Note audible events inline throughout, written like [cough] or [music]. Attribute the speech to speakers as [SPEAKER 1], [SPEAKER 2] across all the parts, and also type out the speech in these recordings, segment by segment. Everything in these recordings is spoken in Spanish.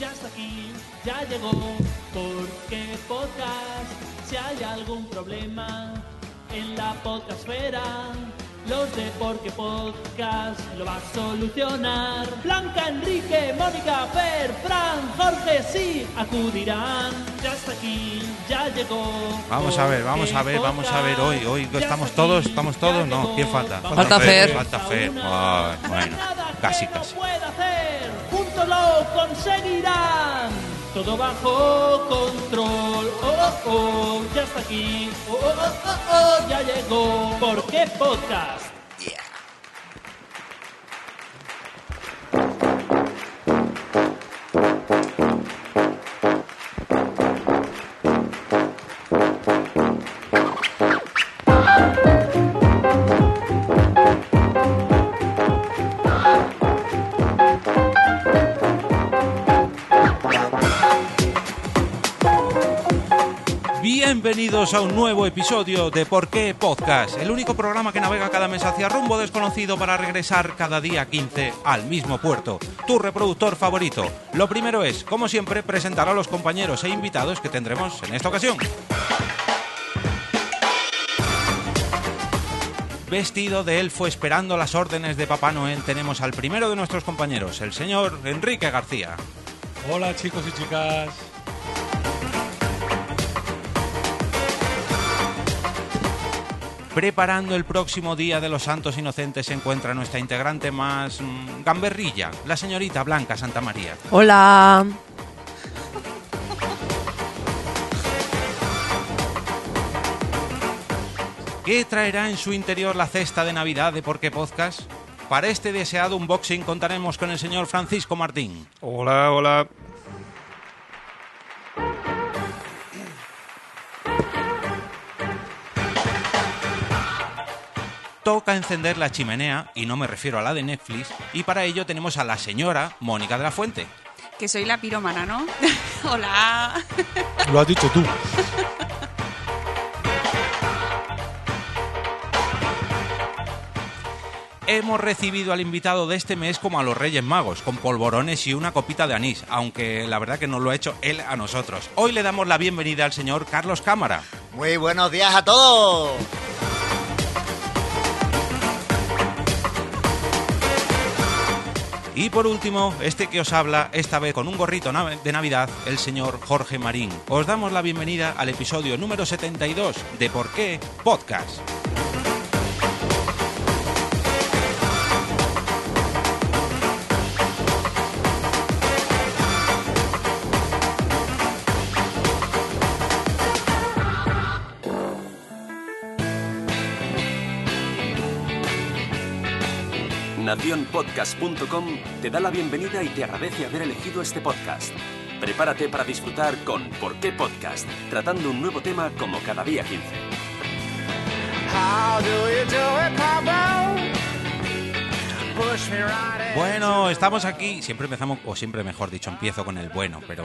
[SPEAKER 1] ya está aquí, ya llegó, porque podcast, si hay algún problema en la podcastfera, los de Porque Podcast lo va a solucionar. Blanca, Enrique, Mónica, Fer, Fran, Jorge, sí, acudirán, ya está aquí, ya llegó.
[SPEAKER 2] Vamos a ver, vamos a ver, vamos a ver hoy, hoy estamos todos, estamos todos, no, ¿quién falta?
[SPEAKER 3] Falta Fer.
[SPEAKER 2] Falta Fer. Ay, bueno, casi, casi.
[SPEAKER 1] puede hacer, juntos lo conseguirán. Todo bajo control, oh, oh, oh, ya está aquí, oh, oh, oh, oh, oh, ya llegó. ¿Por qué podcast?
[SPEAKER 2] Bienvenidos a un nuevo episodio de Por qué Podcast, el único programa que navega cada mes hacia rumbo desconocido para regresar cada día 15 al mismo puerto, tu reproductor favorito. Lo primero es, como siempre, presentar a los compañeros e invitados que tendremos en esta ocasión. Vestido de elfo esperando las órdenes de Papá Noel, tenemos al primero de nuestros compañeros, el señor Enrique García.
[SPEAKER 4] Hola chicos y chicas.
[SPEAKER 2] Preparando el próximo Día de los Santos Inocentes se encuentra nuestra integrante más mm, gamberrilla, la señorita Blanca Santa María.
[SPEAKER 3] Hola.
[SPEAKER 2] ¿Qué traerá en su interior la cesta de Navidad de Por qué Podcast? Para este deseado unboxing contaremos con el señor Francisco Martín.
[SPEAKER 5] Hola, hola.
[SPEAKER 2] Toca encender la chimenea, y no me refiero a la de Netflix, y para ello tenemos a la señora Mónica de la Fuente.
[SPEAKER 6] Que soy la piromana,
[SPEAKER 3] [laughs]
[SPEAKER 6] ¿no? Hola.
[SPEAKER 4] Lo has dicho tú.
[SPEAKER 2] Hemos recibido al invitado de este mes como a los Reyes Magos, con polvorones y una copita de anís, aunque la verdad que no lo ha hecho él a nosotros. Hoy le damos la bienvenida al señor Carlos Cámara.
[SPEAKER 7] Muy buenos días a todos.
[SPEAKER 2] Y por último, este que os habla, esta vez con un gorrito nav- de Navidad, el señor Jorge Marín. Os damos la bienvenida al episodio número 72 de Por qué Podcast.
[SPEAKER 8] Nacionpodcast.com te da la bienvenida y te agradece haber elegido este podcast. Prepárate para disfrutar con ¿Por qué podcast? Tratando un nuevo tema como cada día 15.
[SPEAKER 2] Bueno, estamos aquí. Siempre empezamos, o siempre mejor dicho, empiezo con el bueno, pero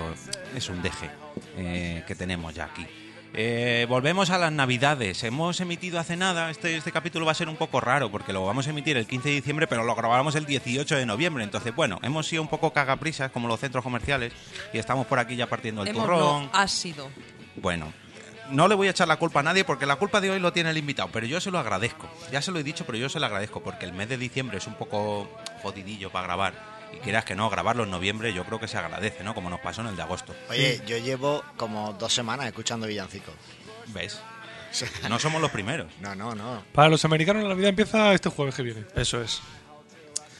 [SPEAKER 2] es un deje eh, que tenemos ya aquí. Eh, volvemos a las Navidades. Hemos emitido hace nada. Este, este capítulo va a ser un poco raro porque lo vamos a emitir el 15 de diciembre, pero lo grabamos el 18 de noviembre. Entonces, bueno, hemos sido un poco cagaprisas como los centros comerciales y estamos por aquí ya partiendo el
[SPEAKER 3] Hemos
[SPEAKER 2] turrón.
[SPEAKER 3] no, ha sido.
[SPEAKER 2] Bueno, no le voy a echar la culpa a nadie porque la culpa de hoy lo tiene el invitado, pero yo se lo agradezco. Ya se lo he dicho, pero yo se lo agradezco porque el mes de diciembre es un poco jodidillo para grabar. Y quieras que no, grabarlo en noviembre yo creo que se agradece, ¿no? Como nos pasó en el de agosto.
[SPEAKER 7] Oye, yo llevo como dos semanas escuchando villancicos.
[SPEAKER 2] ¿Ves? No somos los primeros.
[SPEAKER 7] No, no, no.
[SPEAKER 4] Para los americanos la Navidad empieza este jueves que viene.
[SPEAKER 5] Eso es.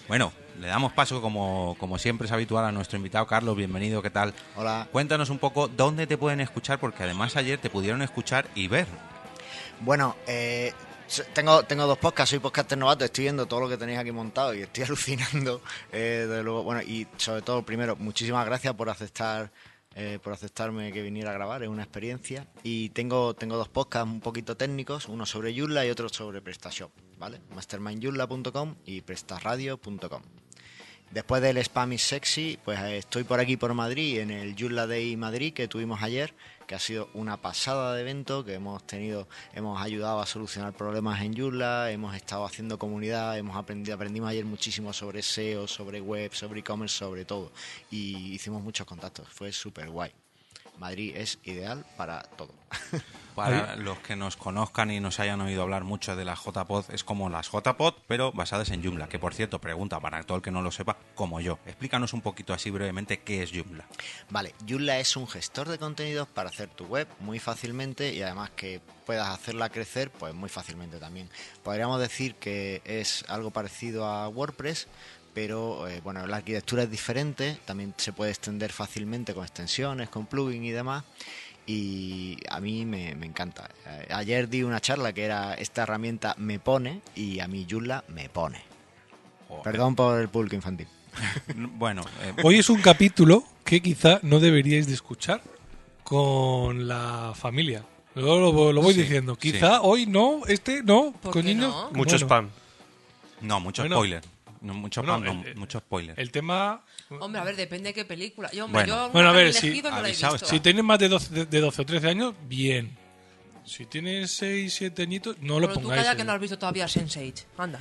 [SPEAKER 2] Bueno, le damos paso como, como siempre es habitual a nuestro invitado Carlos. Bienvenido, ¿qué tal?
[SPEAKER 7] Hola.
[SPEAKER 2] Cuéntanos un poco dónde te pueden escuchar porque además ayer te pudieron escuchar y ver.
[SPEAKER 7] Bueno, eh, so- tengo, tengo dos podcasts, soy podcaster novato, estoy viendo todo lo que tenéis aquí montado y estoy [laughs] alucinando. eh, de luego, bueno, y sobre todo, primero, muchísimas gracias por aceptar. eh, por aceptarme que viniera a grabar, es una experiencia. Y tengo, tengo dos podcasts un poquito técnicos, uno sobre Joomla y otro sobre PrestaShop, ¿vale? mastermindjoomla.com y prestaradio.com. Después del Spam is Sexy, pues eh, estoy por aquí por Madrid, en el Yula Day Madrid que tuvimos ayer, que ha sido una pasada de evento, que hemos tenido, hemos ayudado a solucionar problemas en Yula, hemos estado haciendo comunidad, hemos aprendido, aprendimos ayer muchísimo sobre SEO, sobre web, sobre e-commerce, sobre todo. Y hicimos muchos contactos, fue súper guay. Madrid es ideal para todo.
[SPEAKER 2] Para los que nos conozcan y nos hayan oído hablar mucho de la JPod, es como las JPod, pero basadas en Joomla. Que por cierto, pregunta para todo el que no lo sepa, como yo. Explícanos un poquito así brevemente qué es Joomla.
[SPEAKER 7] Vale, Joomla es un gestor de contenidos para hacer tu web muy fácilmente y además que puedas hacerla crecer pues muy fácilmente también. Podríamos decir que es algo parecido a WordPress, pero eh, bueno, la arquitectura es diferente, también se puede extender fácilmente con extensiones, con plugin y demás. Y a mí me, me encanta. Eh, Ayer di una charla que era esta herramienta me pone y a mí Joomla me pone.
[SPEAKER 2] Joder.
[SPEAKER 7] Perdón por el público infantil.
[SPEAKER 2] [laughs] Bueno, eh,
[SPEAKER 4] Hoy es un capítulo que quizá no deberíais de escuchar con la familia. Yo lo, lo voy
[SPEAKER 2] Sí,
[SPEAKER 4] diciendo.
[SPEAKER 2] sí.
[SPEAKER 4] Quizá hoy no, este no,
[SPEAKER 3] ¿Por
[SPEAKER 4] con
[SPEAKER 3] qué
[SPEAKER 4] niños.
[SPEAKER 3] no?
[SPEAKER 5] Mucho
[SPEAKER 4] Bueno,
[SPEAKER 5] spam.
[SPEAKER 2] no, mucho
[SPEAKER 4] Bueno.
[SPEAKER 2] spoiler. No, mucho,
[SPEAKER 4] Bueno, eh,
[SPEAKER 2] spam, no,
[SPEAKER 4] el-
[SPEAKER 2] mucho spoiler.
[SPEAKER 4] El tema.
[SPEAKER 3] Hombre, a ver, depende de qué película. Yo, hombre,
[SPEAKER 2] Bueno.
[SPEAKER 3] yo
[SPEAKER 4] Bueno, a ver,
[SPEAKER 3] elegido
[SPEAKER 4] sí,
[SPEAKER 3] no la he
[SPEAKER 2] avisaos,
[SPEAKER 3] visto.
[SPEAKER 4] Si tienes más de 12, de- de 12 o 13 años, bien. Si tienes 6, 7 añitos, no lo
[SPEAKER 3] Pero tú
[SPEAKER 4] pongáis.
[SPEAKER 3] calla
[SPEAKER 4] eh.
[SPEAKER 3] que no has visto todavía Sense8. Anda.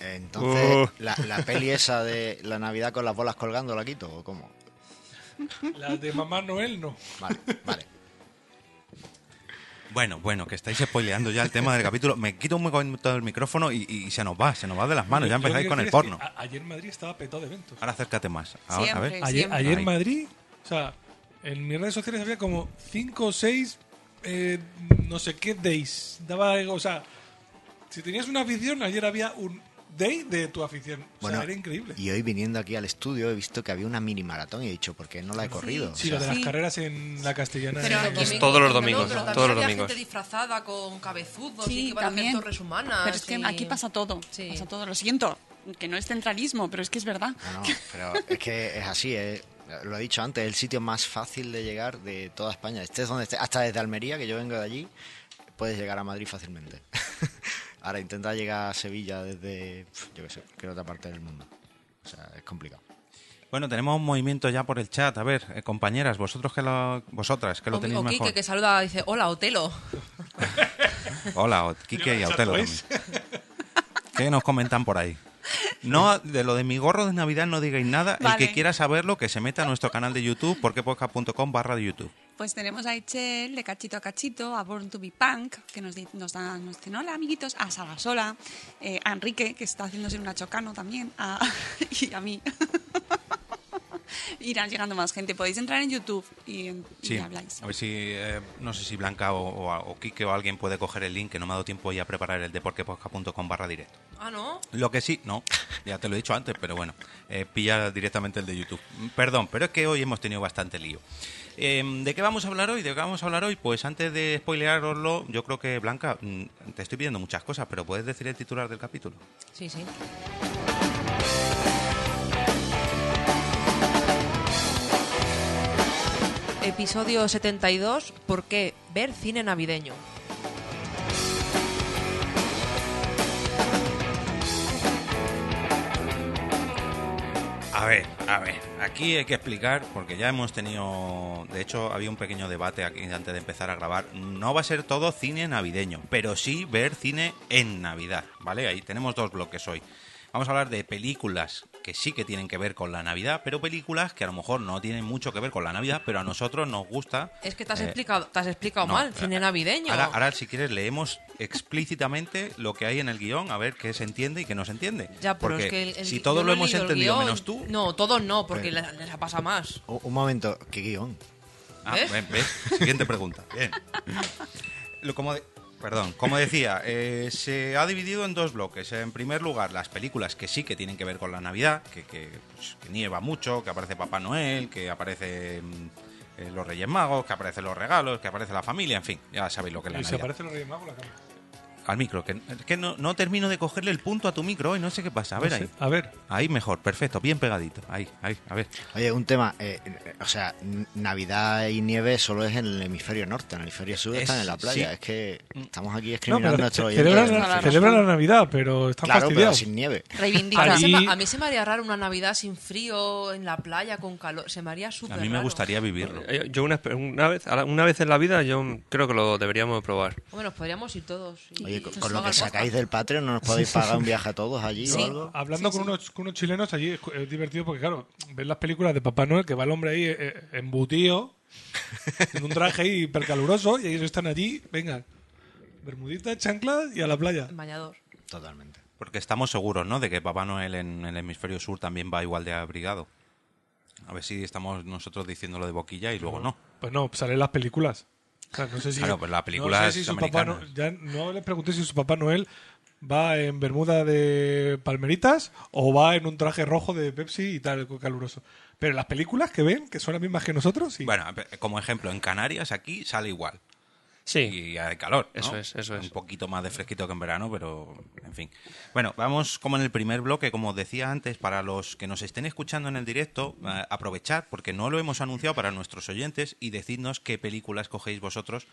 [SPEAKER 7] Entonces,
[SPEAKER 2] Uh.
[SPEAKER 7] la, la peli esa de la Navidad con las bolas colgando, ¿la quito o cómo?
[SPEAKER 4] Las de Mamá Noel no.
[SPEAKER 7] Vale, vale.
[SPEAKER 2] Bueno, bueno, que estáis spoileando ya el tema del capítulo. Me quito un momento del micrófono y, y se nos va, se nos va de las manos. Ya
[SPEAKER 4] Yo lo
[SPEAKER 2] empezáis
[SPEAKER 4] que
[SPEAKER 2] con el
[SPEAKER 4] quiero decir
[SPEAKER 2] porno.
[SPEAKER 4] es que a- ayer Madrid estaba petado de eventos.
[SPEAKER 2] Ahora acércate más. Ahora, a ver.
[SPEAKER 6] Siempre.
[SPEAKER 4] Ayer,
[SPEAKER 6] Siempre.
[SPEAKER 4] ayer
[SPEAKER 2] Ahí.
[SPEAKER 4] Madrid, o sea, en mis redes sociales había como 5 o 6, no sé qué days. Daba, algo, o sea, si tenías una afición, ayer había un day de tu afición. O sea, era increíble.
[SPEAKER 7] Y hoy viniendo aquí al estudio he visto que había una mini maratón y he dicho, ¿por qué no la he corrido?
[SPEAKER 4] Sí, lo de las
[SPEAKER 6] Sí.
[SPEAKER 4] carreras en la castellana.
[SPEAKER 6] Pero
[SPEAKER 4] en-
[SPEAKER 6] aquí
[SPEAKER 3] Domingo,
[SPEAKER 5] todos los
[SPEAKER 3] no,
[SPEAKER 5] domingos,
[SPEAKER 3] pero también
[SPEAKER 5] todos los
[SPEAKER 3] había
[SPEAKER 5] domingos.
[SPEAKER 3] gente disfrazada con cabezudos
[SPEAKER 6] Sí,
[SPEAKER 3] y que iban a
[SPEAKER 6] también.
[SPEAKER 3] hacer torres humanas.
[SPEAKER 6] Pero es que
[SPEAKER 3] y-
[SPEAKER 6] aquí pasa todo.
[SPEAKER 3] Sí.
[SPEAKER 6] Pasa todo. Lo siento, que no es centralismo, pero es que es verdad.
[SPEAKER 7] No, no, pero es que es así, es- lo he dicho antes, es el sitio más fácil de llegar de toda España. Estés donde estés, hasta desde Almería, que yo vengo de allí, puedes llegar a Madrid fácilmente. [laughs] Ahora intenta llegar a Sevilla desde, pf, yo qué sé, cualquier otra parte del mundo. O sea, es complicado.
[SPEAKER 2] Bueno, tenemos un movimiento ya por el chat. A ver, eh, compañeras, vosotros que lo, vosotras que lo
[SPEAKER 3] o,
[SPEAKER 2] tenéis
[SPEAKER 3] o Quique,
[SPEAKER 2] mejor.
[SPEAKER 3] que saluda, dice, hola, Otelo.
[SPEAKER 2] Hola, Ot- Quique y Autelo también. ¿Qué nos comentan por ahí? No, de lo de mi gorro de Navidad no digáis nada. El
[SPEAKER 6] Vale.
[SPEAKER 2] que quiera saberlo, que se meta a nuestro canal de YouTube, porquepodcast.com barra de YouTube.
[SPEAKER 6] Pues tenemos a Echel de cachito a cachito, a Born to be Punk, que nos, di- nos, da, nos dicen hola amiguitos, a Salasola, eh, a Enrique, que está haciéndose un achocano también, a- [laughs] y a mí. [laughs] Irán llegando más gente. Podéis entrar en YouTube y, y
[SPEAKER 2] Sí,
[SPEAKER 6] habláis.
[SPEAKER 2] a ver si, eh, no sé si Blanca o, o- o Quique o alguien puede coger el link, que no me ha dado tiempo ya a preparar el de porquepodcast.com barra directo.
[SPEAKER 3] [laughs] Ah, ¿no?
[SPEAKER 2] Lo que sí, no, ya te lo he dicho antes, pero bueno, eh, pilla directamente el de YouTube. Mm, Perdón, pero es que hoy hemos tenido bastante lío. Em, ¿De qué vamos a hablar hoy? ¿De qué vamos a hablar hoy? Pues antes de spoilearoslo, yo creo que, Blanca, mm, te estoy pidiendo muchas cosas, pero ¿puedes decir el titular del capítulo?
[SPEAKER 3] Sí, sí. Episodio 72, ¿por qué ver cine navideño?
[SPEAKER 2] A ver, a ver, aquí hay que explicar, porque ya hemos tenido, de hecho había un pequeño debate aquí antes de empezar a grabar, no va a ser todo cine navideño, pero sí ver cine en Navidad, ¿vale? Ahí tenemos dos bloques hoy. Vamos a hablar de películas que sí que tienen que ver con la Navidad, pero películas que a lo mejor no tienen mucho que ver con la Navidad, pero a nosotros nos gusta...
[SPEAKER 3] Es que te has
[SPEAKER 2] eh,
[SPEAKER 3] explicado, te has explicado
[SPEAKER 2] no,
[SPEAKER 3] mal, cine
[SPEAKER 2] eh,
[SPEAKER 3] navideño.
[SPEAKER 2] Ahora, ahora, si quieres, leemos explícitamente lo que hay en el guión, a ver qué se entiende y qué no se entiende.
[SPEAKER 3] ya, pero
[SPEAKER 2] Porque
[SPEAKER 3] es que el- el-
[SPEAKER 2] si
[SPEAKER 3] yo
[SPEAKER 2] todo
[SPEAKER 3] no
[SPEAKER 2] lo
[SPEAKER 3] he
[SPEAKER 2] hemos
[SPEAKER 3] leído el
[SPEAKER 2] entendido
[SPEAKER 3] guión.
[SPEAKER 2] menos tú... eh.
[SPEAKER 3] No, todos no, porque
[SPEAKER 7] Pero-
[SPEAKER 3] les, les ha pasado más.
[SPEAKER 7] Un, un momento, ¿qué guión?
[SPEAKER 2] Ah,
[SPEAKER 3] ¿Ves?
[SPEAKER 2] ven, ves. Siguiente pregunta. Bien. Lo- como de- perdón, como decía, eh, se ha dividido en dos bloques. En primer lugar, las películas que sí que tienen que ver con la Navidad, que, que, pues, que nieva mucho, que aparece Papá Noel, que aparece mm, eh, los Reyes Magos, que aparecen los regalos, que aparece la familia, en fin, ya sabéis lo que es la
[SPEAKER 4] Y se
[SPEAKER 2] Navidad.
[SPEAKER 4] aparece los Reyes Magos la cámara.
[SPEAKER 2] al micro, que, que no, no termino de cogerle el punto a tu micro hoy, no sé qué pasa. A ver
[SPEAKER 4] No sé,
[SPEAKER 2] ahí.
[SPEAKER 4] A ver.
[SPEAKER 2] Ahí mejor, perfecto, bien pegadito. Ahí, ahí, a ver.
[SPEAKER 7] Oye, un tema, eh, o sea, n- Navidad y nieve solo es en el hemisferio norte, en el hemisferio sur
[SPEAKER 2] Es-
[SPEAKER 7] están en la playa.
[SPEAKER 2] sí. Mm.
[SPEAKER 7] Es que estamos aquí
[SPEAKER 4] No,
[SPEAKER 7] discriminando
[SPEAKER 4] pero
[SPEAKER 7] a nuestro
[SPEAKER 4] ce-
[SPEAKER 7] oyente.
[SPEAKER 4] celebran,
[SPEAKER 7] del
[SPEAKER 4] la-
[SPEAKER 7] hemisferio
[SPEAKER 4] celebran
[SPEAKER 7] sur.
[SPEAKER 4] la Navidad, pero están
[SPEAKER 7] Claro, pero
[SPEAKER 4] fastidiados.
[SPEAKER 7] sin nieve.
[SPEAKER 3] A
[SPEAKER 6] Reivindica.
[SPEAKER 3] mí, se
[SPEAKER 4] Allí-
[SPEAKER 3] me- a mí se me haría raro una Navidad sin frío, en la playa, con calor. Se me haría súper
[SPEAKER 2] A mí me
[SPEAKER 3] raro.
[SPEAKER 2] gustaría vivirlo.
[SPEAKER 5] Eh, Yo una, una vez, a la- una vez en la vida, yo creo que lo deberíamos probar.
[SPEAKER 3] Hombre, nos podríamos ir todos. y-
[SPEAKER 7] Oye, con,
[SPEAKER 3] y
[SPEAKER 7] con lo
[SPEAKER 3] haga
[SPEAKER 7] que
[SPEAKER 3] el
[SPEAKER 7] sacáis
[SPEAKER 3] podcast.
[SPEAKER 7] del Patreon, ¿no nos podéis pagar un viaje a todos allí
[SPEAKER 6] Sí.
[SPEAKER 7] o algo?
[SPEAKER 4] Hablando con, Unos, con unos chilenos allí es, es divertido porque, claro, ves las películas de Papá Noel que va el hombre ahí eh, eh,
[SPEAKER 2] [laughs]
[SPEAKER 4] embutido, en un traje ahí hipercaluroso, y ellos están allí, venga, bermudita, chanclas y a la playa.
[SPEAKER 3] Bañador.
[SPEAKER 7] Totalmente.
[SPEAKER 2] Porque estamos seguros, ¿no? De que Papá Noel en el hemisferio sur también va igual de abrigado. A ver si estamos nosotros diciéndolo de boquilla y luego no.
[SPEAKER 4] Pues no, salen las películas. O sea, no sé si,
[SPEAKER 2] Claro, pues la película
[SPEAKER 4] no
[SPEAKER 2] es
[SPEAKER 4] sé si su papá
[SPEAKER 2] americana.
[SPEAKER 4] no, ya no les pregunté si su Papá Noel va en bermuda de palmeritas o va en un traje rojo de Pepsi y tal, caluroso. Pero las películas que ven, que son las mismas que nosotros, sí.
[SPEAKER 2] Bueno, pe- como ejemplo, en Canarias aquí sale igual.
[SPEAKER 5] Sí.
[SPEAKER 2] Y hay calor. ¿no?
[SPEAKER 5] Eso es, eso es.
[SPEAKER 2] Un poquito más de fresquito que en verano, pero en fin. Bueno, vamos como en el primer bloque, como os decía antes, para los que nos estén escuchando en el directo, eh, aprovechad, porque no lo hemos anunciado para nuestros oyentes, y decidnos qué películas cogéis vosotros,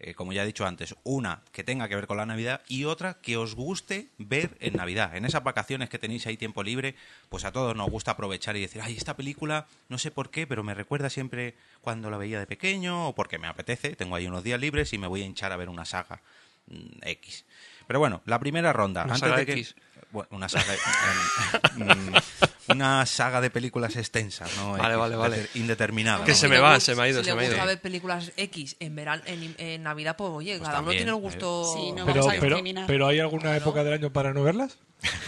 [SPEAKER 2] eh, como ya he dicho antes, una que tenga que ver con la Navidad y otra que os guste ver en Navidad. En esas vacaciones que tenéis ahí tiempo libre, pues a todos nos gusta aprovechar y decir, ay, esta película, no sé por qué, pero me recuerda siempre cuando la veía de pequeño o porque me apetece, tengo ahí unos días libres y me voy a hinchar a ver una saga mm, X. Pero bueno, la primera ronda.
[SPEAKER 5] Una
[SPEAKER 2] antes
[SPEAKER 5] saga
[SPEAKER 2] de que-
[SPEAKER 5] X.
[SPEAKER 2] Bueno, una saga. [laughs] em, mm, una saga de películas extensas, ¿no?
[SPEAKER 5] Vale,
[SPEAKER 2] X,
[SPEAKER 5] vale, vale.
[SPEAKER 2] deter- Indeterminada.
[SPEAKER 5] Que
[SPEAKER 2] ¿no?
[SPEAKER 5] se
[SPEAKER 3] Si
[SPEAKER 5] me
[SPEAKER 3] le
[SPEAKER 5] va,
[SPEAKER 3] gust-
[SPEAKER 5] se me ha ido,
[SPEAKER 3] si
[SPEAKER 5] se
[SPEAKER 3] le
[SPEAKER 5] me ha ido.
[SPEAKER 3] gusta ver películas X en, verano, en, en Navidad, pues oye,
[SPEAKER 2] Pues
[SPEAKER 3] cada uno
[SPEAKER 2] también,
[SPEAKER 3] tiene el
[SPEAKER 2] eh.
[SPEAKER 3] gusto.
[SPEAKER 6] Sí, no
[SPEAKER 4] pero,
[SPEAKER 6] vamos a
[SPEAKER 4] pero,
[SPEAKER 6] discriminar.
[SPEAKER 4] pero ¿hay alguna época del año para no verlas?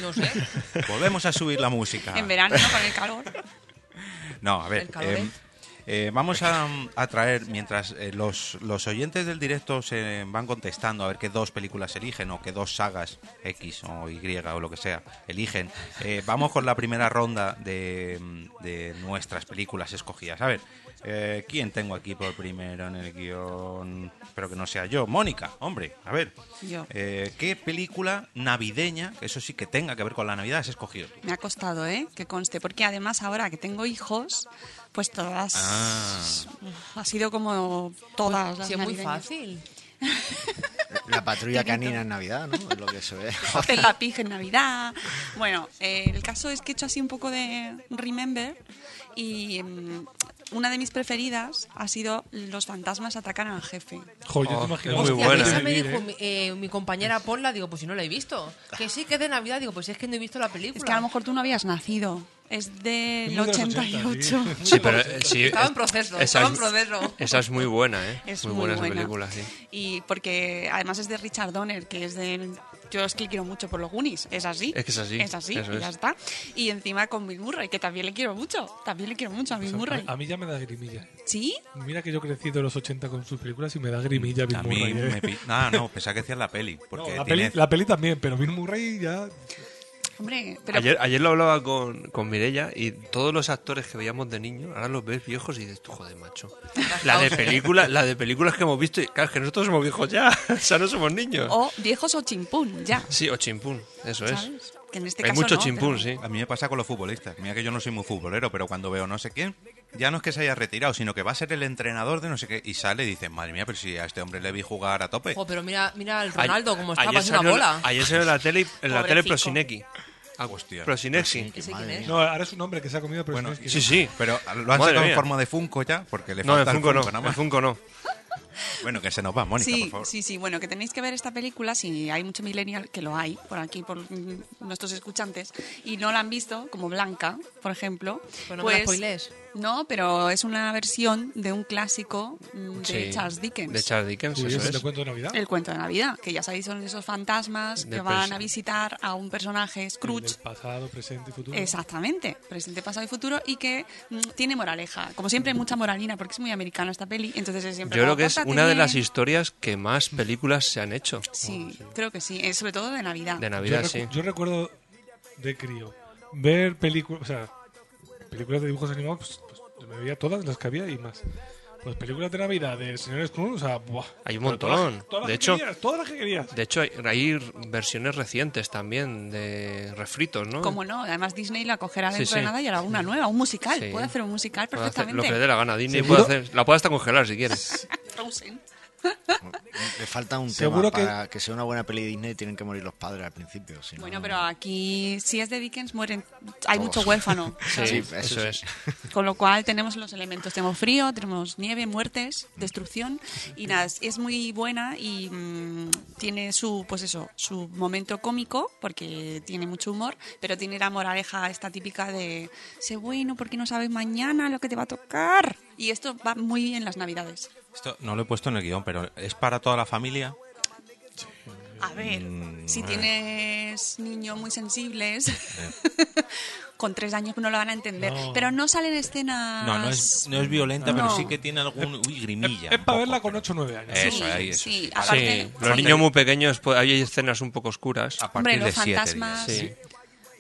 [SPEAKER 3] No sé.
[SPEAKER 2] Volvemos a subir la
[SPEAKER 3] [laughs]
[SPEAKER 2] música.
[SPEAKER 6] En verano, ¿no? con el calor.
[SPEAKER 2] [laughs] No, a ver.
[SPEAKER 3] El calor,
[SPEAKER 2] eh,
[SPEAKER 3] ¿eh?
[SPEAKER 2] eh, vamos a, a traer, mientras eh, los, los oyentes del directo se van contestando a ver qué dos películas eligen o qué dos sagas X o Y o lo que sea eligen, eh, vamos con la primera ronda de, de nuestras películas escogidas. A ver, eh, ¿quién tengo aquí por primero en el guión? Espero que no sea yo. Mónica, hombre, a ver.
[SPEAKER 6] Yo.
[SPEAKER 2] Eh, ¿Qué película navideña, que eso sí que tenga que ver con la Navidad, has escogido?
[SPEAKER 6] Me ha costado, ¿eh? Que conste, porque además ahora que tengo hijos, pues todas... Ha sido como todas las
[SPEAKER 3] Si Pues, es muy
[SPEAKER 6] navideñas.
[SPEAKER 3] fácil.
[SPEAKER 7] La patrulla canina en Navidad, ¿no? Es lo que se ve.
[SPEAKER 6] Hacer la pija en Navidad. Bueno, eh, el caso es que he hecho así un poco de Remember y mm, una de mis preferidas ha sido Los fantasmas atacan al jefe.
[SPEAKER 4] Jo, yo te
[SPEAKER 5] Oh,
[SPEAKER 4] imagino-
[SPEAKER 5] es muy
[SPEAKER 3] Hostia,
[SPEAKER 5] buena.
[SPEAKER 3] esa me
[SPEAKER 4] Vivir,
[SPEAKER 3] dijo
[SPEAKER 4] ¿eh?
[SPEAKER 3] mi, eh, mi compañera Ponla, digo, pues si no la he visto. Que sí, que es de Navidad, digo, pues si es que no he visto la película.
[SPEAKER 6] Es que a lo mejor tú no habías nacido. Es
[SPEAKER 4] Es muy de
[SPEAKER 6] del
[SPEAKER 4] los
[SPEAKER 6] 88.
[SPEAKER 4] 80,
[SPEAKER 5] Sí, pero eh, sí,
[SPEAKER 3] Estaba en
[SPEAKER 5] es-
[SPEAKER 3] proceso,
[SPEAKER 5] esa
[SPEAKER 3] estaba
[SPEAKER 5] es-
[SPEAKER 3] en proceso.
[SPEAKER 5] Esa es muy buena, ¿eh?
[SPEAKER 6] Es
[SPEAKER 5] muy,
[SPEAKER 6] muy
[SPEAKER 5] buena,
[SPEAKER 6] buena.
[SPEAKER 5] esa película, sí.
[SPEAKER 6] Y porque además es de Richard Donner, que es de... Yo es que le quiero mucho por los Goonies, es así.
[SPEAKER 5] Es que es así,
[SPEAKER 6] Es así,
[SPEAKER 5] eso
[SPEAKER 6] y ya
[SPEAKER 5] es.
[SPEAKER 6] está. Y encima con Bill Murray, que también le quiero mucho. También le quiero mucho a
[SPEAKER 4] [laughs]
[SPEAKER 6] Bill Murray.
[SPEAKER 4] A mí ya me da grimilla.
[SPEAKER 6] ¿Sí?
[SPEAKER 4] Mira que yo he crecido en los 80 con sus películas y me da grimilla Bill
[SPEAKER 2] Mm, A mí
[SPEAKER 4] Murray.
[SPEAKER 2] me
[SPEAKER 4] ¿eh?
[SPEAKER 2] pi- Ah, no, pensaba
[SPEAKER 4] [laughs]
[SPEAKER 2] que decías la peli.
[SPEAKER 4] No,
[SPEAKER 2] Porque
[SPEAKER 4] la,
[SPEAKER 2] tiene-
[SPEAKER 4] peli, la peli también, pero Bill Murray ya...
[SPEAKER 6] Hombre, pero...
[SPEAKER 5] Ayer, ayer lo hablaba con, con Mirella y todos los actores que veíamos de niño, ahora los ves viejos y dices, tú joder, macho. La de, película, la de películas que hemos visto, y claro, es que nosotros somos viejos ya, [laughs] o sea, no somos niños.
[SPEAKER 3] Oh.
[SPEAKER 6] O viejos o chimpún, ya.
[SPEAKER 5] Sí, o chimpún, eso es.
[SPEAKER 6] ¿Sabes? Que en este
[SPEAKER 5] Hay
[SPEAKER 6] caso
[SPEAKER 5] mucho
[SPEAKER 6] no,
[SPEAKER 5] chimpún,
[SPEAKER 6] pero-
[SPEAKER 5] sí.
[SPEAKER 2] A mí me pasa con los futbolistas. Mira que yo no soy muy futbolero, pero cuando veo no sé quién, ya no es que se haya retirado, sino que va a ser el entrenador de no sé qué. Y sale y dice, madre mía, pero si a este hombre le vi jugar a tope.
[SPEAKER 3] Jo, pero mira, mira al Ronaldo como está, parece una
[SPEAKER 5] salió,
[SPEAKER 3] bola.
[SPEAKER 5] Ayer salió en la tele, en la tele
[SPEAKER 6] Pobrecico.
[SPEAKER 5] Prosineki.
[SPEAKER 2] Ah, hostia.
[SPEAKER 5] Prosineki.
[SPEAKER 3] ¿Ese quién es?
[SPEAKER 4] No, ahora es un hombre que se ha comido, pero
[SPEAKER 2] Bueno,
[SPEAKER 4] es que-
[SPEAKER 5] Sí, sí.
[SPEAKER 2] Pero lo han
[SPEAKER 5] Madre
[SPEAKER 2] sacado en
[SPEAKER 5] mía.
[SPEAKER 2] forma de Funko ya, porque le
[SPEAKER 5] No, el
[SPEAKER 2] falta
[SPEAKER 5] Funko no,
[SPEAKER 2] nada
[SPEAKER 5] el
[SPEAKER 2] más.
[SPEAKER 5] Funko no.
[SPEAKER 2] [laughs] Bueno, que se nos va, Mónica,
[SPEAKER 6] sí,
[SPEAKER 2] por favor.
[SPEAKER 6] sí, sí. Bueno, que tenéis que ver esta película si hay mucho millennial, que lo hay por aquí, por mm, nuestros escuchantes, y no la han visto, como Blanca, por ejemplo.
[SPEAKER 3] Pues no me la spoilees.
[SPEAKER 6] No, pero es una versión de un clásico mm, de
[SPEAKER 5] Sí,
[SPEAKER 6] Charles Dickens.
[SPEAKER 5] De Charles Dickens,
[SPEAKER 4] Uy,
[SPEAKER 5] eso
[SPEAKER 4] ese te
[SPEAKER 5] es.
[SPEAKER 4] cuento de Navidad.
[SPEAKER 6] el cuento de Navidad, que ya sabéis son esos fantasmas
[SPEAKER 5] De
[SPEAKER 6] que van
[SPEAKER 5] perso-
[SPEAKER 6] a visitar a un personaje,
[SPEAKER 4] El
[SPEAKER 6] Scrooge,
[SPEAKER 4] del pasado, presente y futuro.
[SPEAKER 6] Exactamente, presente, pasado y futuro y que mm, tiene moraleja. Como siempre, mucha moralina porque es muy americana esta peli, entonces es siempre
[SPEAKER 5] Yo
[SPEAKER 6] como,
[SPEAKER 5] creo que es
[SPEAKER 6] "Pórtate
[SPEAKER 5] una de
[SPEAKER 6] bien".
[SPEAKER 5] las historias que más películas se han hecho.
[SPEAKER 6] Sí, creo que sí, eh, sobre todo de Navidad.
[SPEAKER 5] De
[SPEAKER 4] yo,
[SPEAKER 5] Navidad,
[SPEAKER 4] recu-
[SPEAKER 5] sí.
[SPEAKER 4] yo recuerdo de crío ver películas, o sea, películas de dibujos animados, pues, pues, me veía todas las que había y más. Pues Pues películas de Navidad de señores Cruz, o sea, buah.
[SPEAKER 5] Hay un
[SPEAKER 4] Pero todas las-
[SPEAKER 5] montón.
[SPEAKER 4] todas las
[SPEAKER 5] De
[SPEAKER 4] que
[SPEAKER 5] hecho-
[SPEAKER 4] querías, todas las que querías.
[SPEAKER 5] De hecho, hay, hay r- versiones recientes también de refritos, ¿no?
[SPEAKER 6] Como no, además Disney la cogerá
[SPEAKER 5] Sí,
[SPEAKER 6] dentro de
[SPEAKER 5] sí.
[SPEAKER 6] nada y hará una nueva, un musical.
[SPEAKER 5] Sí.
[SPEAKER 6] Puede hacer un musical
[SPEAKER 5] Puede hacer lo
[SPEAKER 6] perfectamente.
[SPEAKER 5] que le dé la gana. Disney
[SPEAKER 4] ¿Seguro?
[SPEAKER 5] puede hacer- la puede hasta congelar si quieres.
[SPEAKER 6] Frozen.
[SPEAKER 7] [laughs] Le falta un tema
[SPEAKER 4] Seguro que-
[SPEAKER 7] para que sea una buena peli de Disney tienen que morir los padres al principio. si no-
[SPEAKER 6] Bueno, pero aquí si es de Dickens mueren,
[SPEAKER 7] Todos.
[SPEAKER 6] hay mucho huérfano.
[SPEAKER 5] [laughs] Sí,
[SPEAKER 7] Sí,
[SPEAKER 5] eso,
[SPEAKER 7] eso
[SPEAKER 5] es.
[SPEAKER 7] sí.
[SPEAKER 6] [laughs] Con lo cual tenemos los elementos, tenemos frío, tenemos nieve, muertes, destrucción y nada, es- es muy buena y mm, tiene su pues eso, su momento cómico porque tiene mucho humor, pero tiene la moraleja esta típica de sé bueno porque no sabes mañana lo que te va a tocar y esto va muy bien en las Navidades.
[SPEAKER 2] Esto no lo he puesto en el guión, pero es para toda la familia.
[SPEAKER 6] A ver, si tienes niños muy sensibles, con tres años no lo van a entender. Pero no salen escenas.
[SPEAKER 2] No, no es, no es violenta, pero
[SPEAKER 6] Ah, No.
[SPEAKER 2] sí que tiene algún uy,
[SPEAKER 4] Es,
[SPEAKER 2] grimilla.
[SPEAKER 4] es
[SPEAKER 2] un
[SPEAKER 4] para
[SPEAKER 2] poco,
[SPEAKER 4] verla con
[SPEAKER 2] pero-
[SPEAKER 4] 8 o 9 años.
[SPEAKER 2] Eso,
[SPEAKER 6] Sí,
[SPEAKER 2] ahí, eso.
[SPEAKER 6] sí,
[SPEAKER 2] Sí,
[SPEAKER 6] aparte-
[SPEAKER 5] Sí, los niños muy pequeños, pues, hay escenas un poco oscuras.
[SPEAKER 2] A partir
[SPEAKER 6] Hombre,
[SPEAKER 2] de
[SPEAKER 6] los
[SPEAKER 2] siete,
[SPEAKER 6] fantasmas.
[SPEAKER 2] diría.
[SPEAKER 5] Sí.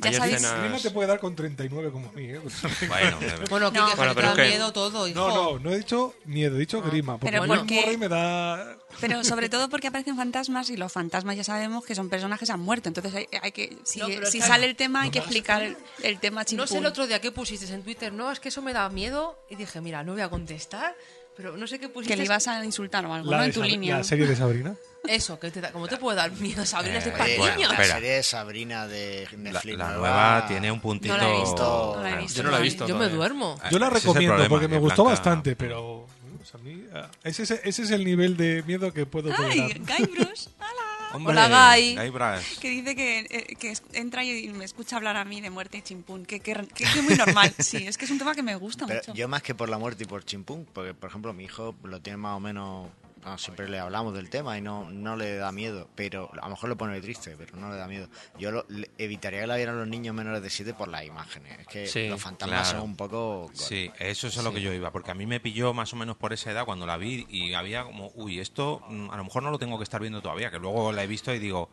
[SPEAKER 6] Ya
[SPEAKER 5] Hay
[SPEAKER 6] sabéis-
[SPEAKER 4] El niño
[SPEAKER 5] escenas-
[SPEAKER 4] te puede dar con 39 como a mí, ¿eh? [laughs]
[SPEAKER 2] Bueno, de verdad.
[SPEAKER 3] Bueno,
[SPEAKER 6] No.
[SPEAKER 3] Kike, que
[SPEAKER 5] Bueno,
[SPEAKER 3] te
[SPEAKER 5] pero
[SPEAKER 3] da
[SPEAKER 5] es que-
[SPEAKER 3] miedo todo, hijo.
[SPEAKER 4] No, no, no he dicho miedo, he dicho grima. Porque
[SPEAKER 6] Ah. Pero
[SPEAKER 4] a mí
[SPEAKER 6] porque-
[SPEAKER 4] Murray me da...
[SPEAKER 6] Pero sobre todo porque aparecen fantasmas y los fantasmas ya sabemos que son personajes que han muerto. Entonces hay, hay que. Si,
[SPEAKER 3] No, pero
[SPEAKER 6] si
[SPEAKER 3] es que-
[SPEAKER 6] sale el tema, hay que explicar el, el tema chimpún.
[SPEAKER 3] No sé el otro día que pusiste en Twitter, no, es que eso me da miedo. Y dije, mira, no voy a contestar, pero no sé qué pusiste.
[SPEAKER 6] Que le ibas a insultar o algo,
[SPEAKER 4] La,
[SPEAKER 6] ¿no?
[SPEAKER 4] de
[SPEAKER 6] En tu
[SPEAKER 4] Sab-
[SPEAKER 6] línea.
[SPEAKER 4] la serie de Sabrina.
[SPEAKER 3] Eso, que te da- como te puede dar miedo, Sabrina,
[SPEAKER 2] Eh,
[SPEAKER 3] es de
[SPEAKER 2] oye,
[SPEAKER 3] para
[SPEAKER 2] bueno,
[SPEAKER 3] niños.
[SPEAKER 7] la
[SPEAKER 2] espera.
[SPEAKER 7] serie de Sabrina de
[SPEAKER 2] la,
[SPEAKER 7] Netflix.
[SPEAKER 2] la nueva tiene un puntito.
[SPEAKER 6] No la he visto. No la he
[SPEAKER 2] Claro.
[SPEAKER 6] visto.
[SPEAKER 5] Yo no la he visto.
[SPEAKER 3] Yo me
[SPEAKER 5] todavía.
[SPEAKER 3] duermo.
[SPEAKER 2] Ah,
[SPEAKER 4] Yo la
[SPEAKER 2] ese es el
[SPEAKER 4] recomiendo
[SPEAKER 2] problema,
[SPEAKER 4] porque
[SPEAKER 2] que
[SPEAKER 4] me gustó
[SPEAKER 2] Blanca-
[SPEAKER 4] bastante, pero... o sea, a mí, ah, ese, ese- ese es el nivel de miedo que puedo
[SPEAKER 6] ¡Ay,
[SPEAKER 4] tolerar. [laughs]
[SPEAKER 6] Guybrush! ¡Hala!
[SPEAKER 2] Hombre,
[SPEAKER 3] Hola, Guy.
[SPEAKER 2] Guy Brass.
[SPEAKER 6] Que dice que, eh, que es- entra y me escucha hablar a mí de muerte y chimpún. Que, que, que es muy normal.
[SPEAKER 5] [laughs]
[SPEAKER 6] Sí, es que es un tema que me gusta
[SPEAKER 7] Pero
[SPEAKER 6] mucho.
[SPEAKER 7] yo más que por la muerte y por chimpún, porque por ejemplo mi hijo lo tiene más o menos, bueno, siempre le hablamos del tema y no, no le da miedo, pero a lo mejor lo pone triste, pero no le da miedo. Yo lo- le- evitaría que la vieran los niños menores de 7 por las imágenes, es que
[SPEAKER 5] Sí,
[SPEAKER 7] los fantasmas
[SPEAKER 2] claro.
[SPEAKER 7] son un poco...
[SPEAKER 2] Sí, eso es a lo que yo iba, porque a mí me pilló más o menos por esa edad cuando la vi y había como, uy, esto mm, a lo mejor no lo tengo que estar viendo todavía, que luego la he visto y digo,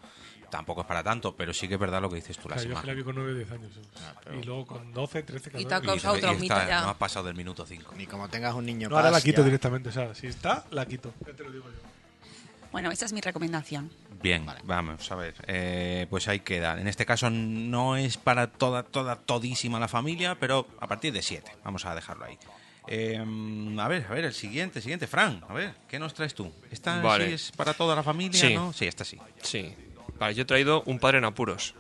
[SPEAKER 2] tampoco es para tanto, pero sí que es verdad lo que dices tú,
[SPEAKER 4] O sea,
[SPEAKER 2] las
[SPEAKER 4] yo es que la
[SPEAKER 2] imágenes.
[SPEAKER 4] vi con 9 o 10 años. Y luego con 12, 13,
[SPEAKER 3] Y
[SPEAKER 4] 14...
[SPEAKER 3] te ha causado
[SPEAKER 2] Ah, y
[SPEAKER 3] traumita
[SPEAKER 2] está-
[SPEAKER 3] ya.
[SPEAKER 2] No has pasado del minuto 5.
[SPEAKER 7] Ni como tengas un niño...
[SPEAKER 4] No, ahora la
[SPEAKER 7] pas,
[SPEAKER 4] quito
[SPEAKER 7] ya.
[SPEAKER 4] directamente. O sea, si está, la quito. Ya te lo digo yo.
[SPEAKER 6] Bueno, esa es mi recomendación.
[SPEAKER 2] Bien, vamos a ver. eh, pues ahí queda. En este caso no es para toda, toda, todísima la familia, pero a partir de 7. Vamos a dejarlo ahí. Eh, a ver, a ver, el siguiente, siguiente. Fran, a ver, ¿qué nos traes tú? ¿Esta
[SPEAKER 5] Vale.
[SPEAKER 2] sí es para toda la familia?
[SPEAKER 5] Sí.
[SPEAKER 2] ¿no? sí esta sí.
[SPEAKER 5] Sí. Vale, yo he traído Un padre en apuros.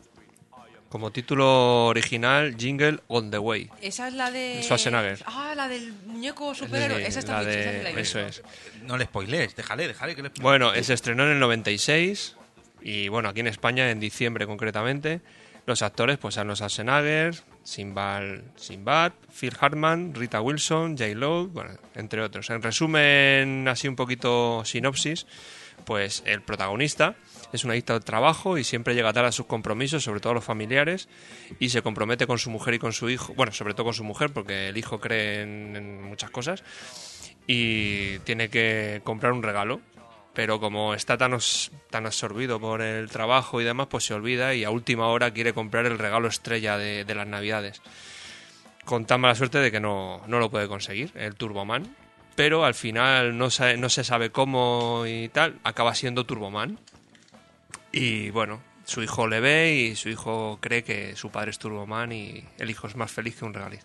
[SPEAKER 5] Como título original, Jingle on the Way.
[SPEAKER 3] Esa es la de.
[SPEAKER 5] Schwarzenegger.
[SPEAKER 3] Ah, la del muñeco superhéroe.
[SPEAKER 5] Sí,
[SPEAKER 3] esa está
[SPEAKER 5] la
[SPEAKER 3] muy
[SPEAKER 5] de-
[SPEAKER 3] chula, esa sí la he visto.
[SPEAKER 5] Eso es.
[SPEAKER 2] No le spoilees, déjale, déjale que le
[SPEAKER 5] Bueno, eh, se estrenó en el 96 y bueno, aquí en España en diciembre concretamente. Los actores pues Arnold Schwarzenegger, Simbal, Simbad, Phil Hartman, Rita Wilson, J. Lowe, bueno, entre otros. En resumen, así un poquito sinopsis, pues el protagonista es un adicto al trabajo y siempre llega tarde a sus compromisos, sobre todo a los familiares, y se compromete con su mujer y con su hijo, bueno, sobre todo con su mujer, porque el hijo cree en- en muchas cosas, y tiene que comprar un regalo. Pero como está tan, os- tan absorbido por el trabajo y demás, pues se olvida y a última hora quiere comprar el regalo estrella de, de las navidades. Con tan mala suerte de que no, no lo puede conseguir, el Turboman. Pero al final no, sabe- no se sabe cómo y tal, acaba siendo Turboman. Y bueno, su hijo le ve y su hijo cree que su padre es Turboman y el hijo es más feliz que un regaliz.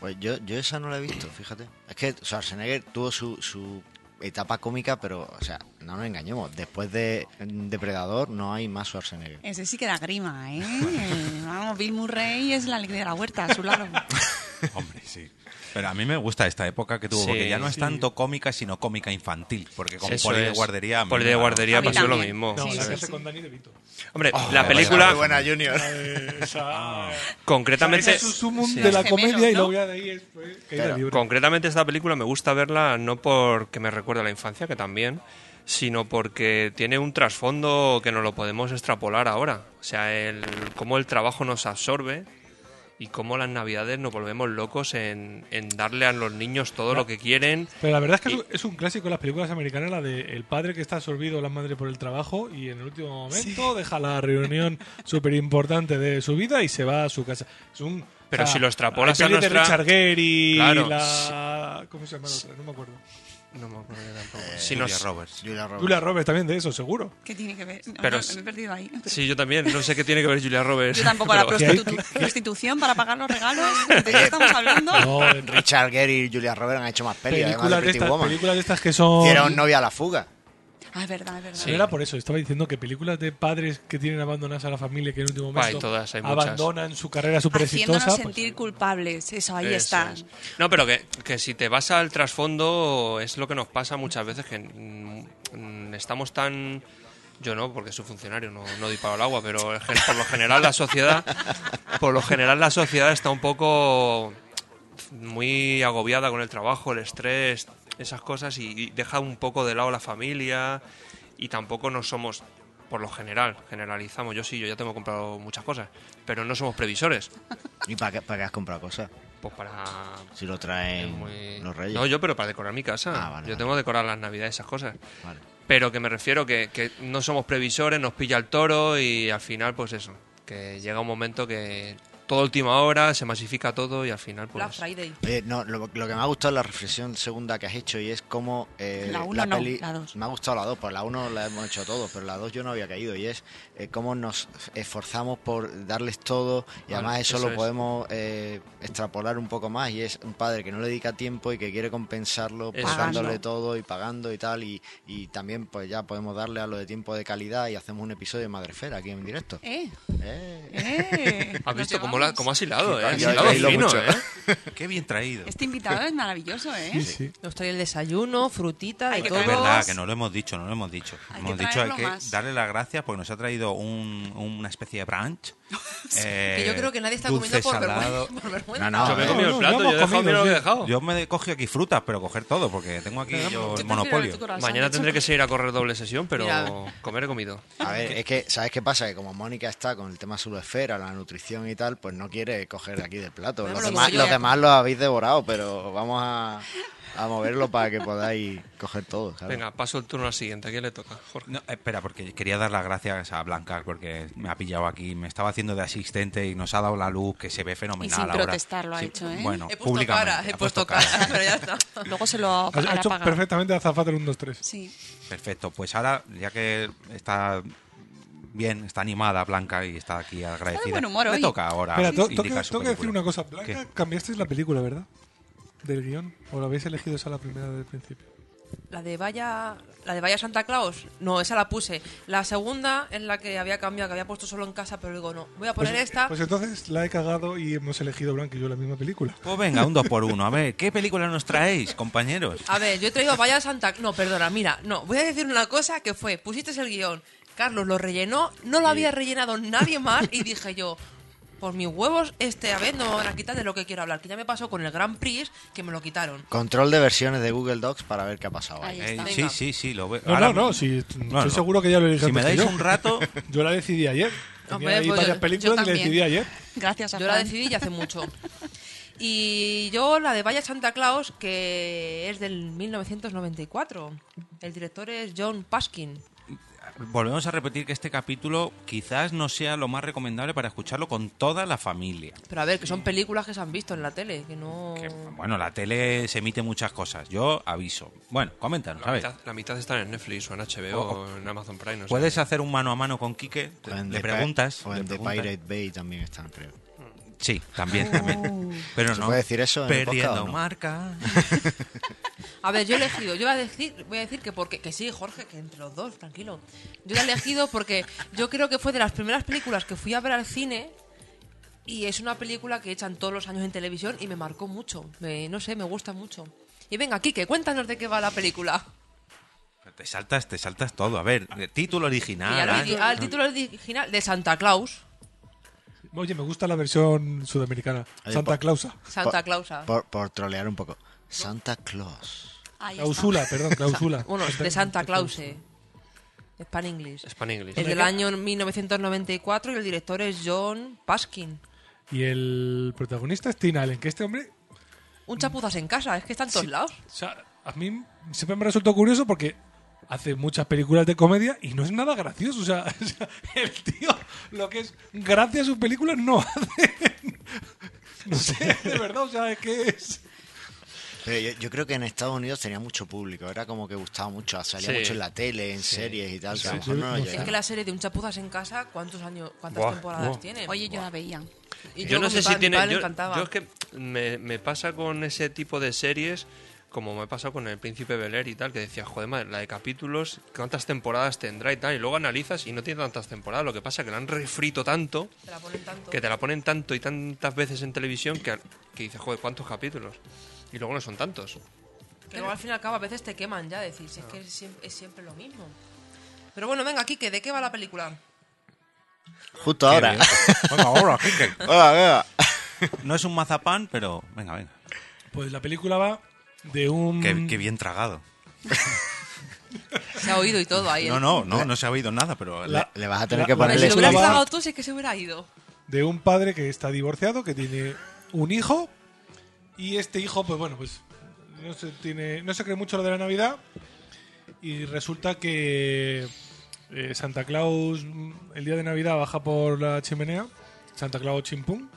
[SPEAKER 7] Pues yo, yo esa no la he visto, fíjate. Es que Schwarzenegger tuvo su, su etapa cómica, pero, o sea, no nos engañemos. Después de mm, Depredador no hay más Schwarzenegger.
[SPEAKER 6] Ese sí que da grima, ¿eh? [laughs] Vamos, Bill Murray es la alegría de la huerta, a su lado.
[SPEAKER 2] Hombre, sí. Pero a mí me gusta esta época que tuvo,
[SPEAKER 5] Sí,
[SPEAKER 2] porque ya no es
[SPEAKER 5] sí.
[SPEAKER 2] tanto cómica, sino cómica infantil. Porque con
[SPEAKER 5] Eso
[SPEAKER 2] Poli de
[SPEAKER 5] es.
[SPEAKER 2] Guardería. a mí
[SPEAKER 5] Poli de
[SPEAKER 2] me ganó.
[SPEAKER 5] guardería
[SPEAKER 6] A mí
[SPEAKER 5] pasó lo
[SPEAKER 6] también.
[SPEAKER 5] mismo.
[SPEAKER 4] No,
[SPEAKER 6] Sí,
[SPEAKER 4] la
[SPEAKER 6] sí,
[SPEAKER 4] que
[SPEAKER 6] sí.
[SPEAKER 4] hace con Dani DeVito.
[SPEAKER 5] Hombre,
[SPEAKER 2] Oh,
[SPEAKER 5] la
[SPEAKER 2] muy
[SPEAKER 5] película...
[SPEAKER 7] Muy buena, Junior.
[SPEAKER 4] Eh, esa-
[SPEAKER 5] Concretamente,
[SPEAKER 4] ese es su sumum
[SPEAKER 5] Sí.
[SPEAKER 4] de la
[SPEAKER 6] Los gemelos,
[SPEAKER 4] comedia y
[SPEAKER 6] ¿no?
[SPEAKER 4] luego ya de ahí es pues, caída
[SPEAKER 7] Este Claro.
[SPEAKER 4] libre.
[SPEAKER 5] concretamente esta película me gusta verla no porque me recuerda a la infancia, que también, sino porque tiene un trasfondo que no lo podemos extrapolar ahora. O sea, el, cómo el trabajo nos absorbe y cómo las navidades nos volvemos locos en, en darle a los niños todo lo que quieren.
[SPEAKER 4] Pero la verdad es que es
[SPEAKER 5] Y-
[SPEAKER 4] un- es un clásico de las películas americanas, la de el padre que está absorbido, la madre por el trabajo y en el último momento deja la
[SPEAKER 5] [laughs]
[SPEAKER 4] reunión súper importante de su vida y se va a su casa. Es un,
[SPEAKER 5] Pero si lo extrapolas
[SPEAKER 4] hay
[SPEAKER 5] a
[SPEAKER 4] pelis de
[SPEAKER 5] nuestra-
[SPEAKER 4] Richard Gere y
[SPEAKER 5] Claro,
[SPEAKER 4] la... ¿Cómo se llama la otra? No me acuerdo.
[SPEAKER 5] No me acuerdo yo tampoco.
[SPEAKER 2] Eh,
[SPEAKER 5] si,
[SPEAKER 2] Julia
[SPEAKER 5] nos-
[SPEAKER 2] Roberts.
[SPEAKER 7] Julia Roberts.
[SPEAKER 4] Julia Roberts también de eso, seguro.
[SPEAKER 6] ¿Qué tiene que ver? Ah, No,
[SPEAKER 5] Pero
[SPEAKER 6] yo
[SPEAKER 5] es-
[SPEAKER 6] me he perdido ahí.
[SPEAKER 5] sí, yo también. No sé qué tiene que
[SPEAKER 6] [laughs]
[SPEAKER 5] ver Julia Roberts.
[SPEAKER 6] Yo tampoco a la
[SPEAKER 5] pero- [laughs]
[SPEAKER 6] prostitu- prostitución para pagar los regalos. ¿De qué estamos hablando?
[SPEAKER 7] [laughs]
[SPEAKER 4] No, en
[SPEAKER 7] Richard Gere y Julia Roberts han hecho más pelis, además de
[SPEAKER 4] películas de,
[SPEAKER 7] Pretty
[SPEAKER 4] estas,
[SPEAKER 7] Woman.
[SPEAKER 4] películas de estas que son.
[SPEAKER 7] Hicieron novia a la fuga.
[SPEAKER 6] Ah, es verdad, es verdad.
[SPEAKER 4] No
[SPEAKER 2] pues,
[SPEAKER 4] era por eso, estaba diciendo que películas de padres que tienen abandonadas a la familia que en el último
[SPEAKER 5] Bah, hay
[SPEAKER 4] momento
[SPEAKER 5] todas, hay muchas.
[SPEAKER 4] abandonan su carrera súper
[SPEAKER 6] Haciéndonos
[SPEAKER 4] exitosa. pues
[SPEAKER 2] pues.
[SPEAKER 6] sentir culpables. Eso, ahí
[SPEAKER 5] Eso
[SPEAKER 6] está.
[SPEAKER 5] es. No, pero que, que si te vas al trasfondo es lo que nos pasa muchas veces que mm, mm, estamos tan... Yo no, porque soy funcionario, no, no disparo al agua, pero es que por lo general la sociedad... Por lo general la sociedad está un poco muy agobiada con el trabajo, el estrés, esas cosas y, y deja un poco de lado la familia y tampoco no somos... Por lo general, generalizamos. Yo sí, yo ya tengo comprado muchas cosas, pero no somos previsores.
[SPEAKER 7] ¿Y para qué, para qué has comprado cosas?
[SPEAKER 5] Pues para
[SPEAKER 7] Si lo
[SPEAKER 5] es
[SPEAKER 7] traen
[SPEAKER 5] muy-
[SPEAKER 7] los reyes.
[SPEAKER 5] No, yo, pero para decorar mi casa.
[SPEAKER 7] Ah, vale,
[SPEAKER 5] yo
[SPEAKER 7] vale.
[SPEAKER 5] tengo que decorar las navidades, esas cosas.
[SPEAKER 7] Vale.
[SPEAKER 5] Pero que me refiero que, que no somos previsores, nos pilla el toro y al final, pues eso. Que llega un momento que toda última hora se masifica todo y al final,
[SPEAKER 3] Black
[SPEAKER 5] pues.
[SPEAKER 3] Friday.
[SPEAKER 7] Oye, Eh, no, lo, lo que me ha gustado es la reflexión segunda que has hecho y es como eh,
[SPEAKER 6] La uno no,
[SPEAKER 7] peli-
[SPEAKER 6] la dos.
[SPEAKER 7] Me ha gustado la 2, pues la 1 la hemos hecho todos, pero la 2 yo no había caído y es eh, cómo nos esforzamos por darles todo y
[SPEAKER 5] Vale,
[SPEAKER 7] además eso,
[SPEAKER 5] eso
[SPEAKER 7] lo
[SPEAKER 5] es.
[SPEAKER 7] podemos eh, extrapolar un poco más y es un padre que no le dedica tiempo y que quiere compensarlo pues,
[SPEAKER 5] Eso.
[SPEAKER 7] dándole
[SPEAKER 6] Pagando.
[SPEAKER 7] todo y pagando y tal y, y también pues ya podemos darle a lo de tiempo de calidad y hacemos un episodio de Madrefera aquí en directo.
[SPEAKER 6] Eh,
[SPEAKER 7] Eh.
[SPEAKER 6] eh.
[SPEAKER 5] ¿Has
[SPEAKER 6] nos
[SPEAKER 5] visto cómo,
[SPEAKER 6] llevamos.
[SPEAKER 5] la- cómo has hilado, eh?
[SPEAKER 7] Ya,
[SPEAKER 5] Has
[SPEAKER 7] ya,
[SPEAKER 5] hilado
[SPEAKER 7] ya hilo
[SPEAKER 5] fino,
[SPEAKER 7] mucho.
[SPEAKER 5] eh.
[SPEAKER 2] Qué bien traído.
[SPEAKER 6] Este invitado es maravilloso, ¿eh?
[SPEAKER 4] Sí, sí.
[SPEAKER 3] Nos trae el desayuno, frutita,
[SPEAKER 6] Hay
[SPEAKER 3] de
[SPEAKER 6] que
[SPEAKER 3] todo.
[SPEAKER 2] Es
[SPEAKER 6] traerlos.
[SPEAKER 2] verdad, que no lo hemos dicho, no lo hemos dicho.
[SPEAKER 6] Hay
[SPEAKER 2] hemos
[SPEAKER 6] que
[SPEAKER 2] dicho hay
[SPEAKER 6] traerlo
[SPEAKER 2] que
[SPEAKER 6] más.
[SPEAKER 2] darle las gracias porque nos ha traído un- una especie de brunch. eh,
[SPEAKER 3] Que yo creo que nadie está comiendo por vergüenza. por
[SPEAKER 7] No,
[SPEAKER 3] vergüenza.
[SPEAKER 7] no.
[SPEAKER 5] Yo me he
[SPEAKER 7] eh.
[SPEAKER 5] comido
[SPEAKER 4] No,
[SPEAKER 5] el plato,
[SPEAKER 4] no
[SPEAKER 5] yo
[SPEAKER 4] hemos
[SPEAKER 5] he dejado,
[SPEAKER 4] comido,
[SPEAKER 5] mira lo que he
[SPEAKER 4] sí.
[SPEAKER 5] dejado.
[SPEAKER 2] Yo me cogí aquí frutas, pero coger todo, porque tengo aquí yo el
[SPEAKER 6] prefiero
[SPEAKER 2] monopolio.
[SPEAKER 6] el croissant
[SPEAKER 5] Mañana
[SPEAKER 6] de
[SPEAKER 5] tendré que seguir a correr doble sesión, pero
[SPEAKER 3] Mira.
[SPEAKER 5] comer he comido.
[SPEAKER 2] [laughs]
[SPEAKER 7] A ver,
[SPEAKER 2] eh,
[SPEAKER 7] es que, ¿sabes qué pasa? Que como Mónica está con el tema su esfera, la nutrición y tal, pues no quiere coger de aquí del plato.
[SPEAKER 3] Bueno,
[SPEAKER 7] Los
[SPEAKER 3] lo
[SPEAKER 7] demás,
[SPEAKER 3] consigo
[SPEAKER 7] los
[SPEAKER 3] ya.
[SPEAKER 7] demás lo habéis devorado, pero vamos a, a moverlo para que podáis coger todo. ¿sabes?
[SPEAKER 5] Venga, paso el turno al siguiente. ¿A quién le toca? Jorge.
[SPEAKER 2] No, espera, porque quería dar las gracias a Blanca porque me ha pillado aquí, me estaba haciendo de asistente y nos ha dado la luz que se ve fenomenal
[SPEAKER 6] Y sin
[SPEAKER 2] ahora.
[SPEAKER 6] protestar lo ha hecho, ¿eh?
[SPEAKER 2] Bueno,
[SPEAKER 3] He puesto
[SPEAKER 2] públicamente,
[SPEAKER 3] cara, he
[SPEAKER 2] ha
[SPEAKER 3] puesto cara, pero ya está.
[SPEAKER 2] [laughs]
[SPEAKER 6] [laughs] Luego se lo
[SPEAKER 4] Has- Has
[SPEAKER 6] hará
[SPEAKER 4] hecho
[SPEAKER 6] pagar.
[SPEAKER 4] perfectamente azafata en 1, 2, 3.
[SPEAKER 6] Sí.
[SPEAKER 2] [laughs] Perfecto, pues ahora ya que está bien, está animada Blanca y está aquí agradecida.
[SPEAKER 6] buen humor
[SPEAKER 2] le
[SPEAKER 6] hoy.
[SPEAKER 2] toca ahora
[SPEAKER 4] Espera, to- to- tengo
[SPEAKER 2] indicar su
[SPEAKER 4] que decir
[SPEAKER 2] película.
[SPEAKER 4] una cosa. Blanca,
[SPEAKER 2] ¿Qué?
[SPEAKER 4] cambiasteis la película, ¿verdad? Del guión. ¿O lo habéis elegido esa la primera del principio?
[SPEAKER 3] La de Vaya, la de Vaya Santa Claus, no, esa la puse. La segunda es la que había cambiado, que había puesto solo en casa, pero digo, no, voy a poner esta.
[SPEAKER 4] Pues entonces la he cagado y hemos elegido Blanca y yo la misma película.
[SPEAKER 2] Pues venga, un dos por uno. A ver, ¿qué película nos traéis, compañeros?
[SPEAKER 3] A ver, yo he traído Vaya Santa No, perdona, mira, no, voy a decir una cosa que fue, pusiste el guión, Carlos lo rellenó, no lo había rellenado nadie más y dije yo, por mis huevos, este, a ver, no me van a quitar de lo que quiero hablar, que ya me pasó con el Gran Prix, que me lo quitaron.
[SPEAKER 7] Control de versiones de Google Docs para ver qué ha pasado. ahí.
[SPEAKER 6] Ahí
[SPEAKER 2] Eh,
[SPEAKER 6] está.
[SPEAKER 2] sí,
[SPEAKER 3] Venga.
[SPEAKER 2] sí, sí, lo veo.
[SPEAKER 4] [laughs] No,
[SPEAKER 2] Ahora-
[SPEAKER 4] no, no, si,
[SPEAKER 2] No,
[SPEAKER 4] estoy
[SPEAKER 2] no.
[SPEAKER 4] seguro que ya lo elegí
[SPEAKER 2] Si me
[SPEAKER 4] antes que
[SPEAKER 2] dais
[SPEAKER 4] yo.
[SPEAKER 2] un rato,
[SPEAKER 4] [laughs] Yo la decidí ayer. Tenía
[SPEAKER 3] Hombre,
[SPEAKER 4] ahí
[SPEAKER 3] pues
[SPEAKER 4] varias
[SPEAKER 3] yo-
[SPEAKER 6] Yo
[SPEAKER 4] películas y la
[SPEAKER 6] también.
[SPEAKER 4] decidí ayer.
[SPEAKER 6] Gracias a
[SPEAKER 3] Yo la
[SPEAKER 6] Fran.
[SPEAKER 3] decidí ya hace
[SPEAKER 6] [laughs]
[SPEAKER 3] mucho. Y yo la de Vaya Santa Claus, que es del 1994. El director es John Paskin.
[SPEAKER 2] volvemos a repetir que este capítulo quizás no sea lo más recomendable para escucharlo con toda la familia.
[SPEAKER 3] Pero a ver, que son películas que se han visto en la tele, que no...
[SPEAKER 2] Que, bueno, la tele se emite muchas cosas. Yo aviso. Bueno, coméntanos, a
[SPEAKER 5] La
[SPEAKER 2] ver.
[SPEAKER 5] mitad, la mitad están en Netflix o en HBO
[SPEAKER 2] O-
[SPEAKER 5] o en Amazon Prime. no sé.
[SPEAKER 2] ¿Puedes hacer un mano a mano con Quique? Te-
[SPEAKER 7] O en
[SPEAKER 2] Le
[SPEAKER 7] The Pi-
[SPEAKER 2] preguntas.
[SPEAKER 7] O
[SPEAKER 2] le
[SPEAKER 7] en The
[SPEAKER 2] preguntas.
[SPEAKER 7] Pirate Bay también están, creo.
[SPEAKER 2] Sí, también, también. Pero
[SPEAKER 7] ¿Se
[SPEAKER 2] no.
[SPEAKER 7] puede decir eso en el
[SPEAKER 2] Perdiendo
[SPEAKER 7] podcast o no?
[SPEAKER 2] marca.
[SPEAKER 7] [laughs]
[SPEAKER 3] A ver, yo he elegido, yo voy a decir, voy a decir que porque, que sí, Jorge, que entre los dos, tranquilo. Yo la he elegido porque yo creo que fue de las primeras películas que fui a ver al cine y es una película que echan todos los años en televisión y me marcó mucho. Me- no sé, me gusta mucho. Y venga, Kike, cuéntanos de qué va la película.
[SPEAKER 2] Te saltas, te saltas todo. A ver, el título original.
[SPEAKER 3] Y al,
[SPEAKER 2] ¿eh?
[SPEAKER 3] origi- al título original de Santa Claus.
[SPEAKER 4] Oye, me gusta la versión sudamericana.
[SPEAKER 7] Oye,
[SPEAKER 4] Santa
[SPEAKER 2] pues.
[SPEAKER 7] pa-
[SPEAKER 4] Clausa.
[SPEAKER 3] Santa
[SPEAKER 7] Por-
[SPEAKER 3] Clausa.
[SPEAKER 7] Por, por trolear un poco. Santa Claus.
[SPEAKER 3] Ah,
[SPEAKER 6] Ahí está.
[SPEAKER 4] Clausula,
[SPEAKER 3] [laughs]
[SPEAKER 4] perdón, clausula.
[SPEAKER 3] Bueno, de Santa Claus. eh. De Span English.
[SPEAKER 5] Span English.
[SPEAKER 3] Es del año 1994 y el director es John Paskin.
[SPEAKER 4] Y el protagonista es Tina Allen, que este hombre
[SPEAKER 3] Un chapuzas en casa, es que está en todos lados.
[SPEAKER 4] O sea, a mí siempre me resultó curioso porque hace muchas películas de comedia y no es nada gracioso. O sea, [laughs] o sea, el tío lo que es gracia a sus [laughs] películas no hace. No sé, de verdad, o sea, es que es...
[SPEAKER 7] Pero yo, yo creo que en Estados Unidos tenía mucho público, era como que gustaba mucho, salía
[SPEAKER 5] Sí.
[SPEAKER 7] mucho en la tele, en series y tal, que a lo mejor no nos
[SPEAKER 3] Es que
[SPEAKER 7] llegaba.
[SPEAKER 3] la serie de un chapuzas en casa, ¿cuántos años, cuántas
[SPEAKER 5] Buah,
[SPEAKER 3] temporadas
[SPEAKER 5] buah.
[SPEAKER 3] tiene?
[SPEAKER 6] Oye, yo la veía.
[SPEAKER 3] Y
[SPEAKER 5] Yo no
[SPEAKER 3] con
[SPEAKER 5] sé
[SPEAKER 3] mi
[SPEAKER 5] si
[SPEAKER 3] pa- mi
[SPEAKER 5] tiene.
[SPEAKER 3] padre le
[SPEAKER 5] Yo,
[SPEAKER 3] encantaba.
[SPEAKER 5] yo es que me, me pasa con ese tipo de series, como me ha pasado con El Príncipe Beler y tal, que decía, joder, madre, la de capítulos, ¿cuántas temporadas tendrá y tal? Y luego analizas y no tiene tantas temporadas. Lo que pasa es que la han refrito tanto,
[SPEAKER 3] Te la ponen tanto.
[SPEAKER 5] que te la ponen tanto y tantas veces en televisión, que, que dices, joder, ¿cuántos capítulos? Y luego no son tantos.
[SPEAKER 3] Que luego al fin y al cabo a veces te queman ya, decís, si es que es siem- es siempre, lo mismo. Pero bueno, venga, Kike, ¿de qué va la película?
[SPEAKER 7] Justo ahora.
[SPEAKER 2] Qué
[SPEAKER 7] [laughs]
[SPEAKER 2] bien. Venga, ahora, Quique.
[SPEAKER 7] Hola, venga.
[SPEAKER 2] No es un mazapán, pero venga, venga.
[SPEAKER 4] Pues la película va de un.
[SPEAKER 2] Qué, qué bien tragado.
[SPEAKER 3] Se ha oído y todo ahí. ¿eh?
[SPEAKER 2] No, no, no, no se ha oído nada, pero
[SPEAKER 4] La-
[SPEAKER 7] Le vas a tener
[SPEAKER 4] la-
[SPEAKER 7] que
[SPEAKER 4] la
[SPEAKER 3] Ay,
[SPEAKER 7] ponerle
[SPEAKER 3] si lo
[SPEAKER 4] película va
[SPEAKER 3] hubieras pagado tú, si es que se hubiera ido.
[SPEAKER 4] de un padre que está divorciado, que tiene un hijo, y este hijo, pues bueno, pues no se, tiene, no se cree mucho lo de la Navidad, y resulta que eh, Santa Claus mm, el día de Navidad baja por la chimenea, Santa Claus chimpún,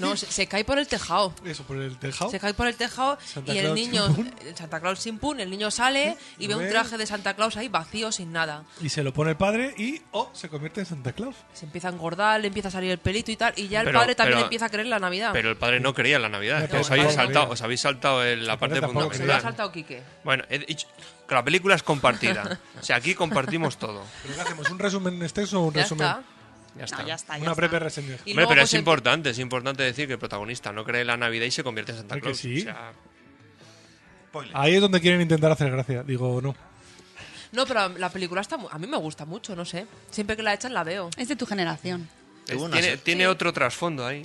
[SPEAKER 3] No, se, se cae por el tejado.
[SPEAKER 4] eso por el tejado,
[SPEAKER 3] Se cae por el tejado
[SPEAKER 4] Santa
[SPEAKER 3] y el
[SPEAKER 4] Claus
[SPEAKER 3] niño,
[SPEAKER 4] sin pun.
[SPEAKER 3] el Santa Claus sin pun, el niño sale y ve
[SPEAKER 4] Lo
[SPEAKER 3] un
[SPEAKER 4] ve.
[SPEAKER 3] traje de Santa Claus ahí vacío, sin nada.
[SPEAKER 4] y se lo pone el padre, y oh, se convierte en Santa Claus.
[SPEAKER 3] Se empieza a engordar, le empieza a salir el pelito y tal, y ya el
[SPEAKER 5] Pero-
[SPEAKER 3] padre también
[SPEAKER 5] pero-
[SPEAKER 3] empieza a creer en la Navidad.
[SPEAKER 5] Pero el padre no creía en la Navidad.
[SPEAKER 4] No,
[SPEAKER 5] es que os,
[SPEAKER 4] pero
[SPEAKER 5] habéis
[SPEAKER 4] tampoco
[SPEAKER 5] saltado,
[SPEAKER 4] creía.
[SPEAKER 5] os habéis saltado en la
[SPEAKER 4] El padre
[SPEAKER 5] parte
[SPEAKER 4] tampoco
[SPEAKER 3] Se lo ha
[SPEAKER 4] creía.
[SPEAKER 5] fundamental.
[SPEAKER 3] saltado Quique.
[SPEAKER 5] Bueno, he dicho, la película es
[SPEAKER 3] [laughs]
[SPEAKER 5] compartida. o sea, aquí compartimos todo.
[SPEAKER 4] ¿Pero qué hacemos? ¿Un resumen extenso o un
[SPEAKER 3] Ya
[SPEAKER 4] resumen?
[SPEAKER 3] está.
[SPEAKER 5] Ya está.
[SPEAKER 6] No, ya está. ya
[SPEAKER 4] Una
[SPEAKER 6] está.
[SPEAKER 4] breve reseña.
[SPEAKER 3] Y
[SPEAKER 5] Hombre,
[SPEAKER 3] luego,
[SPEAKER 5] pero
[SPEAKER 3] pues,
[SPEAKER 5] es
[SPEAKER 3] el-
[SPEAKER 5] importante, es importante decir que el protagonista no cree en la Navidad y se convierte en Santa
[SPEAKER 4] Claro que
[SPEAKER 5] Claus.
[SPEAKER 4] sí.
[SPEAKER 5] O sea,
[SPEAKER 4] Ahí es donde quieren intentar hacer gracia, digo, no.
[SPEAKER 3] No, pero la película está mu- a mí me gusta mucho, no sé. Siempre que la echan la veo.
[SPEAKER 6] Es de tu generación.
[SPEAKER 5] es-
[SPEAKER 7] Hubo una
[SPEAKER 5] tiene
[SPEAKER 7] se-
[SPEAKER 5] tiene otro trasfondo ahí.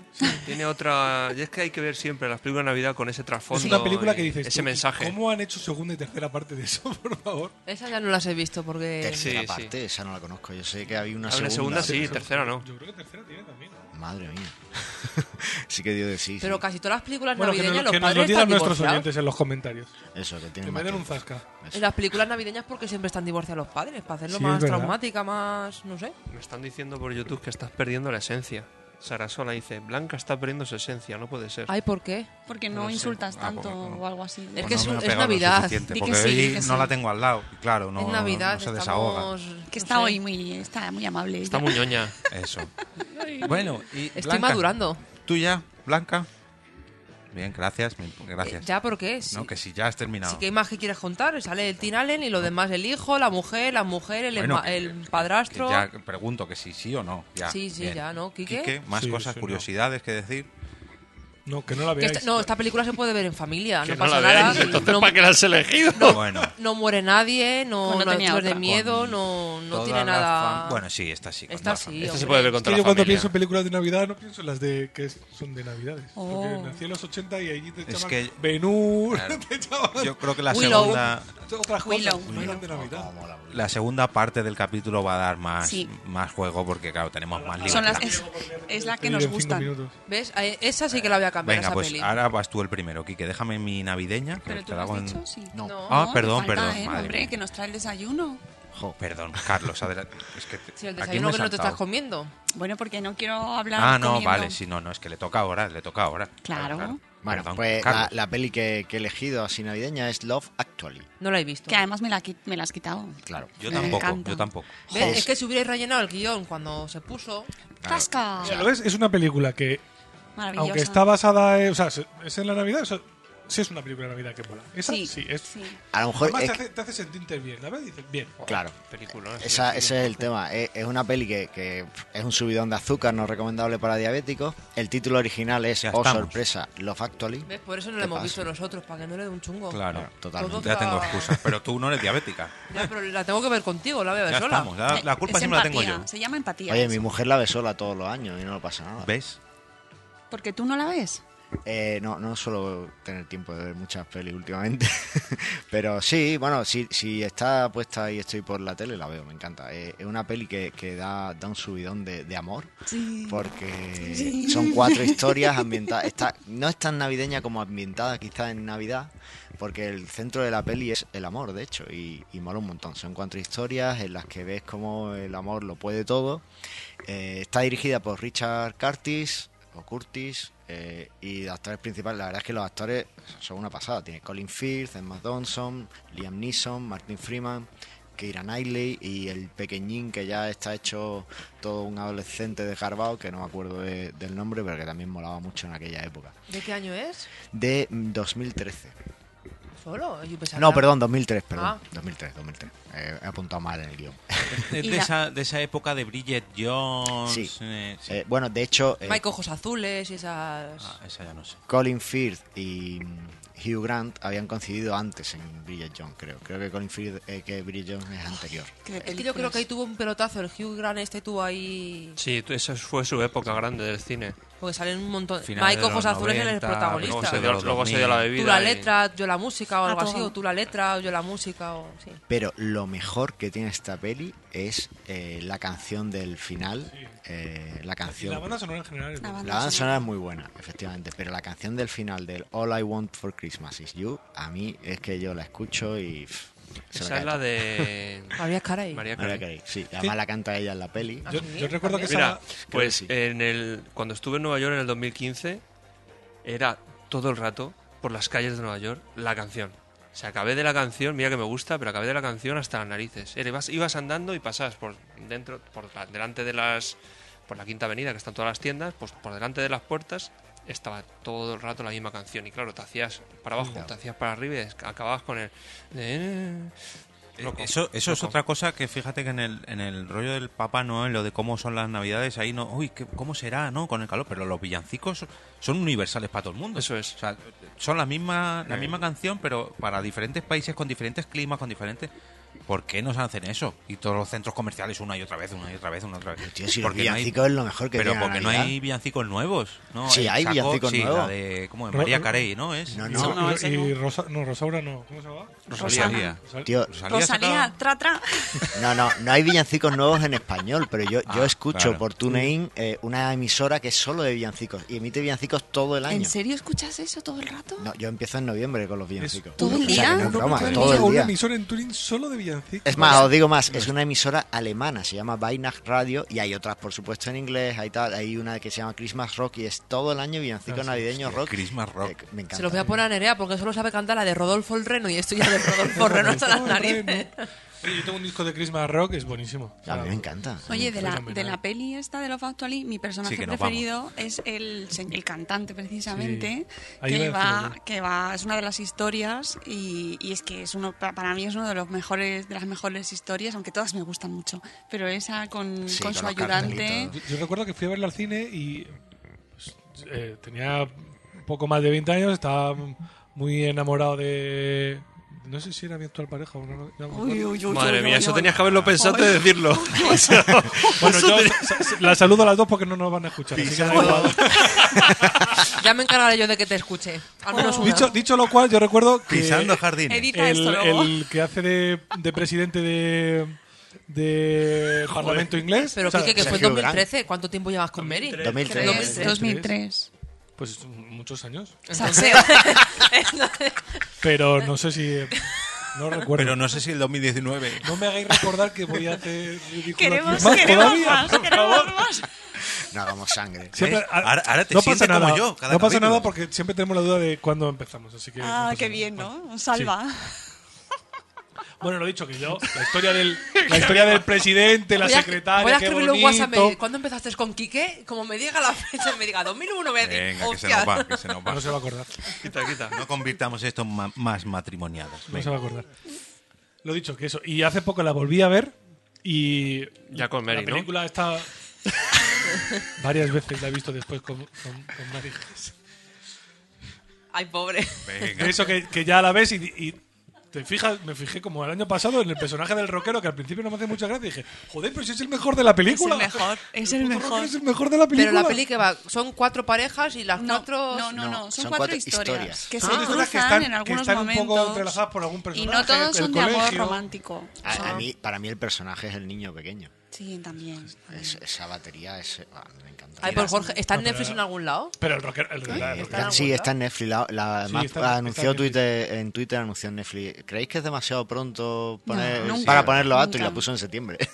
[SPEAKER 5] Tiene otra. Y es que hay que ver siempre las películas de Navidad con ese trasfondo.
[SPEAKER 4] Es una película
[SPEAKER 5] y
[SPEAKER 4] que dices,
[SPEAKER 5] Ese
[SPEAKER 4] tú,
[SPEAKER 5] mensaje.
[SPEAKER 4] ¿cómo han hecho segunda y tercera parte de eso, [laughs] por favor?
[SPEAKER 3] Esas ya no las he visto
[SPEAKER 7] [laughs]
[SPEAKER 3] porque...
[SPEAKER 5] Sí,
[SPEAKER 7] Tercera
[SPEAKER 5] Eh, sí.
[SPEAKER 7] parte, esa no la conozco. Yo sé que había una
[SPEAKER 5] Hay una
[SPEAKER 7] segunda.
[SPEAKER 5] segunda, sí, tercera no.
[SPEAKER 4] Yo creo que tercera tiene también.
[SPEAKER 7] Madre mía. [laughs] sí que dio de sí. sí.
[SPEAKER 3] Pero casi todas las películas
[SPEAKER 4] Bueno, que, nos-
[SPEAKER 3] navideñas los
[SPEAKER 4] que nos lo
[SPEAKER 3] padres
[SPEAKER 4] digan
[SPEAKER 3] están
[SPEAKER 4] nuestros
[SPEAKER 3] divorciados.
[SPEAKER 4] oyentes en los comentarios.
[SPEAKER 7] Eso, que tiene
[SPEAKER 4] Que me
[SPEAKER 7] más
[SPEAKER 4] den un
[SPEAKER 7] tiempo.
[SPEAKER 4] zasca.
[SPEAKER 3] En las películas navideñas porque siempre están divorciados los padres, para hacerlo
[SPEAKER 4] Sí, es
[SPEAKER 3] más
[SPEAKER 4] verdad.
[SPEAKER 3] traumática, más... no sé.
[SPEAKER 5] Me están diciendo por YouTube que estás perdiendo la esencia. Sarasola dice: Blanca está perdiendo su esencia, no puede ser.
[SPEAKER 3] Ay, pues ¿por qué?
[SPEAKER 6] Porque
[SPEAKER 5] No
[SPEAKER 6] no,
[SPEAKER 5] lo sé.
[SPEAKER 6] insultas
[SPEAKER 2] Ah,
[SPEAKER 6] tanto
[SPEAKER 2] porque no.
[SPEAKER 6] o algo así.
[SPEAKER 3] Es que es
[SPEAKER 2] no me
[SPEAKER 3] un-
[SPEAKER 2] ha pegado lo
[SPEAKER 3] Navidad.
[SPEAKER 2] suficiente,
[SPEAKER 6] Di que
[SPEAKER 2] Porque
[SPEAKER 6] sí, di
[SPEAKER 2] hoy
[SPEAKER 6] que
[SPEAKER 2] no
[SPEAKER 6] sí.
[SPEAKER 2] la tengo al lado. Y claro, no,
[SPEAKER 3] es Navidad,
[SPEAKER 2] no se
[SPEAKER 3] estamos...
[SPEAKER 2] desahoga.
[SPEAKER 3] no
[SPEAKER 6] Que está
[SPEAKER 3] sé.
[SPEAKER 6] hoy muy, está muy amable.
[SPEAKER 5] Está
[SPEAKER 6] ella.
[SPEAKER 5] muy ñoña.
[SPEAKER 2] Eso. Bueno, y
[SPEAKER 3] Estoy
[SPEAKER 2] Blanca,
[SPEAKER 3] madurando.
[SPEAKER 2] ¿Tú ya, Blanca? Bien, gracias. mi- Gracias.
[SPEAKER 3] Eh, ¿Ya por qué? Sí.
[SPEAKER 2] No, que si ya has terminado.
[SPEAKER 3] Sí, ¿qué más que quieres contar? Sale el Tin Allen y lo demás, el hijo, la mujer, la mujer, el,
[SPEAKER 2] Bueno,
[SPEAKER 3] emma-
[SPEAKER 2] que-
[SPEAKER 3] el
[SPEAKER 2] Que
[SPEAKER 3] padrastro...
[SPEAKER 2] ya pregunto que si sí o no. Ya.
[SPEAKER 3] Sí, sí,
[SPEAKER 2] Bien.
[SPEAKER 3] ya, ¿no, Quique?
[SPEAKER 2] más
[SPEAKER 4] Sí,
[SPEAKER 2] cosas,
[SPEAKER 4] sí, no.
[SPEAKER 2] curiosidades que decir.
[SPEAKER 4] No, que no la
[SPEAKER 3] Que
[SPEAKER 4] veáis.
[SPEAKER 3] esta- no, esta película se puede ver
[SPEAKER 2] [laughs]
[SPEAKER 3] en familia, no
[SPEAKER 5] Que no
[SPEAKER 3] pasa
[SPEAKER 5] la
[SPEAKER 3] nada.
[SPEAKER 5] veáis.
[SPEAKER 3] y
[SPEAKER 5] Entonces,
[SPEAKER 3] no-
[SPEAKER 5] ¿para qué la has elegido?
[SPEAKER 2] Bueno.
[SPEAKER 3] no muere nadie, no,
[SPEAKER 6] Pues no
[SPEAKER 3] no,
[SPEAKER 6] tenía
[SPEAKER 3] no es de
[SPEAKER 6] otra.
[SPEAKER 3] miedo,
[SPEAKER 2] Con
[SPEAKER 3] no, no
[SPEAKER 2] toda
[SPEAKER 3] tiene
[SPEAKER 2] la
[SPEAKER 3] nada.
[SPEAKER 2] fam- Bueno, sí, esta sí. con
[SPEAKER 3] Esta
[SPEAKER 2] la
[SPEAKER 3] sí.
[SPEAKER 2] familia.
[SPEAKER 5] Esta se
[SPEAKER 3] hombre.
[SPEAKER 5] puede ver
[SPEAKER 4] Es que
[SPEAKER 5] contra
[SPEAKER 4] yo
[SPEAKER 5] la
[SPEAKER 4] cuando
[SPEAKER 5] familia.
[SPEAKER 4] pienso en películas de Navidad no pienso en las de que es- son de Navidades.
[SPEAKER 6] Oh.
[SPEAKER 4] Porque nací en los 80 y allí te
[SPEAKER 2] Es
[SPEAKER 4] echaban
[SPEAKER 2] que-
[SPEAKER 4] Benur, [laughs]
[SPEAKER 2] Claro.
[SPEAKER 4] te echaban
[SPEAKER 2] Yo creo que la
[SPEAKER 3] Willow.
[SPEAKER 2] segunda,
[SPEAKER 4] otras
[SPEAKER 6] Willow.
[SPEAKER 4] cosas. No eran de Navidad.
[SPEAKER 2] la segunda parte del capítulo va a dar más,
[SPEAKER 6] Sí.
[SPEAKER 2] más juego porque, claro, tenemos más
[SPEAKER 6] Son
[SPEAKER 2] libertad.
[SPEAKER 6] las- es, es la que
[SPEAKER 4] Te
[SPEAKER 6] nos
[SPEAKER 4] diré en cinco
[SPEAKER 6] gusta.
[SPEAKER 4] minutos.
[SPEAKER 3] ¿Ves? Eh, Esa sí que la voy a cambiar,
[SPEAKER 2] Venga,
[SPEAKER 3] esa
[SPEAKER 2] pues
[SPEAKER 3] peli.
[SPEAKER 2] ahora vas tú el primero, Quique. Déjame mi navideña. que
[SPEAKER 6] Pero
[SPEAKER 2] te
[SPEAKER 6] tú
[SPEAKER 2] la
[SPEAKER 6] lo
[SPEAKER 2] hago
[SPEAKER 6] has
[SPEAKER 2] en-
[SPEAKER 6] dicho, sí.
[SPEAKER 7] No.
[SPEAKER 2] Ah,
[SPEAKER 6] te
[SPEAKER 2] perdón,
[SPEAKER 6] falta,
[SPEAKER 2] perdón,
[SPEAKER 6] ¿eh?
[SPEAKER 2] madre
[SPEAKER 6] Hombre,
[SPEAKER 2] mía.
[SPEAKER 6] que nos trae el desayuno.
[SPEAKER 7] Jo,
[SPEAKER 2] Perdón, Carlos. adelante. Es que te-
[SPEAKER 3] Si el
[SPEAKER 2] aquí me
[SPEAKER 3] desayuno
[SPEAKER 2] he
[SPEAKER 3] que no te
[SPEAKER 2] saltado.
[SPEAKER 3] estás comiendo.
[SPEAKER 6] Bueno, porque no quiero hablar.
[SPEAKER 2] Ah, no,
[SPEAKER 6] comiendo.
[SPEAKER 2] vale, sí, no, no, es que le toca ahora, le toca ahora.
[SPEAKER 6] Claro.
[SPEAKER 7] Bueno,
[SPEAKER 2] Perdón,
[SPEAKER 7] pues la,
[SPEAKER 2] Carlos.
[SPEAKER 7] la peli que, que he elegido así navideña es Love Actually.
[SPEAKER 3] No la he visto.
[SPEAKER 6] Que además me la, qui- me la has quitado.
[SPEAKER 7] Claro.
[SPEAKER 2] Yo
[SPEAKER 6] Me
[SPEAKER 2] tampoco,
[SPEAKER 6] encanta.
[SPEAKER 2] yo tampoco.
[SPEAKER 3] ¿Ves?
[SPEAKER 7] Joder.
[SPEAKER 3] Es que si hubierais rellenado el guión cuando se puso.
[SPEAKER 6] ¡Tasca!
[SPEAKER 4] Mira, ¿Lo ves? Es una película que,
[SPEAKER 6] Ah. Maravillosa.
[SPEAKER 4] aunque está basada en... O sea, se- es en la Navidad, o sea, sí es una película de Navidad que mola. Esa sí,
[SPEAKER 6] Sí,
[SPEAKER 4] es...
[SPEAKER 6] sí.
[SPEAKER 7] A lo mejor.
[SPEAKER 4] Además,
[SPEAKER 7] es
[SPEAKER 4] te
[SPEAKER 7] que-
[SPEAKER 4] hace, te hace sentirte bien, ¿sabes? Dices, bien.
[SPEAKER 7] claro.
[SPEAKER 5] Película, ¿no?
[SPEAKER 7] Esa- ese es el tema. Eh, Es, es una peli que, que es un subidón de azúcar no recomendable para diabéticos. El título original es,
[SPEAKER 2] Ya
[SPEAKER 7] oh
[SPEAKER 2] estamos.
[SPEAKER 7] sorpresa, Love Actually.
[SPEAKER 3] ¿Ves? Por eso no
[SPEAKER 7] ¿Qué
[SPEAKER 3] la hemos
[SPEAKER 7] pasa?
[SPEAKER 3] visto nosotros, para que no le dé un chungo.
[SPEAKER 2] Claro,
[SPEAKER 7] Totalmente.
[SPEAKER 2] ya tengo excusas, pero tú no eres diabética.
[SPEAKER 3] Ya, pero la tengo que ver contigo, la voy a ver
[SPEAKER 2] Ya
[SPEAKER 3] sola.
[SPEAKER 2] estamos, ya- la culpa
[SPEAKER 6] Es
[SPEAKER 2] siempre la tengo
[SPEAKER 6] empatía,
[SPEAKER 2] yo.
[SPEAKER 6] Se llama empatía.
[SPEAKER 7] Oye,
[SPEAKER 6] eso.
[SPEAKER 7] mi mujer la ve sola todos los años y no le pasa nada.
[SPEAKER 2] ¿Ves?
[SPEAKER 6] Porque tú no la ves.
[SPEAKER 7] Eh, no, no suelo tener tiempo de ver muchas pelis últimamente. [laughs] Pero sí, bueno, si, si está puesta y estoy por la tele, la veo, me encanta. Eh, es una peli que, que da, da un subidón de, de amor. Porque son cuatro historias ambientadas. Está, no es tan navideña como ambientada quizás en Navidad. Porque el centro de la peli es el amor, de hecho, y, y mola un montón. Son cuatro historias en las que ves cómo el amor lo puede todo. Eh, está dirigida por Richard Curtis, o Curtis, Eh, y de actores principales, la verdad es que los actores son una pasada. Tiene Colin Firth, Emma Thompson, Liam Neeson, Martin Freeman, Keira Knightley y el pequeñín que ya está hecho todo un adolescente de Harvard, que no me acuerdo de- del nombre, pero que también molaba mucho en aquella época.
[SPEAKER 3] ¿De qué año es?
[SPEAKER 7] De mm, 2013.
[SPEAKER 3] ¿Solo? Yo pensaba
[SPEAKER 7] No,
[SPEAKER 3] que era-
[SPEAKER 7] perdón, 2003, perdón.
[SPEAKER 3] Ah.
[SPEAKER 7] 2003, 2003. Eh, he apuntado mal en el guión.
[SPEAKER 2] Es
[SPEAKER 6] Y
[SPEAKER 2] de,
[SPEAKER 6] la-
[SPEAKER 2] esa, de esa época de Bridget Jones.
[SPEAKER 7] Sí.
[SPEAKER 2] eh, sí.
[SPEAKER 7] Eh, bueno, de hecho, eh,
[SPEAKER 3] Mike Ojos Azules y esas...
[SPEAKER 2] Ah, esa ya no sé.
[SPEAKER 7] Colin Firth y mm, Hugh Grant habían coincidido antes en Bridget Jones, creo. Creo que Colin Firth, eh, que Bridget Jones es anterior.
[SPEAKER 3] Es que yo creo que ahí tuvo un pelotazo, el Hugh Grant este tuvo ahí...
[SPEAKER 5] Sí, tú- esa fue su época grande del cine.
[SPEAKER 3] Porque salen un montón...
[SPEAKER 2] Finales
[SPEAKER 3] Mike
[SPEAKER 2] de los
[SPEAKER 3] Ojos Azules era el
[SPEAKER 2] 90,
[SPEAKER 5] Luego
[SPEAKER 3] protagonista.
[SPEAKER 5] se
[SPEAKER 2] de
[SPEAKER 5] dio,
[SPEAKER 2] los
[SPEAKER 5] luego se dio la
[SPEAKER 2] 2000.
[SPEAKER 5] bebida.
[SPEAKER 3] Tú la
[SPEAKER 5] y-
[SPEAKER 3] letra, yo la música o
[SPEAKER 6] Ah,
[SPEAKER 3] algo así,
[SPEAKER 6] todo.
[SPEAKER 3] o tú la letra, o yo la música o... Sí.
[SPEAKER 7] Pero lo mejor que tiene esta peli es eh, la canción del final. eh, la
[SPEAKER 4] Y
[SPEAKER 7] canción.
[SPEAKER 4] la banda sonora en general. es
[SPEAKER 6] La
[SPEAKER 4] buena.
[SPEAKER 7] La banda sonora es muy buena, efectivamente, pero la canción del final del All I Want for Christmas is You, a mí es que yo la escucho y. pff, se me
[SPEAKER 5] Esa
[SPEAKER 7] cae
[SPEAKER 5] es la
[SPEAKER 7] todo.
[SPEAKER 5] de
[SPEAKER 3] [laughs] María Carey.
[SPEAKER 5] María
[SPEAKER 7] Mariah
[SPEAKER 5] Carey.
[SPEAKER 7] Carey, sí, además la canta ella en la peli.
[SPEAKER 3] Ah,
[SPEAKER 4] Yo, yo recuerdo
[SPEAKER 7] Ah,
[SPEAKER 4] que
[SPEAKER 5] Mira,
[SPEAKER 4] esa,
[SPEAKER 5] pues
[SPEAKER 7] que sí.
[SPEAKER 5] en el, cuando estuve en Nueva York en el 2015, era todo el rato, por las calles de Nueva York, la canción. O sea, acabé de la canción, mira que me gusta, pero acabé de la canción hasta las narices. Era, ibas, ibas andando y pasabas por dentro, por la- delante de las. por la quinta avenida, que están todas las tiendas, pues por delante de las puertas estaba todo el rato la misma canción. Y claro, te hacías para abajo, te hacías para arriba y es- acababas con el. eh, Loco,
[SPEAKER 2] Eh, Eso, eso es
[SPEAKER 5] loco.
[SPEAKER 2] otra cosa que fíjate que en el, en el rollo del Papá Noel, lo de cómo son las navidades, ahí no, uy, qué- ¿cómo será, no? Con el calor, pero los villancicos son universales para todo el mundo.
[SPEAKER 5] Eso es. Eh.
[SPEAKER 2] O sea, son la misma, la misma canción, pero para diferentes países, con diferentes climas, con diferentes... ¿Por qué nos hacen eso? Y todos los centros comerciales una y otra vez, una y otra vez, una y otra vez.
[SPEAKER 7] Tío, si los
[SPEAKER 2] Porque no hay-
[SPEAKER 7] villancicos es lo mejor que
[SPEAKER 2] pero
[SPEAKER 7] tiene la
[SPEAKER 2] porque no
[SPEAKER 7] Navidad.
[SPEAKER 2] hay villancicos nuevos. ¿no?
[SPEAKER 7] Sí,
[SPEAKER 2] Eh,
[SPEAKER 7] hay villancicos
[SPEAKER 2] sí,
[SPEAKER 7] nuevos.
[SPEAKER 2] La de, ¿Cómo es?
[SPEAKER 4] Ro-
[SPEAKER 2] María Carey, ¿no? Es
[SPEAKER 7] No,
[SPEAKER 4] No,
[SPEAKER 7] no,
[SPEAKER 6] No,
[SPEAKER 4] y-
[SPEAKER 6] ese
[SPEAKER 2] [laughs]
[SPEAKER 4] y
[SPEAKER 6] no.
[SPEAKER 4] Rosa- no, Rosaura no. ¿Cómo se llama?
[SPEAKER 2] Rosalía.
[SPEAKER 6] Rosana.
[SPEAKER 4] Rosa-
[SPEAKER 7] tío,
[SPEAKER 2] Rosalía
[SPEAKER 6] Rosalía,
[SPEAKER 2] sacaba-
[SPEAKER 6] tra, tra.
[SPEAKER 7] no, no, no hay villancicos nuevos en español, pero yo, yo
[SPEAKER 2] Ah,
[SPEAKER 7] escucho
[SPEAKER 2] claro.
[SPEAKER 7] por TuneIn eh, una emisora que es solo de villancicos y emite villancicos todo el año.
[SPEAKER 6] ¿En serio escuchas eso todo el rato?
[SPEAKER 7] No, yo empiezo en noviembre con los villancicos.
[SPEAKER 6] todo el
[SPEAKER 7] O sea, que
[SPEAKER 6] día?
[SPEAKER 7] no es broma,
[SPEAKER 4] Una-
[SPEAKER 7] todo el
[SPEAKER 4] Una
[SPEAKER 7] día.
[SPEAKER 4] emisora en Turín solo de villancicos.
[SPEAKER 7] Es más, os digo más, es una emisora alemana, se llama Weihnacht Radio y hay otras, por supuesto, en inglés, hay tal, hay una que se llama Christmas Rock y es todo el año
[SPEAKER 2] Ah,
[SPEAKER 7] villancico navideño rock.
[SPEAKER 2] Christmas rock.
[SPEAKER 7] Eh, me encanta.
[SPEAKER 3] Se los voy a poner a Nerea porque solo sabe cantar la de Rodolfo el Reno y esto ya de Rodolfo
[SPEAKER 4] [laughs]
[SPEAKER 3] el Reno hasta las narices.
[SPEAKER 4] Oye, yo tengo un disco de Christmas Rock, es buenísimo.
[SPEAKER 7] A mí me encanta.
[SPEAKER 6] Oye, de la,
[SPEAKER 4] Fenomenal.
[SPEAKER 6] de la peli esta de Love Actually, mi personaje
[SPEAKER 2] Sí, que nos
[SPEAKER 6] preferido es el, se- el cantante,
[SPEAKER 4] Sí.
[SPEAKER 6] precisamente,
[SPEAKER 4] Ahí
[SPEAKER 6] que,
[SPEAKER 4] iba a decirlo
[SPEAKER 6] va,
[SPEAKER 4] yo.
[SPEAKER 6] que va, es una de las historias y, y es que es uno, pa- para mí es uno de los mejores, de las mejores historias, aunque todas me gustan mucho, pero esa con,
[SPEAKER 7] Sí,
[SPEAKER 6] con
[SPEAKER 7] con
[SPEAKER 6] su
[SPEAKER 7] los
[SPEAKER 6] ayudante,
[SPEAKER 7] cartelitos.
[SPEAKER 4] Yo, yo recuerdo que fui a verla al cine y pues, eh, tenía un poco más de 20 años, estaba muy enamorado de... No sé si era mi actual pareja o no. no, no me acuerdo.
[SPEAKER 5] Madre mía, eso tenías que haberlo pensado antes de
[SPEAKER 3] [laughs]
[SPEAKER 5] decirlo. O sea,
[SPEAKER 4] [laughs] Bueno,
[SPEAKER 5] eso
[SPEAKER 4] yo
[SPEAKER 5] tenía-
[SPEAKER 4] sa- sa- las saludo a las dos porque no nos van a escuchar. así que da igual.
[SPEAKER 3] Ya me encargaré yo de que te escuche. Al menos una.
[SPEAKER 4] dicho, dicho lo cual, yo recuerdo que
[SPEAKER 2] Pisando jardines.
[SPEAKER 6] edita
[SPEAKER 4] el,
[SPEAKER 6] esto luego.
[SPEAKER 4] el que hace de, de presidente de, de Parlamento inglés...
[SPEAKER 3] Pero
[SPEAKER 4] o sea,
[SPEAKER 3] Kike, que fue en
[SPEAKER 7] Sergio Gran.
[SPEAKER 3] 2013. ¿Cuánto tiempo llevas con Mary?
[SPEAKER 7] 2003.
[SPEAKER 6] 2003. 2003.
[SPEAKER 4] Pues muchos años.
[SPEAKER 6] Salseo.
[SPEAKER 4] Pero no sé si...
[SPEAKER 2] [laughs]
[SPEAKER 4] No recuerdo.
[SPEAKER 2] Pero no sé si el 2019.
[SPEAKER 4] [laughs] No me hagáis recordar que voy a hacer ridículo aquí.
[SPEAKER 6] Queremos,
[SPEAKER 4] más
[SPEAKER 6] queremos
[SPEAKER 4] todavía,
[SPEAKER 6] más,
[SPEAKER 4] por
[SPEAKER 6] queremos
[SPEAKER 4] favor.
[SPEAKER 6] más.
[SPEAKER 7] No hagamos sangre.
[SPEAKER 4] Siempre-
[SPEAKER 2] ¿Ves? Eh, Ahora- ahora te
[SPEAKER 4] no
[SPEAKER 2] sientes
[SPEAKER 4] pasa
[SPEAKER 2] como
[SPEAKER 4] nada.
[SPEAKER 2] yo, cada
[SPEAKER 4] no pasa
[SPEAKER 2] capítulo.
[SPEAKER 4] nada porque siempre tenemos la duda de cuándo empezamos, así que. no
[SPEAKER 6] Ah,
[SPEAKER 4] pasa
[SPEAKER 6] qué
[SPEAKER 4] nada.
[SPEAKER 6] bien,
[SPEAKER 4] Vale.
[SPEAKER 6] ¿no? Salva.
[SPEAKER 4] Sí. Bueno, lo dicho que yo, la historia del, la historia del presidente, la
[SPEAKER 3] Voy a-
[SPEAKER 4] secretaria,
[SPEAKER 3] Voy a
[SPEAKER 4] qué
[SPEAKER 3] escribirle un WhatsApp. a
[SPEAKER 4] bonito.
[SPEAKER 3] Mary. ¿Cuándo empezaste con Quique? Como me diga la [laughs] fecha, me diga 2001, me diga.
[SPEAKER 2] Venga, que se nos va, que se nos va.
[SPEAKER 4] No se va a acordar.
[SPEAKER 5] Quita, quita.
[SPEAKER 2] No convirtamos esto en ma- más matrimoniadas.
[SPEAKER 4] No se va a acordar. Lo dicho que eso. Y hace poco la volví a ver y.
[SPEAKER 5] Ya con Mary,
[SPEAKER 4] La
[SPEAKER 5] ¿no?
[SPEAKER 4] película está. [laughs] Varias veces la he visto después con, con, con Mary.
[SPEAKER 3] [laughs] Ay, pobre.
[SPEAKER 2] Venga.
[SPEAKER 4] De eso que, que ya la ves y, y te fijas, me fijé como el año pasado en el personaje del rockero que al principio no me hace mucha gracia y dije, joder, pero si es el mejor de la
[SPEAKER 6] Es el
[SPEAKER 4] película.
[SPEAKER 6] mejor, es el
[SPEAKER 4] puto
[SPEAKER 6] mejor.
[SPEAKER 4] rockero Es el mejor de la película.
[SPEAKER 3] Pero la peli que va, son cuatro parejas y las
[SPEAKER 6] No,
[SPEAKER 3] cuatro.
[SPEAKER 6] no, no,
[SPEAKER 7] No,
[SPEAKER 6] no, son,
[SPEAKER 7] son
[SPEAKER 6] cuatro,
[SPEAKER 7] cuatro
[SPEAKER 6] historias,
[SPEAKER 7] historias.
[SPEAKER 6] que
[SPEAKER 4] Ah. Son
[SPEAKER 6] se
[SPEAKER 4] historias
[SPEAKER 6] cruzan
[SPEAKER 4] que están-
[SPEAKER 6] en
[SPEAKER 4] que
[SPEAKER 6] algunos
[SPEAKER 4] están un poco
[SPEAKER 6] momentos
[SPEAKER 4] entrelazadas por algún
[SPEAKER 6] y
[SPEAKER 4] personaje,
[SPEAKER 6] no todos
[SPEAKER 4] el
[SPEAKER 6] son de amor
[SPEAKER 4] colegio.
[SPEAKER 6] romántico.
[SPEAKER 7] A, a
[SPEAKER 6] Son-
[SPEAKER 7] mí, para mí el personaje es el niño pequeño.
[SPEAKER 6] Sí, también.
[SPEAKER 7] Pues Es- esa batería es, ah, me encanta.
[SPEAKER 3] Ay, por Jorge, ¿está en Netflix
[SPEAKER 4] pero-
[SPEAKER 3] en algún lado?
[SPEAKER 4] Pero el rocker. El, el- el-
[SPEAKER 3] ¿Está en
[SPEAKER 7] sí,
[SPEAKER 3] algún
[SPEAKER 7] está en Netflix. La, la-
[SPEAKER 4] Sí,
[SPEAKER 7] más-
[SPEAKER 4] está-
[SPEAKER 7] anunció
[SPEAKER 4] está en
[SPEAKER 7] Twitter, en Twitter anunció en Netflix. ¿Creéis que es demasiado pronto poner-
[SPEAKER 6] nunca,
[SPEAKER 7] para poner los datos y
[SPEAKER 6] nunca.
[SPEAKER 7] la puso en septiembre? [laughs]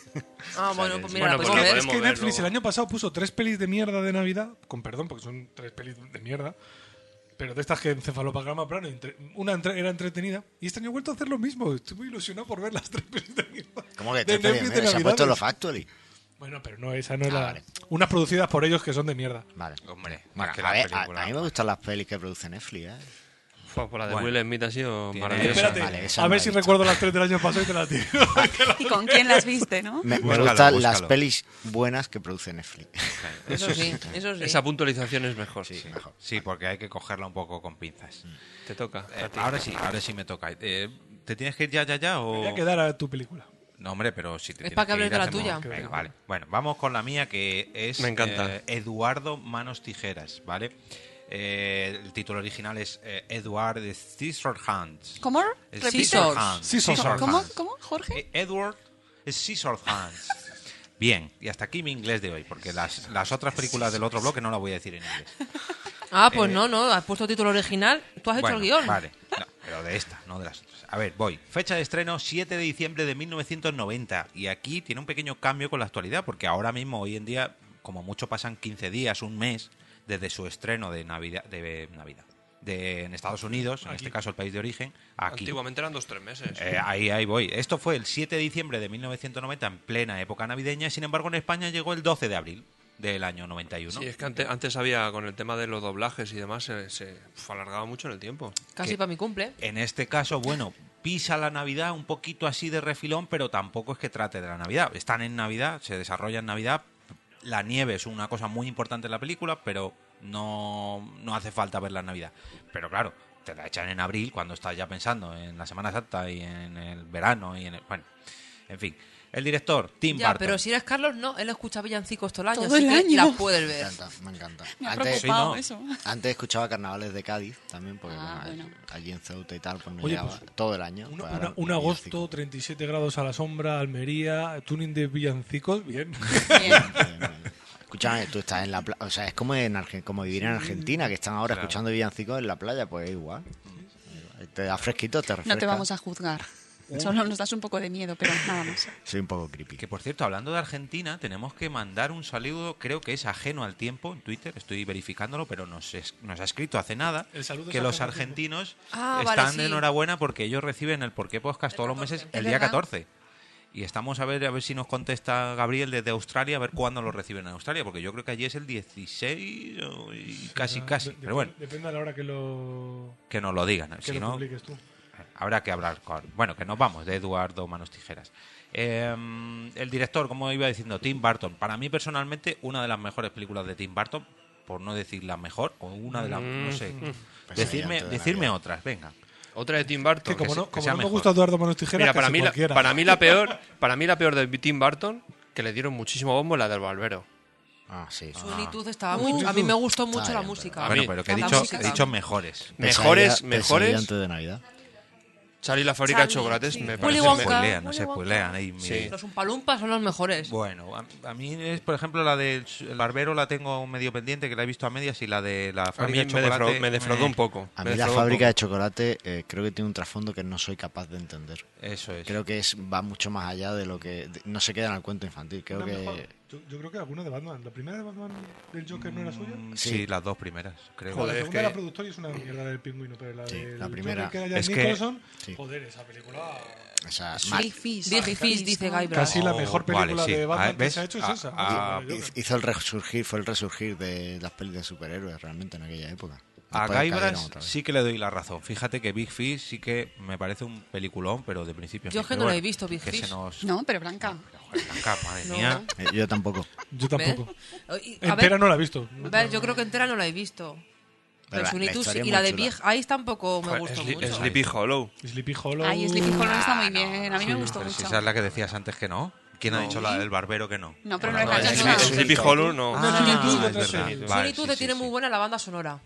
[SPEAKER 3] Ah, bueno, pues mira, la
[SPEAKER 5] Bueno,
[SPEAKER 4] Es que-
[SPEAKER 3] podemos
[SPEAKER 5] pues lo
[SPEAKER 3] ver.
[SPEAKER 4] es que
[SPEAKER 5] ver
[SPEAKER 4] Netflix el
[SPEAKER 5] luego.
[SPEAKER 4] año pasado puso tres pelis de mierda de Navidad, con perdón, porque son tres pelis de mierda, pero de estas que encefalopagama plano, entre- una entre- era entretenida, y este año he vuelto a hacer lo mismo. Estoy muy ilusionado por ver las tres pelis de mierda.
[SPEAKER 7] ¿Cómo que
[SPEAKER 4] de
[SPEAKER 7] te
[SPEAKER 4] Netflix de
[SPEAKER 7] Se ha
[SPEAKER 4] Navidad.
[SPEAKER 7] puesto los Factually.
[SPEAKER 4] Bueno, pero no, esa no es
[SPEAKER 7] Ah,
[SPEAKER 4] la.
[SPEAKER 7] vale.
[SPEAKER 4] Unas producidas por ellos que son de mierda.
[SPEAKER 7] Vale.
[SPEAKER 2] Hombre,
[SPEAKER 7] Bueno,
[SPEAKER 2] es que
[SPEAKER 7] a,
[SPEAKER 2] la
[SPEAKER 7] ver, a-
[SPEAKER 2] película-
[SPEAKER 7] a mí me gustan las pelis que produce Netflix. ¿eh?
[SPEAKER 5] Fua, pues la de
[SPEAKER 2] Bueno.
[SPEAKER 5] Will Smith ha sido
[SPEAKER 2] Tiene-
[SPEAKER 5] maravillosa.
[SPEAKER 4] Espérate,
[SPEAKER 7] vale, esa
[SPEAKER 4] a
[SPEAKER 7] no la
[SPEAKER 4] ver
[SPEAKER 7] he
[SPEAKER 4] si
[SPEAKER 7] visto.
[SPEAKER 4] recuerdo las tres del año pasado y
[SPEAKER 7] [laughs]
[SPEAKER 4] te las digo.
[SPEAKER 6] ¿Y con quién las viste, no?
[SPEAKER 7] Me, me
[SPEAKER 2] Búscalo,
[SPEAKER 7] gustan las
[SPEAKER 2] búscalo.
[SPEAKER 7] pelis buenas que produce Netflix.
[SPEAKER 3] Eso sí, eso sí.
[SPEAKER 5] Esa puntualización es mejor.
[SPEAKER 2] Sí, sí, porque hay que cogerla un poco con pinzas.
[SPEAKER 5] Te toca.
[SPEAKER 2] Eh, ahora sí, ahora sí me toca. Eh, ¿Te tienes que ir ya, ya, ya? O...
[SPEAKER 4] Voy a quedar a tu película.
[SPEAKER 2] No, hombre, pero si te
[SPEAKER 3] Es
[SPEAKER 2] tienes
[SPEAKER 3] para que hables
[SPEAKER 2] ir,
[SPEAKER 3] de la
[SPEAKER 2] hacemos-
[SPEAKER 3] tuya.
[SPEAKER 2] Venga, vale. Bueno, vamos con la mía que es
[SPEAKER 5] Me encanta.
[SPEAKER 2] eh, Eduardo Manos Tijeras, ¿vale? Eh, el título original es eh, Edward Scissorhands.
[SPEAKER 6] ¿Cómo?
[SPEAKER 2] El
[SPEAKER 6] Repite.
[SPEAKER 2] Scissorhands.
[SPEAKER 4] Scissors.
[SPEAKER 2] Scissorhands.
[SPEAKER 6] ¿Cómo? ¿Cómo? ¿Jorge?
[SPEAKER 2] Eh, Edward Scissorhands. Bien, y hasta aquí mi inglés de hoy, porque las, las otras películas del otro bloque no las voy a decir en inglés.
[SPEAKER 3] Ah, pues
[SPEAKER 2] Eh,
[SPEAKER 3] no, no, has puesto título original, tú has hecho
[SPEAKER 2] Bueno,
[SPEAKER 3] el guión.
[SPEAKER 2] Vale, No, pero de esta, no de las otras. A ver, voy. Fecha de estreno 7 de diciembre de 1990. Y aquí tiene un pequeño cambio con la actualidad, porque ahora mismo, hoy en día, como mucho pasan 15 días, un mes, desde su estreno de Navidad. De Navidad. De, en Estados Unidos, en este caso el país de origen, aquí.
[SPEAKER 5] Antiguamente eran dos tres meses.
[SPEAKER 2] Eh, ahí, ahí voy. Esto fue el 7 de diciembre de 1990, en plena época navideña. Sin embargo, en España llegó el 12 de abril del año 91.
[SPEAKER 5] Sí, es que ante- antes, había con el tema de los doblajes y demás, se, se uf, alargaba mucho en el tiempo.
[SPEAKER 3] Casi
[SPEAKER 2] que-
[SPEAKER 3] para mi cumple.
[SPEAKER 2] En este caso, bueno, pisa la Navidad un poquito así de refilón, pero tampoco es que trate de la Navidad. Están en Navidad, se desarrolla en Navidad. La nieve es una cosa muy importante en la película, pero no, no hace falta verla en Navidad. Pero claro, te la echan en abril, cuando estás ya pensando en la Semana Santa y en el verano y en el... Bueno, en fin. El director, Tim
[SPEAKER 3] Ya,
[SPEAKER 2] Burton.
[SPEAKER 3] pero si eres Carlos, no, él escucha villancicos todo el año,
[SPEAKER 6] Todo
[SPEAKER 3] así
[SPEAKER 6] el
[SPEAKER 3] que
[SPEAKER 6] año.
[SPEAKER 3] las puedes
[SPEAKER 7] Me
[SPEAKER 3] ver.
[SPEAKER 7] encanta, me encanta.
[SPEAKER 6] Me ha
[SPEAKER 7] Antes,
[SPEAKER 6] preocupado
[SPEAKER 2] sí,
[SPEAKER 6] eso.
[SPEAKER 7] antes escuchaba carnavales de Cádiz también, porque
[SPEAKER 6] Ah,
[SPEAKER 7] bueno,
[SPEAKER 6] bueno.
[SPEAKER 7] allí en Ceuta y tal, pues no
[SPEAKER 4] Oye,
[SPEAKER 7] llegaba
[SPEAKER 4] pues,
[SPEAKER 7] todo el año.
[SPEAKER 4] Un,
[SPEAKER 7] pues
[SPEAKER 4] una-
[SPEAKER 7] ahora
[SPEAKER 4] un
[SPEAKER 7] villancico.
[SPEAKER 4] agosto, 37 grados a la sombra, Almería, tuning de villancicos, bien.
[SPEAKER 7] Bien, bien. Escúchame, eh, tú estás en la playa, o sea, es como, en Arge- como vivir en Argentina, que están ahora escuchando villancicos en la playa, pues es igual. Te da fresquito, te refresca.
[SPEAKER 6] No te vamos a juzgar. Solo nos das un poco de miedo, pero nada más.
[SPEAKER 7] Soy un poco creepy.
[SPEAKER 2] Que por cierto, hablando de Argentina, tenemos que mandar un saludo, creo que es ajeno al tiempo en Twitter, estoy verificándolo, pero nos, es- nos ha escrito hace nada
[SPEAKER 4] El saludo
[SPEAKER 2] que
[SPEAKER 4] es
[SPEAKER 2] los
[SPEAKER 4] ajeno al tiempo.
[SPEAKER 2] argentinos
[SPEAKER 3] Ah, vale,
[SPEAKER 2] están de
[SPEAKER 3] sí.
[SPEAKER 2] enhorabuena porque ellos reciben el Porqué Podcast todos los meses el
[SPEAKER 6] Es
[SPEAKER 2] día
[SPEAKER 6] verdad.
[SPEAKER 2] 14. Y estamos a ver a ver si nos contesta Gabriel desde Australia, a ver cuándo lo reciben en Australia, porque yo creo que allí es el 16 o- y casi,
[SPEAKER 4] Ah,
[SPEAKER 2] casi.
[SPEAKER 4] de-
[SPEAKER 2] Pero bueno,
[SPEAKER 4] dep- [laughs] Depende a la hora que lo,
[SPEAKER 2] que nos lo digan.
[SPEAKER 4] que
[SPEAKER 2] si
[SPEAKER 4] lo
[SPEAKER 2] no,
[SPEAKER 4] publiques tú.
[SPEAKER 2] Habrá que hablar con. Bueno, que nos vamos, de Eduardo Manos Tijeras. Eh, el director, como iba diciendo, Tim Burton. Para mí, personalmente, una de las mejores películas de Tim Burton, por no decir la mejor, o una de las.
[SPEAKER 5] Mm.
[SPEAKER 2] No sé.
[SPEAKER 5] Pues
[SPEAKER 2] Decirme,
[SPEAKER 7] Pesadilla antes de
[SPEAKER 2] decirme
[SPEAKER 7] Navidad.
[SPEAKER 2] otras, venga.
[SPEAKER 5] Otra de Tim Burton.
[SPEAKER 4] Que como
[SPEAKER 5] que se-
[SPEAKER 4] no,
[SPEAKER 2] que
[SPEAKER 4] como
[SPEAKER 2] sea
[SPEAKER 4] no me
[SPEAKER 2] mejor.
[SPEAKER 4] gusta Eduardo Manos Tijeras,
[SPEAKER 5] Mira, para
[SPEAKER 4] casi
[SPEAKER 5] mí, la,
[SPEAKER 4] cualquiera.
[SPEAKER 5] para mí la peor, para mí la peor de Tim Burton, que le dieron muchísimo bombo, la del Barbero.
[SPEAKER 7] Ah, sí.
[SPEAKER 3] Su unitud estaba mucho. A mí me gustó mucho la música.
[SPEAKER 5] A
[SPEAKER 2] bueno,
[SPEAKER 5] mí.
[SPEAKER 2] pero que he
[SPEAKER 3] La
[SPEAKER 2] dicho,
[SPEAKER 3] música
[SPEAKER 2] he dicho mejores.
[SPEAKER 5] Mejores,
[SPEAKER 7] Pesadilla-
[SPEAKER 5] mejores.
[SPEAKER 7] Pesadilla antes de Navidad.
[SPEAKER 5] Charlie y la fábrica de
[SPEAKER 3] Charlie,
[SPEAKER 5] chocolates
[SPEAKER 3] sí.
[SPEAKER 5] me
[SPEAKER 3] Willy
[SPEAKER 5] parece.
[SPEAKER 2] no
[SPEAKER 3] Wonka.
[SPEAKER 2] se spoilean, no se
[SPEAKER 3] Willy Wonka.
[SPEAKER 2] spoilean. ahí, mi-
[SPEAKER 5] Sí.
[SPEAKER 3] Los Umpalumpas son los mejores.
[SPEAKER 2] Bueno, a, a mí es, por ejemplo, la del su- el barbero la tengo medio pendiente, que la he visto a medias, y la de la
[SPEAKER 5] A mí
[SPEAKER 2] fábrica de
[SPEAKER 5] me defraudó,
[SPEAKER 2] chocolate,
[SPEAKER 5] me defraudó
[SPEAKER 2] eh,
[SPEAKER 5] un poco.
[SPEAKER 7] A
[SPEAKER 5] me
[SPEAKER 7] mí la
[SPEAKER 5] defraudó un
[SPEAKER 7] fábrica de
[SPEAKER 5] poco.
[SPEAKER 7] chocolate eh, creo que tiene un trasfondo que no soy capaz de entender.
[SPEAKER 2] Eso es.
[SPEAKER 7] Creo que es, va mucho más allá de lo que... de- no se queda en el cuento infantil. Creo
[SPEAKER 4] Una
[SPEAKER 7] que...
[SPEAKER 4] mejor. Yo, yo creo que alguna de Batman. La primera de Batman del Joker no era suya.
[SPEAKER 2] Mm,
[SPEAKER 7] Sí.
[SPEAKER 2] sí. las dos primeras, creo.
[SPEAKER 4] la
[SPEAKER 5] Joder,
[SPEAKER 4] segunda
[SPEAKER 5] es
[SPEAKER 4] de
[SPEAKER 5] que-
[SPEAKER 4] la productora y es una mierda del pingüino, pero la
[SPEAKER 7] Sí,
[SPEAKER 4] del
[SPEAKER 7] la primera.
[SPEAKER 4] Joker, que era Jack
[SPEAKER 2] Es que-
[SPEAKER 4] Nicholson,
[SPEAKER 7] Sí.
[SPEAKER 4] joder, esa película.
[SPEAKER 7] O sea,
[SPEAKER 6] Sí.
[SPEAKER 7] ma-
[SPEAKER 6] Big Fish.
[SPEAKER 3] Big Fish, dice Guybrush.
[SPEAKER 4] Casi la
[SPEAKER 2] Oh,
[SPEAKER 4] mejor
[SPEAKER 2] vale,
[SPEAKER 4] película
[SPEAKER 2] sí.
[SPEAKER 4] de
[SPEAKER 2] Ah,
[SPEAKER 4] Batman que
[SPEAKER 2] ¿ves?
[SPEAKER 4] se ha hecho es
[SPEAKER 2] Ah,
[SPEAKER 4] esa.
[SPEAKER 2] ah,
[SPEAKER 4] Sí, la del Joker.
[SPEAKER 7] hizo el resurgir, fue el resurgir de las pelis de superhéroes realmente en aquella época.
[SPEAKER 2] A
[SPEAKER 7] Después cayeron
[SPEAKER 2] Guybrush
[SPEAKER 7] otra vez.
[SPEAKER 2] sí que le doy la razón. Fíjate que Big Fish sí que me parece un peliculón, pero de principio. a
[SPEAKER 3] Yo
[SPEAKER 2] fin.
[SPEAKER 3] es que
[SPEAKER 2] Pero
[SPEAKER 3] no lo
[SPEAKER 2] bueno,
[SPEAKER 3] he visto, Big
[SPEAKER 2] que se
[SPEAKER 3] Fish.
[SPEAKER 2] nos-
[SPEAKER 6] No, pero Blanca.
[SPEAKER 2] Pero, joder, Blanca, madre
[SPEAKER 3] No.
[SPEAKER 2] mía.
[SPEAKER 7] Eh, yo tampoco.
[SPEAKER 4] Yo
[SPEAKER 3] ¿Ves?
[SPEAKER 4] tampoco.
[SPEAKER 3] Y- a
[SPEAKER 4] Entera
[SPEAKER 3] ver,
[SPEAKER 4] no la he visto.
[SPEAKER 3] a ver, yo creo que entera no la he visto.
[SPEAKER 7] Pero la-
[SPEAKER 3] Los
[SPEAKER 7] la
[SPEAKER 3] Unitus
[SPEAKER 7] historia es
[SPEAKER 3] y la
[SPEAKER 7] muy
[SPEAKER 3] de
[SPEAKER 7] chula.
[SPEAKER 3] Big Eyes tampoco me
[SPEAKER 5] Joder,
[SPEAKER 3] gustó
[SPEAKER 5] Sli-
[SPEAKER 3] mucho.
[SPEAKER 5] Sleepy Hollow.
[SPEAKER 4] Sleepy Hollow.
[SPEAKER 6] Ay, Sleepy Hollow está muy bien. A mí me gustó
[SPEAKER 2] Pero si
[SPEAKER 6] mucho.
[SPEAKER 2] esa es la que decías antes que no. ¿Quién ha dicho la del barbero que no?
[SPEAKER 6] No, pero no,
[SPEAKER 2] no,
[SPEAKER 6] he
[SPEAKER 2] es-
[SPEAKER 6] cachado
[SPEAKER 7] es-
[SPEAKER 6] nada.
[SPEAKER 7] es-
[SPEAKER 5] Sleepy Hollow no.
[SPEAKER 4] Solitude,
[SPEAKER 2] Ah, es
[SPEAKER 4] otra
[SPEAKER 2] verdad.
[SPEAKER 4] serie.
[SPEAKER 2] Vale,
[SPEAKER 3] Sonic Youth
[SPEAKER 2] sí, sí,
[SPEAKER 3] tiene
[SPEAKER 2] sí.
[SPEAKER 3] muy buena la banda sonora.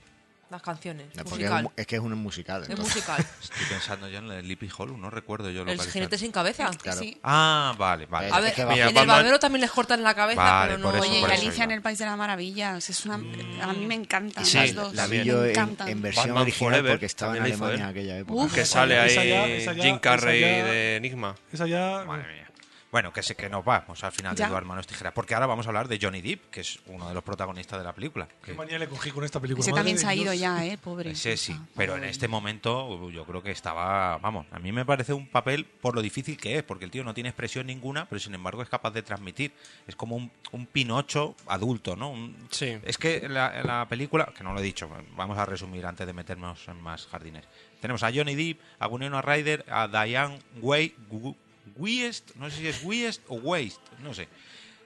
[SPEAKER 3] las canciones.
[SPEAKER 7] No, porque es,
[SPEAKER 3] musical.
[SPEAKER 7] un- es que es un musical.
[SPEAKER 3] Es
[SPEAKER 7] entonces.
[SPEAKER 3] musical.
[SPEAKER 2] Estoy pensando yo en el Sleepy Hollow, no recuerdo yo
[SPEAKER 3] El
[SPEAKER 2] localizar.
[SPEAKER 3] jinete sin cabeza.
[SPEAKER 7] Claro.
[SPEAKER 6] Sí.
[SPEAKER 2] Ah, vale, vale.
[SPEAKER 3] A ver,
[SPEAKER 7] que va-
[SPEAKER 5] Mira,
[SPEAKER 3] en el
[SPEAKER 5] Batman-
[SPEAKER 3] barbero también les cortan la cabeza,
[SPEAKER 2] Vale,
[SPEAKER 3] pero no.
[SPEAKER 2] por eso,
[SPEAKER 6] Oye, y
[SPEAKER 2] por eso
[SPEAKER 6] Alicia en
[SPEAKER 2] iba.
[SPEAKER 6] el País de las Maravillas. Es una, a mí me encantan
[SPEAKER 5] Sí,
[SPEAKER 6] las dos.
[SPEAKER 7] La
[SPEAKER 5] También.
[SPEAKER 7] vi
[SPEAKER 6] me
[SPEAKER 7] yo en,
[SPEAKER 6] encantan.
[SPEAKER 7] en versión
[SPEAKER 5] Batman
[SPEAKER 7] original
[SPEAKER 5] Forever,
[SPEAKER 7] porque estaba en
[SPEAKER 5] también la hizo
[SPEAKER 7] Alemania en
[SPEAKER 5] él.
[SPEAKER 7] aquella época.
[SPEAKER 6] Uf.
[SPEAKER 5] Que sale ahí
[SPEAKER 4] Esa ya- esa ya-
[SPEAKER 5] Jim Carrey
[SPEAKER 4] esa ya-
[SPEAKER 5] de Enigma.
[SPEAKER 4] Esa ya.
[SPEAKER 2] Madre mía. Bueno, que sé que nos vamos al final
[SPEAKER 6] Ya.
[SPEAKER 2] de Eduardo Manos Tijeras, porque ahora vamos a hablar de Johnny Depp, que es uno de los protagonistas de la película.
[SPEAKER 4] Qué
[SPEAKER 2] que-
[SPEAKER 4] manía le cogí con esta película.
[SPEAKER 6] Ese
[SPEAKER 4] madre
[SPEAKER 6] también
[SPEAKER 4] de
[SPEAKER 6] se ha ido
[SPEAKER 4] Dios.
[SPEAKER 6] ya, ¿eh? Pobre.
[SPEAKER 2] Ese sí, pero en este momento uh, yo creo que estaba, vamos, a mí me parece un papel por lo difícil que es, porque el tío no tiene expresión ninguna, pero sin embargo es capaz de transmitir. Es como un, un Pinocho adulto, ¿no? Un-
[SPEAKER 5] Sí.
[SPEAKER 2] Es que la, la película, que no lo he dicho, vamos a resumir antes de meternos en más jardines. Tenemos a Johnny Depp, a Winona Ryder, a Diane Way, Gu- Wiest, no sé si es Wiest o Waste, no sé.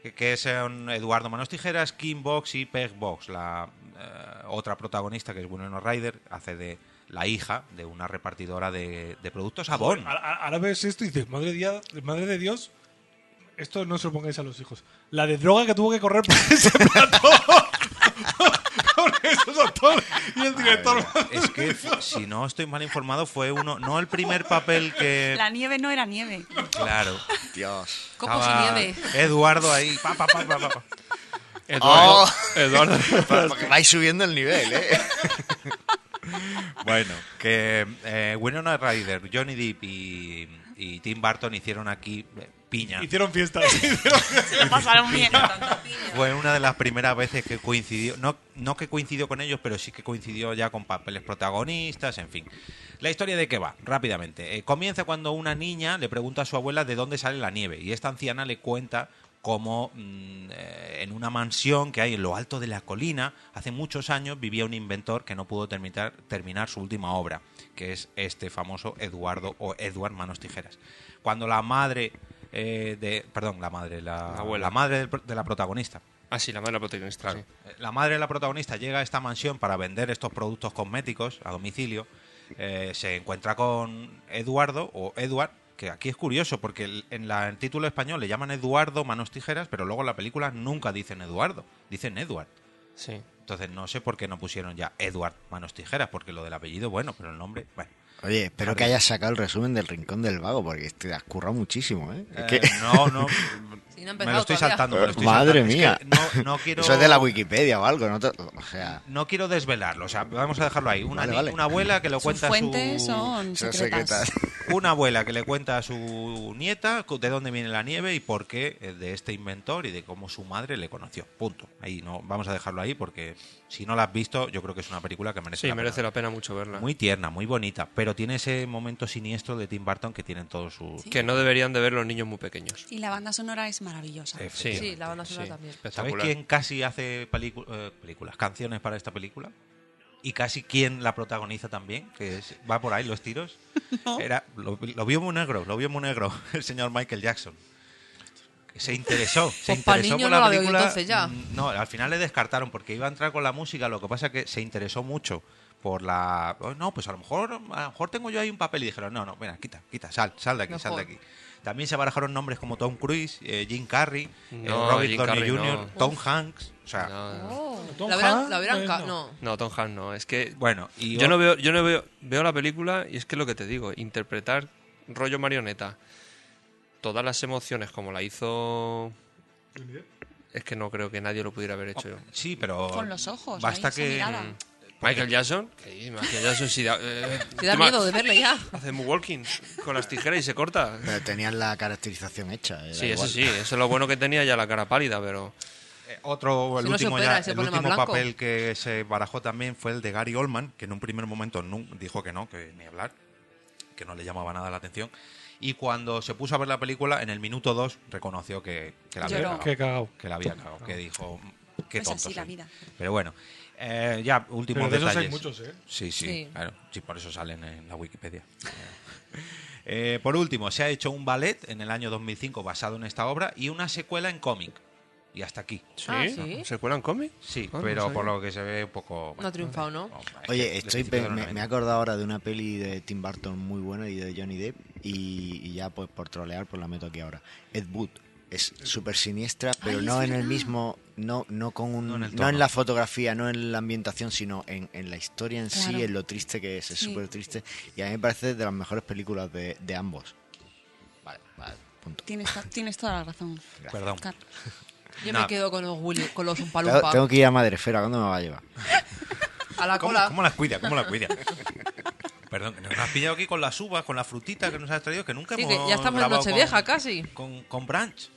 [SPEAKER 2] que- Que son Eduardo Manos Tijeras, Kim Box y Peg Box. La eh, otra protagonista, que es Winona Ryder, hace de la hija de una repartidora de, de productos Avon.
[SPEAKER 4] Ahora- Ahora ahora ves esto y dices, madre, dia- madre de Dios, esto no se lo pongáis a los hijos. La de droga que tuvo que correr por [laughs] ese plato con esos actores y
[SPEAKER 2] Ah,
[SPEAKER 4] el director.
[SPEAKER 2] Es que, f- si no estoy mal informado, fue uno, no el primer papel que...
[SPEAKER 6] La nieve no era nieve.
[SPEAKER 2] Claro.
[SPEAKER 7] Dios.
[SPEAKER 3] Copos y
[SPEAKER 2] Estaba
[SPEAKER 3] nieve.
[SPEAKER 2] Eduardo ahí. Pa, pa, pa, pa, pa, pa. [laughs]
[SPEAKER 5] Eduardo.
[SPEAKER 7] Oh.
[SPEAKER 5] Eduardo.
[SPEAKER 7] [laughs] Porque vais subiendo el nivel, ¿eh?
[SPEAKER 2] [laughs] Bueno, que eh, Winona Ryder, Johnny Depp y, y Tim Burton hicieron aquí eh, piña.
[SPEAKER 4] Hicieron fiestas. [laughs] hicieron-
[SPEAKER 6] Se lo pasaron bien.
[SPEAKER 2] Fue una de las primeras veces que coincidió, no, no que coincidió con ellos, pero sí que coincidió ya con papeles protagonistas, en fin. La historia de qué va, rápidamente. Eh, comienza cuando una niña le pregunta a su abuela de dónde sale la nieve y esta anciana le cuenta cómo mm, eh, en una mansión que hay en lo alto de la colina, hace muchos años vivía un inventor que no pudo terminar, terminar su última obra, que es este famoso Eduardo o Edward Manos Tijeras. Cuando la madre... eh, de, perdón, la madre, la,
[SPEAKER 5] La abuela.
[SPEAKER 2] la madre del pro- de la protagonista,
[SPEAKER 5] Ah, sí, la madre de la protagonista.
[SPEAKER 2] Claro.
[SPEAKER 5] sí.
[SPEAKER 2] Eh, La madre de la protagonista llega a esta mansión para vender estos productos cosméticos a domicilio. Eh, se encuentra con Eduardo o Edward, que aquí es curioso porque el- en, la, en título español le llaman Eduardo Manos Tijeras, pero luego en la película nunca dicen Eduardo, dicen Edward.
[SPEAKER 5] Sí.
[SPEAKER 2] Entonces no sé por qué no pusieron ya Edward Manos Tijeras, porque lo del apellido, bueno, pero el nombre, bueno.
[SPEAKER 7] Oye, espero que hayas sacado el resumen del Rincón del Vago, porque te has currado muchísimo, ¿eh? Es
[SPEAKER 2] Eh,
[SPEAKER 7] que-
[SPEAKER 2] no,
[SPEAKER 7] [laughs]
[SPEAKER 2] no,
[SPEAKER 3] Sí, no ha
[SPEAKER 2] me
[SPEAKER 3] empezado
[SPEAKER 2] lo estoy
[SPEAKER 3] todavía.
[SPEAKER 2] saltando. me lo estoy saltando.
[SPEAKER 7] Madre
[SPEAKER 2] Es
[SPEAKER 7] mía.
[SPEAKER 2] que no, no quiero...
[SPEAKER 7] Eso es de la Wikipedia o algo, ¿no? te- O sea,
[SPEAKER 2] No quiero desvelarlo, o sea, vamos a dejarlo ahí. Una,
[SPEAKER 7] Vale,
[SPEAKER 2] ni-
[SPEAKER 7] vale.
[SPEAKER 2] una abuela que lo
[SPEAKER 6] Sus
[SPEAKER 2] cuenta
[SPEAKER 6] fuentes
[SPEAKER 2] su...
[SPEAKER 6] son
[SPEAKER 7] son
[SPEAKER 6] secretas.
[SPEAKER 7] secretas.
[SPEAKER 6] [laughs]
[SPEAKER 2] Una abuela que le cuenta a su nieta cu- de dónde viene la nieve y por qué eh, de este inventor y de cómo su madre le conoció. Punto. Ahí no vamos a dejarlo ahí porque si no la has visto, yo creo que es una película que merece
[SPEAKER 5] Sí,
[SPEAKER 2] la
[SPEAKER 5] merece
[SPEAKER 2] pena.
[SPEAKER 5] la pena mucho verla.
[SPEAKER 2] Muy tierna, muy bonita, pero tiene ese momento siniestro de Tim Burton que tienen todos sus
[SPEAKER 5] Que no deberían de ver los niños muy pequeños.
[SPEAKER 6] Y la banda sonora es maravillosa.
[SPEAKER 5] Sí.
[SPEAKER 3] Sí, la banda sonora
[SPEAKER 5] Sí,
[SPEAKER 3] también.
[SPEAKER 2] ¿Sabes
[SPEAKER 5] espectacular.
[SPEAKER 2] quién casi hace pelicu- eh, películas, canciones para esta película? Y casi quién la protagoniza también, que es- va por ahí los
[SPEAKER 3] [laughs]
[SPEAKER 2] tiros. Era, lo, lo vio muy negro, lo vio muy negro [laughs] el señor Michael Jackson. Que Se interesó, se
[SPEAKER 3] Pues pa'l
[SPEAKER 2] interesó
[SPEAKER 3] niño
[SPEAKER 2] por
[SPEAKER 3] no
[SPEAKER 2] la
[SPEAKER 3] la veo
[SPEAKER 2] película.
[SPEAKER 3] entonces ya.
[SPEAKER 2] Mm, No, al final le descartaron porque iba a entrar con la música, lo que pasa es que se interesó mucho por la "Oh, no, pues a lo mejor a lo mejor tengo yo ahí un papel y dijeron, "No, no, mira, quita, quita, sal, sal de aquí, sal de
[SPEAKER 3] Mejor.
[SPEAKER 2] aquí." También se barajaron nombres como Tom Cruise, eh, Jim Carrey, eh,
[SPEAKER 5] No,
[SPEAKER 2] Robert
[SPEAKER 5] Jim
[SPEAKER 2] Downey
[SPEAKER 5] Carrey no.
[SPEAKER 2] Jr., Tom Hanks, o sea,
[SPEAKER 5] No, no, no.
[SPEAKER 3] Oh,
[SPEAKER 4] Tom
[SPEAKER 3] la verán,
[SPEAKER 2] Ah,
[SPEAKER 4] Hanks,
[SPEAKER 3] la verán
[SPEAKER 4] eh,
[SPEAKER 3] ca-
[SPEAKER 4] no.
[SPEAKER 3] no.
[SPEAKER 5] No, Tom Hanks no. Es que
[SPEAKER 2] bueno, y
[SPEAKER 5] yo no veo, yo no veo, veo la película y es que lo que te digo, interpretar rollo marioneta, todas las emociones como la hizo, es que no creo que nadie lo pudiera haber hecho. yo.
[SPEAKER 2] Oh, sí, pero
[SPEAKER 6] Con los ojos,
[SPEAKER 2] basta
[SPEAKER 6] ahí, esa
[SPEAKER 2] que
[SPEAKER 6] mirada.
[SPEAKER 5] Michael Jackson, que Michael Jackson sí da,
[SPEAKER 3] [laughs]
[SPEAKER 5] eh,
[SPEAKER 3] Te da
[SPEAKER 5] toma-
[SPEAKER 3] miedo de verle ya.
[SPEAKER 5] Hace walking con las tijeras y se corta.
[SPEAKER 7] pero tenían la caracterización hecha. era
[SPEAKER 5] Sí, eso
[SPEAKER 7] igual.
[SPEAKER 5] sí, eso es lo bueno que tenía ya la cara pálida, pero
[SPEAKER 2] Eh, otro, el
[SPEAKER 3] Si no se
[SPEAKER 2] último,
[SPEAKER 3] opera,
[SPEAKER 2] ya-
[SPEAKER 3] se
[SPEAKER 2] el
[SPEAKER 3] pone más
[SPEAKER 2] último
[SPEAKER 3] blanco.
[SPEAKER 2] papel que se barajó también fue el de Gary Oldman, que en un primer momento nu- dijo que no, que ni hablar, que no le llamaba nada la atención. Y cuando se puso a ver la película, en el minuto 2 reconoció que, que la había
[SPEAKER 6] Lloró.
[SPEAKER 2] cagado.
[SPEAKER 4] Qué cagado.
[SPEAKER 2] Que la había cagado, que dijo, qué
[SPEAKER 6] Es
[SPEAKER 2] tonto.
[SPEAKER 6] así la
[SPEAKER 2] soy".
[SPEAKER 6] vida.
[SPEAKER 2] Pero bueno, eh, ya últimos
[SPEAKER 4] Pero de esos
[SPEAKER 2] detalles.
[SPEAKER 4] hay muchos, ¿eh?
[SPEAKER 2] Sí, sí,
[SPEAKER 3] Sí.
[SPEAKER 2] claro. Sí, por eso salen en la Wikipedia. Eh, por último, se ha hecho un ballet en el año 2005 basado en esta obra y una secuela en cómic. Y hasta aquí.
[SPEAKER 5] sí,
[SPEAKER 3] Ah, ¿sí?
[SPEAKER 5] se cuelan cómic.
[SPEAKER 2] Sí,
[SPEAKER 5] Ah, no
[SPEAKER 2] pero
[SPEAKER 5] sabía.
[SPEAKER 2] por lo que se ve un poco...
[SPEAKER 3] No ha triunfado, ¿no?
[SPEAKER 7] Oye, estoy, pe- me, me he
[SPEAKER 2] ha
[SPEAKER 7] acordado ahora de una peli de Tim Burton muy buena y de Johnny Depp, y, y ya pues por trolear pues la meto aquí ahora. Ed Wood. es súper siniestra, pero
[SPEAKER 6] Ay,
[SPEAKER 7] no
[SPEAKER 6] es
[SPEAKER 7] en el
[SPEAKER 6] verdad.
[SPEAKER 7] mismo, no, no con un,
[SPEAKER 2] No
[SPEAKER 7] no,
[SPEAKER 2] en el
[SPEAKER 7] en
[SPEAKER 2] tono.
[SPEAKER 7] la fotografía, no en la ambientación, sino en, en la historia en
[SPEAKER 6] Claro.
[SPEAKER 7] sí, en lo triste que es, es
[SPEAKER 6] Sí.
[SPEAKER 7] súper triste. Y a mí me parece de las mejores películas de, de ambos. Vale, vale, punto.
[SPEAKER 6] Tienes, to- tienes toda la razón.
[SPEAKER 2] Perdón.
[SPEAKER 6] Carlos.
[SPEAKER 3] Yo
[SPEAKER 2] Nah.
[SPEAKER 3] me quedo con los Willy, con los
[SPEAKER 7] Tengo,
[SPEAKER 3] Umpalumpa.
[SPEAKER 7] tengo que ir a Madrefera, ¿cuándo me va a llevar?
[SPEAKER 3] A la
[SPEAKER 2] ¿Cómo,
[SPEAKER 3] cola.
[SPEAKER 2] cómo las cuida? ¿Cómo las
[SPEAKER 3] [laughs]
[SPEAKER 2] cuida? [laughs] Perdón, que nos has pillado aquí con las uvas, con la frutita que nos has traído, que nunca
[SPEAKER 3] Sí,
[SPEAKER 2] hemos
[SPEAKER 3] que ya estamos en
[SPEAKER 2] grabado
[SPEAKER 3] Nochevieja
[SPEAKER 2] con-
[SPEAKER 3] casi.
[SPEAKER 2] Con, con Branch.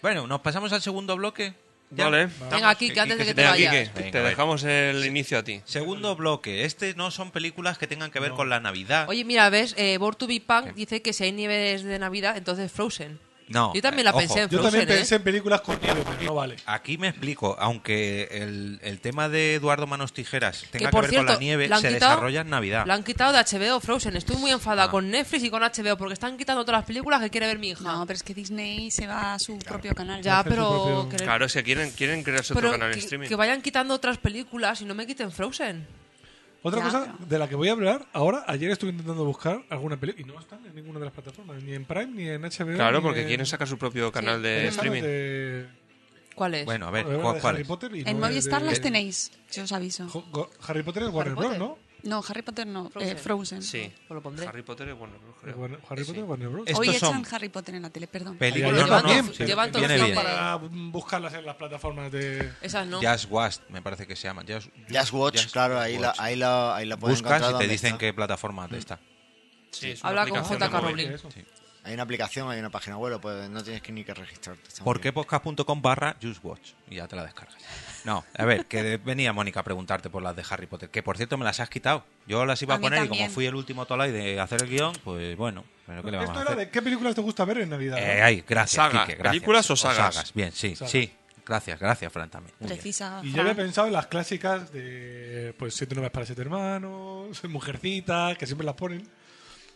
[SPEAKER 2] Bueno, nos pasamos al segundo bloque.
[SPEAKER 5] Vale.
[SPEAKER 3] Venga, Kike,
[SPEAKER 2] Kike
[SPEAKER 3] antes de
[SPEAKER 2] se
[SPEAKER 3] que te
[SPEAKER 5] Venga,
[SPEAKER 3] vayas.
[SPEAKER 5] Quique,
[SPEAKER 2] Venga,
[SPEAKER 5] te
[SPEAKER 2] vale.
[SPEAKER 5] dejamos el inicio a ti.
[SPEAKER 2] Segundo bloque. Este no son películas que tengan que ver con la Navidad.
[SPEAKER 3] Oye, mira, ves, eh, Born to be Punk dice que si hay nieves de Navidad, entonces Frozen.
[SPEAKER 2] no.
[SPEAKER 3] yo también la
[SPEAKER 2] eh, ojo,
[SPEAKER 3] pensé en
[SPEAKER 4] Yo
[SPEAKER 3] Frozen,
[SPEAKER 4] también
[SPEAKER 3] ¿eh?
[SPEAKER 4] pensé en películas con nieve, pero no vale.
[SPEAKER 2] Aquí me explico, aunque el, el tema de Eduardo Manos Tijeras tenga que,
[SPEAKER 3] por
[SPEAKER 2] ver
[SPEAKER 3] cierto,
[SPEAKER 2] con la nieve,
[SPEAKER 3] la han
[SPEAKER 2] se
[SPEAKER 3] quitado-
[SPEAKER 2] desarrolla en Navidad.
[SPEAKER 3] La han quitado de HBO Frozen. Estoy muy enfadada
[SPEAKER 2] Ah.
[SPEAKER 3] con Netflix y con HBO porque están quitando todas las películas que quiere ver mi hija.
[SPEAKER 6] No, pero es que Disney se va a su propio canal.
[SPEAKER 3] ya,
[SPEAKER 4] hace su
[SPEAKER 3] pero,
[SPEAKER 4] propio-
[SPEAKER 3] que,
[SPEAKER 5] Claro, es que quieren, quieren crearse
[SPEAKER 3] pero
[SPEAKER 5] otro canal de
[SPEAKER 3] que-
[SPEAKER 5] streaming.
[SPEAKER 3] que vayan quitando otras películas y no me quiten Frozen.
[SPEAKER 4] Otra
[SPEAKER 6] Ya,
[SPEAKER 4] cosa
[SPEAKER 6] pero-
[SPEAKER 4] de la que voy a hablar ahora, ayer estuve intentando buscar alguna película y no están en ninguna de las plataformas, ni en Prime, ni en HBO.
[SPEAKER 5] Claro,
[SPEAKER 4] ni
[SPEAKER 5] porque
[SPEAKER 4] en-
[SPEAKER 5] quieren sacar su propio canal
[SPEAKER 4] Quieren
[SPEAKER 5] de
[SPEAKER 4] sacar
[SPEAKER 5] streaming.
[SPEAKER 4] Eh, de-
[SPEAKER 3] ¿Cuál es?
[SPEAKER 2] Bueno, a ver,
[SPEAKER 4] bueno,
[SPEAKER 2] ¿cuál-
[SPEAKER 4] de
[SPEAKER 2] cuál
[SPEAKER 4] Harry
[SPEAKER 2] es?
[SPEAKER 4] Potter y
[SPEAKER 6] En
[SPEAKER 4] no de-
[SPEAKER 6] Movistar
[SPEAKER 4] de-
[SPEAKER 6] las tenéis, yo os aviso.
[SPEAKER 4] Jo- go- Harry Potter es Warner Bros,
[SPEAKER 3] Potter.
[SPEAKER 4] ¿no?
[SPEAKER 6] No, Harry Potter no, eh,
[SPEAKER 3] Frozen.
[SPEAKER 6] Frozen.
[SPEAKER 5] Sí.
[SPEAKER 3] Pues lo pondré.
[SPEAKER 5] Harry Potter es bueno,
[SPEAKER 4] Es
[SPEAKER 5] creo.
[SPEAKER 4] Warner- Harry Potter es Warner Bros.
[SPEAKER 2] Es-
[SPEAKER 6] Hoy
[SPEAKER 2] Estos son
[SPEAKER 6] echan Harry Potter en la tele, perdón.
[SPEAKER 2] Películas
[SPEAKER 4] Llevan
[SPEAKER 2] no,
[SPEAKER 4] bien,
[SPEAKER 2] sí,
[SPEAKER 3] llevan
[SPEAKER 2] viene
[SPEAKER 3] todos
[SPEAKER 2] bien.
[SPEAKER 3] los nombres.
[SPEAKER 4] para mm, buscarlas en las plataformas de...
[SPEAKER 3] Esas no.
[SPEAKER 2] Just Watch, me parece que se llama. Just,
[SPEAKER 7] Just Watch,
[SPEAKER 2] Just-
[SPEAKER 7] claro,
[SPEAKER 2] Just
[SPEAKER 7] ahí,
[SPEAKER 2] Watch.
[SPEAKER 7] La, ahí, la, ahí la puedes
[SPEAKER 2] Buscas
[SPEAKER 7] encontrar
[SPEAKER 2] y te
[SPEAKER 7] donde
[SPEAKER 2] dicen
[SPEAKER 7] está. Mm,
[SPEAKER 2] qué plataforma te está.
[SPEAKER 5] Sí, Mm. es una
[SPEAKER 3] Habla con
[SPEAKER 5] aplicación
[SPEAKER 3] J.K.
[SPEAKER 5] de móvil.
[SPEAKER 3] Rowling.
[SPEAKER 4] Eso.
[SPEAKER 7] Hay una aplicación, hay una página web, pues no tienes que ni que registrarte. está muy
[SPEAKER 2] ¿Por qué
[SPEAKER 7] bien.
[SPEAKER 2] podcast.com barra Just Watch? Y ya te la descargas. No, a ver, que de- venía Mónica a preguntarte por las de Harry Potter, que por cierto me las has quitado. Yo las iba a,
[SPEAKER 6] A mí
[SPEAKER 2] poner y
[SPEAKER 6] también.
[SPEAKER 2] como fui el último tolai de hacer el guión, pues bueno, pero ¿qué le vamos
[SPEAKER 4] Esto
[SPEAKER 2] a
[SPEAKER 4] era
[SPEAKER 2] hacer?
[SPEAKER 4] de qué películas te gusta ver en Navidad.
[SPEAKER 2] Eh,
[SPEAKER 4] ¿no?
[SPEAKER 2] ay, gracias,
[SPEAKER 5] Saga,
[SPEAKER 2] Quique, gracias.
[SPEAKER 5] ¿películas o sagas?
[SPEAKER 2] Bien, sí,
[SPEAKER 4] Sagas.
[SPEAKER 2] sí. Gracias, gracias, Fran, también. Muy bien.
[SPEAKER 6] Precisa.
[SPEAKER 4] Y yo
[SPEAKER 6] Fran.
[SPEAKER 4] había pensado en las clásicas de pues siete novias para siete hermanos, mujercitas, que siempre las ponen.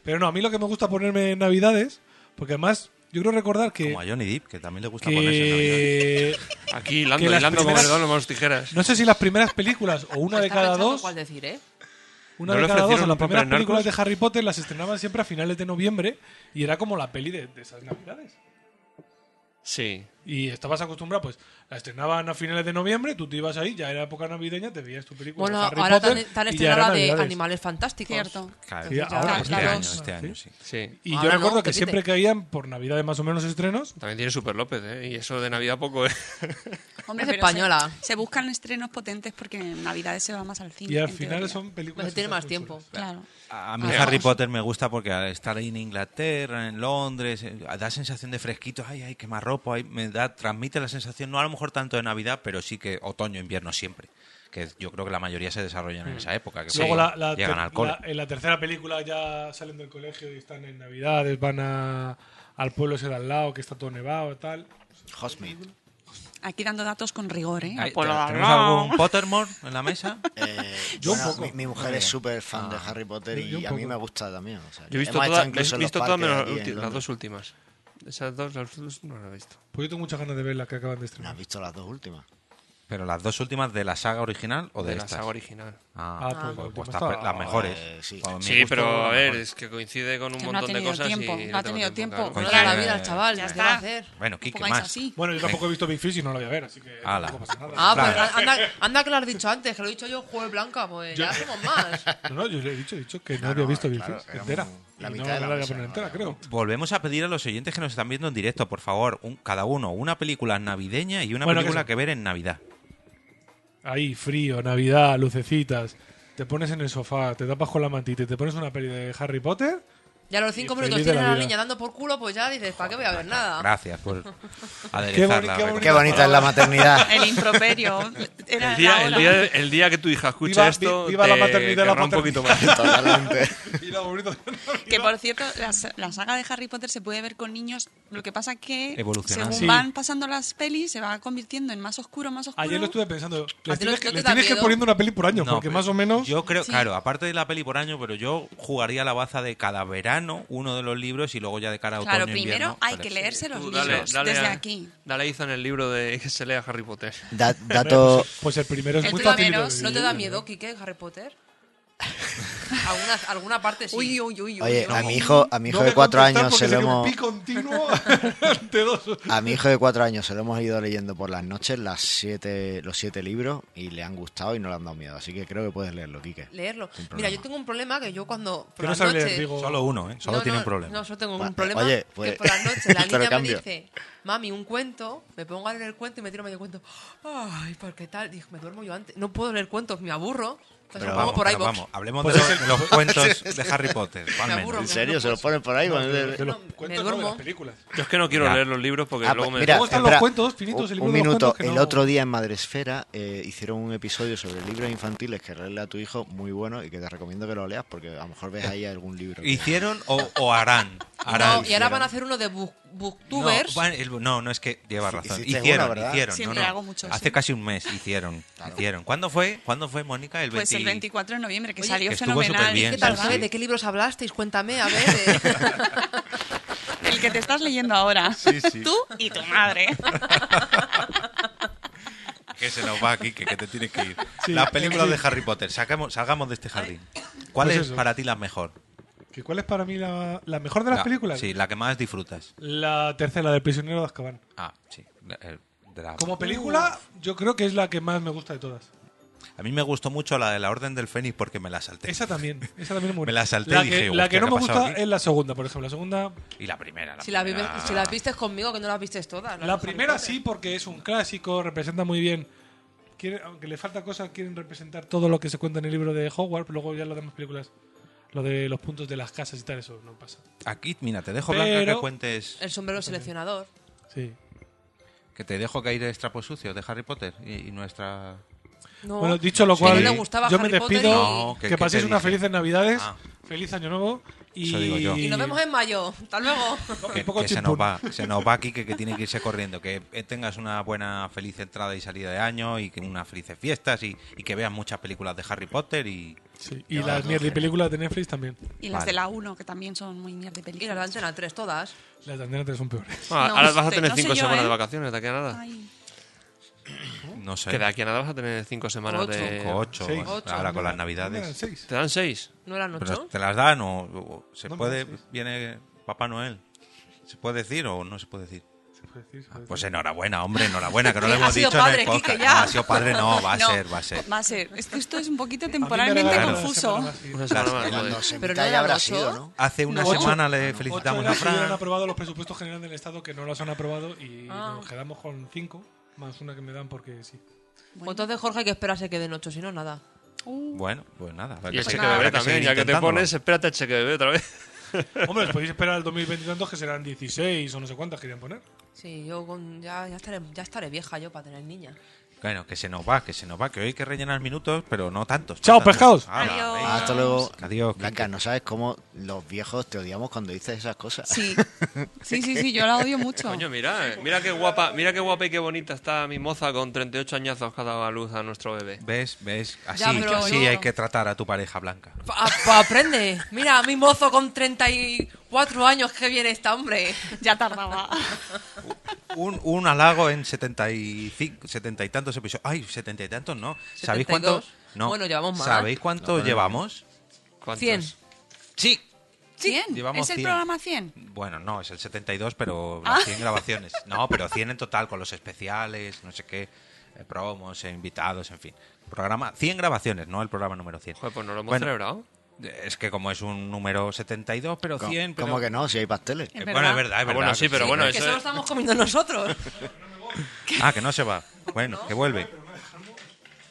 [SPEAKER 4] Pero no, a mí lo que me gusta ponerme en Navidades, porque además yo creo recordar que
[SPEAKER 2] Como a Johnny Depp, que también le gusta ponerse en Navidad.
[SPEAKER 4] que
[SPEAKER 5] Aquí hilando,
[SPEAKER 4] Que las
[SPEAKER 5] hilando como
[SPEAKER 4] primeras-
[SPEAKER 5] perdón, manos tijeras.
[SPEAKER 4] no sé si las primeras películas o una de
[SPEAKER 3] Estaba
[SPEAKER 4] cada
[SPEAKER 3] pensando
[SPEAKER 4] dos,
[SPEAKER 3] cuál decir, ¿eh?
[SPEAKER 4] una
[SPEAKER 5] ¿No
[SPEAKER 4] de
[SPEAKER 5] le
[SPEAKER 4] cada dos o
[SPEAKER 5] ofrecieron
[SPEAKER 4] las
[SPEAKER 5] un papel
[SPEAKER 4] primeras
[SPEAKER 5] en
[SPEAKER 4] películas de
[SPEAKER 5] Narcos?
[SPEAKER 4] Harry Potter las estrenaban siempre a finales de noviembre y era como la peli de, de esas Navidades.
[SPEAKER 5] Sí.
[SPEAKER 4] Y estabas acostumbrado, pues la estrenaban a finales de noviembre, tú te ibas ahí, ya era época navideña, te veías tu película.
[SPEAKER 3] Bueno,
[SPEAKER 4] de Harry
[SPEAKER 3] ahora
[SPEAKER 4] Potter,
[SPEAKER 3] te han- te han
[SPEAKER 4] y ya era
[SPEAKER 3] estrenado la de
[SPEAKER 4] Navidades.
[SPEAKER 3] Animales Fantásticos. pues
[SPEAKER 6] Cierto.
[SPEAKER 2] Claro,
[SPEAKER 4] Sí,
[SPEAKER 2] este
[SPEAKER 4] ahora,
[SPEAKER 2] este
[SPEAKER 4] claro.
[SPEAKER 2] año, este año, sí.
[SPEAKER 5] Sí.
[SPEAKER 4] Y
[SPEAKER 3] Ahora
[SPEAKER 4] yo
[SPEAKER 3] no,
[SPEAKER 4] recuerdo que
[SPEAKER 3] repite.
[SPEAKER 4] siempre caían por Navidades más o menos estrenos.
[SPEAKER 5] También tiene Super López, ¿eh? Y eso de Navidad
[SPEAKER 6] [laughs]
[SPEAKER 5] poco, ¿eh?
[SPEAKER 6] Hombre, pero
[SPEAKER 3] Es
[SPEAKER 6] se-
[SPEAKER 3] española.
[SPEAKER 6] Se, buscan estrenos potentes porque en Navidades se va más al cine.
[SPEAKER 4] Y al
[SPEAKER 6] en
[SPEAKER 4] final
[SPEAKER 6] teoría.
[SPEAKER 4] son películas.
[SPEAKER 3] Pues tiene más
[SPEAKER 4] estas muy
[SPEAKER 3] tiempo.
[SPEAKER 4] chulas.
[SPEAKER 6] Claro.
[SPEAKER 2] A mí
[SPEAKER 6] Ah,
[SPEAKER 2] Harry
[SPEAKER 6] vamos.
[SPEAKER 2] Potter me gusta porque al estar ahí en Inglaterra, en Londres, eh, da sensación de fresquito, ay, ay, quema ropa, ay, me da, transmite la sensación, no a lo mejor tanto de Navidad, pero sí que otoño, invierno siempre. Que yo creo que la mayoría se desarrollan en esa época, que
[SPEAKER 4] Mm. Luego
[SPEAKER 2] cuando
[SPEAKER 4] la, la
[SPEAKER 2] llegan
[SPEAKER 4] ter-
[SPEAKER 2] al cole.
[SPEAKER 4] la- en la tercera película ya salen del colegio y están en Navidades, van a, al pueblo ese de al lado que está todo nevado y tal.
[SPEAKER 7] Hogsmeade.
[SPEAKER 6] Aquí dando datos con rigor, ¿eh?
[SPEAKER 2] Ahí,
[SPEAKER 3] Pues
[SPEAKER 6] Por lo
[SPEAKER 2] ¿Tenemos
[SPEAKER 6] hablado.
[SPEAKER 2] algún Pottermore en la mesa?
[SPEAKER 7] Pues [laughs] Eh,
[SPEAKER 4] [laughs] Yo
[SPEAKER 7] bueno,
[SPEAKER 4] un poco.
[SPEAKER 7] Mi, mi mujer es súper fan de Harry Potter
[SPEAKER 4] Ah, Yo- yo
[SPEAKER 7] y
[SPEAKER 4] un
[SPEAKER 7] a mí
[SPEAKER 4] poco.
[SPEAKER 7] me gusta también. o sea,
[SPEAKER 5] Yo he visto
[SPEAKER 7] hemos
[SPEAKER 5] todas
[SPEAKER 7] estado incluso en los
[SPEAKER 5] visto todas
[SPEAKER 7] parques
[SPEAKER 5] menos
[SPEAKER 7] aquí
[SPEAKER 5] ulti-
[SPEAKER 7] en
[SPEAKER 5] las
[SPEAKER 7] Londres.
[SPEAKER 5] dos últimas. Esas dos, las dos no las he visto.
[SPEAKER 4] Pues yo tengo muchas ganas de ver la que acaban de
[SPEAKER 7] ¿No
[SPEAKER 4] estrenar.
[SPEAKER 7] has visto las dos últimas?
[SPEAKER 2] Pero las dos últimas de la saga original o de,
[SPEAKER 5] De la
[SPEAKER 2] estas?
[SPEAKER 5] saga original. Pues
[SPEAKER 2] Ah,
[SPEAKER 4] Ah, pues la
[SPEAKER 2] pues,
[SPEAKER 4] última
[SPEAKER 2] pues está-
[SPEAKER 4] estaba-
[SPEAKER 2] las mejores.
[SPEAKER 7] Eh, sí.
[SPEAKER 2] Para mi
[SPEAKER 5] Sí,
[SPEAKER 2] gusto,
[SPEAKER 5] pero a
[SPEAKER 2] las
[SPEAKER 5] ver,
[SPEAKER 2] mejores.
[SPEAKER 5] es que coincide con un
[SPEAKER 6] Que no ha
[SPEAKER 5] montón de
[SPEAKER 6] tenido
[SPEAKER 5] cosas
[SPEAKER 6] tiempo,
[SPEAKER 5] y
[SPEAKER 6] no ha
[SPEAKER 5] tengo
[SPEAKER 6] tenido tiempo.
[SPEAKER 5] claro.
[SPEAKER 2] Coño,
[SPEAKER 3] No da la
[SPEAKER 2] eh,
[SPEAKER 3] vida al chaval,
[SPEAKER 6] Ya
[SPEAKER 3] ¿qué
[SPEAKER 6] está.
[SPEAKER 3] va a hacer?
[SPEAKER 2] Bueno,
[SPEAKER 6] No
[SPEAKER 2] Kike,
[SPEAKER 6] pongáis
[SPEAKER 2] más.
[SPEAKER 6] así.
[SPEAKER 4] Bueno, yo tampoco he visto Big Fish y no la voy a ver, así que
[SPEAKER 2] Ala.
[SPEAKER 4] tampoco pasa nada.
[SPEAKER 3] Ah, pues
[SPEAKER 2] Fran.
[SPEAKER 3] anda,
[SPEAKER 4] [laughs]
[SPEAKER 3] anda que lo has dicho antes, que lo he dicho yo, jueves blanca, pues ya somos más.
[SPEAKER 4] [laughs] No, no, yo le he dicho, he dicho que no,
[SPEAKER 7] No,
[SPEAKER 4] había
[SPEAKER 7] no,
[SPEAKER 4] visto Big
[SPEAKER 7] claro,
[SPEAKER 4] Fish
[SPEAKER 7] era
[SPEAKER 4] entera.
[SPEAKER 7] un- la
[SPEAKER 4] Y
[SPEAKER 7] mitad de
[SPEAKER 4] no
[SPEAKER 7] la
[SPEAKER 4] la voy a
[SPEAKER 7] mesa,
[SPEAKER 4] poner
[SPEAKER 7] no,
[SPEAKER 4] entera,
[SPEAKER 7] no.
[SPEAKER 4] creo.
[SPEAKER 2] Volvemos a pedir a los oyentes que nos están viendo en directo, por favor, un- cada uno una película navideña y una
[SPEAKER 4] Bueno, que
[SPEAKER 2] película
[SPEAKER 4] sí.
[SPEAKER 2] que ver en Navidad.
[SPEAKER 4] Ahí, frío, Navidad, lucecitas. Te pones en el sofá, te tapas con la mantita y te pones una peli de Harry Potter.
[SPEAKER 3] Ya a los cinco
[SPEAKER 4] Y
[SPEAKER 3] minutos
[SPEAKER 4] feliz de
[SPEAKER 3] tienes
[SPEAKER 4] la
[SPEAKER 3] a la
[SPEAKER 4] vida.
[SPEAKER 3] niña dando por culo, pues ya dices, ¿para qué voy a ver
[SPEAKER 6] Ah.
[SPEAKER 3] nada?
[SPEAKER 2] Gracias
[SPEAKER 6] [laughs]
[SPEAKER 2] por
[SPEAKER 3] [laughs]
[SPEAKER 2] aderezar la
[SPEAKER 4] boni- qué
[SPEAKER 2] recor-
[SPEAKER 7] Qué bonita es la maternidad.
[SPEAKER 6] El
[SPEAKER 3] [laughs]
[SPEAKER 6] improperio. Era
[SPEAKER 5] El
[SPEAKER 6] la
[SPEAKER 5] día, el,
[SPEAKER 6] ola.
[SPEAKER 5] día, el día que tu hija escuche
[SPEAKER 4] Viva-
[SPEAKER 5] esto,
[SPEAKER 4] vi- viva la
[SPEAKER 5] te
[SPEAKER 4] maternidad, la
[SPEAKER 5] querrá un poquito
[SPEAKER 7] [laughs]
[SPEAKER 5] más.
[SPEAKER 7] Totalmente.
[SPEAKER 4] Y lo bonito de Navidad.
[SPEAKER 6] Que por cierto, la, sa- la saga de Harry Potter se puede ver con niños. Lo que pasa que
[SPEAKER 2] Evolucionar.
[SPEAKER 6] según
[SPEAKER 4] Sí.
[SPEAKER 6] van pasando las pelis se va convirtiendo en más oscuro, más oscuro.
[SPEAKER 4] Ayer lo estuve pensando. Les
[SPEAKER 3] ti no-
[SPEAKER 4] tienes, que,
[SPEAKER 3] no te
[SPEAKER 4] les
[SPEAKER 3] da
[SPEAKER 4] tienes que ir
[SPEAKER 3] miedo?
[SPEAKER 4] poniendo una peli por año,
[SPEAKER 2] No,
[SPEAKER 4] porque
[SPEAKER 2] pero
[SPEAKER 4] más o menos.
[SPEAKER 2] Yo creo,
[SPEAKER 6] Sí.
[SPEAKER 2] claro, aparte de la peli por año, pero yo jugaría la baza de cada verano uno de los libros y luego ya de cara a otoño
[SPEAKER 6] Claro, primero
[SPEAKER 2] invierno,
[SPEAKER 6] hay
[SPEAKER 2] pero
[SPEAKER 6] que
[SPEAKER 2] sí.
[SPEAKER 6] leerse los
[SPEAKER 5] Tú
[SPEAKER 6] libros desde
[SPEAKER 5] a-
[SPEAKER 6] aquí.
[SPEAKER 5] Dale a Ethan el libro de que se lea Harry Potter.
[SPEAKER 2] [laughs]
[SPEAKER 7] Da- dato,
[SPEAKER 4] Pues el primero es
[SPEAKER 6] El
[SPEAKER 4] muy
[SPEAKER 3] ¿No te da
[SPEAKER 4] fácil. de
[SPEAKER 6] primero,
[SPEAKER 3] ¿No te da
[SPEAKER 4] vivir.
[SPEAKER 3] miedo, Kike, Harry Potter? [laughs] Alguna, alguna parte sí.
[SPEAKER 6] Uy, uy, uy, uy.
[SPEAKER 7] Oye,
[SPEAKER 6] uy.
[SPEAKER 7] a mi hijo, a mi hijo
[SPEAKER 4] No
[SPEAKER 7] de
[SPEAKER 4] me
[SPEAKER 7] cuatro
[SPEAKER 4] contestas
[SPEAKER 7] años
[SPEAKER 4] porque
[SPEAKER 7] se lo
[SPEAKER 4] sería un
[SPEAKER 7] hemos,
[SPEAKER 4] pi continuo de dos.
[SPEAKER 7] a mi hijo de cuatro años se lo hemos ido leyendo por las noches las siete, los siete libros y le han gustado y no le han dado miedo. Así que creo que puedes leerlo, Quique.
[SPEAKER 3] Leerlo.
[SPEAKER 7] Sin
[SPEAKER 3] Mira,
[SPEAKER 7] problema.
[SPEAKER 3] yo tengo un problema que yo cuando. Por
[SPEAKER 4] Que no
[SPEAKER 3] las
[SPEAKER 4] sabe leer,
[SPEAKER 3] noches-
[SPEAKER 4] digo.
[SPEAKER 2] Solo uno, ¿eh? Solo
[SPEAKER 3] no,
[SPEAKER 2] tiene
[SPEAKER 3] no,
[SPEAKER 2] un problema.
[SPEAKER 3] No, solo tengo
[SPEAKER 7] Vale,
[SPEAKER 3] un problema.
[SPEAKER 7] oye,
[SPEAKER 3] que
[SPEAKER 7] pues,
[SPEAKER 3] por
[SPEAKER 7] [laughs]
[SPEAKER 3] las noches la
[SPEAKER 7] te lo
[SPEAKER 3] niña me
[SPEAKER 7] cambio.
[SPEAKER 3] dice, mami, un cuento, me pongo a leer el cuento y me tiro medio cuento. Ay, ¿por qué tal? Dijo, me duermo yo antes. No puedo leer cuentos, me aburro. Entonces
[SPEAKER 7] Pero
[SPEAKER 3] lo pongo por
[SPEAKER 2] pero
[SPEAKER 3] iVoox.
[SPEAKER 2] vamos, hablemos
[SPEAKER 4] Pues
[SPEAKER 2] de, los, de los
[SPEAKER 4] [laughs]
[SPEAKER 2] cuentos de Harry Potter, al menos.
[SPEAKER 3] aburro.
[SPEAKER 7] ¿En serio? ¿Se lo ponen por ahí?
[SPEAKER 4] De los
[SPEAKER 3] No, me
[SPEAKER 4] cuentos, no, de
[SPEAKER 3] duermo.
[SPEAKER 4] las películas.
[SPEAKER 5] Yo es que no quiero
[SPEAKER 2] Ya.
[SPEAKER 5] leer los libros porque
[SPEAKER 7] Ah,
[SPEAKER 5] luego
[SPEAKER 7] pues
[SPEAKER 5] me...
[SPEAKER 7] mira,
[SPEAKER 4] ¿Cómo están
[SPEAKER 7] espera,
[SPEAKER 4] los cuentos, Finitos? El
[SPEAKER 7] un,
[SPEAKER 4] libro
[SPEAKER 7] un
[SPEAKER 4] de los
[SPEAKER 7] minuto.
[SPEAKER 4] cuentos que
[SPEAKER 7] El
[SPEAKER 4] no-
[SPEAKER 7] otro día en Madresfera eh, hicieron un episodio sobre libros infantiles que leerle a tu hijo, muy bueno, y que te recomiendo que lo leas porque a lo mejor ves ahí algún libro.
[SPEAKER 2] ¿Hicieron o, o
[SPEAKER 6] [laughs]
[SPEAKER 2] harán? Harán.
[SPEAKER 3] No, y ahora van a hacer uno de book-
[SPEAKER 2] No,
[SPEAKER 3] booktubers.
[SPEAKER 2] van- el- no, no es que lleva razón.
[SPEAKER 7] hiciste
[SPEAKER 2] Hicieron,
[SPEAKER 7] uno, ¿verdad?
[SPEAKER 2] hicieron.
[SPEAKER 6] Siempre
[SPEAKER 2] no, no.
[SPEAKER 6] hago mucho,
[SPEAKER 2] Hace
[SPEAKER 6] sí.
[SPEAKER 2] casi un mes hicieron. hicieron. ¿Cuándo fue? ¿Cuándo fue, Mónica? El 20...
[SPEAKER 6] Pues el 24 de noviembre, que
[SPEAKER 3] Oye,
[SPEAKER 6] salió
[SPEAKER 2] que estuvo
[SPEAKER 6] fenomenal.
[SPEAKER 2] superbién,
[SPEAKER 3] ¿Qué
[SPEAKER 2] sí,
[SPEAKER 3] tal,
[SPEAKER 2] sí.
[SPEAKER 3] Gabe? ¿De qué libros hablasteis? Cuéntame, a ver. eh.
[SPEAKER 6] [laughs] El que te estás leyendo ahora. Tú y tu madre.
[SPEAKER 2] [laughs] Que se nos va aquí, que, te tienes que ir.
[SPEAKER 4] eh,
[SPEAKER 2] Las películas de Harry Potter. Sacamos, salgamos de este jardín. ¿Cuál
[SPEAKER 4] Pues
[SPEAKER 2] es
[SPEAKER 4] eso.
[SPEAKER 2] para ti la mejor?
[SPEAKER 4] ¿Que ¿Cuál es para mí la, la mejor de las
[SPEAKER 2] La-
[SPEAKER 4] películas?
[SPEAKER 2] Sí, la que más disfrutas.
[SPEAKER 4] La tercera, del prisionero de Azkaban.
[SPEAKER 2] Ah, sí. la- el drama.
[SPEAKER 4] Como película, yo creo que es la que más me gusta de todas.
[SPEAKER 2] A mí me gustó mucho la de la Orden del Fénix porque me la salté.
[SPEAKER 4] Esa también, esa también es muy
[SPEAKER 2] Me
[SPEAKER 4] buena.
[SPEAKER 2] la salté
[SPEAKER 4] La
[SPEAKER 2] y
[SPEAKER 4] que,
[SPEAKER 2] dije,
[SPEAKER 4] la
[SPEAKER 2] "Hostia,
[SPEAKER 4] que no
[SPEAKER 2] ¿qué
[SPEAKER 4] me
[SPEAKER 2] ha pasado
[SPEAKER 4] gusta
[SPEAKER 2] aquí?".
[SPEAKER 4] es la segunda, por ejemplo. La segunda,
[SPEAKER 2] Y la primera. La
[SPEAKER 3] si, la vive-
[SPEAKER 2] primera-
[SPEAKER 3] si la viste conmigo, que no la viste todas.
[SPEAKER 4] la primera sí, porque es un clásico, representa muy bien. Quiere- aunque le falta cosas, quieren representar todo lo que se cuenta en el libro de Hogwarts, pero luego ya las demás películas, lo de los puntos de las casas y tal, eso no pasa.
[SPEAKER 2] Aquí, mira, te dejo Blanca que
[SPEAKER 4] Pero-
[SPEAKER 2] cuentes.
[SPEAKER 3] El sombrero seleccionador.
[SPEAKER 4] Sí.
[SPEAKER 2] Que te dejo caer el trapo sucio de Harry Potter y, y nuestra.
[SPEAKER 3] No.
[SPEAKER 4] Bueno, dicho lo
[SPEAKER 3] Sí, no
[SPEAKER 4] cual,
[SPEAKER 3] le gustaba
[SPEAKER 4] yo
[SPEAKER 3] Harry
[SPEAKER 4] me
[SPEAKER 3] Potter
[SPEAKER 4] despido.
[SPEAKER 3] y-
[SPEAKER 2] No, Ah, ¿qué-
[SPEAKER 4] que
[SPEAKER 2] qué te
[SPEAKER 4] paséis unas
[SPEAKER 2] dije?
[SPEAKER 4] felices Navidades,
[SPEAKER 2] Ah.
[SPEAKER 4] feliz Año Nuevo y,
[SPEAKER 2] Eso digo yo.
[SPEAKER 3] Y nos vemos en mayo. Hasta luego.
[SPEAKER 4] Un
[SPEAKER 2] Que,
[SPEAKER 4] poco
[SPEAKER 2] que se nos
[SPEAKER 4] chimpún.
[SPEAKER 2] va, se nos va aquí, que, que tiene que irse corriendo. Que eh, tengas una buena, feliz entrada y salida de año y que unas felices fiestas y, y que veas muchas películas de Harry Potter y.
[SPEAKER 4] Sí, Y las mierda películas de Netflix también.
[SPEAKER 6] Y las
[SPEAKER 2] Vale.
[SPEAKER 6] de la 1, que también son muy mierda de
[SPEAKER 3] Y las de
[SPEAKER 6] películas.
[SPEAKER 3] Antena 3, todas.
[SPEAKER 4] Las de Antena 3 son peores.
[SPEAKER 5] Ah,
[SPEAKER 6] No,
[SPEAKER 5] ahora vas a
[SPEAKER 6] usted-
[SPEAKER 5] tener
[SPEAKER 6] no sé
[SPEAKER 5] cinco
[SPEAKER 6] yo,
[SPEAKER 5] semanas
[SPEAKER 6] ¿eh?
[SPEAKER 5] de vacaciones, de aquí a nada.
[SPEAKER 6] Ay,
[SPEAKER 2] No sé.
[SPEAKER 5] Que de aquí a nada vas a tener cinco semanas
[SPEAKER 3] Ocho.
[SPEAKER 5] de...
[SPEAKER 2] o ocho,
[SPEAKER 4] Seis.
[SPEAKER 2] bueno,
[SPEAKER 3] Ocho.
[SPEAKER 2] ahora con las
[SPEAKER 4] No eran
[SPEAKER 2] navidades.
[SPEAKER 4] seis.
[SPEAKER 5] ¿Te dan seis?
[SPEAKER 3] ¿No eran
[SPEAKER 2] Pero
[SPEAKER 3] ocho?
[SPEAKER 2] te las dan o, o- o se
[SPEAKER 4] No me
[SPEAKER 2] puede.
[SPEAKER 4] dices.
[SPEAKER 2] Viene Papá Noel. ¿Se puede decir o no se puede decir?
[SPEAKER 4] Se puede decir, se
[SPEAKER 2] Ah,
[SPEAKER 4] puede
[SPEAKER 2] Pues
[SPEAKER 4] decir.
[SPEAKER 2] enhorabuena, hombre, enhorabuena, que no lo
[SPEAKER 3] [laughs] Ha
[SPEAKER 2] hemos
[SPEAKER 3] sido
[SPEAKER 2] dicho en el
[SPEAKER 3] padre,
[SPEAKER 2] podcast.
[SPEAKER 3] Quique, ya.
[SPEAKER 2] No, ha sido padre, no,
[SPEAKER 3] [laughs]
[SPEAKER 2] va a
[SPEAKER 6] no,
[SPEAKER 2] ser, va a ser.
[SPEAKER 6] Va a ser. Es que esto es un poquito
[SPEAKER 4] A mí me
[SPEAKER 6] temporalmente
[SPEAKER 4] regalaron una
[SPEAKER 6] confuso.
[SPEAKER 4] semana más y-
[SPEAKER 5] Una semana más, joder.
[SPEAKER 7] se
[SPEAKER 3] Pero no eran
[SPEAKER 7] habrá
[SPEAKER 3] ocho.
[SPEAKER 7] sido, ¿no?
[SPEAKER 2] Hace una
[SPEAKER 4] No, ocho.
[SPEAKER 2] semana le
[SPEAKER 4] Ocho
[SPEAKER 2] felicitamos
[SPEAKER 4] era
[SPEAKER 2] a
[SPEAKER 4] si hubieran
[SPEAKER 2] Fran.
[SPEAKER 4] aprobado los presupuestos generales del Estado que no los han aprobado y
[SPEAKER 3] Ah.
[SPEAKER 4] nos quedamos con cinco más una que me dan porque sí.
[SPEAKER 3] Bueno. Entonces, Jorge, hay que esperarse que den ocho, si no, nada.
[SPEAKER 6] Uh,
[SPEAKER 2] Bueno, pues nada. habrá
[SPEAKER 5] Y el
[SPEAKER 2] que-
[SPEAKER 5] cheque
[SPEAKER 2] habrá
[SPEAKER 5] bebé
[SPEAKER 2] que
[SPEAKER 5] también,
[SPEAKER 2] seguir
[SPEAKER 5] ya que te
[SPEAKER 2] intentándolo.
[SPEAKER 5] pones, espérate el cheque bebé otra vez.
[SPEAKER 4] Hombre, os podéis esperar al 2022 que serán 16 o no sé cuántas querían poner.
[SPEAKER 3] Sí, yo con- ya, ya, estaré, ya estaré vieja yo para tener niña.
[SPEAKER 2] Bueno, que se nos va, que se nos va, que hoy hay que rellenar minutos, pero no tantos.
[SPEAKER 4] Chao,
[SPEAKER 2] no tantos.
[SPEAKER 4] pescados.
[SPEAKER 2] Hala,
[SPEAKER 6] Adiós.
[SPEAKER 2] venga.
[SPEAKER 7] Hasta luego.
[SPEAKER 2] Adiós,
[SPEAKER 7] Blanca,
[SPEAKER 2] Quique.
[SPEAKER 7] no sabes cómo los viejos te odiamos cuando dices esas cosas. [laughs]
[SPEAKER 6] sí. sí, sí, sí, yo la odio mucho.
[SPEAKER 5] Coño, mira, eh, mira qué guapa, mira qué guapa y qué bonita está mi moza con 38 añazos que ha dado a luz a nuestro bebé.
[SPEAKER 2] ¿Ves? ¿Ves? Así,
[SPEAKER 3] pero
[SPEAKER 2] así
[SPEAKER 3] yo-
[SPEAKER 2] Ah, hay que tratar a tu pareja blanca.
[SPEAKER 3] Pa- pa- aprende. Mira, mi mozo con 34 años, qué bien está, hombre.
[SPEAKER 6] Ya tardaba.
[SPEAKER 2] Un, un halago en 75, 70 y tantos episodios. Ay, 70 y tantos no. ¿Sabéis cuánto?
[SPEAKER 3] 72?
[SPEAKER 2] No.
[SPEAKER 3] Bueno, llevamos más.
[SPEAKER 2] ¿Sabéis cuánto llevamos?
[SPEAKER 5] ¿Cuántos?
[SPEAKER 3] 100.
[SPEAKER 2] Sí.
[SPEAKER 6] 100.
[SPEAKER 2] Llevamos
[SPEAKER 6] ¿Es el
[SPEAKER 2] 100.
[SPEAKER 6] programa 100?
[SPEAKER 2] Bueno, no, es el 72, pero
[SPEAKER 5] Ah.
[SPEAKER 2] las 100 grabaciones. No, pero 100 en total, con los especiales, no sé qué, eh, promos, eh, invitados, en fin. Programa, 100 grabaciones, no el programa número 100.
[SPEAKER 5] Joder, pues no lo hemos
[SPEAKER 2] Bueno, eh,
[SPEAKER 5] celebrado.
[SPEAKER 2] Es que como es un número 72, pero
[SPEAKER 7] Co-
[SPEAKER 2] 100...
[SPEAKER 7] ¿Cómo que no? Si hay pasteles.
[SPEAKER 6] Es
[SPEAKER 2] Eh,
[SPEAKER 6] verdad.
[SPEAKER 2] bueno, es verdad, es
[SPEAKER 5] Ah,
[SPEAKER 2] verdad.
[SPEAKER 5] bueno, sí, pero bueno,
[SPEAKER 3] que
[SPEAKER 5] eso
[SPEAKER 3] solo
[SPEAKER 5] es-
[SPEAKER 3] estamos
[SPEAKER 4] [laughs]
[SPEAKER 3] comiendo nosotros.
[SPEAKER 2] Ah, que no se va. Bueno, que vuelve.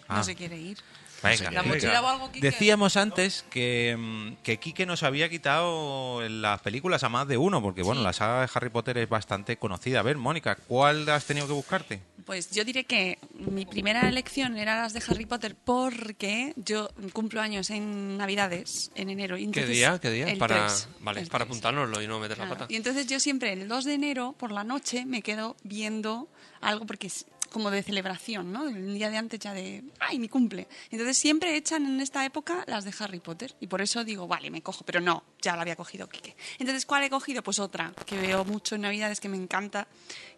[SPEAKER 2] Ah.
[SPEAKER 6] No se quiere ir.
[SPEAKER 2] Venga,
[SPEAKER 3] La
[SPEAKER 2] venga.
[SPEAKER 3] mochila o algo, Quique.
[SPEAKER 2] Decíamos antes que, mm, que Quique nos había quitado las películas a más de uno, porque bueno, la saga de Harry Potter es bastante conocida. A ver, Mónica, ¿cuál has tenido que buscarte?
[SPEAKER 6] Pues yo diré que mi primera elección era las de Harry Potter porque yo cumplo años en Navidades, en enero. y
[SPEAKER 5] ¿Qué
[SPEAKER 6] entonces-
[SPEAKER 5] día? ¿Qué día?
[SPEAKER 6] El
[SPEAKER 5] Para,
[SPEAKER 6] 3,
[SPEAKER 5] vale,
[SPEAKER 6] el
[SPEAKER 5] para
[SPEAKER 6] 3.
[SPEAKER 5] apuntárnoslo y no meter la
[SPEAKER 6] Claro.
[SPEAKER 5] pata.
[SPEAKER 6] Y entonces yo siempre el 2 de enero por la noche me quedo viendo algo porque es como de celebración, ¿no? El día de antes ya de, ay, mi cumple. Entonces siempre echan en esta época las de Harry Potter y por eso digo, vale, me cojo, pero no, ya la había cogido Quique. Entonces, ¿cuál he cogido? Pues otra que veo mucho en Navidades que me encanta,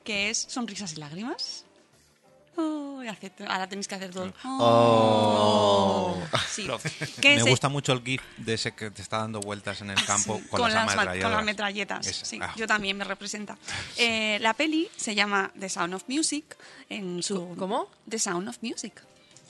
[SPEAKER 6] que es Sonrisas y lágrimas. Oh, y hace- ahora tenéis que hacer todo. el,
[SPEAKER 7] Oh.
[SPEAKER 2] [laughs]
[SPEAKER 6] Sí. Que
[SPEAKER 2] Me
[SPEAKER 6] se-
[SPEAKER 2] gusta mucho el GIF de ese que te está dando vueltas en el campo
[SPEAKER 6] Ah, Sí,
[SPEAKER 2] con, las,
[SPEAKER 6] ma-
[SPEAKER 2] ametralladoras.
[SPEAKER 6] con las metralletas.
[SPEAKER 2] Esa.
[SPEAKER 6] sí,
[SPEAKER 2] Ah.
[SPEAKER 6] yo también me representa. Eh, la peli se llama The Sound of Music. En su,
[SPEAKER 3] ¿Cómo?
[SPEAKER 6] The Sound of Music.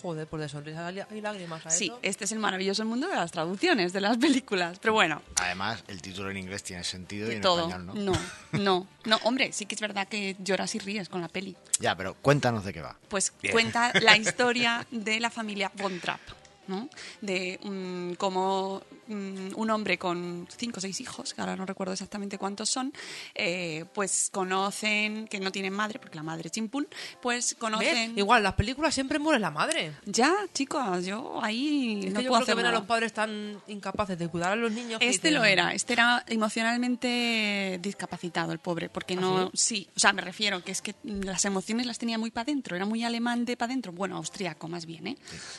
[SPEAKER 3] Joder, por de sonrisa hay lágrimas a
[SPEAKER 6] Sí,
[SPEAKER 3] eso.
[SPEAKER 6] este es el maravilloso mundo de las traducciones de las películas. Pero bueno,
[SPEAKER 7] Además, el título en inglés tiene sentido y
[SPEAKER 6] de
[SPEAKER 7] en
[SPEAKER 6] todo.
[SPEAKER 7] español no.
[SPEAKER 6] no,
[SPEAKER 2] [laughs]
[SPEAKER 6] no, no. Hombre, sí que es verdad que lloras y ríes con la peli.
[SPEAKER 7] Ya, pero cuéntanos de qué va.
[SPEAKER 6] pues cuenta
[SPEAKER 7] [laughs]
[SPEAKER 6] la historia de la familia Von Trapp, ¿no? De mm, cómo mm, un hombre con cinco o seis hijos, que ahora no recuerdo exactamente cuántos son, eh, pues conocen que no tienen madre, porque la madre es chimpún, pues
[SPEAKER 3] ¿Ves?
[SPEAKER 6] conocen...
[SPEAKER 3] Igual, las películas siempre muere la madre.
[SPEAKER 6] Ya, chicos, yo ahí
[SPEAKER 3] Es
[SPEAKER 6] no
[SPEAKER 3] que
[SPEAKER 6] puedo
[SPEAKER 3] yo creo que
[SPEAKER 6] hacer
[SPEAKER 3] ven a
[SPEAKER 6] nada.
[SPEAKER 3] los padres tan incapaces de cuidar a los niños. que
[SPEAKER 6] Este
[SPEAKER 3] dicen,
[SPEAKER 6] lo era, este era emocionalmente discapacitado, el pobre, porque no, sí, o sea, me refiero que es que las emociones las tenía muy para adentro, era muy alemán de para adentro, bueno, austriaco más bien, ¿eh?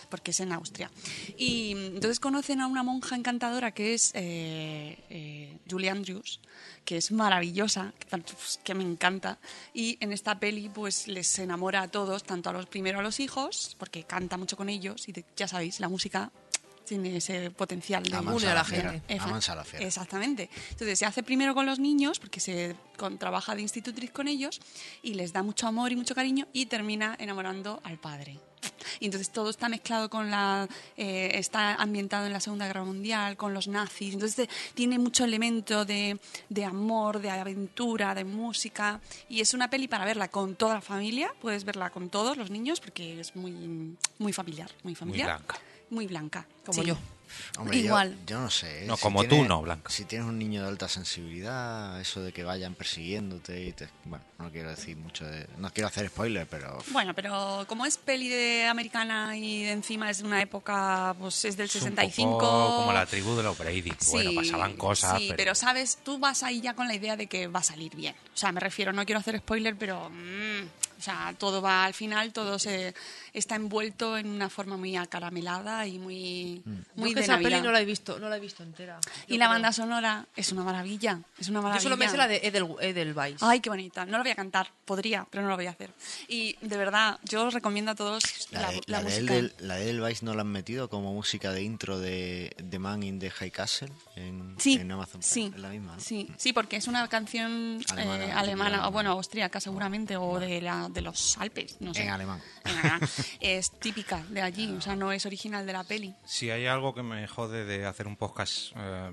[SPEAKER 6] porque es en Austria. Y mm, entonces conocen a una monja encantadora que es eh, eh, Julie Andrews, que es maravillosa, que, tan- uf, que me encanta, y en esta peli pues les enamora a todos, tanto a los primero a los hijos, porque canta mucho con ellos, y de- ya sabéis, la música tiene ese potencial de
[SPEAKER 7] Amansa
[SPEAKER 3] une a la
[SPEAKER 7] fiera,
[SPEAKER 3] gente.
[SPEAKER 6] Efa-
[SPEAKER 7] Amansa la fiera.
[SPEAKER 6] Exactamente. Entonces se hace primero con los niños, porque se con- trabaja de institutriz con ellos, y les da mucho amor y mucho cariño, y termina enamorando al padre. Y entonces todo está mezclado con la. eh, está ambientado en la Segunda Guerra Mundial, con los nazis. Entonces eh, tiene mucho elemento de, de amor, de aventura, de música. Y es una peli para verla con toda la familia. Puedes verla con todos los niños porque es muy, muy familiar. Muy familiar.
[SPEAKER 2] blanca.
[SPEAKER 6] Muy blanca.
[SPEAKER 3] Como
[SPEAKER 6] sí.
[SPEAKER 3] yo.
[SPEAKER 7] Hombre, yo-
[SPEAKER 6] Igual.
[SPEAKER 7] Yo, no sé. ¿eh?
[SPEAKER 2] No, como tú no, Blanca.
[SPEAKER 7] Si tienes un niño de alta sensibilidad, eso de que vayan persiguiéndote y te... Bueno, no quiero decir mucho de... No quiero hacer spoiler, pero...
[SPEAKER 6] Bueno, pero como es peli de americana y de encima es de una época, pues es del
[SPEAKER 2] Es un
[SPEAKER 6] 65.
[SPEAKER 2] poco como la tribu de los Brady. bueno,
[SPEAKER 6] sí,
[SPEAKER 2] pasaban cosas.
[SPEAKER 6] Sí, pero...
[SPEAKER 2] pero...
[SPEAKER 6] sabes, tú vas ahí ya con la idea de que va a salir bien. O sea, me refiero, no quiero hacer spoiler, pero. mm, o sea, todo va al final, todo se está envuelto en una forma muy acaramelada y muy.
[SPEAKER 7] Mm.
[SPEAKER 3] Yo
[SPEAKER 6] muy
[SPEAKER 3] que
[SPEAKER 6] de
[SPEAKER 3] esa peli
[SPEAKER 6] Navidad.
[SPEAKER 3] no la he visto, no la he visto entera.
[SPEAKER 6] Y la banda sonora es una maravilla. Es una
[SPEAKER 3] Yo
[SPEAKER 6] maravilla.
[SPEAKER 3] solo me sé la de Edel, Edelweiss.
[SPEAKER 6] Ay, qué bonita. No la voy a cantar. Podría, pero no lo voy a hacer. Y de verdad, yo os recomiendo a todos la,
[SPEAKER 7] La, de-
[SPEAKER 6] la
[SPEAKER 7] la de
[SPEAKER 6] música.
[SPEAKER 7] Eldel- la de Edelweiss no la han metido como música de intro de The Man in the High Castle en,
[SPEAKER 6] Sí,
[SPEAKER 7] en Amazon. Prime.
[SPEAKER 6] sí,
[SPEAKER 7] Es la misma. ¿no?
[SPEAKER 6] sí, sí, porque es una canción eh,
[SPEAKER 7] Alemana,
[SPEAKER 6] alemana,
[SPEAKER 7] alemana.
[SPEAKER 6] o bueno, austríaca seguramente, o de, la, de los Alpes, no sé.
[SPEAKER 7] En alemán.
[SPEAKER 6] En alemán. es típica de allí, o sea, no es original de la peli.
[SPEAKER 2] Si hay algo que me jode de hacer un podcast eh,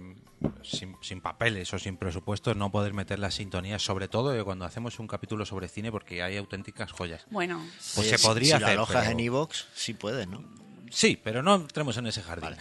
[SPEAKER 2] sin, sin papeles o sin presupuesto, es no poder meter las sintonías, sobre todo de cuando hacemos un capítulo sobre cine, porque hay auténticas joyas.
[SPEAKER 6] Bueno,
[SPEAKER 2] Pues
[SPEAKER 7] Oye,
[SPEAKER 2] se podría
[SPEAKER 7] si lo
[SPEAKER 2] hacer.
[SPEAKER 7] alojas
[SPEAKER 2] pero-
[SPEAKER 7] en iVoox, sí puedes, ¿no?
[SPEAKER 2] Sí, pero no entremos en ese jardín.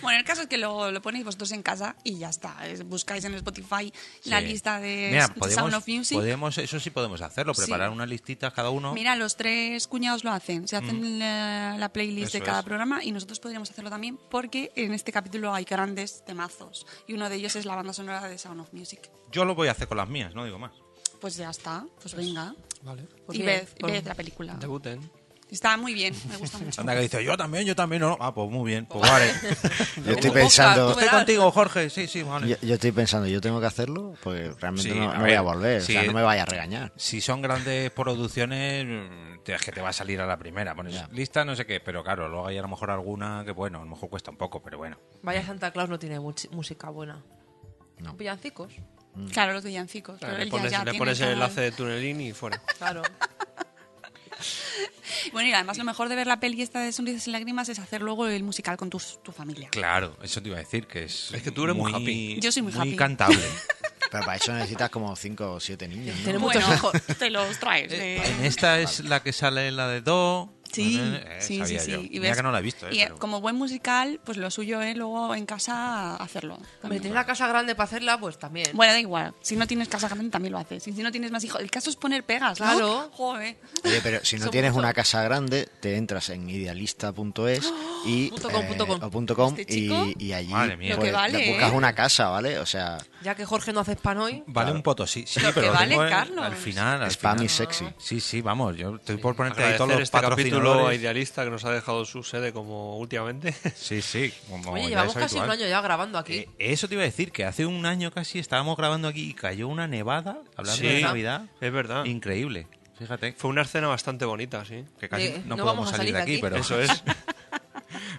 [SPEAKER 6] bueno, el caso es que lo, lo ponéis vosotros en casa y ya está. Es- buscáis en Spotify la
[SPEAKER 2] Sí.
[SPEAKER 6] lista de
[SPEAKER 2] Mira,
[SPEAKER 6] S-
[SPEAKER 2] podemos-
[SPEAKER 6] Sound of Music.
[SPEAKER 2] podemos- eso sí podemos hacerlo,
[SPEAKER 6] Sí.
[SPEAKER 2] preparar unas listitas cada uno.
[SPEAKER 6] Mira, los tres cuñados lo hacen. Se hacen la, la playlist
[SPEAKER 2] Mm. Eso
[SPEAKER 6] de cada
[SPEAKER 2] es.
[SPEAKER 6] programa y nosotros podríamos hacerlo también porque en este capítulo hay grandes temazos y uno de ellos es la banda sonora de Sound of Music.
[SPEAKER 2] Yo lo voy a hacer con las mías, no digo
[SPEAKER 6] [laughs]
[SPEAKER 2] más.
[SPEAKER 6] Pues ya está, pues venga.
[SPEAKER 5] Vale.
[SPEAKER 3] Pues
[SPEAKER 6] Y
[SPEAKER 3] bien,
[SPEAKER 6] ved,
[SPEAKER 3] pues-
[SPEAKER 6] ved la película.
[SPEAKER 5] Debuten.
[SPEAKER 6] Está muy bien,
[SPEAKER 2] [laughs]
[SPEAKER 6] me gusta mucho.
[SPEAKER 2] Anda que dice, yo también, yo también, no. Ah, pues muy bien, pues vale.
[SPEAKER 7] [laughs] Yo estoy
[SPEAKER 3] Ojo,
[SPEAKER 7] pensando...
[SPEAKER 3] tú
[SPEAKER 2] Estoy contigo, Jorge, sí, sí, vale.
[SPEAKER 7] Yo, yo estoy pensando, yo tengo que hacerlo porque realmente
[SPEAKER 2] Sí,
[SPEAKER 7] no,
[SPEAKER 2] a
[SPEAKER 7] no voy
[SPEAKER 2] ver,
[SPEAKER 7] a volver,
[SPEAKER 2] sí.
[SPEAKER 7] o sea, no me vaya a regañar.
[SPEAKER 2] si son grandes producciones, mm, te- es que te va a salir a la primera. Pones
[SPEAKER 7] Ya.
[SPEAKER 2] lista, no sé qué, pero claro, luego hay a lo mejor alguna que, bueno, a lo mejor cuesta un poco, pero bueno.
[SPEAKER 3] Vaya Santa Claus no tiene much- música buena.
[SPEAKER 7] No.
[SPEAKER 3] Villancicos,
[SPEAKER 6] Claro, los villancicos. pero
[SPEAKER 5] le
[SPEAKER 6] él ya-
[SPEAKER 5] pones,
[SPEAKER 6] ya
[SPEAKER 5] le
[SPEAKER 6] tiene
[SPEAKER 5] pones el
[SPEAKER 6] todo
[SPEAKER 5] enlace de tunelín y fuera.
[SPEAKER 3] claro.
[SPEAKER 6] [laughs] Bueno, y además lo mejor de ver la peli esta de Sonrisas y Lágrimas es hacer luego el musical con tus- tu familia.
[SPEAKER 2] Claro, eso te iba a decir, que es.
[SPEAKER 5] Es que tú eres muy happy.
[SPEAKER 6] Yo soy muy happy. [laughs]
[SPEAKER 2] cantable.
[SPEAKER 7] Pero para eso necesitas como 5 o 7 niños, ¿no?
[SPEAKER 3] Tenemos-
[SPEAKER 6] Bueno, [laughs] te los traes. eh.
[SPEAKER 2] en esta es la que sale la de Do.
[SPEAKER 6] Sí,
[SPEAKER 2] Eh,
[SPEAKER 6] sí, sí,
[SPEAKER 2] sabía
[SPEAKER 6] sí.
[SPEAKER 2] yo.
[SPEAKER 6] Y
[SPEAKER 2] Mira
[SPEAKER 6] ves-
[SPEAKER 2] que no la he visto, eh,
[SPEAKER 6] y, eh,
[SPEAKER 2] pero-
[SPEAKER 6] como buen musical, pues lo suyo es luego en casa hacerlo.
[SPEAKER 3] Hombre,
[SPEAKER 6] también.
[SPEAKER 3] tienes una casa grande para hacerla, pues también.
[SPEAKER 6] Bueno, da igual. Si no tienes casa grande, también lo haces. Y si no tienes más hijos, el caso es poner pegas, ¿no?
[SPEAKER 3] Claro.
[SPEAKER 6] Joder.
[SPEAKER 7] Oye, pero si no
[SPEAKER 3] Son
[SPEAKER 7] tienes
[SPEAKER 3] mucho.
[SPEAKER 7] una casa grande, te entras en idealista.es
[SPEAKER 6] ¡Oh!
[SPEAKER 7] y eh,
[SPEAKER 3] Punto com, punto com.
[SPEAKER 7] o punto com
[SPEAKER 6] Este chico,
[SPEAKER 7] y, y allí
[SPEAKER 2] madre mía.
[SPEAKER 6] Lo que vale,
[SPEAKER 7] te buscas
[SPEAKER 6] ¿eh?
[SPEAKER 7] una casa, ¿vale? O sea,
[SPEAKER 3] Ya que Jorge no hace pan hoy,
[SPEAKER 2] Vale un potosí, sí,
[SPEAKER 6] Lo que
[SPEAKER 2] pero lo
[SPEAKER 6] vale,
[SPEAKER 2] tengo en-
[SPEAKER 6] Carlos.
[SPEAKER 2] al final. Al
[SPEAKER 7] spam
[SPEAKER 2] final.
[SPEAKER 7] y sexy.
[SPEAKER 2] Sí, sí, vamos, yo estoy por ponerte ahí todos
[SPEAKER 5] Agradecer
[SPEAKER 2] los
[SPEAKER 5] este capítulo a
[SPEAKER 2] patrocinadores.
[SPEAKER 5] Idealista que nos ha dejado su sede como últimamente. [laughs]
[SPEAKER 2] Sí, sí, como
[SPEAKER 3] oye,
[SPEAKER 2] ya
[SPEAKER 3] llevamos
[SPEAKER 2] es
[SPEAKER 3] casi un
[SPEAKER 2] habitual.
[SPEAKER 3] año ya grabando aquí.
[SPEAKER 2] Eh, eso te iba a decir, que hace un año casi estábamos grabando aquí y cayó una nevada, hablando de Navidad.
[SPEAKER 5] es verdad.
[SPEAKER 2] Increíble. Fíjate,
[SPEAKER 5] Fue una escena bastante bonita, sí.
[SPEAKER 2] que casi
[SPEAKER 3] De-
[SPEAKER 2] no,
[SPEAKER 3] no
[SPEAKER 2] podemos
[SPEAKER 3] vamos a
[SPEAKER 2] salir
[SPEAKER 3] salir
[SPEAKER 2] de
[SPEAKER 3] de
[SPEAKER 2] aquí,
[SPEAKER 3] aquí.
[SPEAKER 2] pero,
[SPEAKER 5] Eso [laughs] es.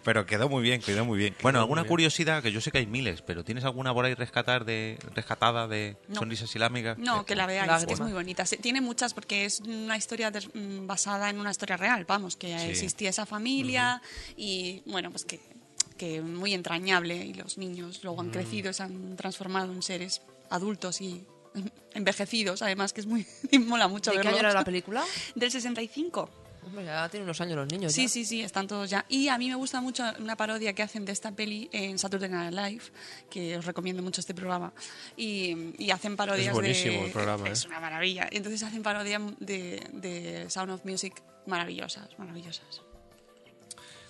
[SPEAKER 2] pero quedó muy bien, quedó muy bien. bueno, alguna
[SPEAKER 5] muy bien.
[SPEAKER 2] curiosidad, que yo sé que hay miles, pero ¿tienes alguna por ahí rescatar de, rescatada de
[SPEAKER 6] No.
[SPEAKER 2] sonrisas islámicas?
[SPEAKER 6] No, que la veáis, que es
[SPEAKER 3] Lágrima.
[SPEAKER 6] muy bonita. Se- Tiene muchas porque es una historia des- mm, basada en una historia real, vamos, que
[SPEAKER 2] Sí.
[SPEAKER 6] existía esa familia y bueno, pues que, que muy entrañable y los niños luego han crecido, se han transformado en seres adultos y [laughs] envejecidos, además que es muy [laughs] y mola mucho
[SPEAKER 3] ¿De qué año
[SPEAKER 6] verlos.
[SPEAKER 3] era la película?
[SPEAKER 6] Del 65.
[SPEAKER 3] Hombre, ya tienen unos años los niños.
[SPEAKER 6] Sí,
[SPEAKER 3] ya.
[SPEAKER 6] sí, sí, están todos ya. Y a mí me gusta mucho una parodia que hacen de esta peli en Saturday Night Live, que os recomiendo mucho este programa. Y, y hacen parodias
[SPEAKER 5] Es buenísimo
[SPEAKER 6] de-
[SPEAKER 5] el programa,
[SPEAKER 6] Es
[SPEAKER 5] ¿eh?
[SPEAKER 6] una maravilla. Entonces hacen parodias de, de Sound of Music maravillosas, maravillosas.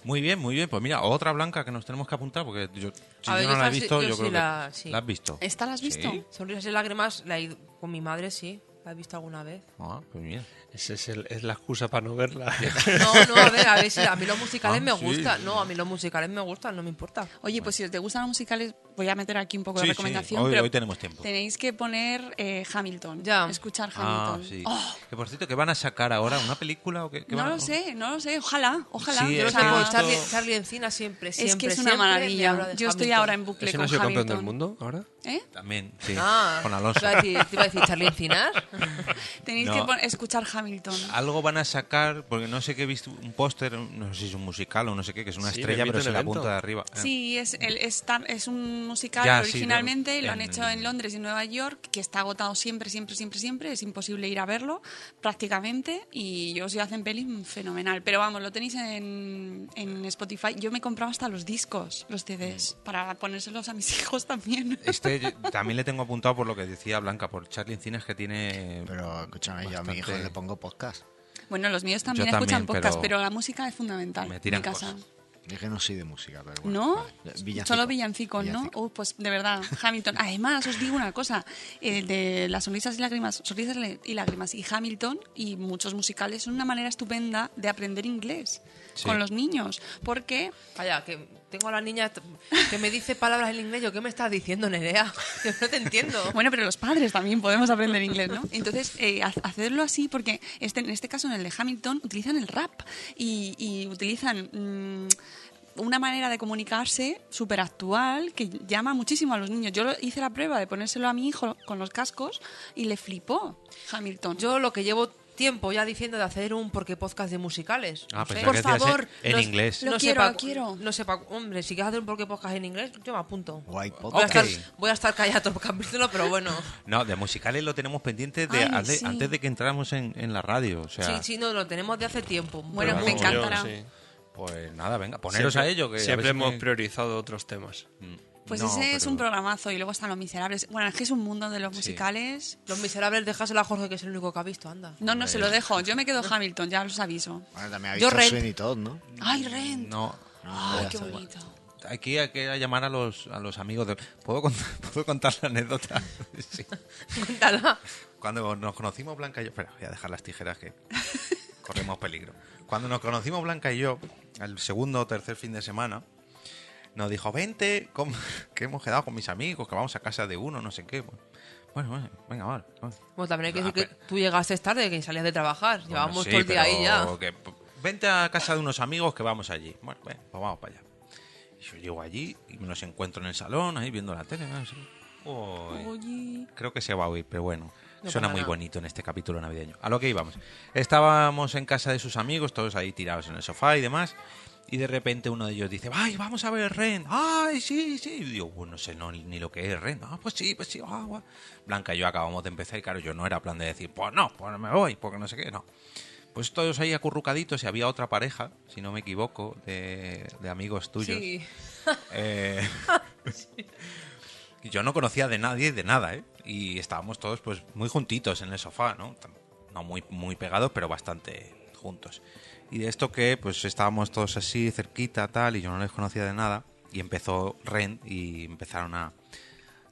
[SPEAKER 2] Muy bien, muy bien. Pues mira, otra blanca que nos tenemos que apuntar, porque yo, si
[SPEAKER 3] A ver,
[SPEAKER 2] yo
[SPEAKER 3] yo
[SPEAKER 2] no la he
[SPEAKER 3] esta sí-
[SPEAKER 2] visto, yo,
[SPEAKER 3] yo sí
[SPEAKER 2] creo
[SPEAKER 3] la-
[SPEAKER 2] que
[SPEAKER 3] sí.
[SPEAKER 2] la has visto.
[SPEAKER 6] ¿Esta la has visto?
[SPEAKER 2] Sí.
[SPEAKER 3] Sonrisas y lágrimas, la he ido- con mi madre sí, la he visto alguna vez.
[SPEAKER 2] [laughs] Ah, pues mira.
[SPEAKER 5] Esa es, el- es la excusa para
[SPEAKER 2] [laughs]
[SPEAKER 5] no verla. [laughs]
[SPEAKER 3] No, no, a ver, a ver si a mí los musicales
[SPEAKER 2] Ah,
[SPEAKER 3] me
[SPEAKER 2] sí.
[SPEAKER 3] gustan. No, a mí los musicales me gustan, no me importa.
[SPEAKER 6] Oye, pues si os te gustan los musicales, voy a meter aquí un poco
[SPEAKER 2] Sí, sí,
[SPEAKER 6] de recomendación.
[SPEAKER 2] hoy-
[SPEAKER 6] pero
[SPEAKER 2] hoy tenemos tiempo.
[SPEAKER 6] Tenéis que poner eh, Hamilton.
[SPEAKER 3] Ya.
[SPEAKER 6] Escuchar
[SPEAKER 2] Ah,
[SPEAKER 6] Hamilton.
[SPEAKER 2] sí.
[SPEAKER 6] Oh,
[SPEAKER 2] Que por cierto, que van a sacar ahora una película o qué, qué
[SPEAKER 6] no
[SPEAKER 2] van a-
[SPEAKER 6] lo sé, no lo sé. Ojalá, ojalá.
[SPEAKER 2] Sí,
[SPEAKER 3] Yo no
[SPEAKER 2] es
[SPEAKER 3] sé,
[SPEAKER 2] que
[SPEAKER 3] pero
[SPEAKER 2] he visto-
[SPEAKER 3] Charlie, Charlie Encina siempre, siempre.
[SPEAKER 6] es que es
[SPEAKER 3] siempre
[SPEAKER 6] una
[SPEAKER 3] me habla
[SPEAKER 6] maravilla.
[SPEAKER 3] de
[SPEAKER 6] Yo estoy
[SPEAKER 3] Hamilton.
[SPEAKER 5] Hamilton.
[SPEAKER 6] ahora en bucle
[SPEAKER 5] ¿Ese
[SPEAKER 6] con
[SPEAKER 5] no ha sido campeón del
[SPEAKER 6] Hamilton.
[SPEAKER 5] mundo ahora?
[SPEAKER 6] ¿Eh?
[SPEAKER 2] También, sí.
[SPEAKER 3] Ah,
[SPEAKER 2] con Alonso.
[SPEAKER 3] Te iba a decir, te iba a decir Charlie Encinas.
[SPEAKER 6] [laughs] Tenéis
[SPEAKER 2] No.
[SPEAKER 6] que pon- escuchar Hamilton.
[SPEAKER 2] Algo van a sacar, porque no sé qué he visto, un póster, no sé si es un musical o no sé qué, que es una
[SPEAKER 5] Sí,
[SPEAKER 2] estrella, pero
[SPEAKER 5] repiten
[SPEAKER 2] se la
[SPEAKER 5] evento.
[SPEAKER 2] apunta de arriba. Eh,
[SPEAKER 6] Sí, es, el, está- es un musical
[SPEAKER 2] Ya, sí,
[SPEAKER 6] originalmente
[SPEAKER 2] claro.
[SPEAKER 6] y lo han
[SPEAKER 2] En-
[SPEAKER 6] hecho en Londres y Nueva York, que está agotado siempre, siempre, siempre, siempre. Es imposible ir a verlo prácticamente y ellos lo hacen pelis fenomenal. Pero vamos, lo tenéis en, en Spotify. Yo me compraba hasta los discos, los CDs,
[SPEAKER 2] Mm.
[SPEAKER 6] para ponérselos a mis [laughs] hijos también.
[SPEAKER 2] Este yo- también le tengo apuntado por lo que decía Blanca, por Charlie Encinas que tiene...
[SPEAKER 7] Pero escúchame, yo a mi hijo
[SPEAKER 2] Bastante.
[SPEAKER 7] le pongo podcast.
[SPEAKER 6] Bueno, los míos también
[SPEAKER 2] Yo
[SPEAKER 6] escuchan
[SPEAKER 2] también,
[SPEAKER 6] podcast,
[SPEAKER 2] pero
[SPEAKER 6] pero... la música es fundamental
[SPEAKER 2] me
[SPEAKER 6] en
[SPEAKER 2] tiran
[SPEAKER 6] mi casa.
[SPEAKER 2] cosas.
[SPEAKER 7] Es que no soy de música, pero bueno.
[SPEAKER 6] ¿No?
[SPEAKER 7] vale. Villancico.
[SPEAKER 6] Solo villancicos, ¿no?
[SPEAKER 7] Villancico.
[SPEAKER 6] Uh, pues de verdad,
[SPEAKER 7] [laughs]
[SPEAKER 6] Hamilton. Además, os digo una cosa, eh, de las sonrisas y lágrimas, sonrisas y lágrimas y Hamilton y muchos musicales son una manera estupenda de aprender inglés
[SPEAKER 2] Sí.
[SPEAKER 6] con los niños, porque
[SPEAKER 3] Vaya, que tengo a la niña t- que me dice palabras en inglés. Yo, ¿qué me estás diciendo, Nerea? [laughs] Yo no te entiendo.
[SPEAKER 6] Bueno, pero los padres también podemos aprender inglés, ¿no? Entonces, eh, ha- hacerlo así, porque este, en este caso, en el de Hamilton, utilizan el rap y, y utilizan mm, una manera de comunicarse súper actual que llama muchísimo a los niños. Yo lo- hice la prueba de ponérselo a mi hijo con los cascos y le flipó Hamilton.
[SPEAKER 3] Yo lo que llevo tiempo ya diciendo de hacer un porque podcast de musicales.
[SPEAKER 2] Ah,
[SPEAKER 3] No sé.
[SPEAKER 2] pensaba
[SPEAKER 6] Por
[SPEAKER 2] que decías en-
[SPEAKER 6] favor,
[SPEAKER 2] en
[SPEAKER 6] los-
[SPEAKER 2] inglés.
[SPEAKER 6] Lo
[SPEAKER 3] no
[SPEAKER 6] quiero,
[SPEAKER 3] sepa-
[SPEAKER 6] lo quiero.
[SPEAKER 3] No sepa, hombre, si quieres hacer un porque podcast en inglés, yo me apunto.
[SPEAKER 7] Guay
[SPEAKER 3] Voy a,
[SPEAKER 7] podcast.
[SPEAKER 3] estar, voy a estar callado todo el capítulo, pero bueno.
[SPEAKER 2] No, de musicales lo tenemos pendiente de,
[SPEAKER 6] Ay,
[SPEAKER 2] ante-
[SPEAKER 6] sí.
[SPEAKER 2] antes de que entráramos en, en la radio. O sea,
[SPEAKER 3] Sí, sí, no, lo tenemos de hace tiempo.
[SPEAKER 6] Bueno,
[SPEAKER 3] Pero
[SPEAKER 6] me
[SPEAKER 5] Como yo,
[SPEAKER 6] encantará.
[SPEAKER 5] sí.
[SPEAKER 2] pues nada, venga, poneros
[SPEAKER 5] Siempre-
[SPEAKER 2] a ello. Que a
[SPEAKER 5] siempre
[SPEAKER 2] ver si
[SPEAKER 5] hemos
[SPEAKER 2] me- Mm,
[SPEAKER 5] priorizado otros temas.
[SPEAKER 6] Pues
[SPEAKER 2] No,
[SPEAKER 6] ese es
[SPEAKER 2] pero-
[SPEAKER 6] un programazo y luego están los miserables. Bueno, es que es un mundo de los musicales.
[SPEAKER 3] Los miserables, dejáselo a Jorge, que es el único que ha visto, anda.
[SPEAKER 6] No, no, se
[SPEAKER 2] Eh.
[SPEAKER 6] lo dejo. Yo me
[SPEAKER 3] [laughs]
[SPEAKER 6] quedo Hamilton, ya los aviso.
[SPEAKER 7] Bueno, también ha
[SPEAKER 3] Yo
[SPEAKER 7] visto
[SPEAKER 3] rent.
[SPEAKER 7] Sweeney Todd, ¿no?
[SPEAKER 6] ¡Ay, Ren!
[SPEAKER 2] No,
[SPEAKER 6] ¡Ay, qué bonito!
[SPEAKER 2] aquí hay que llamar a los, a los amigos. De... ¿Puedo, contar, [laughs] ¿Puedo contar la anécdota? [laughs] Sí.
[SPEAKER 6] [laughs]
[SPEAKER 3] Cuéntala.
[SPEAKER 2] Cuando nos conocimos Blanca y yo... Espera, voy a dejar las tijeras
[SPEAKER 3] [laughs]
[SPEAKER 2] que corremos peligro. Cuando nos conocimos Blanca y yo, el segundo o tercer fin de semana, nos dijo, vente, com- [laughs] que hemos quedado con mis amigos, que vamos a casa de uno, no sé qué. Bueno, bueno, venga, vale. vale.
[SPEAKER 3] Bueno, también hay que
[SPEAKER 2] Ah,
[SPEAKER 3] decir que
[SPEAKER 2] pero-
[SPEAKER 3] tú llegaste tarde, que salías de trabajar.
[SPEAKER 2] Bueno,
[SPEAKER 3] Llevábamos
[SPEAKER 2] sí,
[SPEAKER 3] todo el día ahí ya.
[SPEAKER 2] pero que, p- vente a casa de unos amigos que vamos allí. Bueno, ven, pues vamos para allá. Y yo llego allí y me los encuentro en el salón, ahí viendo la tele. ¿no? Así. Uy, Creo que se va a oír, pero bueno.
[SPEAKER 3] No
[SPEAKER 2] Suena
[SPEAKER 3] pasa
[SPEAKER 2] muy
[SPEAKER 3] nada.
[SPEAKER 2] bonito en este capítulo navideño. A lo que íbamos. Estábamos en casa de sus amigos, todos ahí tirados en el sofá y demás. Y de repente uno de ellos dice, ¡ay, vamos a ver Ren! ¡Ay, sí, sí! Y digo, "Bueno, no sé no, ni lo que es Ren. Ah, pues sí, pues sí, ah, guau". Blanca y yo acabamos de empezar y claro, yo no era plan de decir, pues no, pues me voy, porque no sé qué, no. Pues todos ahí acurrucaditos y había otra pareja, si no me equivoco, de, de amigos tuyos.
[SPEAKER 3] Sí.
[SPEAKER 2] Eh, y yo no conocía de nadie de nada, ¿eh? Y estábamos todos pues muy juntitos en el sofá, ¿no? Tam- No muy, muy pegados, pero bastante juntos. Y de esto que pues estábamos todos así, cerquita, tal, y yo no les conocía de nada. Y empezó Ren y empezaron a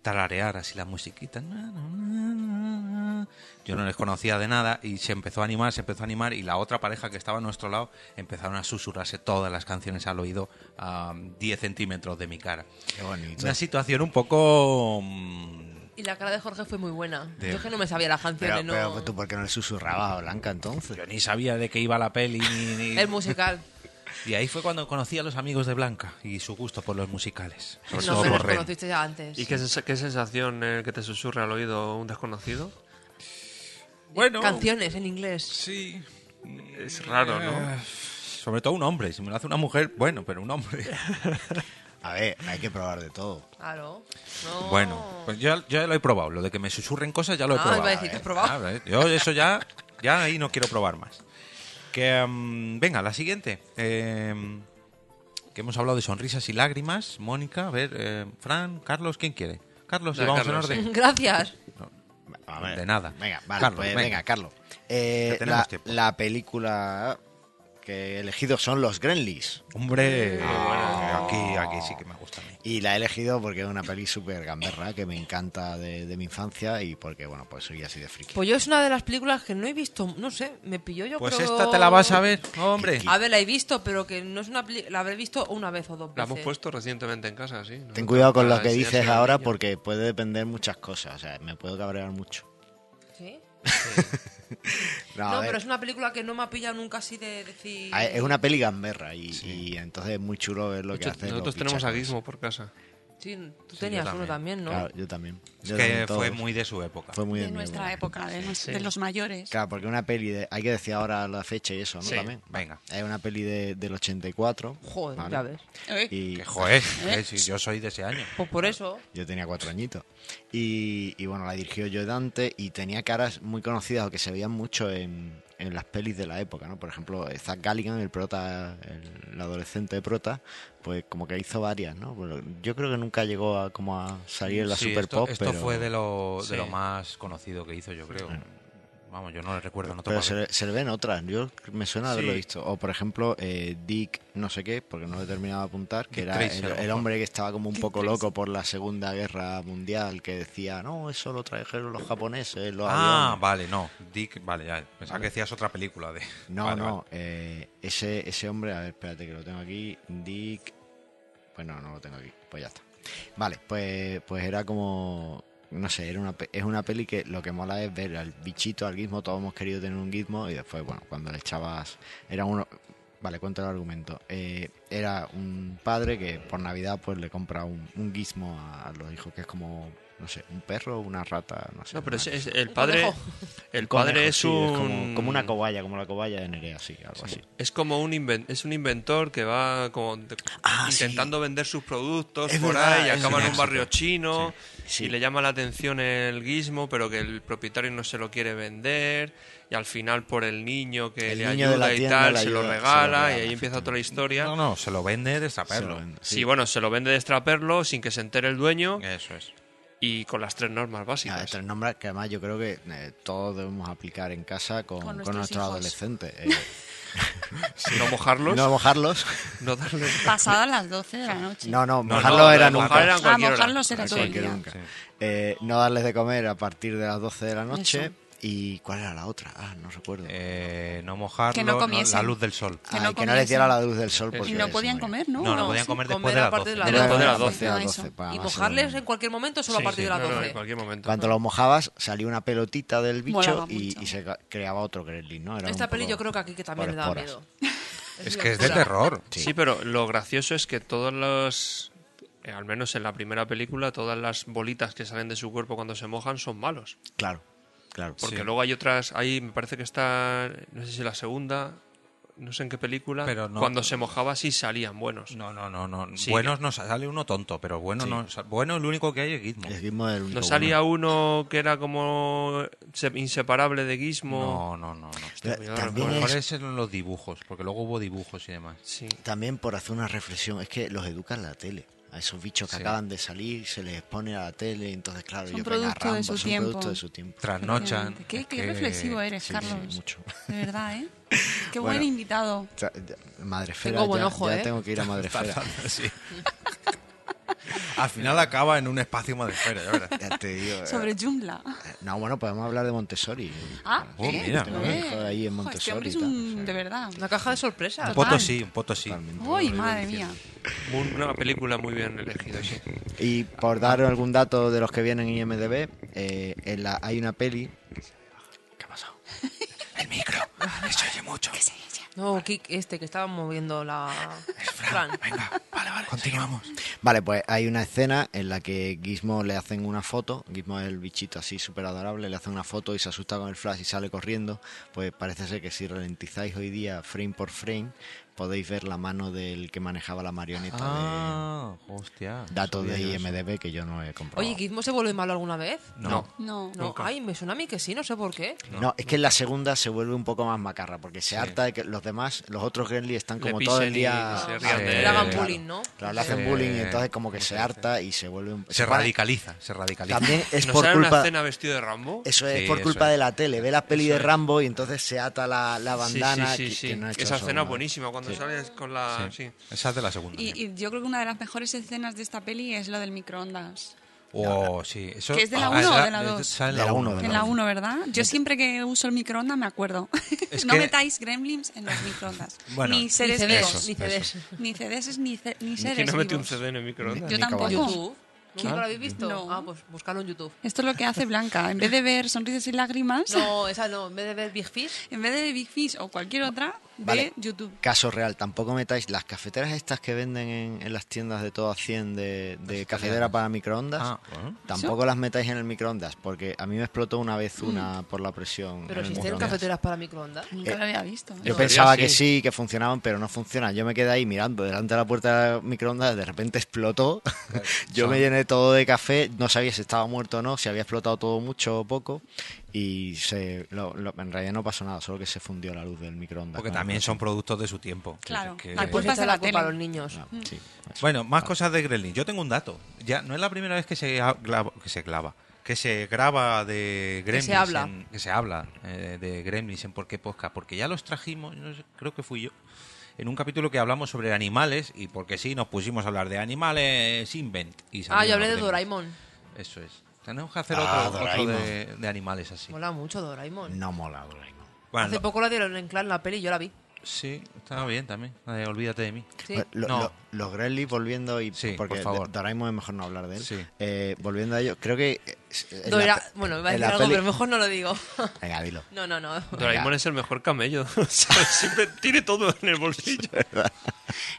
[SPEAKER 2] tararear así la musiquita. Na, na, na, na. Yo no les conocía de nada y se empezó a animar, se empezó a animar y la otra pareja que estaba a nuestro lado empezaron a susurrarse todas las canciones al oído a 10 centímetros de mi cara.
[SPEAKER 7] Qué bonito.
[SPEAKER 2] Una situación un poco mm,
[SPEAKER 3] [laughs] Y la cara de Jorge fue muy buena.
[SPEAKER 2] De-
[SPEAKER 3] Yo es que no me sabía las
[SPEAKER 7] Pero,
[SPEAKER 3] canciones,
[SPEAKER 7] pero,
[SPEAKER 3] no.
[SPEAKER 7] pues, tú, ¿por qué no le susurrabas a Blanca entonces?
[SPEAKER 2] Yo ni sabía de qué iba la peli. ni- ni-
[SPEAKER 3] [laughs]
[SPEAKER 2] [laughs]
[SPEAKER 3] El musical.
[SPEAKER 2] Y ahí fue cuando conocí a los amigos de Blanca y su gusto por los musicales. Sobre
[SPEAKER 3] no,
[SPEAKER 2] todo
[SPEAKER 3] pero
[SPEAKER 2] por
[SPEAKER 3] nos
[SPEAKER 2] Ren.
[SPEAKER 3] conociste ya antes.
[SPEAKER 5] ¿Y qué, sens- qué sensación eh, que te susurra al oído un desconocido?
[SPEAKER 2] Bueno,
[SPEAKER 3] Canciones en inglés.
[SPEAKER 2] sí.
[SPEAKER 5] Es raro, ¿no?
[SPEAKER 2] Sobre todo un hombre. Si me lo hace una mujer, bueno, pero un hombre.
[SPEAKER 7] [laughs] A ver, hay que probar de todo.
[SPEAKER 3] Claro. No.
[SPEAKER 2] Bueno, pues yo, yo ya lo he probado. Lo de que me susurren cosas ya lo he
[SPEAKER 3] Ah,
[SPEAKER 2] probado.
[SPEAKER 3] iba a decir que has probado.
[SPEAKER 2] Ah, eh, yo eso ya, ya ahí no quiero probar más. Que mm, venga, la siguiente. Eh, que hemos hablado de sonrisas y lágrimas. Mónica, a ver, eh, Fran, Carlos, ¿quién quiere? Carlos,
[SPEAKER 5] Dale,
[SPEAKER 2] llevamos
[SPEAKER 5] Carlos.
[SPEAKER 2] en orden.
[SPEAKER 3] [laughs] Gracias.
[SPEAKER 7] A ver.
[SPEAKER 2] De nada.
[SPEAKER 7] Venga, vale,
[SPEAKER 2] Carlos,
[SPEAKER 7] pues,
[SPEAKER 2] venga.
[SPEAKER 7] venga. Carlos. Eh,
[SPEAKER 2] Que tenemos
[SPEAKER 7] la,
[SPEAKER 2] tiempo.
[SPEAKER 7] la película que he elegido son los Gremlins. Ah.
[SPEAKER 2] Hombre, bueno, Eh, aquí, aquí sí que me gusta a mí.
[SPEAKER 7] Y la he elegido porque es una peli súper gamberra que me encanta de, de mi infancia y porque, bueno, pues soy así de friki.
[SPEAKER 3] Pues yo es una de las películas que no he visto, no sé, me pilló yo
[SPEAKER 2] Pues
[SPEAKER 3] creo-
[SPEAKER 2] esta te la vas a ver, hombre.
[SPEAKER 3] A ver, la he visto, pero que no es una película, la habré visto una vez o dos
[SPEAKER 5] La
[SPEAKER 3] veces.
[SPEAKER 5] hemos puesto recientemente en casa, sí. ¿no?
[SPEAKER 7] Ten cuidado con lo
[SPEAKER 5] Para
[SPEAKER 2] Ah,
[SPEAKER 7] que dices
[SPEAKER 5] enseñárselo al
[SPEAKER 7] ahora
[SPEAKER 5] niño.
[SPEAKER 7] porque puede depender muchas cosas. O sea, me puedo cabrear mucho.
[SPEAKER 3] ¿Sí?
[SPEAKER 7] [laughs] No, a
[SPEAKER 3] No,
[SPEAKER 7] ver,
[SPEAKER 3] pero es una película que no me ha pillado nunca así de decir...
[SPEAKER 7] a- eh, es una peli gamberra y, y entonces es muy chulo ver lo
[SPEAKER 5] De hecho,
[SPEAKER 7] que hacen. los
[SPEAKER 5] nosotros tenemos a
[SPEAKER 7] bichacos.
[SPEAKER 5] Gizmo por casa.
[SPEAKER 3] Sí, tú tenías
[SPEAKER 2] yo
[SPEAKER 3] uno también, ¿no?
[SPEAKER 7] Claro, yo también.
[SPEAKER 2] Es
[SPEAKER 7] Yo
[SPEAKER 2] que
[SPEAKER 7] también,
[SPEAKER 2] fue
[SPEAKER 7] todos.
[SPEAKER 2] muy de su época.
[SPEAKER 7] Fue muy
[SPEAKER 6] de
[SPEAKER 7] mi
[SPEAKER 6] nuestra época, de, nos- de los mayores.
[SPEAKER 7] Claro, porque una peli de. Hay que decir ahora la fecha y eso, ¿no?
[SPEAKER 5] Sí,
[SPEAKER 7] También.
[SPEAKER 2] venga.
[SPEAKER 7] Es una peli de, del 84.
[SPEAKER 3] Joder,
[SPEAKER 7] ¿vale?
[SPEAKER 3] ya ves.
[SPEAKER 6] Eh,
[SPEAKER 7] Y
[SPEAKER 2] Que
[SPEAKER 7] [laughs]
[SPEAKER 2] joder, eh, si yo soy de ese año.
[SPEAKER 3] Pues por eso.
[SPEAKER 7] yo tenía cuatro añitos. Y, y bueno, la dirigió yo Dante y tenía caras muy conocidas o que se veían mucho en, en las pelis de la época, ¿no? Por ejemplo, Zach Galligan, el prota, el, el adolescente de prota, pues como que hizo varias, ¿no? Bueno, yo creo que nunca llegó a, como a salir en la
[SPEAKER 2] Sí,
[SPEAKER 7] super
[SPEAKER 2] esto,
[SPEAKER 7] pop,
[SPEAKER 2] esto
[SPEAKER 7] pero...
[SPEAKER 2] fue de lo, de
[SPEAKER 5] Sí.
[SPEAKER 2] lo más conocido que hizo, yo creo. Vamos, yo no le recuerdo en otro
[SPEAKER 7] Pero se,
[SPEAKER 2] papel.
[SPEAKER 7] le- se le ven otras, yo me suena haberlo
[SPEAKER 2] Sí.
[SPEAKER 7] visto. O por ejemplo, eh, Dick, no sé qué, porque no lo he terminado de apuntar, que
[SPEAKER 2] Dick
[SPEAKER 7] era
[SPEAKER 2] Tracy,
[SPEAKER 7] el,
[SPEAKER 2] a lo
[SPEAKER 7] el
[SPEAKER 2] mejor.
[SPEAKER 7] hombre que estaba como un poco loco por la Segunda Guerra Mundial, que decía, no, eso lo trajeron los japoneses, los
[SPEAKER 2] Ah,
[SPEAKER 7] aviones".
[SPEAKER 2] vale, no. Dick, vale, ya. Pensaba que decías otra película de.
[SPEAKER 7] No,
[SPEAKER 2] Vale,
[SPEAKER 7] no,
[SPEAKER 2] vale.
[SPEAKER 7] eh, ese, ese hombre, a ver, espérate que lo tengo aquí, Dick... Pues no, no lo tengo aquí, pues ya está. Vale, pues, pues era como... No sé, era una, pe- es una peli que lo que mola es ver al bichito, al gizmo, todos hemos querido tener un gizmo y después, bueno, cuando le echabas... Era uno... Vale, cuento el argumento. Eh, era un padre que por Navidad pues le compra un, un gizmo a, a los hijos, que es como, no sé, un perro, una rata, no sé.
[SPEAKER 5] No, pero
[SPEAKER 7] una-
[SPEAKER 5] es, es- el
[SPEAKER 3] Un
[SPEAKER 5] padre,
[SPEAKER 3] conejo.
[SPEAKER 5] el
[SPEAKER 7] conejo,
[SPEAKER 5] padre es
[SPEAKER 7] sí,
[SPEAKER 5] un...
[SPEAKER 7] como, como una cobaya, como la cobaya de Nerea, Ah, sí, algo así.
[SPEAKER 5] Es como un, inven- es un inventor que va como de-
[SPEAKER 7] Ah, sí.
[SPEAKER 5] intentando vender sus productos
[SPEAKER 7] Es
[SPEAKER 5] por
[SPEAKER 7] verdad,
[SPEAKER 5] ahí,
[SPEAKER 7] es
[SPEAKER 5] acaba en
[SPEAKER 7] un
[SPEAKER 5] un barrio chino
[SPEAKER 7] Sí.
[SPEAKER 5] y le llama la atención el guismo, pero que el propietario no se lo quiere vender y al final por el niño que
[SPEAKER 7] El
[SPEAKER 5] le
[SPEAKER 7] niño de
[SPEAKER 5] ayuda
[SPEAKER 7] la
[SPEAKER 5] y
[SPEAKER 7] tienda
[SPEAKER 5] tal,
[SPEAKER 7] le
[SPEAKER 5] se,
[SPEAKER 7] ayuda,
[SPEAKER 5] lo
[SPEAKER 7] se lo
[SPEAKER 5] regala y
[SPEAKER 7] regala,
[SPEAKER 5] ahí empieza toda la historia.
[SPEAKER 2] No, no, se lo vende de
[SPEAKER 7] Se lo
[SPEAKER 2] saberlo.
[SPEAKER 7] vende,
[SPEAKER 5] Sí, bueno, se lo vende de extraperlo sin que se entere el dueño
[SPEAKER 2] Eso es.
[SPEAKER 5] y con las tres normas
[SPEAKER 7] Ah,
[SPEAKER 5] básicas.
[SPEAKER 7] tres nombres que además yo creo que eh, todos debemos aplicar en casa con,
[SPEAKER 6] Con
[SPEAKER 7] con
[SPEAKER 6] nuestros
[SPEAKER 7] nuestros
[SPEAKER 6] hijos.
[SPEAKER 7] adolescentes. eh,
[SPEAKER 5] No mojarlos,
[SPEAKER 7] no
[SPEAKER 5] no,
[SPEAKER 7] mojarlos.
[SPEAKER 5] darles...
[SPEAKER 6] [laughs] Pasadas las 12 de la noche.
[SPEAKER 7] No, no,
[SPEAKER 2] No,
[SPEAKER 7] mojarlos
[SPEAKER 5] no,
[SPEAKER 7] era
[SPEAKER 5] no,
[SPEAKER 7] nunca.
[SPEAKER 5] mojar eran
[SPEAKER 6] Ah,
[SPEAKER 5] cualquier hora.
[SPEAKER 6] mojarlos era
[SPEAKER 7] Era
[SPEAKER 6] todo el
[SPEAKER 7] cualquier
[SPEAKER 6] día.
[SPEAKER 7] nunca. Eh, no darles de comer a partir de las 12 de la noche.
[SPEAKER 6] Eso.
[SPEAKER 7] ¿Y cuál era la otra? Ah, no recuerdo.
[SPEAKER 2] Eh, no mojarlo.
[SPEAKER 6] Que no
[SPEAKER 2] no- la
[SPEAKER 6] comiesen.
[SPEAKER 2] luz del sol.
[SPEAKER 7] Ah,
[SPEAKER 6] que no
[SPEAKER 7] y que no les
[SPEAKER 6] comiesen.
[SPEAKER 7] diera la luz del sol.
[SPEAKER 5] Y
[SPEAKER 7] Porque
[SPEAKER 6] Y no
[SPEAKER 7] se
[SPEAKER 6] podían
[SPEAKER 7] morían.
[SPEAKER 6] comer, ¿no?
[SPEAKER 2] No, no,
[SPEAKER 3] No,
[SPEAKER 2] podían
[SPEAKER 3] sí,
[SPEAKER 2] comer después
[SPEAKER 3] comer
[SPEAKER 2] de
[SPEAKER 3] a
[SPEAKER 2] las
[SPEAKER 3] partir
[SPEAKER 2] 12.
[SPEAKER 3] de las
[SPEAKER 7] Después de
[SPEAKER 5] doce.
[SPEAKER 7] las
[SPEAKER 5] Después
[SPEAKER 7] 12
[SPEAKER 6] de
[SPEAKER 7] a
[SPEAKER 6] las
[SPEAKER 7] las
[SPEAKER 6] 12.
[SPEAKER 7] 12. para
[SPEAKER 3] ¿Y
[SPEAKER 7] más
[SPEAKER 3] mojarles
[SPEAKER 7] seguro.
[SPEAKER 3] en cualquier momento o solo
[SPEAKER 5] Sí,
[SPEAKER 3] a partir de
[SPEAKER 5] sí,
[SPEAKER 3] las
[SPEAKER 5] no, no,
[SPEAKER 3] 12?
[SPEAKER 5] en cualquier momento.
[SPEAKER 7] Cuando los mojabas, salía una pelotita del bicho
[SPEAKER 6] Molaba
[SPEAKER 7] y,
[SPEAKER 6] mucho.
[SPEAKER 7] y se ca- creaba otro gremlin, ¿no? Era
[SPEAKER 3] Esta
[SPEAKER 7] un
[SPEAKER 3] peli
[SPEAKER 7] poco
[SPEAKER 3] yo creo que aquí que también
[SPEAKER 7] por
[SPEAKER 3] le da
[SPEAKER 7] esporas.
[SPEAKER 3] miedo.
[SPEAKER 2] [laughs] Es
[SPEAKER 3] una
[SPEAKER 2] que es de
[SPEAKER 7] [laughs]
[SPEAKER 3] locura.
[SPEAKER 2] terror.
[SPEAKER 5] Sí. pero lo gracioso es que todos los. eh, al menos en la primera película, todas las bolitas que salen de su cuerpo cuando se mojan son malos.
[SPEAKER 7] Claro, claro.
[SPEAKER 5] Porque
[SPEAKER 2] Sí.
[SPEAKER 5] luego hay otras. Ahí me parece que está. No sé si la segunda. No sé en qué película.
[SPEAKER 2] Pero no-
[SPEAKER 5] cuando se mojaba sí salían buenos.
[SPEAKER 2] No, no, no. no.
[SPEAKER 5] Sí.
[SPEAKER 2] Buenos no sale uno tonto, pero bueno, no, sa- bueno el único que hay es Gizmo.
[SPEAKER 7] El gizmo del único
[SPEAKER 5] No salía
[SPEAKER 7] bueno.
[SPEAKER 5] uno que era como se- inseparable de
[SPEAKER 2] No,
[SPEAKER 5] Gizmo.
[SPEAKER 2] no, no. no.
[SPEAKER 7] Eh,
[SPEAKER 5] yo no
[SPEAKER 2] Lo
[SPEAKER 7] También
[SPEAKER 2] mejor
[SPEAKER 7] es
[SPEAKER 2] es en los dibujos, porque luego hubo dibujos y demás.
[SPEAKER 5] Sí.
[SPEAKER 7] También por hacer una reflexión, es que los educan la tele. A esos bichos que
[SPEAKER 2] Sí.
[SPEAKER 7] acaban de salir, se les expone a la tele, entonces claro,
[SPEAKER 6] Es un
[SPEAKER 7] ellos ven a
[SPEAKER 6] producto de
[SPEAKER 7] Rambo,
[SPEAKER 6] su
[SPEAKER 7] es un
[SPEAKER 6] tiempo.
[SPEAKER 7] producto de su tiempo.
[SPEAKER 2] Trasnochan.
[SPEAKER 6] Qué,
[SPEAKER 2] es
[SPEAKER 6] qué
[SPEAKER 2] que-
[SPEAKER 6] reflexivo eres,
[SPEAKER 7] Sí,
[SPEAKER 6] Carlos.
[SPEAKER 7] sí, mucho.
[SPEAKER 6] De verdad,
[SPEAKER 7] [laughs]
[SPEAKER 6] ¿eh? Qué
[SPEAKER 7] Bueno.
[SPEAKER 6] buen invitado.
[SPEAKER 7] Madrefera,
[SPEAKER 3] Tengo buen
[SPEAKER 7] ya,
[SPEAKER 3] ojo,
[SPEAKER 7] ya
[SPEAKER 3] ¿eh?
[SPEAKER 7] [laughs] tengo que ir a Madrefera.
[SPEAKER 2] Sí.
[SPEAKER 9] Al final acaba en un espacio madrefera, ya verás.
[SPEAKER 7] Ya te digo, eh.
[SPEAKER 6] Sobre Joomla.
[SPEAKER 7] No, bueno, podemos hablar de Montessori.
[SPEAKER 6] Ah,
[SPEAKER 2] Oh, mira.
[SPEAKER 7] Tengo un hijo ahí en
[SPEAKER 6] Ojo, este
[SPEAKER 7] Montessori.
[SPEAKER 6] hombre es
[SPEAKER 7] y tal,
[SPEAKER 6] un-
[SPEAKER 7] o sea,
[SPEAKER 6] de verdad.
[SPEAKER 3] Una caja de sorpresas.
[SPEAKER 2] Un poto sí, un poto sí.
[SPEAKER 7] totalmente,
[SPEAKER 6] Uy,
[SPEAKER 7] lo digo
[SPEAKER 6] madre mía.
[SPEAKER 7] diciendo.
[SPEAKER 5] Una película muy bien elegida, sí.
[SPEAKER 7] Y por dar algún dato de los que vienen en IMDB, eh, en la- hay una peli. ¿Qué ha pasado?
[SPEAKER 2] El micro, que se oye mucho.
[SPEAKER 6] Que se ella.
[SPEAKER 3] No, Kik, este que estaba moviendo la. Fran.
[SPEAKER 2] Venga, vale, vale, continuamos.
[SPEAKER 7] Vale, pues hay una escena en la que Gizmo le hacen una foto. Gizmo es el bichito así súper adorable. Le hacen una foto y se asusta con el flash y sale corriendo. Pues parece ser que si ralentizáis hoy día frame por frame, podéis ver la mano del que manejaba la marioneta.
[SPEAKER 2] Ah, hostia.
[SPEAKER 7] de... Dato de
[SPEAKER 2] Sabía yo eso.
[SPEAKER 7] IMDB que yo no he comprobado.
[SPEAKER 3] Oye, ¿Gizmo se vuelve malo alguna vez?
[SPEAKER 5] No.
[SPEAKER 6] No.
[SPEAKER 3] No, ay, me suena a mí que sí, no sé por qué.
[SPEAKER 7] No, es que en la segunda se vuelve un poco más macarra, porque se harta de que los demás, los otros Grenly están
[SPEAKER 5] Le
[SPEAKER 7] como todo el
[SPEAKER 5] pisen y
[SPEAKER 7] día...
[SPEAKER 5] se
[SPEAKER 3] Ah,
[SPEAKER 5] rían de
[SPEAKER 3] le
[SPEAKER 5] él.
[SPEAKER 3] hagan
[SPEAKER 7] Claro.
[SPEAKER 3] bullying, ¿no?
[SPEAKER 7] Claro, le hacen
[SPEAKER 2] Sí.
[SPEAKER 7] bullying y entonces como que se harta y se vuelve un...
[SPEAKER 2] Se
[SPEAKER 7] para-
[SPEAKER 2] radicaliza, se radicaliza.
[SPEAKER 7] También es
[SPEAKER 5] ¿No
[SPEAKER 7] por
[SPEAKER 5] sale una
[SPEAKER 7] culpa...
[SPEAKER 5] escena vestido de Rambo?
[SPEAKER 7] Eso es
[SPEAKER 2] Sí,
[SPEAKER 7] por
[SPEAKER 2] eso
[SPEAKER 7] culpa
[SPEAKER 2] es.
[SPEAKER 7] de la tele. Ve la peli de Rambo y entonces se ata la, la bandana.
[SPEAKER 5] sí, sí,
[SPEAKER 7] que-
[SPEAKER 5] sí,
[SPEAKER 7] que
[SPEAKER 5] sí.
[SPEAKER 7] no ha hecho
[SPEAKER 5] Esa
[SPEAKER 7] eso,
[SPEAKER 5] escena es
[SPEAKER 7] ¿no?
[SPEAKER 5] buenísima cuando sales con la... Sí.
[SPEAKER 2] Esa es de la segunda.
[SPEAKER 6] Y, y yo creo que una de las mejores escenas de esta peli es lo del microondas.
[SPEAKER 2] Oh, sí. Eso,
[SPEAKER 6] ¿Que es de la
[SPEAKER 2] Ah,
[SPEAKER 6] uno o
[SPEAKER 2] esa-
[SPEAKER 6] de la dos?
[SPEAKER 2] esa es
[SPEAKER 7] De la
[SPEAKER 2] uno.
[SPEAKER 7] uno,
[SPEAKER 6] En la 1, ¿verdad? Yo siempre que uso el microondas me acuerdo.
[SPEAKER 2] Es
[SPEAKER 6] no
[SPEAKER 2] que-
[SPEAKER 6] metáis gremlins en los microondas.
[SPEAKER 2] Bueno,
[SPEAKER 6] ni
[SPEAKER 3] Ni
[SPEAKER 6] seres
[SPEAKER 3] CDs,
[SPEAKER 6] vivos.
[SPEAKER 3] ni CDs.
[SPEAKER 6] Ni CDs ni, ce- ni
[SPEAKER 5] Que
[SPEAKER 6] seres
[SPEAKER 5] no mete un
[SPEAKER 6] vivos.
[SPEAKER 5] CD en el microondas.
[SPEAKER 6] Yo
[SPEAKER 7] Ni
[SPEAKER 6] tampoco.
[SPEAKER 7] caballos.
[SPEAKER 3] ¿Tú? ¿Nunca lo habéis visto?
[SPEAKER 6] No.
[SPEAKER 3] Ah, pues buscarlo en YouTube.
[SPEAKER 6] Esto es lo que hace Blanca. En vez de ver sonrisas y lágrimas,
[SPEAKER 3] No, esa no. En vez de ver Big Fish,
[SPEAKER 6] en vez de Big Fish o cualquier otra, ve
[SPEAKER 7] Vale.
[SPEAKER 6] YouTube.
[SPEAKER 7] Caso real, tampoco metáis las cafeteras estas que venden en, en las tiendas de todo a 100 de, de cafetera para microondas.
[SPEAKER 2] Ah, bueno.
[SPEAKER 7] Tampoco las metáis en el microondas, porque a mí me explotó una vez una por la presión.
[SPEAKER 3] Mm. pero
[SPEAKER 7] en el
[SPEAKER 3] existen
[SPEAKER 7] microondas.
[SPEAKER 3] cafeteras para microondas.
[SPEAKER 6] Nunca lo había visto.
[SPEAKER 7] Yo
[SPEAKER 5] No,
[SPEAKER 7] pensaba
[SPEAKER 5] sí.
[SPEAKER 7] que sí, que funcionaban, pero no funcionan. Yo me quedé ahí mirando delante de la puerta del microondas, de repente explotó. [laughs] Yo me llené todo de café, no sabía si estaba muerto o no, si había explotado todo mucho o poco. Y se, lo- lo- en realidad no pasó nada, solo que se fundió la luz del microondas.
[SPEAKER 2] Porque
[SPEAKER 7] con la
[SPEAKER 2] también
[SPEAKER 7] explosión.
[SPEAKER 2] son productos de su tiempo.
[SPEAKER 6] Claro.
[SPEAKER 2] Que-
[SPEAKER 6] La
[SPEAKER 3] Pues
[SPEAKER 6] Culpa
[SPEAKER 3] echa
[SPEAKER 6] de
[SPEAKER 3] la
[SPEAKER 6] la
[SPEAKER 3] culpa a
[SPEAKER 6] tele. Mm.
[SPEAKER 3] los niños.
[SPEAKER 7] Ah, sí, eso.
[SPEAKER 2] Bueno, más
[SPEAKER 3] Ah.
[SPEAKER 2] cosas de Gremlin. Yo tengo un dato. Ya no es la primera vez que se ha- glava- que se clava, que se graba de Gremlins,
[SPEAKER 3] se habla.
[SPEAKER 2] en- que se habla eh, de Gremlins en por qué podcast, porque ya los trajimos, no sé, creo que fui yo, en un capítulo que hablamos sobre animales y porque sí nos pusimos a hablar de animales invent y
[SPEAKER 3] Ah, yo
[SPEAKER 2] salieron
[SPEAKER 3] hablé de
[SPEAKER 2] los Gremlins.
[SPEAKER 3] Doraemon.
[SPEAKER 2] Eso es. Tenemos que hacer
[SPEAKER 7] Ah,
[SPEAKER 2] otro, otro
[SPEAKER 7] Doraemon.
[SPEAKER 2] de, de animales así.
[SPEAKER 3] Mola mucho Doraemon.
[SPEAKER 7] No mola, Doraemon.
[SPEAKER 2] Bueno,
[SPEAKER 3] Hace
[SPEAKER 2] lo-
[SPEAKER 3] poco la dieron en Clan la peli y yo la vi.
[SPEAKER 2] sí, estaba bien también. la de olvídate de mí.
[SPEAKER 3] Sí.
[SPEAKER 7] Bueno, lo-
[SPEAKER 2] No.
[SPEAKER 7] lo- los Gremlins volviendo y
[SPEAKER 2] Sí,
[SPEAKER 7] porque
[SPEAKER 2] por favor.
[SPEAKER 7] de- Doraemon es mejor no hablar de él.
[SPEAKER 2] Sí.
[SPEAKER 7] Eh, volviendo a ello, creo que eh, en la
[SPEAKER 3] Dora-
[SPEAKER 7] pe-
[SPEAKER 3] bueno, iba a
[SPEAKER 7] en
[SPEAKER 3] decir
[SPEAKER 7] la
[SPEAKER 3] algo,
[SPEAKER 7] peli-
[SPEAKER 3] pero mejor no lo digo.
[SPEAKER 7] Venga, dilo.
[SPEAKER 3] No, no, no.
[SPEAKER 5] Doraemon es el mejor camello. [laughs] ¿sabes? Siempre tiene todo en el
[SPEAKER 2] [laughs]
[SPEAKER 5] bolsillo.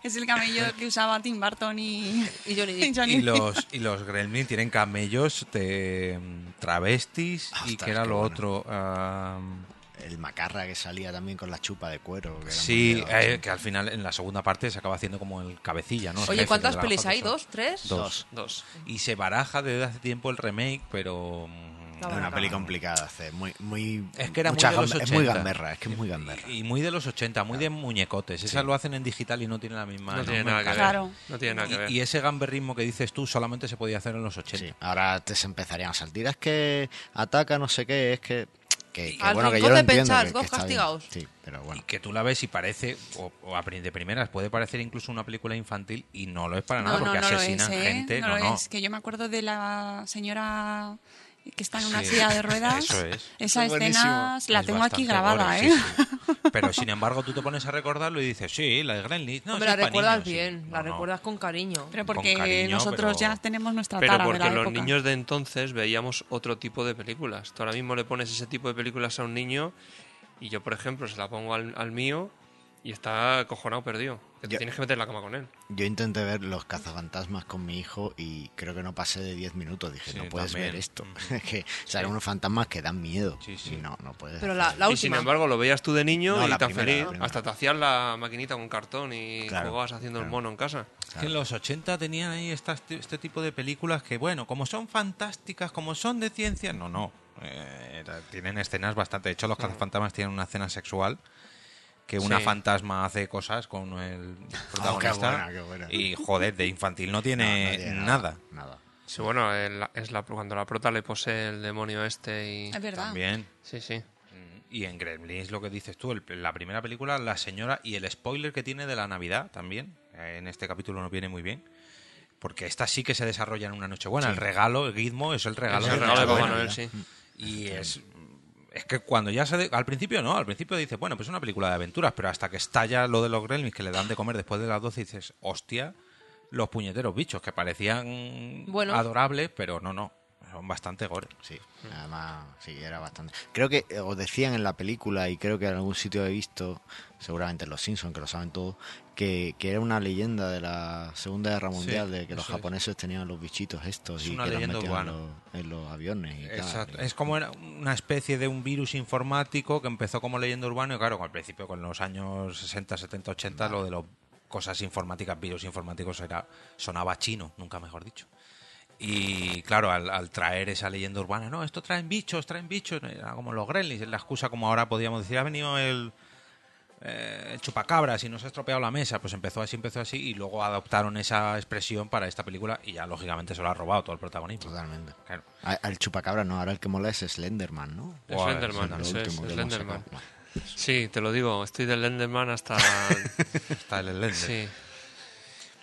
[SPEAKER 6] Es el camello que usaba Tim Burton [laughs] y,
[SPEAKER 3] Y Johnny Depp.
[SPEAKER 2] Y los, y los gremlin tienen camellos de mm, travestis y
[SPEAKER 7] Ah, Ostras,
[SPEAKER 2] que era
[SPEAKER 7] qué
[SPEAKER 2] lo
[SPEAKER 7] bueno.
[SPEAKER 2] otro. am,
[SPEAKER 7] El macarra que salía también con la chupa de cuero. que era muy
[SPEAKER 2] sí,
[SPEAKER 7] miedo,
[SPEAKER 2] eh, que al final en la segunda parte se acaba haciendo como el cabecilla, ¿no? El jefe
[SPEAKER 3] [laughs] Oye,
[SPEAKER 2] de
[SPEAKER 3] ¿cuántas
[SPEAKER 2] la
[SPEAKER 3] pelis
[SPEAKER 2] Jota
[SPEAKER 3] hay?
[SPEAKER 2] Sol.
[SPEAKER 3] ¿Dos? ¿Tres?
[SPEAKER 2] Dos.
[SPEAKER 5] Dos.
[SPEAKER 2] Y se baraja desde hace tiempo el remake, pero. mm,
[SPEAKER 3] La
[SPEAKER 7] Es
[SPEAKER 3] Bueno,
[SPEAKER 7] una
[SPEAKER 3] no.
[SPEAKER 7] peli complicada de hacer, muy, muy,
[SPEAKER 2] Es que era
[SPEAKER 7] mucha
[SPEAKER 2] muy de los
[SPEAKER 7] gambe-
[SPEAKER 2] 80.
[SPEAKER 7] es muy gamberra, es que es muy gamberra.
[SPEAKER 2] Y muy de los 80, muy de muñecotes. Esas lo hacen en digital y no tienen la misma.
[SPEAKER 5] No tiene nada que ver.
[SPEAKER 6] Claro.
[SPEAKER 5] No tiene nada que ver.
[SPEAKER 2] Y, y ese gamberrismo que dices tú solamente se podía hacer en los 80.
[SPEAKER 7] Sí, ahora te se empezarían a saltir, es que ataca no sé qué, es que... que, que
[SPEAKER 3] Al
[SPEAKER 7] bueno, que yo
[SPEAKER 3] rincón
[SPEAKER 7] lo
[SPEAKER 3] de
[SPEAKER 7] entiendo,
[SPEAKER 3] pensar,
[SPEAKER 7] que-
[SPEAKER 3] dos
[SPEAKER 7] que está bien.
[SPEAKER 3] castigados.
[SPEAKER 7] Sí, pero
[SPEAKER 2] Y
[SPEAKER 7] bueno.
[SPEAKER 2] que tú la ves y parece, o, o a pri- de primeras, puede parecer incluso una película infantil y no lo es para nada,
[SPEAKER 6] No, no,
[SPEAKER 2] porque
[SPEAKER 6] no lo es,
[SPEAKER 2] asesinan
[SPEAKER 6] ¿eh?
[SPEAKER 2] gente.
[SPEAKER 6] No
[SPEAKER 2] No,
[SPEAKER 6] lo
[SPEAKER 2] no.
[SPEAKER 6] es. [laughs] Que yo me acuerdo de la señora que está en una
[SPEAKER 2] Sí,
[SPEAKER 6] silla de
[SPEAKER 2] [laughs]
[SPEAKER 6] ruedas.
[SPEAKER 2] eso es.
[SPEAKER 6] Esa
[SPEAKER 7] Es
[SPEAKER 6] escena
[SPEAKER 7] buenísimo.
[SPEAKER 6] la
[SPEAKER 2] Es
[SPEAKER 6] tengo aquí
[SPEAKER 2] bastante
[SPEAKER 6] grabada,
[SPEAKER 2] gore,
[SPEAKER 6] ¿eh?
[SPEAKER 2] sí,
[SPEAKER 6] [laughs]
[SPEAKER 2] sí. Pero sin embargo, tú te pones a recordarlo y dices, sí, la de Gremlins. No,
[SPEAKER 3] Hombre,
[SPEAKER 2] sí,
[SPEAKER 3] la
[SPEAKER 2] es pa'
[SPEAKER 3] recuerdas
[SPEAKER 2] niños, sí".
[SPEAKER 3] bien, la
[SPEAKER 2] No, no.
[SPEAKER 3] recuerdas con cariño.
[SPEAKER 6] Pero
[SPEAKER 2] Con
[SPEAKER 6] porque
[SPEAKER 2] cariño,
[SPEAKER 6] nosotros
[SPEAKER 2] pero-
[SPEAKER 6] ya tenemos nuestra
[SPEAKER 5] Pero
[SPEAKER 6] tara de
[SPEAKER 5] porque
[SPEAKER 6] la
[SPEAKER 5] los
[SPEAKER 6] época.
[SPEAKER 5] niños de entonces veíamos otro tipo de películas. Tú ahora mismo le pones ese tipo de películas a un niño y yo, por ejemplo, se la pongo al, al mío y está cojonado perdido. Que te
[SPEAKER 7] Yo-
[SPEAKER 5] tienes que meter en la cama con él.
[SPEAKER 7] Yo intenté ver Los cazafantasmas con mi hijo y creo que no pasé de 10 minutos. Dije,
[SPEAKER 2] Sí,
[SPEAKER 7] no puedes
[SPEAKER 2] también.
[SPEAKER 7] ver esto. [laughs] Es que salen unos fantasmas que dan miedo.
[SPEAKER 2] Sí, sí.
[SPEAKER 7] Y no, no puedes.
[SPEAKER 3] Pero la, la
[SPEAKER 5] y sin
[SPEAKER 3] última.
[SPEAKER 5] embargo lo veías tú de niño
[SPEAKER 7] No,
[SPEAKER 5] y
[SPEAKER 7] la
[SPEAKER 5] tan
[SPEAKER 7] primera,
[SPEAKER 5] feliz.
[SPEAKER 7] la primera.
[SPEAKER 5] Hasta te hacías la maquinita con cartón y
[SPEAKER 7] Claro,
[SPEAKER 5] jugabas haciendo el mono en casa.
[SPEAKER 2] Es que en los 80 tenían ahí estas- este tipo de películas que, bueno, como son fantásticas, como son de ciencia, no, no. Eh, era- tienen escenas bastante. De hecho, los cazafantasmas tienen una escena sexual que una
[SPEAKER 5] Sí.
[SPEAKER 2] fantasma hace cosas con el protagonista.
[SPEAKER 7] buena, qué buena.
[SPEAKER 2] Y joder, de infantil no
[SPEAKER 7] No, no
[SPEAKER 2] tiene,
[SPEAKER 7] tiene
[SPEAKER 2] nada.
[SPEAKER 7] Nada.
[SPEAKER 5] Sí, bueno, el- es la, cuando la prota le posee el demonio este y...
[SPEAKER 6] Es verdad.
[SPEAKER 2] También.
[SPEAKER 5] Sí, sí.
[SPEAKER 2] Y en Gremlins, lo que dices tú, el- la primera película, la señora y el spoiler que tiene de la Navidad también, eh, en este capítulo no viene muy bien, Porque esta sí que se desarrolla en una noche buena. El regalo, el gizmo, es el regalo,
[SPEAKER 5] Es el
[SPEAKER 2] de
[SPEAKER 5] regalo de Papá
[SPEAKER 2] Nochebuena.
[SPEAKER 5] Noel, sí.
[SPEAKER 2] Y es. Es que cuando ya se. de- al principio no, al principio dice, bueno, pues es una película de aventuras, pero hasta que estalla lo de los gremlins que le dan de comer después de las 12, dices, hostia, los puñeteros bichos que parecían
[SPEAKER 3] Bueno.
[SPEAKER 2] adorables, pero no, no. Son bastante gore.
[SPEAKER 7] Sí, además, sí, era bastante. Creo que eh, os decían en la película, y creo que en algún sitio he visto, seguramente en Los Simpsons, que lo saben todos, que, que era una leyenda de la Segunda Guerra Mundial, de que los
[SPEAKER 2] eso es.
[SPEAKER 7] japoneses tenían los bichitos estos
[SPEAKER 2] Es
[SPEAKER 7] y
[SPEAKER 2] una
[SPEAKER 7] que los
[SPEAKER 2] leyenda
[SPEAKER 7] metían en
[SPEAKER 2] urbana.
[SPEAKER 7] los, en los aviones. Y tal.
[SPEAKER 2] Exacto. Es como era una especie de un virus informático que empezó como leyenda urbana y claro, al principio con los años 60, 70, 80 lo de las cosas informáticas, virus informáticos era sonaba chino, nunca mejor dicho. Y claro, al, al traer esa leyenda urbana, no, esto traen bichos, traen bichos, era como los gremlins, la excusa como ahora podríamos decir, ha venido el, eh, el chupacabras y nos ha estropeado la mesa, pues empezó así, empezó así y luego adoptaron esa expresión para esta película y ya lógicamente se lo ha robado todo el protagonismo.
[SPEAKER 7] Totalmente.
[SPEAKER 2] Claro.
[SPEAKER 7] A- Al chupacabra no, ahora el que mola es Slenderman, ¿no?
[SPEAKER 5] Es
[SPEAKER 2] Guau,
[SPEAKER 5] Lenderman,
[SPEAKER 7] Lo
[SPEAKER 5] eso
[SPEAKER 7] último
[SPEAKER 5] es, es
[SPEAKER 7] que hemos
[SPEAKER 5] Lenderman.
[SPEAKER 7] sacado.
[SPEAKER 5] Sí, te lo digo, estoy del
[SPEAKER 7] [laughs]
[SPEAKER 5] Lenderman hasta...
[SPEAKER 2] Está el Slender.
[SPEAKER 5] sí.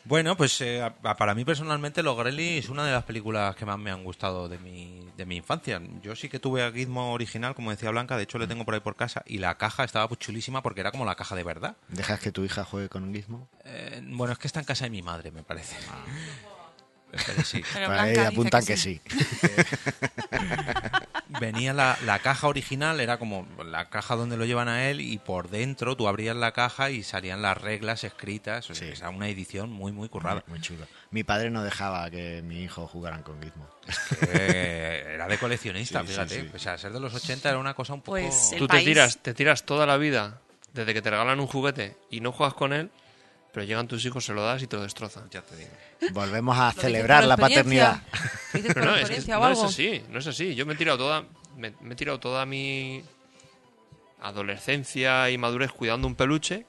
[SPEAKER 2] Bueno, pues eh, a- a- para mí personalmente Los Gremlins es una de las películas que más me han gustado de mi, de mi infancia. Yo sí que tuve a Gizmo original, como decía Blanca, de hecho le tengo por ahí por casa, y la caja estaba pues, chulísima porque era como la caja de verdad.
[SPEAKER 7] ¿Dejas que tu hija juegue con un gizmo?
[SPEAKER 2] Eh, bueno, es que está en casa de mi madre, me parece. [laughs] Pero sí.
[SPEAKER 6] Pero
[SPEAKER 7] Por
[SPEAKER 6] Blanca
[SPEAKER 7] ahí
[SPEAKER 6] dice
[SPEAKER 7] Ah. apuntan que,
[SPEAKER 6] que
[SPEAKER 7] sí.
[SPEAKER 2] [laughs] venía la, la caja original, era como la caja donde lo llevan a él y por dentro tú abrías la caja y salían las reglas escritas. O sea,
[SPEAKER 7] Sí.
[SPEAKER 2] Era una edición muy, muy currada.
[SPEAKER 7] Muy chulo. Mi padre no dejaba que mi hijo jugaran con
[SPEAKER 5] [laughs]
[SPEAKER 7] gizmo.
[SPEAKER 2] Eh, era de coleccionista,
[SPEAKER 7] Sí, sí,
[SPEAKER 2] fíjate.
[SPEAKER 7] sí.
[SPEAKER 2] O sea, ser de los 80 era una cosa un poco...
[SPEAKER 6] Pues el
[SPEAKER 5] Tú te
[SPEAKER 6] país-
[SPEAKER 5] tiras, te tiras toda la vida desde que te regalan un juguete y no juegas con él, pero llegan tus hijos, se lo das y te lo destrozan.
[SPEAKER 2] Ya te digo.
[SPEAKER 7] Volvemos a
[SPEAKER 3] ¿Lo dices
[SPEAKER 7] celebrar
[SPEAKER 3] por
[SPEAKER 7] la
[SPEAKER 3] experiencia?
[SPEAKER 7] paternidad.
[SPEAKER 3] ¿Lo dices por
[SPEAKER 5] Pero no, es, que
[SPEAKER 3] experiencia o
[SPEAKER 5] no es
[SPEAKER 3] algo?
[SPEAKER 5] así, no es así. Yo me he tirado toda, me, me he tirado toda mi adolescencia y madurez cuidando un peluche.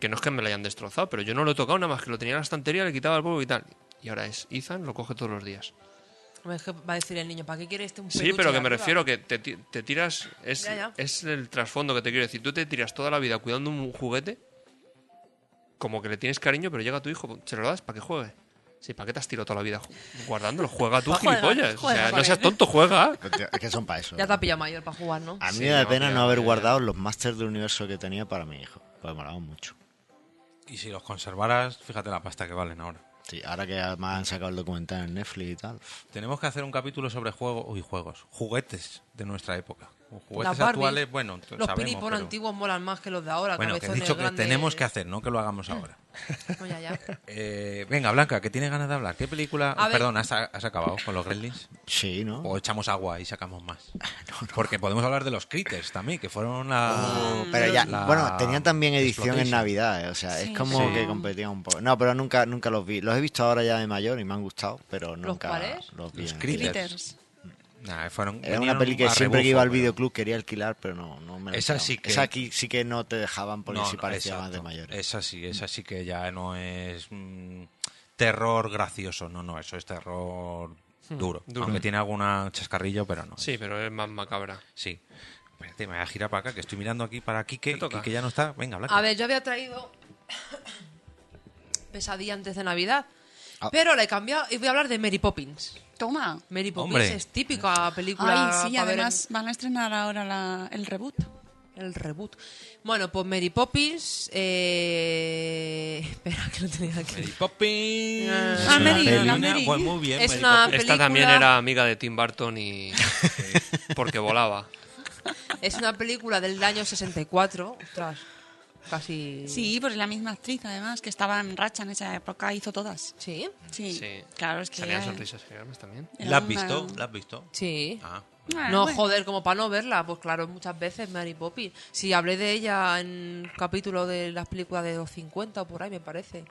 [SPEAKER 5] Que no es que me lo hayan destrozado, pero yo no lo he tocado nada más que lo tenía en la estantería, le quitaba el polvo y tal. Y ahora es Ethan, lo coge todos los días.
[SPEAKER 3] Hombre, es que va a decir el niño, ¿para qué quiere este un
[SPEAKER 5] Sí,
[SPEAKER 3] peluche
[SPEAKER 5] pero que
[SPEAKER 3] de
[SPEAKER 5] me
[SPEAKER 3] arriba?
[SPEAKER 5] refiero que te, ti- te tiras. Es,
[SPEAKER 3] Ya, ya.
[SPEAKER 5] es el trasfondo que te quiero decir. Tú te tiras toda la vida cuidando un juguete, como que le tienes cariño, pero llega tu hijo, se lo das para que juegue. Sí, ¿para qué te has tirado toda la vida ju- guardándolo? Juega
[SPEAKER 3] [laughs]
[SPEAKER 5] tú,
[SPEAKER 3] Juega,
[SPEAKER 5] gilipollas.
[SPEAKER 3] juega,
[SPEAKER 5] o sea, no
[SPEAKER 3] joder.
[SPEAKER 5] seas tonto, juega.
[SPEAKER 7] Es que son para eso.
[SPEAKER 3] Ya te ha pillado mayor para jugar, ¿no?
[SPEAKER 7] A mí
[SPEAKER 5] Sí,
[SPEAKER 7] me da
[SPEAKER 5] no,
[SPEAKER 7] pena
[SPEAKER 5] tío,
[SPEAKER 7] no haber
[SPEAKER 5] ya, ya.
[SPEAKER 7] guardado los Masters del Universo que tenía para mi hijo. Pues molaba mucho.
[SPEAKER 2] Y si los conservaras, fíjate la pasta que valen ahora.
[SPEAKER 7] Sí, ahora que además han sacado el documental en Netflix y tal. pf,
[SPEAKER 2] Tenemos que hacer un capítulo sobre juegos, uy, juegos, juguetes de nuestra época. O Juguetes
[SPEAKER 3] Las Barbies,
[SPEAKER 2] actuales, bueno, t-
[SPEAKER 3] Los
[SPEAKER 2] sabemos,
[SPEAKER 3] pinipón
[SPEAKER 2] pero-
[SPEAKER 3] antiguos molan más que los de ahora.
[SPEAKER 2] Bueno, que he
[SPEAKER 3] cabezones
[SPEAKER 2] dicho que
[SPEAKER 3] grandes.
[SPEAKER 2] tenemos que hacer, no que lo hagamos
[SPEAKER 3] [laughs]
[SPEAKER 2] ahora.
[SPEAKER 3] No, Pues ya, ya.
[SPEAKER 2] Eh, venga, Blanca, que tienes ganas de hablar. ¿Qué película?
[SPEAKER 3] A ver.
[SPEAKER 2] Perdón, ¿has, has acabado con los Gremlins?
[SPEAKER 7] Sí, ¿no? Ah,
[SPEAKER 2] ¿O echamos agua y sacamos
[SPEAKER 7] [laughs]
[SPEAKER 2] más? Porque podemos hablar de los Critters también, que fueron la...
[SPEAKER 7] Oh, pero ya,
[SPEAKER 2] la
[SPEAKER 7] bueno, tenían también edición en
[SPEAKER 2] Exploitation.
[SPEAKER 7] Navidad, eh, o sea, es como
[SPEAKER 6] pero-
[SPEAKER 7] que competían un poco. No, pero nunca, nunca los vi. Los he visto ahora ya de mayor y me han gustado, pero nunca
[SPEAKER 3] cuáles?
[SPEAKER 7] los vi.
[SPEAKER 2] Los
[SPEAKER 7] en-
[SPEAKER 2] Critters.
[SPEAKER 6] Critters.
[SPEAKER 2] Nah, fueron,
[SPEAKER 7] Era una
[SPEAKER 2] venían
[SPEAKER 7] peli que
[SPEAKER 2] a
[SPEAKER 7] siempre que
[SPEAKER 2] rebufo,
[SPEAKER 7] iba al
[SPEAKER 2] pero-
[SPEAKER 7] videoclub quería alquilar, pero no, no me la
[SPEAKER 2] Esa
[SPEAKER 7] alquilaban.
[SPEAKER 2] sí que-
[SPEAKER 7] Esa aquí sí que no te dejaban porque
[SPEAKER 2] No,
[SPEAKER 7] sí
[SPEAKER 2] no,
[SPEAKER 7] parecía
[SPEAKER 2] exacto.
[SPEAKER 7] más de mayores.
[SPEAKER 2] Es así, es así que ya no es mm, terror gracioso, no, no, eso es terror
[SPEAKER 3] Hmm.
[SPEAKER 2] duro.
[SPEAKER 5] duro.
[SPEAKER 2] Aunque tiene algún chascarrillo, pero no.
[SPEAKER 5] Sí, pero es más macabra.
[SPEAKER 2] Sí. Espérate, Este, me voy a girar para acá, que estoy mirando aquí para Quique,
[SPEAKER 5] Te toca.
[SPEAKER 2] que ya no está. Venga, Blanca.
[SPEAKER 3] A ver, yo había traído [coughs] Pesadilla antes de Navidad,
[SPEAKER 7] Ah.
[SPEAKER 3] pero la he cambiado y voy a hablar de Mary Poppins.
[SPEAKER 6] Toma.
[SPEAKER 3] Mary Poppins
[SPEAKER 2] Hombre.
[SPEAKER 3] es típica película.
[SPEAKER 6] Ay, sí,
[SPEAKER 3] pa' ver en-
[SPEAKER 6] además van a estrenar ahora la- el reboot.
[SPEAKER 3] El reboot. Bueno, pues Mary Poppins. Eh... [laughs] Espera, que lo tenía aquí.
[SPEAKER 2] Mary Poppins.
[SPEAKER 3] Ah,
[SPEAKER 2] Es
[SPEAKER 6] Ah,
[SPEAKER 2] una
[SPEAKER 6] Mary, la
[SPEAKER 2] pelina-
[SPEAKER 6] Mary.
[SPEAKER 2] Pues muy bien,
[SPEAKER 3] Es
[SPEAKER 2] Mary Poppins.
[SPEAKER 3] una-
[SPEAKER 5] Esta
[SPEAKER 3] película-
[SPEAKER 5] también era amiga de Tim
[SPEAKER 7] [laughs]
[SPEAKER 5] Burton y. porque volaba.
[SPEAKER 3] Es una película del año 64. Ostras, casi.
[SPEAKER 6] Sí, pues la misma actriz, además, que estaba en racha en esa época, hizo todas.
[SPEAKER 3] Sí.
[SPEAKER 6] Sí,
[SPEAKER 5] Sí.
[SPEAKER 6] claro, es que...
[SPEAKER 5] Salían
[SPEAKER 6] era-
[SPEAKER 5] sonrisas enormes también.
[SPEAKER 6] era
[SPEAKER 2] ¿La has
[SPEAKER 6] una-
[SPEAKER 2] visto? ¿La has visto?
[SPEAKER 3] Sí.
[SPEAKER 2] Ah.
[SPEAKER 6] Ah,
[SPEAKER 3] No,
[SPEAKER 6] bueno.
[SPEAKER 3] joder, como para no verla, pues claro, muchas veces Mary Poppins. Si hablé de ella en un capítulo de las películas de los 50 o por ahí, me parece.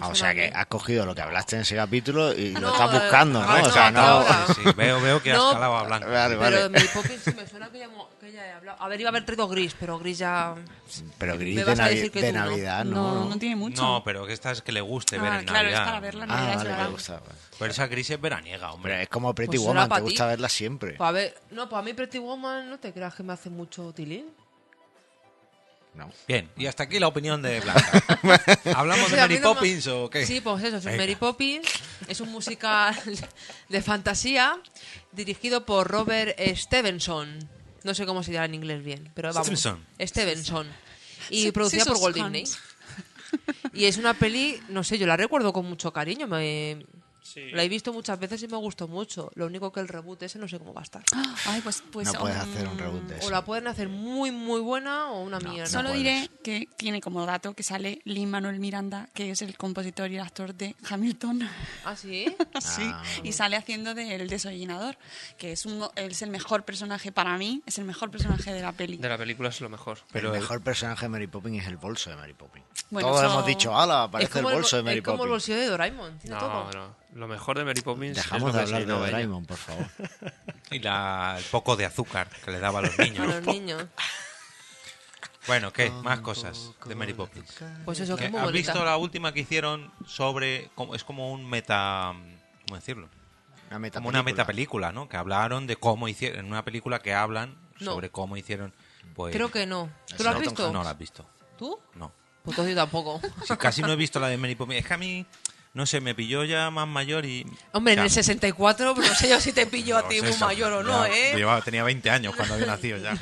[SPEAKER 7] Ah, o sea que has cogido lo que hablaste en ese capítulo y lo
[SPEAKER 3] No,
[SPEAKER 7] estás buscando,
[SPEAKER 3] eh,
[SPEAKER 7] ¿no?
[SPEAKER 3] no,
[SPEAKER 7] o sea,
[SPEAKER 3] hasta
[SPEAKER 7] no.
[SPEAKER 3] ahora.
[SPEAKER 2] Sí, veo, veo que has
[SPEAKER 3] No,
[SPEAKER 2] calado a Blanca.
[SPEAKER 7] Vale,
[SPEAKER 3] Pero
[SPEAKER 7] vale.
[SPEAKER 3] Mary Poppins sí me suena que ya, mo- que ya he hablado. A ver, iba a haber traído Gris, pero Gris ya... pues
[SPEAKER 7] Pero gris
[SPEAKER 3] me
[SPEAKER 7] de,
[SPEAKER 3] vas a
[SPEAKER 7] Navi-
[SPEAKER 3] decir que
[SPEAKER 7] de
[SPEAKER 3] tú no.
[SPEAKER 7] Navidad, no.
[SPEAKER 6] No, no tiene mucho.
[SPEAKER 2] No, pero que esta es que le guste ver
[SPEAKER 6] Ah,
[SPEAKER 2] en
[SPEAKER 6] claro, es
[SPEAKER 2] Navidad.
[SPEAKER 6] para verla en
[SPEAKER 7] Ah,
[SPEAKER 6] Navidad, es
[SPEAKER 7] vale,
[SPEAKER 6] verdad.
[SPEAKER 7] me gusta.
[SPEAKER 2] Pero esa gris es veraniega, hombre.
[SPEAKER 7] Hombre, es como Pretty
[SPEAKER 3] Pues será
[SPEAKER 7] Woman,
[SPEAKER 3] pa'
[SPEAKER 7] te
[SPEAKER 3] ti.
[SPEAKER 7] gusta verla siempre.
[SPEAKER 3] Pues a ver, no, para mí Pretty Woman, no te creas que me hace mucho tilín.
[SPEAKER 9] No.
[SPEAKER 2] Bien, y hasta aquí la opinión
[SPEAKER 7] [laughs]
[SPEAKER 2] de Blanca. ¿Hablamos de
[SPEAKER 3] Sí, a mí
[SPEAKER 2] Mary
[SPEAKER 3] no me-
[SPEAKER 2] Poppins o qué?
[SPEAKER 3] Sí, pues eso, es
[SPEAKER 2] Venga.
[SPEAKER 3] Mary Poppins. Es un musical [laughs] de fantasía dirigido por Robert Stevenson. No sé cómo se dirá en inglés bien, pero vamos.
[SPEAKER 2] Stevenson.
[SPEAKER 3] Stevenson. Y
[SPEAKER 6] Sí,
[SPEAKER 3] producida
[SPEAKER 6] sí,
[SPEAKER 3] por
[SPEAKER 6] sus
[SPEAKER 3] Walt
[SPEAKER 6] cons.
[SPEAKER 3] Disney.
[SPEAKER 6] [laughs]
[SPEAKER 3] Y es una peli, no sé, yo la recuerdo con mucho cariño. Me, La he visto muchas veces y me gustó mucho. Lo único que el reboot ese no sé cómo va a estar.
[SPEAKER 6] Ay, pues, pues
[SPEAKER 7] no puedes
[SPEAKER 6] um,
[SPEAKER 7] hacer un reboot de
[SPEAKER 3] O
[SPEAKER 7] eso.
[SPEAKER 3] la pueden hacer muy, muy buena o una mierda.
[SPEAKER 6] Solo
[SPEAKER 7] puedes.
[SPEAKER 6] diré que tiene como dato que sale Lin Manuel Miranda, que es el compositor y el actor de Hamilton.
[SPEAKER 3] [laughs] ¿Ah, sí?
[SPEAKER 6] [laughs] Sí, y sale haciendo del desollinador, que es, un, es el mejor personaje para mí, es el mejor personaje de la peli.
[SPEAKER 5] De la película es lo mejor.
[SPEAKER 7] el mejor personaje de Mary Poppins es el bolso de Mary Poppins.
[SPEAKER 6] Bueno,
[SPEAKER 7] Todos
[SPEAKER 6] eso-
[SPEAKER 7] hemos dicho, ala,
[SPEAKER 3] Es
[SPEAKER 7] aparece el
[SPEAKER 3] como el,
[SPEAKER 7] bolso de
[SPEAKER 3] bol-
[SPEAKER 7] Mary
[SPEAKER 3] es como el
[SPEAKER 7] Poppins.
[SPEAKER 3] bolsillo de Doraemon. Tiene
[SPEAKER 5] No,
[SPEAKER 3] todo.
[SPEAKER 5] no. Lo mejor de Mary Poppins
[SPEAKER 7] Dejamos
[SPEAKER 5] es
[SPEAKER 7] de
[SPEAKER 5] lo que se
[SPEAKER 7] hablar de
[SPEAKER 5] innova ella.
[SPEAKER 7] Doraemon, por favor.
[SPEAKER 2] Y la- el poco de azúcar que le daba a
[SPEAKER 3] [laughs]
[SPEAKER 2] los
[SPEAKER 3] A
[SPEAKER 2] niños.
[SPEAKER 3] los niños.
[SPEAKER 2] Bueno, ¿qué? Más cosas de Mary Poppins. Eh,
[SPEAKER 3] Pues eso, que
[SPEAKER 2] ¿Has
[SPEAKER 3] es muy bonita.
[SPEAKER 2] visto la última que hicieron sobre... como- Es como un meta... ¿Cómo decirlo?
[SPEAKER 7] Una
[SPEAKER 2] Como una
[SPEAKER 7] metapelícula.
[SPEAKER 2] metapelícula, ¿no? Que hablaron de cómo hicieron... En una película que hablan
[SPEAKER 3] No.
[SPEAKER 2] sobre cómo hicieron... Pues,
[SPEAKER 3] Creo que no. ¿Tú
[SPEAKER 7] no,
[SPEAKER 3] lo has visto?
[SPEAKER 2] No la has visto.
[SPEAKER 3] ¿Tú?
[SPEAKER 2] No.
[SPEAKER 3] Pues entonces yo tampoco.
[SPEAKER 2] Sí, casi no he visto la de Mary Poppins. Es que a mí, no sé, me pilló ya más mayor y...
[SPEAKER 3] Hombre, en
[SPEAKER 2] Ya,
[SPEAKER 3] el 64, pero pues no sé yo si te pillo a ti
[SPEAKER 9] Pues
[SPEAKER 3] muy
[SPEAKER 9] eso,
[SPEAKER 3] mayor o no,
[SPEAKER 9] ya
[SPEAKER 3] ¿eh?
[SPEAKER 9] llevaba- tenía 20 años cuando había nacido
[SPEAKER 6] [laughs]
[SPEAKER 9] ya.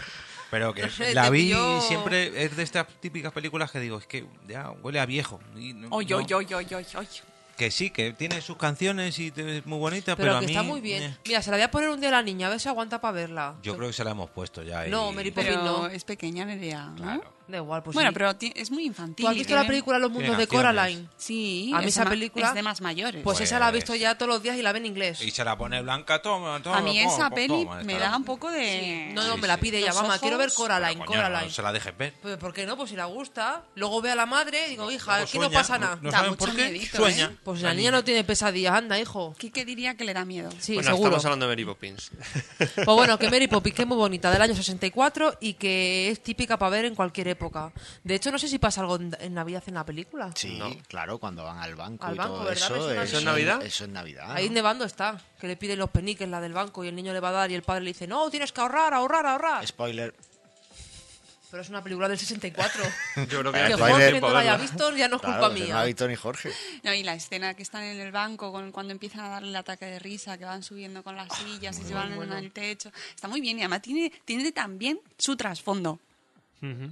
[SPEAKER 2] Pero que
[SPEAKER 3] sé,
[SPEAKER 2] la
[SPEAKER 3] te
[SPEAKER 2] vi
[SPEAKER 3] pilló-
[SPEAKER 2] siempre es de estas típicas películas que digo, es que ya huele a viejo. y no-
[SPEAKER 6] Oy,
[SPEAKER 2] no-
[SPEAKER 6] oy, oy, oy, oy, oy.
[SPEAKER 2] Que sí, que tiene sus canciones y te- es muy bonita, pero,
[SPEAKER 3] Pero
[SPEAKER 2] a
[SPEAKER 3] que
[SPEAKER 2] mí
[SPEAKER 3] está muy bien.
[SPEAKER 2] eh,
[SPEAKER 3] Mira, se la voy a poner un día a la niña, a ver si aguanta para verla.
[SPEAKER 2] yo creo que se la hemos puesto ya. y-
[SPEAKER 3] No, Mary Poppins.
[SPEAKER 6] Pero
[SPEAKER 3] no.
[SPEAKER 6] es pequeña Nerea, ¿no?
[SPEAKER 3] Da igual, pues
[SPEAKER 6] bueno,
[SPEAKER 3] sí.
[SPEAKER 6] pero ti- es muy infantil. ¿eh?
[SPEAKER 3] ¿Tú has visto la
[SPEAKER 6] tiene-
[SPEAKER 3] película Los Mundos de
[SPEAKER 2] canciones.
[SPEAKER 3] Coraline?
[SPEAKER 6] Sí,
[SPEAKER 3] A mí
[SPEAKER 6] es
[SPEAKER 3] esa
[SPEAKER 6] ma-
[SPEAKER 3] película-
[SPEAKER 6] es de más mayores.
[SPEAKER 3] Pues, esa la he
[SPEAKER 2] Pues-
[SPEAKER 3] visto ya todos los días y la ve en inglés.
[SPEAKER 2] Y se la pone blanca, toma, toma.
[SPEAKER 6] a mí
[SPEAKER 2] toma,
[SPEAKER 6] esa
[SPEAKER 2] toma,
[SPEAKER 6] peli
[SPEAKER 2] toma,
[SPEAKER 6] me
[SPEAKER 2] esta.
[SPEAKER 6] da un poco de...
[SPEAKER 3] No, no,
[SPEAKER 2] Sí,
[SPEAKER 3] me la
[SPEAKER 2] sí.
[SPEAKER 3] pide ella,
[SPEAKER 6] Los
[SPEAKER 3] mamá, quiero ver
[SPEAKER 6] ojos-
[SPEAKER 2] Pero,
[SPEAKER 3] Coraline,
[SPEAKER 2] coño,
[SPEAKER 3] Coraline.
[SPEAKER 2] no se la dejes ver.
[SPEAKER 3] Pues, ¿Por qué no? Pues si la gusta. Luego ve a la madre y digo, hija,
[SPEAKER 2] Luego
[SPEAKER 3] aquí no
[SPEAKER 2] sueña,
[SPEAKER 3] pasa nada.
[SPEAKER 2] No
[SPEAKER 6] Da
[SPEAKER 2] saben
[SPEAKER 6] mucho
[SPEAKER 2] por qué,
[SPEAKER 6] miedito,
[SPEAKER 2] sueña.
[SPEAKER 6] ¿eh?
[SPEAKER 3] Pues la niña no tiene pesadillas, anda, hijo.
[SPEAKER 6] Quique diría que le da miedo.
[SPEAKER 3] Sí,
[SPEAKER 5] bueno,
[SPEAKER 3] seguro.
[SPEAKER 5] estamos hablando de Mary
[SPEAKER 6] [laughs]
[SPEAKER 5] Poppins. Eh,
[SPEAKER 3] Pues bueno, que Mary Poppins, que es muy bonita, del año 64 y que es típica para ver en cualquier época. De hecho, no sé si pasa algo en, en Navidad en la película.
[SPEAKER 7] Sí, claro, cuando van al banco
[SPEAKER 3] Al
[SPEAKER 7] y
[SPEAKER 3] banco,
[SPEAKER 7] todo
[SPEAKER 3] ¿verdad?
[SPEAKER 7] eso.
[SPEAKER 3] ¿Eso es
[SPEAKER 5] ¿Eso es Navidad?
[SPEAKER 7] Eso es Navidad.
[SPEAKER 3] Ahí
[SPEAKER 7] ¿no?
[SPEAKER 3] nevando está, que le piden los peniques, la del banco, y el niño le va a dar y el padre le dice, no, tienes que ahorrar, ahorrar, ahorrar.
[SPEAKER 7] Spoiler.
[SPEAKER 3] Pero es una película del 64.
[SPEAKER 5] Yo creo
[SPEAKER 7] Eh,
[SPEAKER 3] que
[SPEAKER 5] que
[SPEAKER 7] spoiler,
[SPEAKER 3] Jorge no la haya visto ya no es
[SPEAKER 7] Claro,
[SPEAKER 3] culpa
[SPEAKER 7] que
[SPEAKER 2] pues,
[SPEAKER 3] mía.
[SPEAKER 7] No ha visto ni Jorge.
[SPEAKER 6] No, y la escena que están en el banco con, cuando empiezan a darle el ataque de risa, que van subiendo con las
[SPEAKER 2] Ah,
[SPEAKER 6] sillas y se van en el techo. Está muy bien y además tiene, tiene también su trasfondo.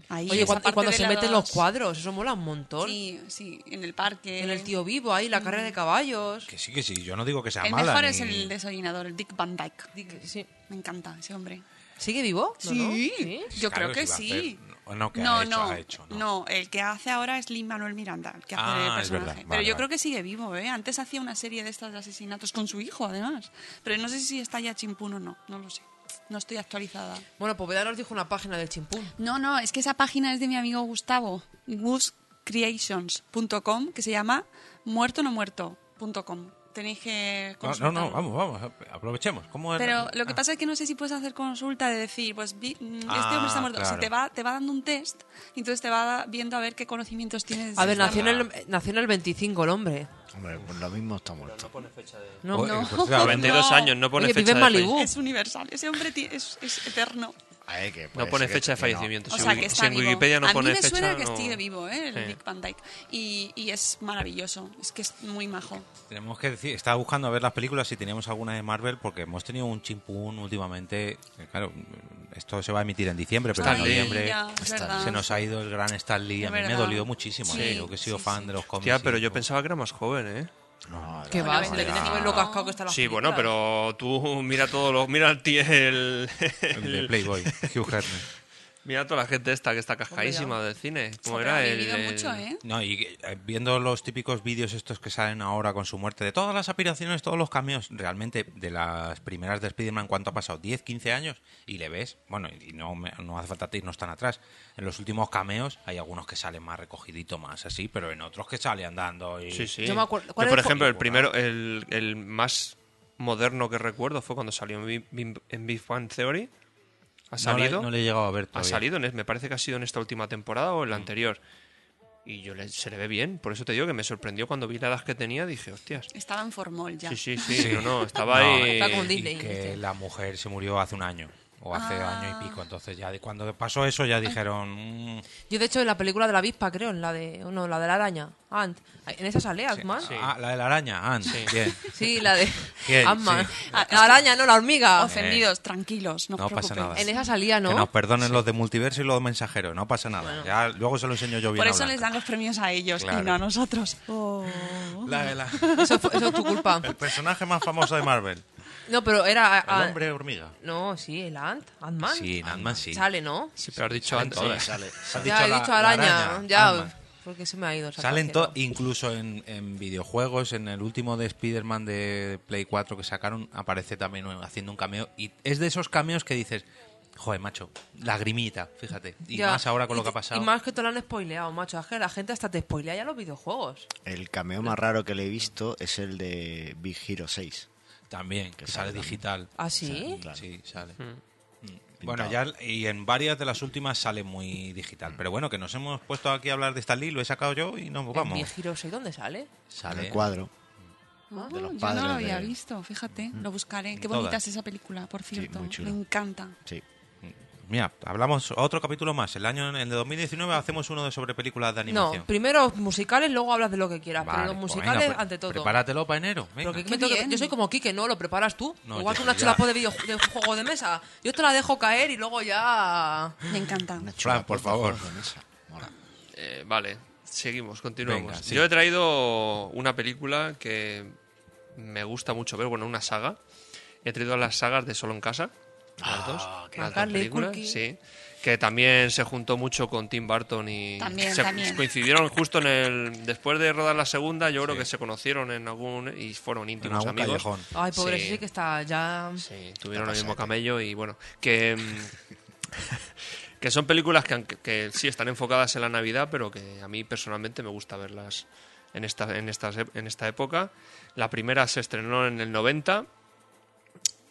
[SPEAKER 6] Ahí,
[SPEAKER 3] Oye,
[SPEAKER 6] esa
[SPEAKER 3] cuando, y
[SPEAKER 6] parte
[SPEAKER 3] cuando
[SPEAKER 6] de
[SPEAKER 3] se meten los
[SPEAKER 6] dos-
[SPEAKER 3] cuadros, eso mola un montón.
[SPEAKER 6] Sí, sí, en el parque. Mm.
[SPEAKER 3] En el tío vivo, ahí, la carrera de caballos.
[SPEAKER 2] Que sí, que sí, yo no digo que sea
[SPEAKER 6] El
[SPEAKER 2] mala.
[SPEAKER 6] mejor
[SPEAKER 2] ni-
[SPEAKER 6] es el desollinador, el Dick Van Dyke.
[SPEAKER 3] Dick- sí.
[SPEAKER 6] Me encanta ese hombre.
[SPEAKER 3] ¿Sigue vivo? No, no.
[SPEAKER 6] yo
[SPEAKER 2] Claro,
[SPEAKER 6] creo que
[SPEAKER 2] si va a
[SPEAKER 6] sí.
[SPEAKER 2] hacer- no, no, que ha hecho, ha hecho, no.
[SPEAKER 6] el que hace ahora es Lin Manuel Miranda, el que hace
[SPEAKER 2] Ah,
[SPEAKER 6] el
[SPEAKER 2] es
[SPEAKER 6] personaje.
[SPEAKER 2] verdad,
[SPEAKER 6] Pero
[SPEAKER 2] vale,
[SPEAKER 6] yo
[SPEAKER 2] vale.
[SPEAKER 6] creo que sigue vivo, ¿eh? Antes hacía una serie de estas de asesinatos con su hijo, además. Pero no sé si está ya chimpún o no, no lo sé. No estoy actualizada.
[SPEAKER 3] Bueno, pues Beda nos dijo una página del chimpún.
[SPEAKER 6] No, no, es que esa página es de mi amigo Gustavo, guscreations.com, que se llama muerto no muerto.com. Tenéis que
[SPEAKER 2] No,
[SPEAKER 6] consultarlo.
[SPEAKER 2] no, no, vamos, vamos, aprovechemos. ¿Cómo era?
[SPEAKER 6] Pero lo que
[SPEAKER 2] Ah.
[SPEAKER 6] pasa es que no sé si puedes hacer consulta de decir, pues vi- mm, este
[SPEAKER 2] Ah,
[SPEAKER 6] hombre está muerto. O sea,
[SPEAKER 2] claro.
[SPEAKER 6] te va, te va dando un test y entonces te va viendo a ver qué conocimientos tienes.
[SPEAKER 3] A ver,
[SPEAKER 6] Está-
[SPEAKER 3] nació en, el, eh, nació en el 25 el hombre.
[SPEAKER 7] Hombre, pues lo mismo está muerto.
[SPEAKER 3] No,
[SPEAKER 2] Oye,
[SPEAKER 3] [laughs] no.
[SPEAKER 2] pues, claro,
[SPEAKER 5] 92
[SPEAKER 6] No.
[SPEAKER 5] años, no pone
[SPEAKER 3] Oye,
[SPEAKER 5] fecha
[SPEAKER 3] vive en
[SPEAKER 5] de
[SPEAKER 3] Malibú.
[SPEAKER 5] fallecimiento.
[SPEAKER 6] Es universal. Ese hombre ti- es, es eterno.
[SPEAKER 7] A ver, que
[SPEAKER 5] Pues, eh, No
[SPEAKER 7] puede
[SPEAKER 5] pone
[SPEAKER 7] ser que-
[SPEAKER 5] fecha
[SPEAKER 7] que
[SPEAKER 5] de
[SPEAKER 7] no.
[SPEAKER 5] fallecimiento.
[SPEAKER 6] O
[SPEAKER 5] Si
[SPEAKER 6] sea,
[SPEAKER 5] Wiki-
[SPEAKER 6] que
[SPEAKER 5] Si
[SPEAKER 6] está
[SPEAKER 5] en
[SPEAKER 6] vivo.
[SPEAKER 5] Wikipedia no
[SPEAKER 6] a mí
[SPEAKER 5] pone
[SPEAKER 6] me suena
[SPEAKER 5] fecha.
[SPEAKER 6] que
[SPEAKER 5] no-
[SPEAKER 6] esté vivo, ¿eh? El
[SPEAKER 5] Sí.
[SPEAKER 6] Dick Van Dyke. Y, y es maravilloso. Es que es muy majo.
[SPEAKER 2] Tenemos que decir, estaba buscando a ver las películas si teníamos alguna de Marvel porque hemos tenido un chimpún últimamente. eh, Claro, esto se va a emitir en diciembre, pero en
[SPEAKER 5] Stan Lee.
[SPEAKER 2] noviembre
[SPEAKER 6] ya, es
[SPEAKER 7] Está-
[SPEAKER 6] verdad.
[SPEAKER 2] se nos ha ido el gran Stan Lee.
[SPEAKER 6] Es
[SPEAKER 2] A mí me
[SPEAKER 6] verdad.
[SPEAKER 2] dolió muchísimo,
[SPEAKER 6] Sí,
[SPEAKER 2] eh, yo que he sido
[SPEAKER 6] sí,
[SPEAKER 2] fan
[SPEAKER 6] sí.
[SPEAKER 2] de los cómics.
[SPEAKER 5] Hostia,
[SPEAKER 2] y-
[SPEAKER 5] pero yo pensaba que era más joven, ¿eh?
[SPEAKER 7] No,
[SPEAKER 3] Que
[SPEAKER 7] no,
[SPEAKER 3] va,
[SPEAKER 7] no,
[SPEAKER 3] si te
[SPEAKER 7] no.
[SPEAKER 3] tienes que ver lo cascado que está la
[SPEAKER 5] Sí, bueno, pero tú mira todo lo, mira el, tie- el,
[SPEAKER 2] El de
[SPEAKER 5] el-
[SPEAKER 2] Playboy, Hugh Hefner.
[SPEAKER 5] [laughs] mira toda la gente esta que está cascadísima del cine. Como
[SPEAKER 6] Pero
[SPEAKER 5] era
[SPEAKER 6] ha
[SPEAKER 5] el,
[SPEAKER 6] vivido
[SPEAKER 5] el-
[SPEAKER 6] mucho, ¿eh?
[SPEAKER 2] No, y eh, viendo los típicos vídeos estos que salen ahora con su muerte, de todas las aspiraciones, todos los cambios, realmente de las primeras de Spider-Man, ¿cuánto ha pasado? ¿10, 15 años? Y le ves, bueno, y no, me- no hace falta irnos tan atrás. En los últimos cameos hay algunos que salen más recogidito, más así, pero en otros que sale andando y...
[SPEAKER 5] Sí, sí.
[SPEAKER 3] Yo me acuerdo-
[SPEAKER 5] Yo,
[SPEAKER 3] ¿cuál
[SPEAKER 5] por
[SPEAKER 3] era el
[SPEAKER 5] ejemplo, el
[SPEAKER 2] co-
[SPEAKER 5] primero, el, el más moderno que recuerdo fue cuando salió en Big- Big- en Big Bang Theory. ¿Ha
[SPEAKER 2] No le,
[SPEAKER 5] salido?
[SPEAKER 2] no le he llegado a ver
[SPEAKER 5] ha
[SPEAKER 2] todavía. Mm.
[SPEAKER 5] salido, en- me parece que ha sido en esta última temporada o en la anterior. Y yo le- se le ve bien, por eso te digo que me sorprendió cuando vi la edad que tenía, dije, hostias.
[SPEAKER 6] Estaba en formol ya.
[SPEAKER 5] Sí, sí, sí, no, no,
[SPEAKER 3] [laughs]
[SPEAKER 5] estaba
[SPEAKER 2] No,
[SPEAKER 5] ahí.
[SPEAKER 3] Está con
[SPEAKER 2] Y
[SPEAKER 3] Disney,
[SPEAKER 2] que
[SPEAKER 3] dice.
[SPEAKER 2] la mujer se murió hace un año. o hace
[SPEAKER 6] Ah.
[SPEAKER 2] año y pico. Entonces ya de- cuando pasó eso
[SPEAKER 3] Ah.
[SPEAKER 2] ya dijeron, "Mm,
[SPEAKER 3] Yo, de hecho, en la película de la avispa, creo, en la de. No, la de la araña. Ant. En esa sale Ant-Man. Sí.
[SPEAKER 2] ah, la de la araña, Ant,
[SPEAKER 3] [laughs]
[SPEAKER 2] bien.
[SPEAKER 3] la de.
[SPEAKER 2] [laughs] Bien,
[SPEAKER 3] Ant-Man. Ah,
[SPEAKER 2] sí.
[SPEAKER 3] La araña, no, la hormiga.
[SPEAKER 6] Ofendidos, tranquilos, no, os
[SPEAKER 2] No pasa
[SPEAKER 6] preocupéis.
[SPEAKER 2] nada.
[SPEAKER 3] En esa salía, ¿no?
[SPEAKER 2] Que nos perdonen los de multiverso y los mensajeros, no pasa nada. Ya luego se lo enseño yo bien.
[SPEAKER 6] Por
[SPEAKER 2] a
[SPEAKER 6] eso les
[SPEAKER 2] Blanca.
[SPEAKER 6] dan los premios a ellos
[SPEAKER 2] Claro.
[SPEAKER 6] y no a nosotros. Oh.
[SPEAKER 2] La- la-
[SPEAKER 3] Eso, fue- eso es [laughs] tu culpa.
[SPEAKER 2] el personaje más famoso de Marvel,
[SPEAKER 3] No, pero era.
[SPEAKER 2] el
[SPEAKER 3] ah,
[SPEAKER 2] hombre hormiga.
[SPEAKER 3] No, sí, el Ant. Ant-Man.
[SPEAKER 2] Sí, Ant-Man sí.
[SPEAKER 3] Sale, ¿no?
[SPEAKER 5] Sí, pero has dicho antes.
[SPEAKER 2] todas.
[SPEAKER 7] sale.
[SPEAKER 2] Has
[SPEAKER 3] ya,
[SPEAKER 2] la-
[SPEAKER 3] he dicho
[SPEAKER 2] la
[SPEAKER 3] araña.
[SPEAKER 2] araña,
[SPEAKER 3] ya,
[SPEAKER 2] Ant-Man.
[SPEAKER 3] porque se me ha ido. esa
[SPEAKER 2] Salen
[SPEAKER 3] canción.
[SPEAKER 2] to- incluso en, en videojuegos, en el último de Spider-Man de Play 4 que sacaron, aparece también un- haciendo un cameo. Y es de esos cameos que dices, joder, macho, lagrimita, fíjate. Y
[SPEAKER 3] Ya,
[SPEAKER 2] más ahora con lo
[SPEAKER 3] y
[SPEAKER 2] que ha
[SPEAKER 3] te-
[SPEAKER 2] pasado.
[SPEAKER 3] Y más que te lo han spoileado, macho. Es que la gente hasta te spoilea ya los videojuegos.
[SPEAKER 7] El cameo más raro que le he visto es el de Big Hero 6.
[SPEAKER 2] También, que sale digital.
[SPEAKER 3] ¿Ah, sí?
[SPEAKER 7] Claro.
[SPEAKER 2] Sí, sale. Mm. Bueno, Hmm. ya y en varias de las últimas sale muy digital. Pero bueno, que nos hemos puesto aquí a hablar de Stan Lee, lo he sacado yo y nos
[SPEAKER 3] ¿Y
[SPEAKER 2] Pues vamos.
[SPEAKER 3] Giro 6 dónde sale?
[SPEAKER 7] El
[SPEAKER 2] Sale.
[SPEAKER 7] cuadro.
[SPEAKER 6] Ah,
[SPEAKER 7] De los
[SPEAKER 6] yo no
[SPEAKER 7] padres
[SPEAKER 6] lo había
[SPEAKER 7] de-
[SPEAKER 6] visto, fíjate, lo buscaré. Qué
[SPEAKER 2] Todas.
[SPEAKER 6] bonita es esa película, por cierto.
[SPEAKER 7] muy chula.
[SPEAKER 6] Me encanta.
[SPEAKER 7] Sí.
[SPEAKER 2] Hmm. Mira, hablamos otro capítulo más. El año el de 2019 hacemos uno de sobre películas de animación.
[SPEAKER 3] No, primero musicales, luego hablas de lo que quieras.
[SPEAKER 2] Vale,
[SPEAKER 3] pero los
[SPEAKER 2] pues
[SPEAKER 3] musicales
[SPEAKER 2] venga, pre-
[SPEAKER 3] ante todo.
[SPEAKER 2] Prepáratelo para enero. venga.
[SPEAKER 3] Pero que-
[SPEAKER 6] Qué
[SPEAKER 3] que-
[SPEAKER 6] bien.
[SPEAKER 3] yo soy como Quique, ¿no? Lo preparas tú.
[SPEAKER 2] No,
[SPEAKER 3] Igual
[SPEAKER 2] yo-
[SPEAKER 3] que una
[SPEAKER 2] ya.
[SPEAKER 3] chulapo de, video, de juego de mesa. Yo te la dejo caer y luego ya.
[SPEAKER 6] Me encanta.
[SPEAKER 2] Fran, por favor.
[SPEAKER 5] Eh, vale, seguimos, continuamos.
[SPEAKER 2] Venga, sí.
[SPEAKER 5] Yo he traído una película que me gusta mucho ver, bueno, una saga. He traído las sagas de Solo en Casa, las dos,
[SPEAKER 3] qué
[SPEAKER 5] las dos
[SPEAKER 3] Macaulay
[SPEAKER 5] películas,
[SPEAKER 3] Culkin.
[SPEAKER 5] sí, que también se juntó mucho con Tim Burton y
[SPEAKER 6] También,
[SPEAKER 5] se-
[SPEAKER 6] también.
[SPEAKER 5] coincidieron justo en el después de rodar la segunda, yo creo que se conocieron en algún y fueron íntimos
[SPEAKER 2] algún
[SPEAKER 5] amigos.
[SPEAKER 2] callejón.
[SPEAKER 3] Ay, pobre,
[SPEAKER 5] Sí.
[SPEAKER 3] sí que está ya.
[SPEAKER 5] Sí, tuvieron el mismo camello y bueno, que, mm, que son películas que, aunque- que sí están enfocadas en la Navidad, pero que a mí personalmente me gusta verlas en esta, en estas ep- en esta época. La primera se estrenó en el 90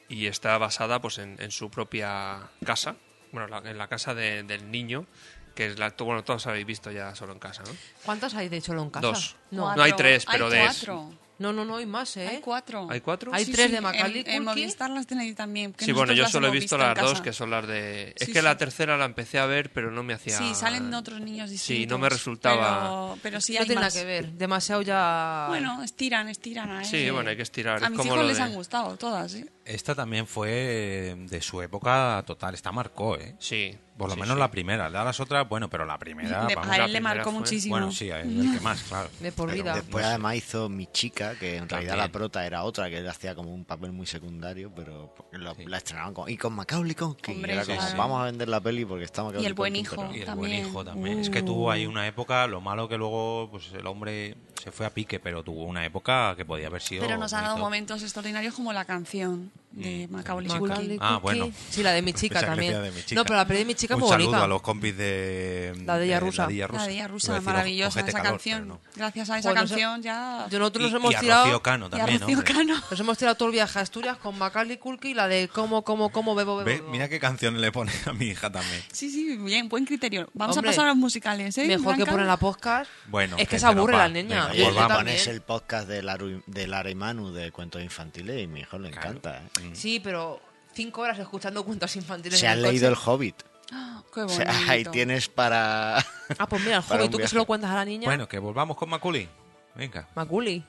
[SPEAKER 5] y está basada pues en, en su propia casa, bueno, la- en la casa de- del niño, que es la... Bueno, todos habéis visto ya solo en casa, ¿no?
[SPEAKER 3] ¿Cuántas hay de hecho en casa?
[SPEAKER 5] Dos.
[SPEAKER 3] No.
[SPEAKER 5] No hay tres,
[SPEAKER 6] Hay
[SPEAKER 5] pero de-
[SPEAKER 6] cuatro.
[SPEAKER 3] no, no, no, hay más, ¿eh?
[SPEAKER 6] Hay cuatro.
[SPEAKER 5] ¿Hay cuatro?
[SPEAKER 3] Hay
[SPEAKER 6] Sí,
[SPEAKER 3] tres
[SPEAKER 6] sí,
[SPEAKER 3] de Macaulay
[SPEAKER 6] en, en
[SPEAKER 3] Culkin.
[SPEAKER 6] Movistar las tenéis también. que
[SPEAKER 5] Sí, bueno,
[SPEAKER 6] nosotros
[SPEAKER 5] yo
[SPEAKER 6] las
[SPEAKER 5] solo he
[SPEAKER 6] hemos
[SPEAKER 5] visto
[SPEAKER 6] en
[SPEAKER 5] las dos,
[SPEAKER 6] casa.
[SPEAKER 5] que son las de...
[SPEAKER 6] Sí,
[SPEAKER 5] es que la
[SPEAKER 6] sí.
[SPEAKER 5] tercera la empecé a ver, pero no me hacía...
[SPEAKER 6] Sí, salen otros niños distintos.
[SPEAKER 5] Sí, no me resultaba...
[SPEAKER 6] Pero, pero sí
[SPEAKER 3] no
[SPEAKER 6] hay
[SPEAKER 3] tiene
[SPEAKER 6] más.
[SPEAKER 3] nada que ver. Demasiado ya.
[SPEAKER 6] Bueno, estiran, estiran. ahí.
[SPEAKER 5] Sí, bueno, hay que estirar,
[SPEAKER 6] A
[SPEAKER 5] es
[SPEAKER 6] mis
[SPEAKER 5] como
[SPEAKER 6] hijos
[SPEAKER 5] lo
[SPEAKER 6] les
[SPEAKER 5] de-
[SPEAKER 6] han gustado todas, ¿eh?
[SPEAKER 2] Esta también fue de su época total. Esta marcó, ¿eh?
[SPEAKER 5] Sí.
[SPEAKER 2] Por lo
[SPEAKER 5] sí,
[SPEAKER 2] menos
[SPEAKER 5] sí.
[SPEAKER 2] la primera. La de las otras, bueno, pero la primera.
[SPEAKER 6] Le-
[SPEAKER 2] vamos,
[SPEAKER 6] a
[SPEAKER 2] la
[SPEAKER 6] él le
[SPEAKER 5] primera
[SPEAKER 6] marcó
[SPEAKER 5] fue-
[SPEAKER 6] muchísimo.
[SPEAKER 2] Bueno, sí, es el que
[SPEAKER 6] [laughs]
[SPEAKER 2] más, claro.
[SPEAKER 3] De por vida.
[SPEAKER 7] Después además hizo Mi Chica, que en realidad
[SPEAKER 2] También.
[SPEAKER 7] la prota era otra, que él hacía como un papel muy secundario, pero porque lo- la estrenaron con, y con Macaulay Culkin.
[SPEAKER 6] Hombre,
[SPEAKER 7] era como,
[SPEAKER 6] claro.
[SPEAKER 7] vamos a vender la peli porque está Macaulay
[SPEAKER 6] Y el buen
[SPEAKER 7] Culkin,
[SPEAKER 6] hijo.
[SPEAKER 7] pero-
[SPEAKER 2] Y el buen
[SPEAKER 6] También. Uh.
[SPEAKER 2] hijo también. Es que
[SPEAKER 3] Uh.
[SPEAKER 2] tuvo ahí una época, lo malo que luego pues el hombre se fue a pique, pero tuvo una época que podía haber sido.
[SPEAKER 6] Pero nos ha dado
[SPEAKER 2] bonito. Mm,
[SPEAKER 6] momentos extraordinarios como la canción de Macaulay
[SPEAKER 3] Macaulay
[SPEAKER 6] Culkin.
[SPEAKER 2] Ah,
[SPEAKER 3] Culkin.
[SPEAKER 2] bueno.
[SPEAKER 3] Sí, la
[SPEAKER 2] [laughs]
[SPEAKER 3] de mi chica
[SPEAKER 2] Pensaba que
[SPEAKER 3] también.
[SPEAKER 2] decía de mi chica.
[SPEAKER 3] No, pero la peli de mi chica es
[SPEAKER 2] Un
[SPEAKER 3] muy
[SPEAKER 2] saludo
[SPEAKER 3] bonita.
[SPEAKER 2] a los compis de.
[SPEAKER 3] La de ella rusa.
[SPEAKER 6] La de ella
[SPEAKER 2] Iba
[SPEAKER 6] rusa,
[SPEAKER 2] a decir,
[SPEAKER 6] maravillosa
[SPEAKER 2] Ojete
[SPEAKER 6] esa
[SPEAKER 2] Calor,
[SPEAKER 6] canción.
[SPEAKER 2] pero no.
[SPEAKER 6] Gracias a esa
[SPEAKER 3] Bueno, eso-
[SPEAKER 6] canción ya...
[SPEAKER 3] Yo nosotros
[SPEAKER 2] Y-
[SPEAKER 3] nos hemos
[SPEAKER 2] y a
[SPEAKER 3] tirado.
[SPEAKER 2] Rocío Cano
[SPEAKER 6] y a
[SPEAKER 2] también,
[SPEAKER 6] Rocío
[SPEAKER 2] hombre.
[SPEAKER 6] [laughs] Cano.
[SPEAKER 3] Nos hemos tirado todo el viaje a Asturias con Macaulay Culkin y la de cómo, cómo, cómo bebo, bebo.
[SPEAKER 2] Ve,
[SPEAKER 3] bebo.
[SPEAKER 2] mira qué canción le pone a mi hija también.
[SPEAKER 6] Sí, sí, bien, buen criterio. Vamos
[SPEAKER 3] Hombre,
[SPEAKER 6] a pasar a los musicales, ¿eh?
[SPEAKER 3] Mejor que
[SPEAKER 6] Blanca?
[SPEAKER 3] poner la podcast.
[SPEAKER 2] Bueno,
[SPEAKER 3] es que
[SPEAKER 2] gente,
[SPEAKER 3] se aburre
[SPEAKER 2] no, va.
[SPEAKER 3] la niña.
[SPEAKER 2] Venga,
[SPEAKER 3] Yo- yo
[SPEAKER 7] Oye,
[SPEAKER 2] volvamos.
[SPEAKER 7] pones
[SPEAKER 3] también.
[SPEAKER 7] el podcast de Lara, de Lara y Manu de cuentos infantiles y mi hijo le encanta. ¿eh?
[SPEAKER 3] Sí, pero cinco horas escuchando cuentos infantiles.
[SPEAKER 7] Se
[SPEAKER 3] en
[SPEAKER 7] ha
[SPEAKER 3] el
[SPEAKER 7] leído El
[SPEAKER 3] coche.
[SPEAKER 7] Hobbit.
[SPEAKER 6] Ah,
[SPEAKER 7] [laughs]
[SPEAKER 6] Qué
[SPEAKER 7] O
[SPEAKER 6] bonito.
[SPEAKER 7] sea, ahí tienes para...
[SPEAKER 3] [laughs] Ah, pues mira, el
[SPEAKER 7] Para
[SPEAKER 3] joven,
[SPEAKER 7] un
[SPEAKER 3] tú que se
[SPEAKER 7] viaje.
[SPEAKER 3] lo cuentas a la niña.
[SPEAKER 2] Bueno, que volvamos con Maculi. Venga.
[SPEAKER 3] Macaulay.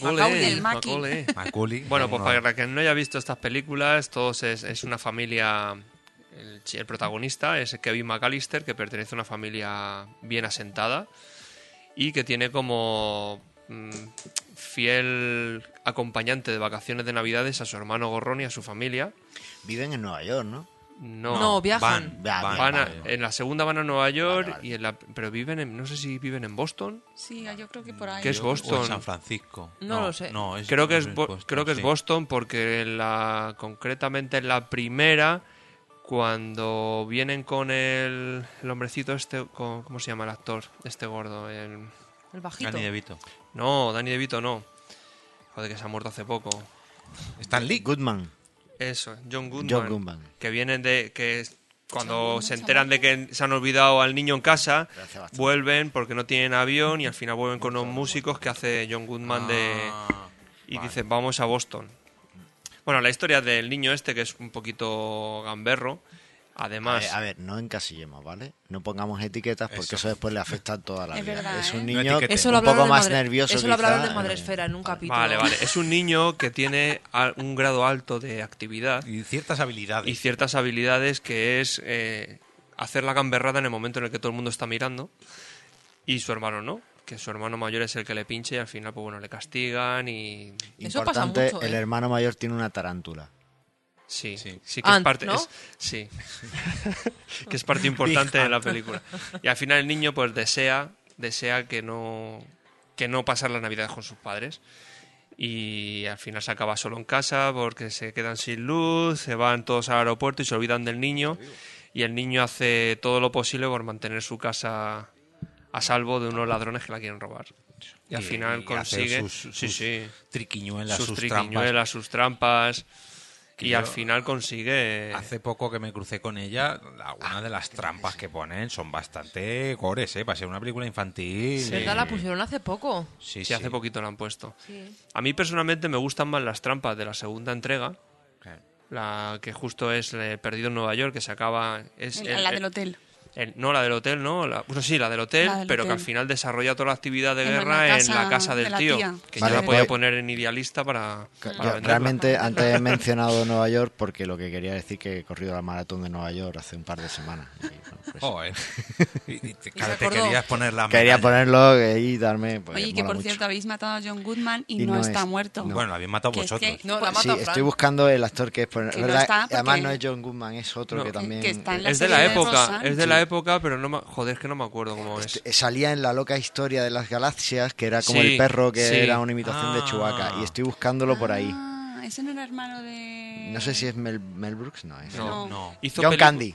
[SPEAKER 5] Macaulay,
[SPEAKER 3] del
[SPEAKER 6] Maki.
[SPEAKER 3] [laughs]
[SPEAKER 5] Macaulay.
[SPEAKER 2] Maculi.
[SPEAKER 5] Bueno, pues
[SPEAKER 2] uno-
[SPEAKER 5] para que no haya visto estas películas, todos es, es una familia. El, chi- el protagonista es Kevin McAllister, que pertenece a una familia bien asentada y que tiene como mm, fiel acompañante de vacaciones de Navidades a su hermano Gorrón y a su familia.
[SPEAKER 7] Viven en Nueva York, ¿no?
[SPEAKER 5] No,
[SPEAKER 3] No, viajan.
[SPEAKER 2] Van,
[SPEAKER 7] Ya,
[SPEAKER 2] van,
[SPEAKER 5] van a-
[SPEAKER 2] van.
[SPEAKER 5] en la segunda van a Nueva York
[SPEAKER 7] vale.
[SPEAKER 5] y en la, pero viven en, no sé si viven en Boston.
[SPEAKER 6] Sí, yo creo que por ahí.
[SPEAKER 5] ¿Qué es
[SPEAKER 2] O en
[SPEAKER 5] Boston?
[SPEAKER 2] San Francisco.
[SPEAKER 3] No lo sé.
[SPEAKER 2] no, es-
[SPEAKER 5] Creo que
[SPEAKER 2] no
[SPEAKER 5] es, Bo-
[SPEAKER 2] Boston,
[SPEAKER 5] creo que es
[SPEAKER 2] sí.
[SPEAKER 5] Boston porque en la, concretamente en la primera, cuando vienen con el, el hombrecito este, con- ¿cómo se llama el actor? Este gordo. el-
[SPEAKER 3] El bajito.
[SPEAKER 2] Danny DeVito.
[SPEAKER 5] no, Danny DeVito no. Joder, que se ha muerto hace poco.
[SPEAKER 2] Stan Lee.
[SPEAKER 7] Goodman.
[SPEAKER 5] Eso, John Goodman.
[SPEAKER 7] John Goodman.
[SPEAKER 5] Que vienen de... que es- cuando se enteran de que se han olvidado al niño en casa,
[SPEAKER 7] hace bastante.
[SPEAKER 5] vuelven porque no tienen avión y al final vuelven con unos músicos que hace John Goodman de...
[SPEAKER 2] Ah,
[SPEAKER 5] Y dicen, vamos a Boston. Bueno, la historia del niño este, que es un poquito gamberro, además...
[SPEAKER 7] Eh, a ver, no encasillemos, ¿vale? No pongamos etiquetas porque eso,
[SPEAKER 2] Eso.
[SPEAKER 7] después le afecta a toda la
[SPEAKER 6] Es
[SPEAKER 7] vida.
[SPEAKER 6] verdad,
[SPEAKER 7] es
[SPEAKER 6] ¿eh?
[SPEAKER 7] un
[SPEAKER 2] No
[SPEAKER 7] niño
[SPEAKER 2] etiquetes.
[SPEAKER 7] un
[SPEAKER 3] hablaron
[SPEAKER 7] poco
[SPEAKER 3] de
[SPEAKER 7] más
[SPEAKER 3] Madre-
[SPEAKER 7] nervioso
[SPEAKER 3] Eso
[SPEAKER 7] quizá,
[SPEAKER 3] lo hablaron de
[SPEAKER 7] eh,
[SPEAKER 3] Madresfera en un capítulo.
[SPEAKER 5] Vale, vale. Es un niño que tiene a- un grado alto de actividad
[SPEAKER 2] Y ciertas habilidades.
[SPEAKER 5] y ciertas habilidades que es eh, hacer la gamberrada en el momento en el que todo el mundo está mirando y su hermano no, que su hermano mayor es el que le pinche y al final pues bueno le castigan y
[SPEAKER 3] Eso pasa
[SPEAKER 7] Importante,
[SPEAKER 3] mucho,
[SPEAKER 7] el
[SPEAKER 3] ¿eh?
[SPEAKER 7] hermano mayor tiene una tarántula.
[SPEAKER 5] sí, sí,
[SPEAKER 2] Sí.
[SPEAKER 5] que es
[SPEAKER 3] Ant,
[SPEAKER 5] parte
[SPEAKER 3] ¿no?
[SPEAKER 5] es- sí. [laughs] que es parte importante de la película. Y al final el niño pues desea desea que no que no pasar la Navidad con sus padres. Y al final se acaba solo en casa porque se quedan sin luz, se van todos al aeropuerto y se olvidan del niño. Y el niño hace todo lo posible por mantener su casa a salvo de unos ladrones que la quieren robar. Y al final
[SPEAKER 2] y hacer
[SPEAKER 5] consigue
[SPEAKER 2] sus,
[SPEAKER 5] sí,
[SPEAKER 2] sus
[SPEAKER 5] sí,
[SPEAKER 2] triquiñuelas,
[SPEAKER 5] sus,
[SPEAKER 2] sus,
[SPEAKER 5] triquiñuelas,
[SPEAKER 2] trampas.
[SPEAKER 5] sus trampas.
[SPEAKER 2] Que
[SPEAKER 5] y
[SPEAKER 2] yo-
[SPEAKER 5] al final consigue.
[SPEAKER 2] Eh, Hace poco que me crucé con ella, algunas de las trampas que ponen son bastante gores, ¿eh? Para ser una película infantil.
[SPEAKER 3] ¿Verdad?
[SPEAKER 2] eh,
[SPEAKER 3] La pusieron hace poco.
[SPEAKER 2] Sí,
[SPEAKER 5] Sí,
[SPEAKER 2] sí.
[SPEAKER 5] hace poquito la han puesto.
[SPEAKER 3] Sí.
[SPEAKER 5] A mí personalmente me gustan más las trampas de la segunda entrega,
[SPEAKER 2] Claro.
[SPEAKER 5] la que justo es eh, Perdido en Nueva York, que se acaba. Es el-
[SPEAKER 6] la
[SPEAKER 5] el-
[SPEAKER 6] del hotel.
[SPEAKER 5] el- no, la del hotel, ¿no? La, bueno, sí, la del hotel,
[SPEAKER 6] La del
[SPEAKER 5] pero que
[SPEAKER 6] hotel.
[SPEAKER 5] al final desarrolla toda la actividad de
[SPEAKER 6] En la
[SPEAKER 5] guerra en
[SPEAKER 6] casa
[SPEAKER 5] la casa
[SPEAKER 6] de
[SPEAKER 5] del
[SPEAKER 6] la
[SPEAKER 5] tío.
[SPEAKER 6] tía.
[SPEAKER 5] Que
[SPEAKER 7] Vale,
[SPEAKER 5] yo la podía
[SPEAKER 7] voy-
[SPEAKER 5] poner en idealista para,
[SPEAKER 7] Yo
[SPEAKER 5] para venderla.
[SPEAKER 7] realmente antes
[SPEAKER 5] [laughs]
[SPEAKER 7] he mencionado Nueva York porque lo que quería decir que he corrido la maratón de Nueva York hace un par de semanas. Y, bueno, pues,
[SPEAKER 2] Joder. Y- Oh, ¿eh? y te, claro, te
[SPEAKER 3] acordó.
[SPEAKER 2] querías poner la
[SPEAKER 7] quería
[SPEAKER 2] medalla.
[SPEAKER 7] ponerlo y darme. Pues,
[SPEAKER 6] Oye, que
[SPEAKER 7] mola
[SPEAKER 6] por
[SPEAKER 7] mucho.
[SPEAKER 6] cierto habéis matado a John Goodman y,
[SPEAKER 7] Y
[SPEAKER 6] no,
[SPEAKER 7] no
[SPEAKER 6] está
[SPEAKER 7] es-
[SPEAKER 6] muerto.
[SPEAKER 7] no.
[SPEAKER 2] Bueno, la habéis matado
[SPEAKER 6] Que es
[SPEAKER 2] vosotros.
[SPEAKER 6] que-
[SPEAKER 3] No, la
[SPEAKER 6] Pues
[SPEAKER 3] mata
[SPEAKER 7] Sí,
[SPEAKER 3] Fran.
[SPEAKER 7] estoy buscando el actor que es por-
[SPEAKER 6] Que no
[SPEAKER 7] ¿verdad?
[SPEAKER 3] Ah,
[SPEAKER 6] está, porque-
[SPEAKER 7] Además no es John Goodman, es otro
[SPEAKER 5] No,
[SPEAKER 7] que
[SPEAKER 5] que-
[SPEAKER 7] también
[SPEAKER 6] que está en la
[SPEAKER 5] Es de
[SPEAKER 6] serie
[SPEAKER 5] la
[SPEAKER 6] de
[SPEAKER 5] época,
[SPEAKER 6] Rosa.
[SPEAKER 5] es de la época, pero no me, joder, es que no me acuerdo cómo es.
[SPEAKER 7] salía en la loca historia de las galaxias, que era como
[SPEAKER 5] Sí,
[SPEAKER 7] el perro que
[SPEAKER 5] sí.
[SPEAKER 7] era una imitación de
[SPEAKER 2] Ah.
[SPEAKER 7] Chewbacca y estoy buscándolo por ahí.
[SPEAKER 6] Ah, ese no era hermano de.
[SPEAKER 7] No sé si es Mel, Mel Brooks, no es.
[SPEAKER 5] No.
[SPEAKER 2] No.
[SPEAKER 5] Hizo
[SPEAKER 7] John
[SPEAKER 5] pelicu-
[SPEAKER 7] Candy.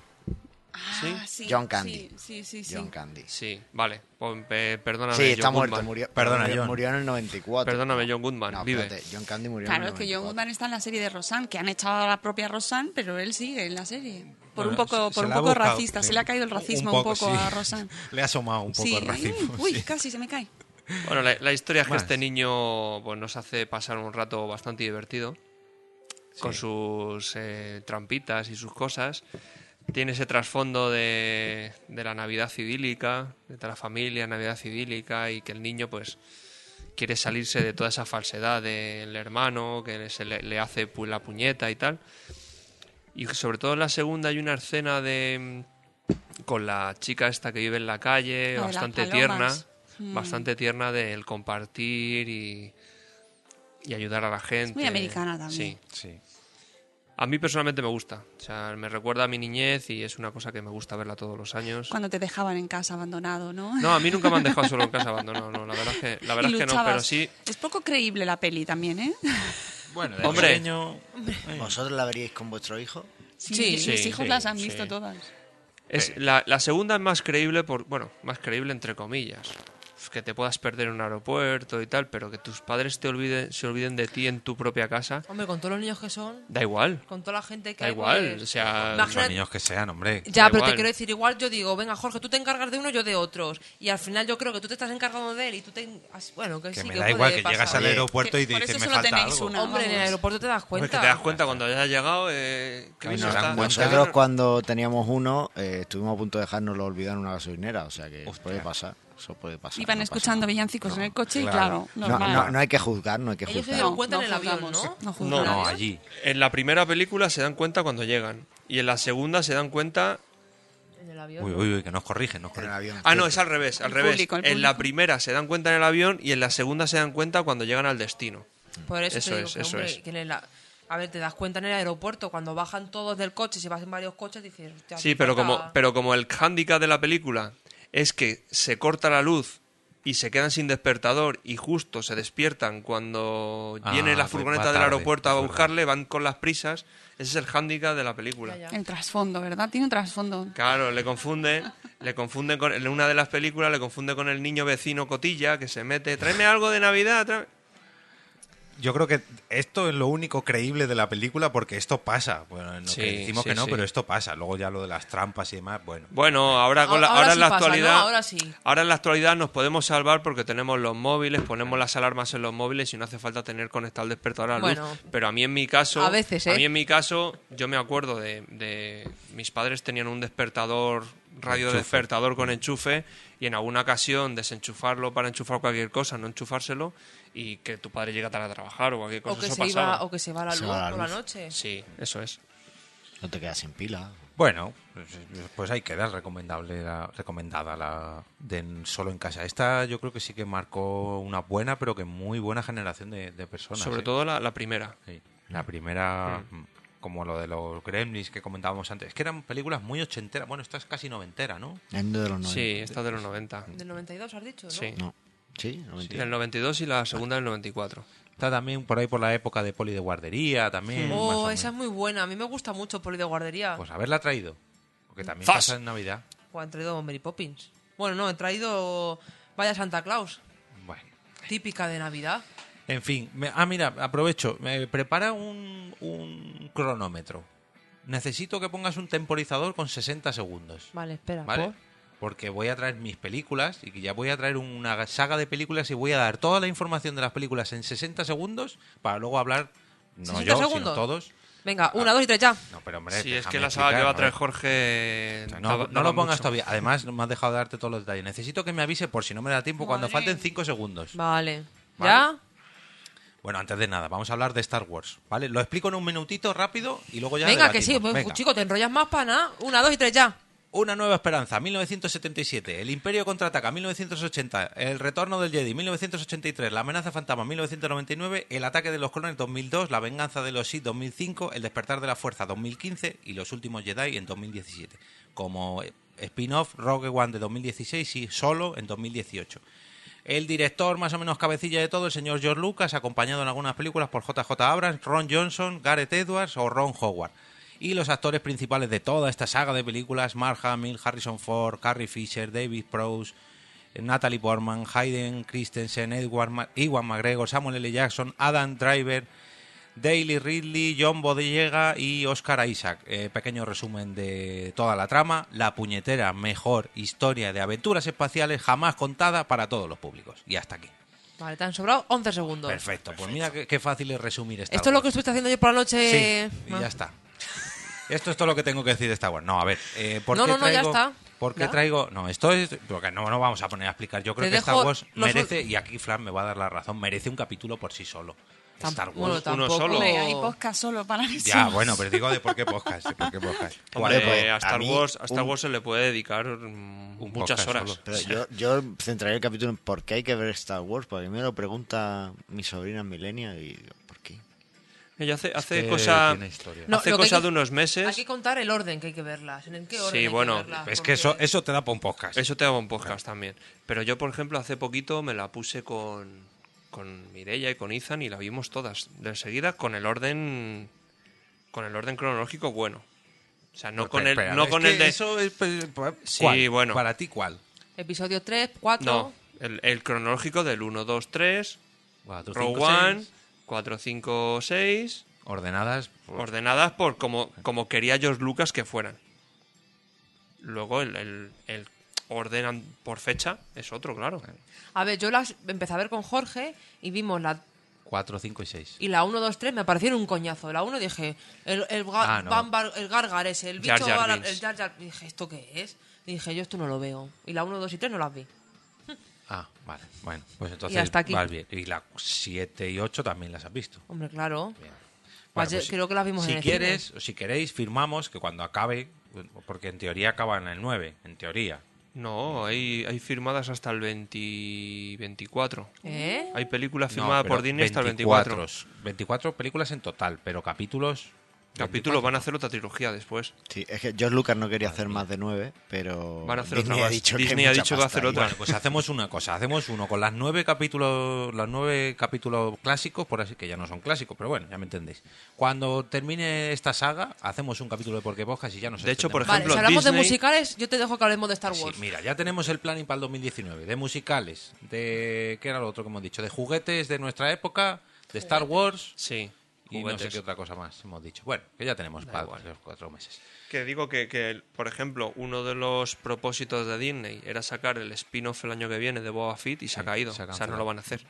[SPEAKER 6] Ah, sí,
[SPEAKER 7] John Candy.
[SPEAKER 6] Sí, sí, sí. sí.
[SPEAKER 7] John Candy.
[SPEAKER 5] Sí, vale. pon- pe- Perdóname.
[SPEAKER 7] Sí, está
[SPEAKER 5] John
[SPEAKER 7] muerto,
[SPEAKER 5] Goodman.
[SPEAKER 7] murió,
[SPEAKER 2] Perdona,
[SPEAKER 7] murió,
[SPEAKER 2] John.
[SPEAKER 7] murió en el 94.
[SPEAKER 5] Perdóname, John Goodman.
[SPEAKER 7] No,
[SPEAKER 5] vive.
[SPEAKER 7] espérate, John Candy murió
[SPEAKER 6] Claro,
[SPEAKER 7] en
[SPEAKER 6] es
[SPEAKER 7] el
[SPEAKER 6] que John
[SPEAKER 7] 94.
[SPEAKER 6] Goodman está en la serie de Rosanne, que han echado a la propia Rosanne, pero él sigue en la serie. Por
[SPEAKER 2] Bueno,
[SPEAKER 6] un poco,
[SPEAKER 2] se-
[SPEAKER 6] por
[SPEAKER 2] se
[SPEAKER 6] un
[SPEAKER 2] la ha
[SPEAKER 6] poco
[SPEAKER 2] buscado,
[SPEAKER 6] racista,
[SPEAKER 2] sí.
[SPEAKER 6] se le ha caído el racismo un poco,
[SPEAKER 2] sí.
[SPEAKER 6] a Rosanne.
[SPEAKER 2] Le ha asomado un poco
[SPEAKER 6] sí,
[SPEAKER 2] el racismo.
[SPEAKER 6] ay, uy,
[SPEAKER 2] sí.
[SPEAKER 6] casi se me cae.
[SPEAKER 5] Bueno, la, la historia es que
[SPEAKER 2] Más.
[SPEAKER 5] este niño pues, nos hace pasar un rato bastante divertido con sus eh, trampitas y sus cosas. Tiene ese trasfondo de, de la Navidad idílica, de la familia, Navidad idílica, y que el niño, pues, quiere salirse de toda esa falsedad del hermano, que se le, le hace pu- la puñeta y tal. Y sobre todo en la segunda hay una escena de mm, con la chica esta que vive en la calle,
[SPEAKER 6] La de las
[SPEAKER 5] bastante tierna,
[SPEAKER 6] palomas. Mm.
[SPEAKER 5] bastante tierna del compartir y, y ayudar a la gente.
[SPEAKER 6] muy americana también.
[SPEAKER 5] Sí.
[SPEAKER 2] Sí.
[SPEAKER 5] A mí personalmente me gusta. O sea, me recuerda a mi niñez y es una cosa que me gusta verla todos los años.
[SPEAKER 6] [laughs] Cuando te dejaban en casa abandonado, ¿no?
[SPEAKER 5] No, a mí nunca me
[SPEAKER 6] [laughs]
[SPEAKER 5] han dejado solo en casa abandonado. No, la verdad es que, la verdad
[SPEAKER 6] Y
[SPEAKER 5] es que no, pero
[SPEAKER 6] luchabas.
[SPEAKER 5] sí.
[SPEAKER 6] Es poco creíble la peli también, ¿eh?
[SPEAKER 2] Bueno, de
[SPEAKER 5] Hombre.
[SPEAKER 2] pequeño-
[SPEAKER 5] eh.
[SPEAKER 7] ¿Vosotros la veríais con vuestro hijo?
[SPEAKER 6] Sí,
[SPEAKER 3] Sí,
[SPEAKER 6] [laughs] mis
[SPEAKER 5] sí,
[SPEAKER 6] hijos
[SPEAKER 5] sí,
[SPEAKER 6] las han
[SPEAKER 5] sí.
[SPEAKER 6] visto todas.
[SPEAKER 5] Es, la, la segunda es más creíble, por, bueno, más creíble entre comillas. Que te puedas perder en un aeropuerto y tal, pero que tus padres te olviden, se olviden de ti en tu propia casa,
[SPEAKER 3] Hombre, con todos los niños que son,
[SPEAKER 5] da igual.
[SPEAKER 3] con toda la gente que
[SPEAKER 5] Da
[SPEAKER 3] hay.
[SPEAKER 5] igual.
[SPEAKER 3] pues-
[SPEAKER 5] O sea,
[SPEAKER 2] Los
[SPEAKER 3] Imagínate-
[SPEAKER 2] niños que sean, hombre.
[SPEAKER 3] Ya,
[SPEAKER 5] Da
[SPEAKER 3] pero
[SPEAKER 5] igual.
[SPEAKER 3] te quiero decir, igual yo digo, venga, Jorge, tú te encargas de uno, yo de otros. Y al final yo creo que tú te estás encargando de él y tú te. as- Bueno, que,
[SPEAKER 2] Que
[SPEAKER 3] sí,
[SPEAKER 2] me
[SPEAKER 3] que
[SPEAKER 2] da
[SPEAKER 3] puede
[SPEAKER 2] igual que
[SPEAKER 3] pasar.
[SPEAKER 2] llegas al
[SPEAKER 7] Oye,
[SPEAKER 2] aeropuerto y
[SPEAKER 6] que
[SPEAKER 2] te
[SPEAKER 6] por
[SPEAKER 2] dicen,
[SPEAKER 6] eso
[SPEAKER 2] me
[SPEAKER 6] solo
[SPEAKER 2] falta
[SPEAKER 6] tenéis
[SPEAKER 2] algo.
[SPEAKER 6] una.
[SPEAKER 3] Hombre, en el
[SPEAKER 6] Vamos.
[SPEAKER 3] aeropuerto te das cuenta.
[SPEAKER 5] Hombre, que te das cuenta cuando hayas llegado eh, que
[SPEAKER 2] Bueno,
[SPEAKER 5] no
[SPEAKER 2] se dan
[SPEAKER 5] está-
[SPEAKER 2] cuenta.
[SPEAKER 7] Nosotros cuando teníamos uno eh, estuvimos a punto de dejárnoslo olvidar en una gasolinera, o sea que puede pasar, eso puede pasar.
[SPEAKER 6] Iban
[SPEAKER 7] no pasa
[SPEAKER 6] escuchando
[SPEAKER 7] nada.
[SPEAKER 6] villancicos en el coche
[SPEAKER 2] claro.
[SPEAKER 6] y
[SPEAKER 7] No,
[SPEAKER 6] claro, normal.
[SPEAKER 7] no, no hay que juzgar, no hay que
[SPEAKER 3] Ellos se
[SPEAKER 7] juzgar.
[SPEAKER 3] dieron
[SPEAKER 6] No,
[SPEAKER 3] cuenta en
[SPEAKER 6] no
[SPEAKER 3] el avión,
[SPEAKER 6] juzgamos,
[SPEAKER 3] ¿no?
[SPEAKER 6] no
[SPEAKER 5] juzgamos.
[SPEAKER 2] No,
[SPEAKER 3] ¿Nadie?
[SPEAKER 2] allí.
[SPEAKER 5] En la primera película se dan cuenta cuando llegan. Y en la segunda se dan cuenta.
[SPEAKER 3] En el avión.
[SPEAKER 2] Uy, uy, uy, que nos corrigen, nos
[SPEAKER 7] En el
[SPEAKER 2] corrigen.
[SPEAKER 7] avión.
[SPEAKER 5] Ah, no, es al revés, al
[SPEAKER 6] El
[SPEAKER 5] revés.
[SPEAKER 6] público, el
[SPEAKER 5] en la
[SPEAKER 6] público.
[SPEAKER 5] primera se dan cuenta en el avión y en la segunda se dan cuenta cuando llegan al destino.
[SPEAKER 3] Por eso,
[SPEAKER 5] Eso
[SPEAKER 3] te digo
[SPEAKER 5] es,
[SPEAKER 3] que,
[SPEAKER 5] eso
[SPEAKER 3] hombre,
[SPEAKER 5] es.
[SPEAKER 3] que en el a- a ver, te das cuenta en el aeropuerto, cuando bajan todos del coche, si vas en varios coches, dices, hostia,
[SPEAKER 5] Sí,
[SPEAKER 3] aquí
[SPEAKER 5] pero
[SPEAKER 3] falta-
[SPEAKER 5] como, pero como el hándicap de la película es que se corta la luz y se quedan sin despertador y justo se despiertan cuando
[SPEAKER 2] Ah,
[SPEAKER 5] viene la
[SPEAKER 2] pues
[SPEAKER 5] furgoneta
[SPEAKER 2] va
[SPEAKER 5] del
[SPEAKER 2] tarde,
[SPEAKER 5] aeropuerto a
[SPEAKER 2] es verdad.
[SPEAKER 5] buscarle, van con las prisas. Ese es el hándicap de la película.
[SPEAKER 3] Ya, ya.
[SPEAKER 6] El trasfondo, ¿verdad? Tiene un trasfondo.
[SPEAKER 5] Claro, le confunde, le confunde con, en una de las películas le confunde con el niño vecino Cotilla que se mete, tráeme algo de Navidad, tráeme-".
[SPEAKER 2] Yo creo que esto es lo único creíble de la película porque esto pasa. Bueno, no,
[SPEAKER 5] Sí,
[SPEAKER 2] que decimos
[SPEAKER 5] sí,
[SPEAKER 2] que no,
[SPEAKER 5] sí.
[SPEAKER 2] pero esto pasa. Luego ya lo de las trampas y demás, bueno.
[SPEAKER 5] Bueno, ahora, con la-
[SPEAKER 3] Ahora
[SPEAKER 5] ahora
[SPEAKER 3] sí
[SPEAKER 5] en la
[SPEAKER 3] pasa, ¿no?
[SPEAKER 5] actualidad,
[SPEAKER 3] Ahora sí.
[SPEAKER 5] ahora en la actualidad nos podemos salvar porque tenemos los móviles, ponemos las alarmas en los móviles y no hace falta tener conectado el despertador a la luz.
[SPEAKER 3] Bueno.
[SPEAKER 5] Pero a mí en mi caso,
[SPEAKER 3] A veces, ¿eh?
[SPEAKER 5] mí en mi caso, yo me acuerdo de, de- mis padres tenían un despertador, radio despertador con enchufe y en alguna ocasión desenchufarlo para enchufar cualquier cosa, no enchufárselo y que tu padre llega tarde a trabajar o cualquier cosa.
[SPEAKER 3] O que,
[SPEAKER 5] eso
[SPEAKER 3] se
[SPEAKER 5] pasaba.
[SPEAKER 3] iba, o que se va la luz,
[SPEAKER 7] Se va la
[SPEAKER 3] por la
[SPEAKER 7] luz.
[SPEAKER 3] noche.
[SPEAKER 5] Sí, eso es.
[SPEAKER 7] No te quedas sin pila.
[SPEAKER 2] Bueno, pues, pues ahí queda recomendable la- recomendada la de en- solo en casa. Esta yo creo que sí que marcó una buena, pero que muy buena generación de, de personas.
[SPEAKER 5] Sobre
[SPEAKER 2] ¿eh?
[SPEAKER 5] todo la, la primera.
[SPEAKER 2] Sí. La primera, mm, como lo de los Gremlins que comentábamos antes, es que eran películas muy ochenteras. Bueno, esta es casi noventera, ¿no?
[SPEAKER 7] End de los 90.
[SPEAKER 5] Sí, esta es de los 90.
[SPEAKER 3] Del 92 has dicho, ¿no?
[SPEAKER 5] Sí.
[SPEAKER 7] No. Sí, 90.
[SPEAKER 5] Del 92 y la segunda del 94.
[SPEAKER 2] Está también por ahí por la época de Poli de Guardería, también. más o
[SPEAKER 3] Oh,
[SPEAKER 2] menos.
[SPEAKER 3] esa es muy buena. A mí me gusta mucho Poli de Guardería.
[SPEAKER 2] Pues haberla traído. Porque también
[SPEAKER 5] ¡Zas!
[SPEAKER 2] pasa en Navidad.
[SPEAKER 3] O han traído Mary Poppins. Bueno, no, he traído Vaya Santa Claus,
[SPEAKER 2] Bueno.
[SPEAKER 3] típica de Navidad.
[SPEAKER 2] En fin, me- ah, mira, aprovecho. Me prepara un, un cronómetro. Necesito que pongas un temporizador con 60 segundos.
[SPEAKER 3] Vale, espera.
[SPEAKER 2] ¿Vale?
[SPEAKER 3] ¿por?
[SPEAKER 2] Porque voy a traer mis películas y que ya voy a traer una saga de películas y voy a dar toda la información de las películas en 60 segundos para luego hablar, no
[SPEAKER 3] 60
[SPEAKER 2] yo, sino
[SPEAKER 3] segundos.
[SPEAKER 2] todos. Ah.
[SPEAKER 3] Venga, una, dos y tres ya.
[SPEAKER 2] No, pero hombre,
[SPEAKER 5] Sí, es
[SPEAKER 2] déjame
[SPEAKER 5] que la saga que
[SPEAKER 2] explicar,
[SPEAKER 5] va a traer
[SPEAKER 2] ¿no?
[SPEAKER 5] Jorge.
[SPEAKER 2] O sea, No,
[SPEAKER 5] daba-
[SPEAKER 2] no
[SPEAKER 5] daba
[SPEAKER 2] lo pongas
[SPEAKER 5] mucho.
[SPEAKER 2] todavía. Además, no me has dejado de darte todos los detalles. Necesito que me avise por si no me da tiempo cuando
[SPEAKER 6] Vale.
[SPEAKER 2] falten 5 segundos.
[SPEAKER 3] Vale.
[SPEAKER 2] Vale.
[SPEAKER 3] ¿Ya?
[SPEAKER 2] Bueno, antes de nada, vamos a hablar de Star Wars, ¿vale? Lo explico en un minutito rápido y luego ya
[SPEAKER 3] Venga, que sí.
[SPEAKER 2] debatimos.
[SPEAKER 3] Pues,
[SPEAKER 2] Venga.
[SPEAKER 3] chico, te enrollas más para nada. Una, dos y tres ya.
[SPEAKER 2] Una nueva esperanza, 1977. El Imperio contraataca, 1980. El retorno del Jedi, 1983. La amenaza fantasma, 1999. El ataque de los clones, 2002. La venganza de los Sith, 2005. El despertar de la fuerza, 2015. Y los últimos Jedi, en 2017. Como eh, spin-off, Rogue One de 2016 y solo en 2018. El director más o menos cabecilla de todo, el señor George Lucas, acompañado en algunas películas por JJ Abrams, Ron Johnson, Gareth Edwards o Ron Howard. Y los actores principales de toda esta saga de películas, Mark Hamill, Harrison Ford, Carrie Fisher, David Prowse, Natalie Portman, Hayden Christensen, Edward Ma- Ewan McGregor, Samuel L. Jackson, Adam Driver, Daily Ridley, John Bodega y Oscar Isaac. Eh, pequeño resumen de toda la trama. La puñetera mejor historia de aventuras espaciales jamás contada para todos los públicos. Y hasta aquí.
[SPEAKER 3] Vale, te han sobrado 11 segundos.
[SPEAKER 2] Perfecto. Pues mira qué, qué fácil es resumir Star
[SPEAKER 3] Esto es lo que
[SPEAKER 2] Wars.
[SPEAKER 3] estuviste haciendo ayer por la noche.
[SPEAKER 2] Sí, y
[SPEAKER 3] Ah.
[SPEAKER 2] ya está. [laughs] Esto es todo lo que tengo que decir de Star Wars. No, a ver, eh, ¿por
[SPEAKER 3] No,
[SPEAKER 2] qué
[SPEAKER 3] no, no, ya
[SPEAKER 2] traigo-
[SPEAKER 3] está.
[SPEAKER 2] ¿Por qué
[SPEAKER 3] Ya.
[SPEAKER 2] traigo...? No, esto es... Porque no, no vamos a poner a explicar. Yo creo
[SPEAKER 3] Te
[SPEAKER 2] que Star
[SPEAKER 3] dejo
[SPEAKER 2] Wars
[SPEAKER 3] los ul-
[SPEAKER 2] merece, y aquí Flan me va a dar la razón, merece un capítulo por sí solo.
[SPEAKER 3] Tam-
[SPEAKER 2] Star Wars.
[SPEAKER 3] bueno, tampoco-
[SPEAKER 5] solo.
[SPEAKER 6] Hombre, hay podcast solo para eso.
[SPEAKER 2] Ya, bueno, pero digo de por qué podcast. de [laughs] por qué podcast.
[SPEAKER 5] Hombre,
[SPEAKER 7] Vale, pues,
[SPEAKER 5] a Star,
[SPEAKER 7] a mí
[SPEAKER 5] Wars, a Star
[SPEAKER 7] un-
[SPEAKER 5] Wars se le puede dedicar mm,
[SPEAKER 2] Un
[SPEAKER 5] muchas
[SPEAKER 2] podcast
[SPEAKER 5] horas.
[SPEAKER 2] solo.
[SPEAKER 7] Pero yo, yo centraré el capítulo en por qué hay que ver Star Wars, porque a mí me lo pregunta mi sobrina Milenia y digo, ¿por qué?
[SPEAKER 5] Ella hace, hace
[SPEAKER 2] que
[SPEAKER 5] cosa,
[SPEAKER 2] tiene historia.
[SPEAKER 3] No,
[SPEAKER 5] hace
[SPEAKER 3] lo que
[SPEAKER 5] cosa
[SPEAKER 3] hay que-
[SPEAKER 5] [laughs] de unos
[SPEAKER 3] Hay
[SPEAKER 5] meses.
[SPEAKER 3] que contar el orden que hay que verlas. ¿En qué
[SPEAKER 5] Sí,
[SPEAKER 3] orden? hay que
[SPEAKER 5] bueno,
[SPEAKER 3] verlas,
[SPEAKER 2] Es
[SPEAKER 3] porque-
[SPEAKER 2] que eso, eso te da para un podcast.
[SPEAKER 5] Eso te hago un podcast también. Pero yo, por ejemplo, hace poquito me la puse con, con Mireia y con Ethan y la vimos todas. De seguida con el orden. Con el orden cronológico bueno. O sea, no
[SPEAKER 2] Pero,
[SPEAKER 5] con
[SPEAKER 2] pero,
[SPEAKER 5] el,
[SPEAKER 2] pero,
[SPEAKER 5] no
[SPEAKER 2] es
[SPEAKER 5] con
[SPEAKER 2] que
[SPEAKER 5] el de.
[SPEAKER 2] Eso es, pues, pues,
[SPEAKER 5] Sí,
[SPEAKER 2] ¿cuál?
[SPEAKER 5] bueno.
[SPEAKER 2] Para ti, ¿cuál?
[SPEAKER 3] Episodio 3, 4.
[SPEAKER 5] No, el, el cronológico del 1, 2, 3,
[SPEAKER 2] Cuatro,
[SPEAKER 5] Row
[SPEAKER 2] cinco,
[SPEAKER 5] One,
[SPEAKER 2] seis.
[SPEAKER 5] 4, 5, 6.
[SPEAKER 2] Ordenadas. por-
[SPEAKER 5] ordenadas por como, como quería George Lucas que fueran. Luego el, el- el ordenan por fecha es otro, claro.
[SPEAKER 3] A ver, yo las empecé a ver con Jorge y vimos la
[SPEAKER 2] Cuatro, cinco y seis.
[SPEAKER 3] Y la 1, 2, 3 me parecieron un coñazo. La 1 dije, el, el, ga-
[SPEAKER 2] Ah, no.
[SPEAKER 3] Bambar- el Gargar ese, el bicho
[SPEAKER 5] Jar Jar
[SPEAKER 3] Galar-
[SPEAKER 5] Binks.
[SPEAKER 3] el Jar Jar- Dije, ¿esto qué es? Dije, yo esto no lo veo. Y la 1, 2 y 3 no las vi.
[SPEAKER 2] Ah, vale. Bueno, pues entonces
[SPEAKER 3] Y hasta aquí.
[SPEAKER 2] vas bien. Y la siete y ocho también las has visto.
[SPEAKER 3] Hombre, claro.
[SPEAKER 2] Bien.
[SPEAKER 3] Pues
[SPEAKER 2] Bueno,
[SPEAKER 3] yo- creo que las vimos
[SPEAKER 2] si
[SPEAKER 3] en el
[SPEAKER 2] quieres, o si queréis, firmamos que cuando acabe, porque en teoría acaban el 9, en teoría.
[SPEAKER 5] No, hay, hay firmadas hasta el 20 24.
[SPEAKER 3] ¿Eh?
[SPEAKER 5] Hay películas
[SPEAKER 2] No,
[SPEAKER 5] firmadas
[SPEAKER 2] pero
[SPEAKER 5] por Disney hasta el 24.
[SPEAKER 2] 24 películas en total, pero capítulos.
[SPEAKER 5] Capítulo van a hacer otra trilogía después.
[SPEAKER 7] Sí, es que George Lucas no quería hacer más de nueve,
[SPEAKER 2] Oh,
[SPEAKER 7] pero
[SPEAKER 5] Van a hacer
[SPEAKER 7] Disney
[SPEAKER 5] otra
[SPEAKER 7] ha
[SPEAKER 5] más.
[SPEAKER 7] dicho que, hay
[SPEAKER 5] Disney ha
[SPEAKER 7] mucha
[SPEAKER 5] dicho que va a
[SPEAKER 7] pasta
[SPEAKER 5] hacer
[SPEAKER 7] ahí.
[SPEAKER 5] otra.
[SPEAKER 2] Bueno, pues hacemos una cosa, hacemos uno con las nueve capítulos, los nueve capítulos clásicos, por así que ya no son clásicos, pero bueno, ya me entendéis. Cuando termine esta saga, hacemos un capítulo de Porque Podcast y ya nos
[SPEAKER 5] De hecho,
[SPEAKER 2] extendemos.
[SPEAKER 5] por
[SPEAKER 3] Vale,
[SPEAKER 5] ejemplo,
[SPEAKER 3] si hablamos de
[SPEAKER 5] Disney-
[SPEAKER 3] musicales, yo te dejo que hablemos de Star
[SPEAKER 2] Sí,
[SPEAKER 3] Wars.
[SPEAKER 2] mira, ya tenemos el planning para el 2019, de musicales, de... ¿Qué era lo otro que hemos dicho? De juguetes de nuestra época, de Star Wars
[SPEAKER 5] Sí.
[SPEAKER 2] y no sé
[SPEAKER 5] juguetes.
[SPEAKER 2] qué otra cosa más hemos dicho. Bueno, que ya tenemos para
[SPEAKER 5] igual.
[SPEAKER 2] los cuatro meses.
[SPEAKER 5] Que digo que, que, por ejemplo, uno de los propósitos de Disney era sacar el spin-off el año que viene de Boba Fett y se ha
[SPEAKER 2] Sí,
[SPEAKER 5] caído.
[SPEAKER 2] se ha
[SPEAKER 5] o sea, no
[SPEAKER 2] cancelado.
[SPEAKER 5] lo van a hacer.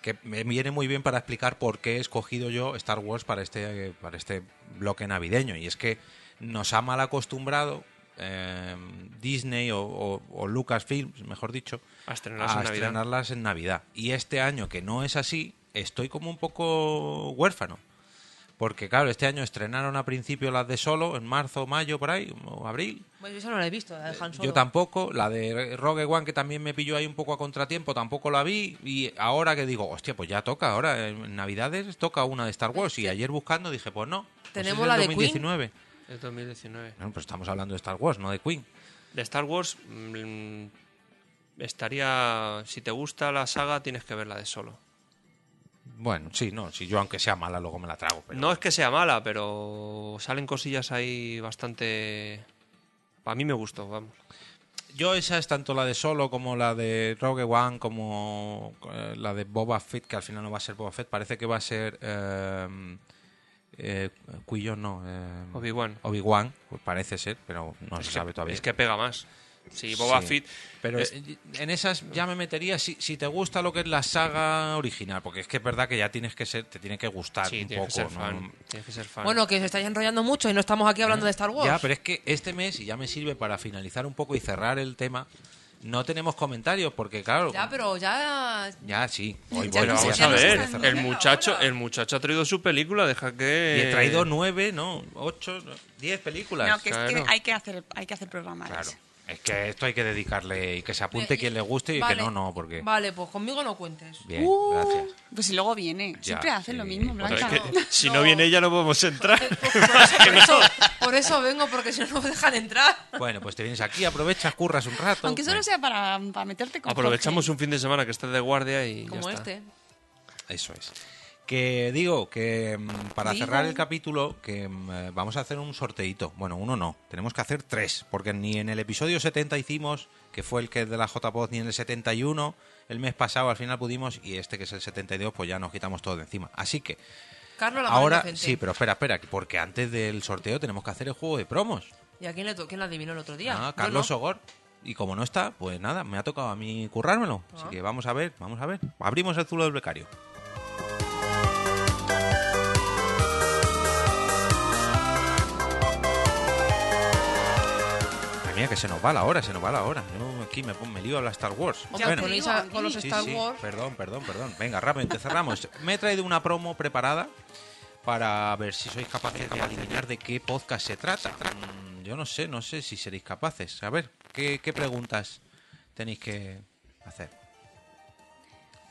[SPEAKER 2] Que me viene muy bien para explicar por qué he escogido yo Star Wars para este, eh, para este bloque navideño. Y es que nos ha mal acostumbrado eh, Disney o, o- o Lucasfilm, mejor dicho,
[SPEAKER 5] A estrenarlas en Navidad.
[SPEAKER 2] estrenarlas en Navidad. Y este año, que no es así, estoy como un poco huérfano. Porque, claro, este año estrenaron a principio las de Solo, en marzo, mayo, por ahí, o abril.
[SPEAKER 3] Bueno, Pues yo eso no lo he visto, la de Han Solo.
[SPEAKER 2] eh, Yo tampoco. La de Rogue One, que también me pilló ahí un poco a contratiempo, tampoco la vi. Y ahora que digo, hostia, pues ya toca. Ahora en Navidades toca una de Star Wars. Y ayer buscando dije, pues no. pues
[SPEAKER 3] Tenemos
[SPEAKER 2] es del
[SPEAKER 3] la de Queen.
[SPEAKER 2] 2019.
[SPEAKER 5] Es 2019.
[SPEAKER 2] Bueno, pues estamos hablando de Star Wars, no de Queen.
[SPEAKER 5] De Star Wars mm, estaría... Si te gusta la saga, tienes que verla de solo.
[SPEAKER 2] Bueno, sí, no. Si yo, aunque sea mala, luego me la trago. Pero...
[SPEAKER 5] No es que sea mala, pero salen cosillas ahí bastante... A mí me gustó, vamos.
[SPEAKER 2] Yo esas, tanto la de Solo como la de Rogue One, como eh, la de Boba Fett, que al final no va a ser Boba Fett, parece que va a ser... Eh, eh, Cuyo no. eh,
[SPEAKER 5] Obi-Wan.
[SPEAKER 2] Obi-Wan, pues parece ser, pero no se
[SPEAKER 5] Es que-
[SPEAKER 2] sabe todavía.
[SPEAKER 5] Es que pega más. Sí, Boba
[SPEAKER 2] Sí.
[SPEAKER 5] Fett...
[SPEAKER 2] Pero
[SPEAKER 5] es-
[SPEAKER 2] eh, en esas ya me metería si, si te gusta lo que es la saga original, porque es que es verdad que ya tienes que ser, te tiene que gustar
[SPEAKER 5] sí,
[SPEAKER 2] un
[SPEAKER 5] tienes
[SPEAKER 2] poco.
[SPEAKER 5] que ser
[SPEAKER 2] ¿no?
[SPEAKER 5] fan. Tienes que ser fan.
[SPEAKER 3] Bueno, que os estáis enrollando mucho y no estamos aquí hablando de Star Wars.
[SPEAKER 2] Ya, pero es que este mes, y ya me sirve para finalizar un poco y cerrar el tema, no tenemos comentarios, porque claro,
[SPEAKER 3] Ya, pero ya...
[SPEAKER 2] ya sí. Hoy voy,
[SPEAKER 6] Ya
[SPEAKER 5] Pero
[SPEAKER 6] no sé,
[SPEAKER 5] vamos
[SPEAKER 2] ya
[SPEAKER 5] a
[SPEAKER 6] nos
[SPEAKER 5] ver,
[SPEAKER 6] están
[SPEAKER 5] el
[SPEAKER 6] diciendo
[SPEAKER 5] muchacho,
[SPEAKER 6] ahora.
[SPEAKER 5] el muchacho ha traído su película, deja que...
[SPEAKER 2] Y he traído nueve, ¿no? Ocho, no, diez películas.
[SPEAKER 6] No, que es que
[SPEAKER 5] claro.
[SPEAKER 6] hay que hacer, hay que hacer programas.
[SPEAKER 2] Claro. Es que esto hay que dedicarle y que se apunte quien le guste y
[SPEAKER 3] Vale.
[SPEAKER 2] que no, no, porque...
[SPEAKER 3] Vale, pues conmigo no cuentes. Uh.
[SPEAKER 2] Bien, gracias.
[SPEAKER 6] Pues si luego viene. Siempre hacen lo
[SPEAKER 2] sí.
[SPEAKER 6] mismo,
[SPEAKER 2] Pues
[SPEAKER 5] Pero es
[SPEAKER 6] Blanca.
[SPEAKER 5] que si no,
[SPEAKER 3] No.
[SPEAKER 5] viene ella no podemos entrar.
[SPEAKER 3] Por, por eso, por eso- por eso vengo, porque si no, no me dejan entrar.
[SPEAKER 2] Bueno, pues te vienes aquí, aprovechas, curras un rato.
[SPEAKER 6] Aunque solo sea para, para meterte con
[SPEAKER 5] Aprovechamos
[SPEAKER 6] Jorge.
[SPEAKER 5] un fin de semana que estés de guardia y ya
[SPEAKER 3] Como
[SPEAKER 5] está.
[SPEAKER 3] este.
[SPEAKER 2] Eso es. Que digo, que mm, para
[SPEAKER 6] Digo.
[SPEAKER 2] cerrar el capítulo, que mm, eh, vamos a hacer un sorteito. Bueno, uno no, tenemos que hacer tres, porque ni en el episodio 70 hicimos, que fue el que es de la JPod, ni en el 71, el mes pasado al final pudimos, y este que es el 72, pues ya nos quitamos todo de encima. Así que,
[SPEAKER 3] Carlos, la más
[SPEAKER 2] ahora,
[SPEAKER 3] inocente.
[SPEAKER 2] sí, pero espera, espera, porque antes del sorteo tenemos que hacer el juego de promos.
[SPEAKER 3] ¿Y a quién le to- quién la adivinó el otro día?
[SPEAKER 2] Ah,
[SPEAKER 3] Yo
[SPEAKER 2] Carlos
[SPEAKER 3] no.
[SPEAKER 2] Sogor. Y como no está, pues nada, me ha tocado a mí currármelo.
[SPEAKER 3] Ah.
[SPEAKER 2] Así que vamos a ver, vamos a ver. Abrimos el zulo del becario. Madre mía, que se nos va la hora, se nos va la hora. Yo aquí me, pon- me lío a la Star Wars.
[SPEAKER 3] Hombre,
[SPEAKER 6] Bueno.
[SPEAKER 3] ponéis a- con los
[SPEAKER 6] Sí,
[SPEAKER 3] Star Wars.
[SPEAKER 2] Perdón, perdón, perdón. Venga, rápido, te
[SPEAKER 3] [laughs]
[SPEAKER 2] cerramos. Me he traído una promo preparada para ver si sois capaces de adivinar de qué podcast se trata. Mm, Yo no sé, no sé si seréis capaces. A ver, ¿qué, qué preguntas tenéis que hacer?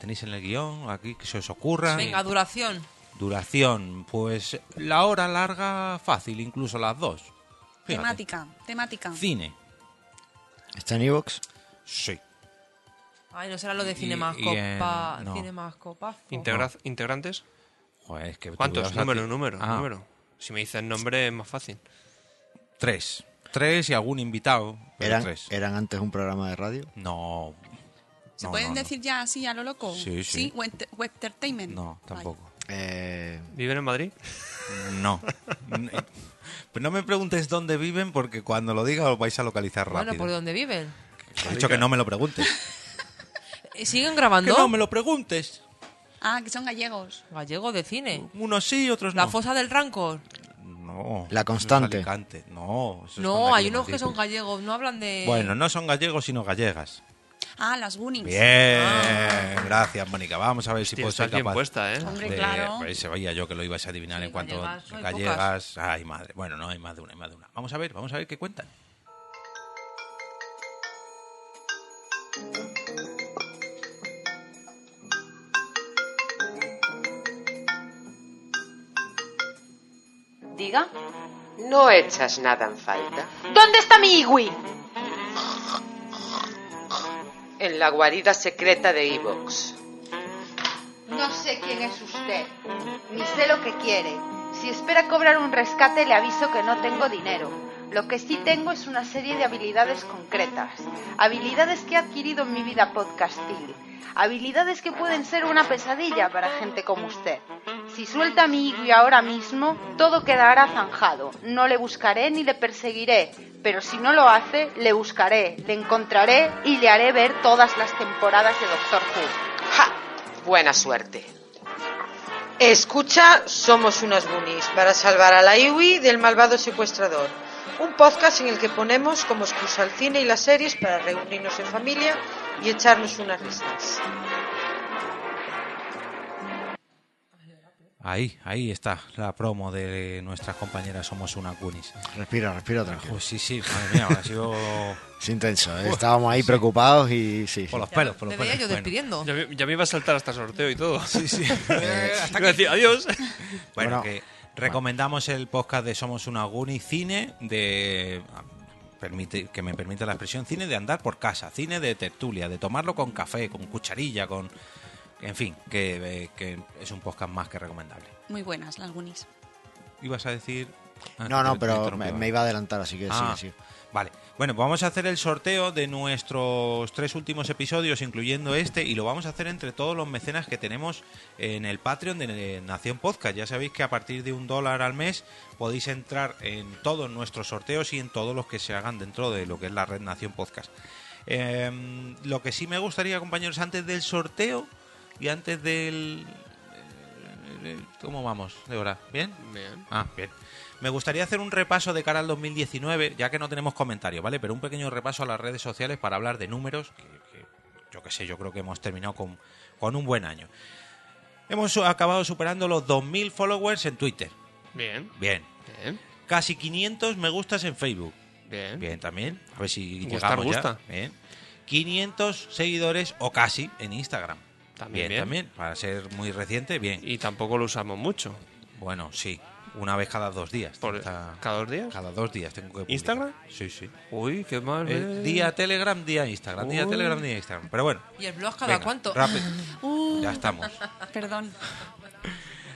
[SPEAKER 2] ¿Tenéis en el guión aquí que se os ocurra?
[SPEAKER 3] Venga, duración.
[SPEAKER 2] Duración, pues la hora larga fácil, incluso las dos. Fíjate.
[SPEAKER 6] Temática, temática.
[SPEAKER 2] Cine,
[SPEAKER 7] ¿Está en Evox?
[SPEAKER 2] sí.
[SPEAKER 3] Ay, no será lo de
[SPEAKER 2] Y-
[SPEAKER 3] Cinemascopa.
[SPEAKER 2] y en- no.
[SPEAKER 3] Cinemascopa.
[SPEAKER 5] Integra- ¿Integrantes?
[SPEAKER 2] Joder, es que tú
[SPEAKER 5] ¿Cuántos?
[SPEAKER 2] ibas a
[SPEAKER 5] Número,
[SPEAKER 2] ti-
[SPEAKER 5] número,
[SPEAKER 2] Ah,
[SPEAKER 5] número. Si me dicen nombre es más fácil.
[SPEAKER 2] Tres. Tres y algún invitado. Pero
[SPEAKER 7] ¿Eran,
[SPEAKER 2] tres.
[SPEAKER 7] ¿Eran antes un programa de radio?
[SPEAKER 2] No.
[SPEAKER 6] ¿Se
[SPEAKER 2] No,
[SPEAKER 6] pueden
[SPEAKER 2] no, no.
[SPEAKER 6] decir ya así a lo loco?
[SPEAKER 2] Sí, sí.
[SPEAKER 6] ¿O ent- o entertainment?
[SPEAKER 2] No,
[SPEAKER 6] Vale.
[SPEAKER 2] tampoco.
[SPEAKER 7] Eh,
[SPEAKER 5] ¿Viven en Madrid? [laughs]
[SPEAKER 2] No. Pero no me preguntes dónde viven porque cuando lo diga os vais a localizar rápido.
[SPEAKER 3] Bueno, ¿por dónde viven?
[SPEAKER 2] He dicho que no me lo
[SPEAKER 3] [laughs]
[SPEAKER 2] preguntes.
[SPEAKER 3] Eh, ¿Siguen
[SPEAKER 2] Que
[SPEAKER 3] grabando?
[SPEAKER 2] no me lo preguntes.
[SPEAKER 6] Ah, que son gallegos.
[SPEAKER 3] Gallego de cine.
[SPEAKER 2] Unos sí, otros
[SPEAKER 3] La
[SPEAKER 2] no.
[SPEAKER 3] fosa del Rancor.
[SPEAKER 2] No.
[SPEAKER 7] La Constante.
[SPEAKER 2] eso es Alicante. No. eso es
[SPEAKER 3] No,
[SPEAKER 2] con
[SPEAKER 3] hay
[SPEAKER 2] Gallego
[SPEAKER 3] unos que son
[SPEAKER 2] Madrid.
[SPEAKER 3] gallegos, no hablan de.
[SPEAKER 2] Bueno, no son gallegos sino gallegas.
[SPEAKER 6] Ah, las Goonies.
[SPEAKER 2] Bien,
[SPEAKER 3] Ah.
[SPEAKER 2] gracias Mónica. Vamos a ver si
[SPEAKER 5] Tío,
[SPEAKER 2] puedo
[SPEAKER 5] estás
[SPEAKER 2] ser
[SPEAKER 5] bien
[SPEAKER 2] capaz.
[SPEAKER 5] puesta, ¿eh?
[SPEAKER 6] Hombre,
[SPEAKER 2] de-
[SPEAKER 6] claro.
[SPEAKER 2] pues se veía yo que lo ibas a adivinar
[SPEAKER 3] Sí,
[SPEAKER 2] en cuanto
[SPEAKER 3] gallegas, no hay
[SPEAKER 2] gallegas. Ay, madre. Bueno, no hay más de una, hay más de una. Vamos a ver, vamos a ver qué cuentan.
[SPEAKER 10] Diga.
[SPEAKER 11] No echas nada en falta.
[SPEAKER 10] ¿Dónde está mi Iwi?
[SPEAKER 11] En la guarida secreta de Evox.
[SPEAKER 10] No sé quién es usted, ni sé lo que quiere. Si espera cobrar un rescate, le aviso que no tengo dinero. Lo que sí tengo es una serie de habilidades concretas. Habilidades que he adquirido en mi vida podcastil. Habilidades que pueden ser una pesadilla para gente como usted. Si suelta a mi higo ahora mismo, todo quedará zanjado. No le buscaré ni le perseguiré. Pero si no lo hace, le buscaré, le encontraré y le haré ver todas las temporadas de Doctor Who.
[SPEAKER 11] ¡Ja! Buena suerte. Escucha, somos unos bunnies para salvar a la Iwi del malvado secuestrador. Un podcast en el que ponemos como excusa el cine y las series para reunirnos en familia y echarnos unas risas.
[SPEAKER 2] Ahí, ahí está la promo de nuestras compañeras Somos una Cunis.
[SPEAKER 7] Respira, respira tranquilo.
[SPEAKER 2] sí, sí, madre mía, ahora ha sido
[SPEAKER 7] [laughs] Es intenso, ¿eh? Estábamos ahí preocupados y sí.
[SPEAKER 2] por los pelos, por los pelos.
[SPEAKER 3] Me veía yo
[SPEAKER 2] Bueno.
[SPEAKER 3] despidiendo.
[SPEAKER 5] Ya, me- ya me iba a saltar hasta sorteo y todo. Sí, [laughs] sí.
[SPEAKER 2] hasta
[SPEAKER 5] adiós.
[SPEAKER 2] Bueno,
[SPEAKER 7] Bueno.
[SPEAKER 2] que recomendamos el podcast de Somos una Guni Cine de permite que me permita la expresión cine de andar por casa, cine de tertulia, de tomarlo con café, con cucharilla, con en fin, que, eh, que es un podcast más que recomendable.
[SPEAKER 6] Muy buenas, las Goonies.
[SPEAKER 2] Ibas a decir Ah,
[SPEAKER 7] No,
[SPEAKER 2] te- te
[SPEAKER 7] no,
[SPEAKER 2] he
[SPEAKER 7] pero me,
[SPEAKER 2] interrumpido.
[SPEAKER 7] me iba a adelantar, así que
[SPEAKER 2] Ah,
[SPEAKER 7] sí, sí.
[SPEAKER 2] Vale. Bueno, vamos a hacer el sorteo de nuestros tres últimos episodios, incluyendo este, y lo vamos a hacer entre todos los mecenas que tenemos en el Patreon de Nación Podcast. Ya sabéis que a partir de un dólar al mes podéis entrar en todos nuestros sorteos y en todos los que se hagan dentro de lo que es la red Nación Podcast. Em, lo que sí me gustaría, compañeros, antes del sorteo y antes del... eh, ¿Cómo vamos, Débora? ¿Bien?
[SPEAKER 5] Bien.
[SPEAKER 2] Ah, bien. Me gustaría hacer un repaso de cara al 2019, ya que no tenemos comentarios, ¿vale? Pero un pequeño repaso a las redes sociales para hablar de números, que, que yo qué sé, yo creo que hemos terminado con, con un buen año. Hemos su- acabado superando los 2.000 followers en Twitter.
[SPEAKER 5] Bien,
[SPEAKER 2] Bien.
[SPEAKER 5] bien,
[SPEAKER 2] Casi 500 me gustas en Facebook.
[SPEAKER 5] bien.
[SPEAKER 2] Bien, también. A ver si
[SPEAKER 5] Gustar
[SPEAKER 2] llegamos
[SPEAKER 5] gusta.
[SPEAKER 2] ya. Bien. 500 seguidores o casi en Instagram. bien.
[SPEAKER 5] También, bien.
[SPEAKER 2] también. Para ser muy reciente, bien.
[SPEAKER 5] Y tampoco lo usamos mucho.
[SPEAKER 2] Bueno, sí. Una vez cada dos días.
[SPEAKER 5] Por,
[SPEAKER 2] Está-
[SPEAKER 5] ¿Cada dos días?
[SPEAKER 2] Cada dos días tengo que publicar.
[SPEAKER 5] ¿Instagram?
[SPEAKER 2] Sí, sí.
[SPEAKER 5] Uy, qué mal.
[SPEAKER 2] Eh,
[SPEAKER 5] ves.
[SPEAKER 2] día Telegram, día Instagram. Día
[SPEAKER 5] Uy.
[SPEAKER 2] Telegram, día Instagram. Pero bueno.
[SPEAKER 3] ¿Y el blog cada
[SPEAKER 2] venga,
[SPEAKER 3] cuánto? [laughs]
[SPEAKER 2] Rápido.
[SPEAKER 6] Uh,
[SPEAKER 2] Ya estamos.
[SPEAKER 6] Perdón.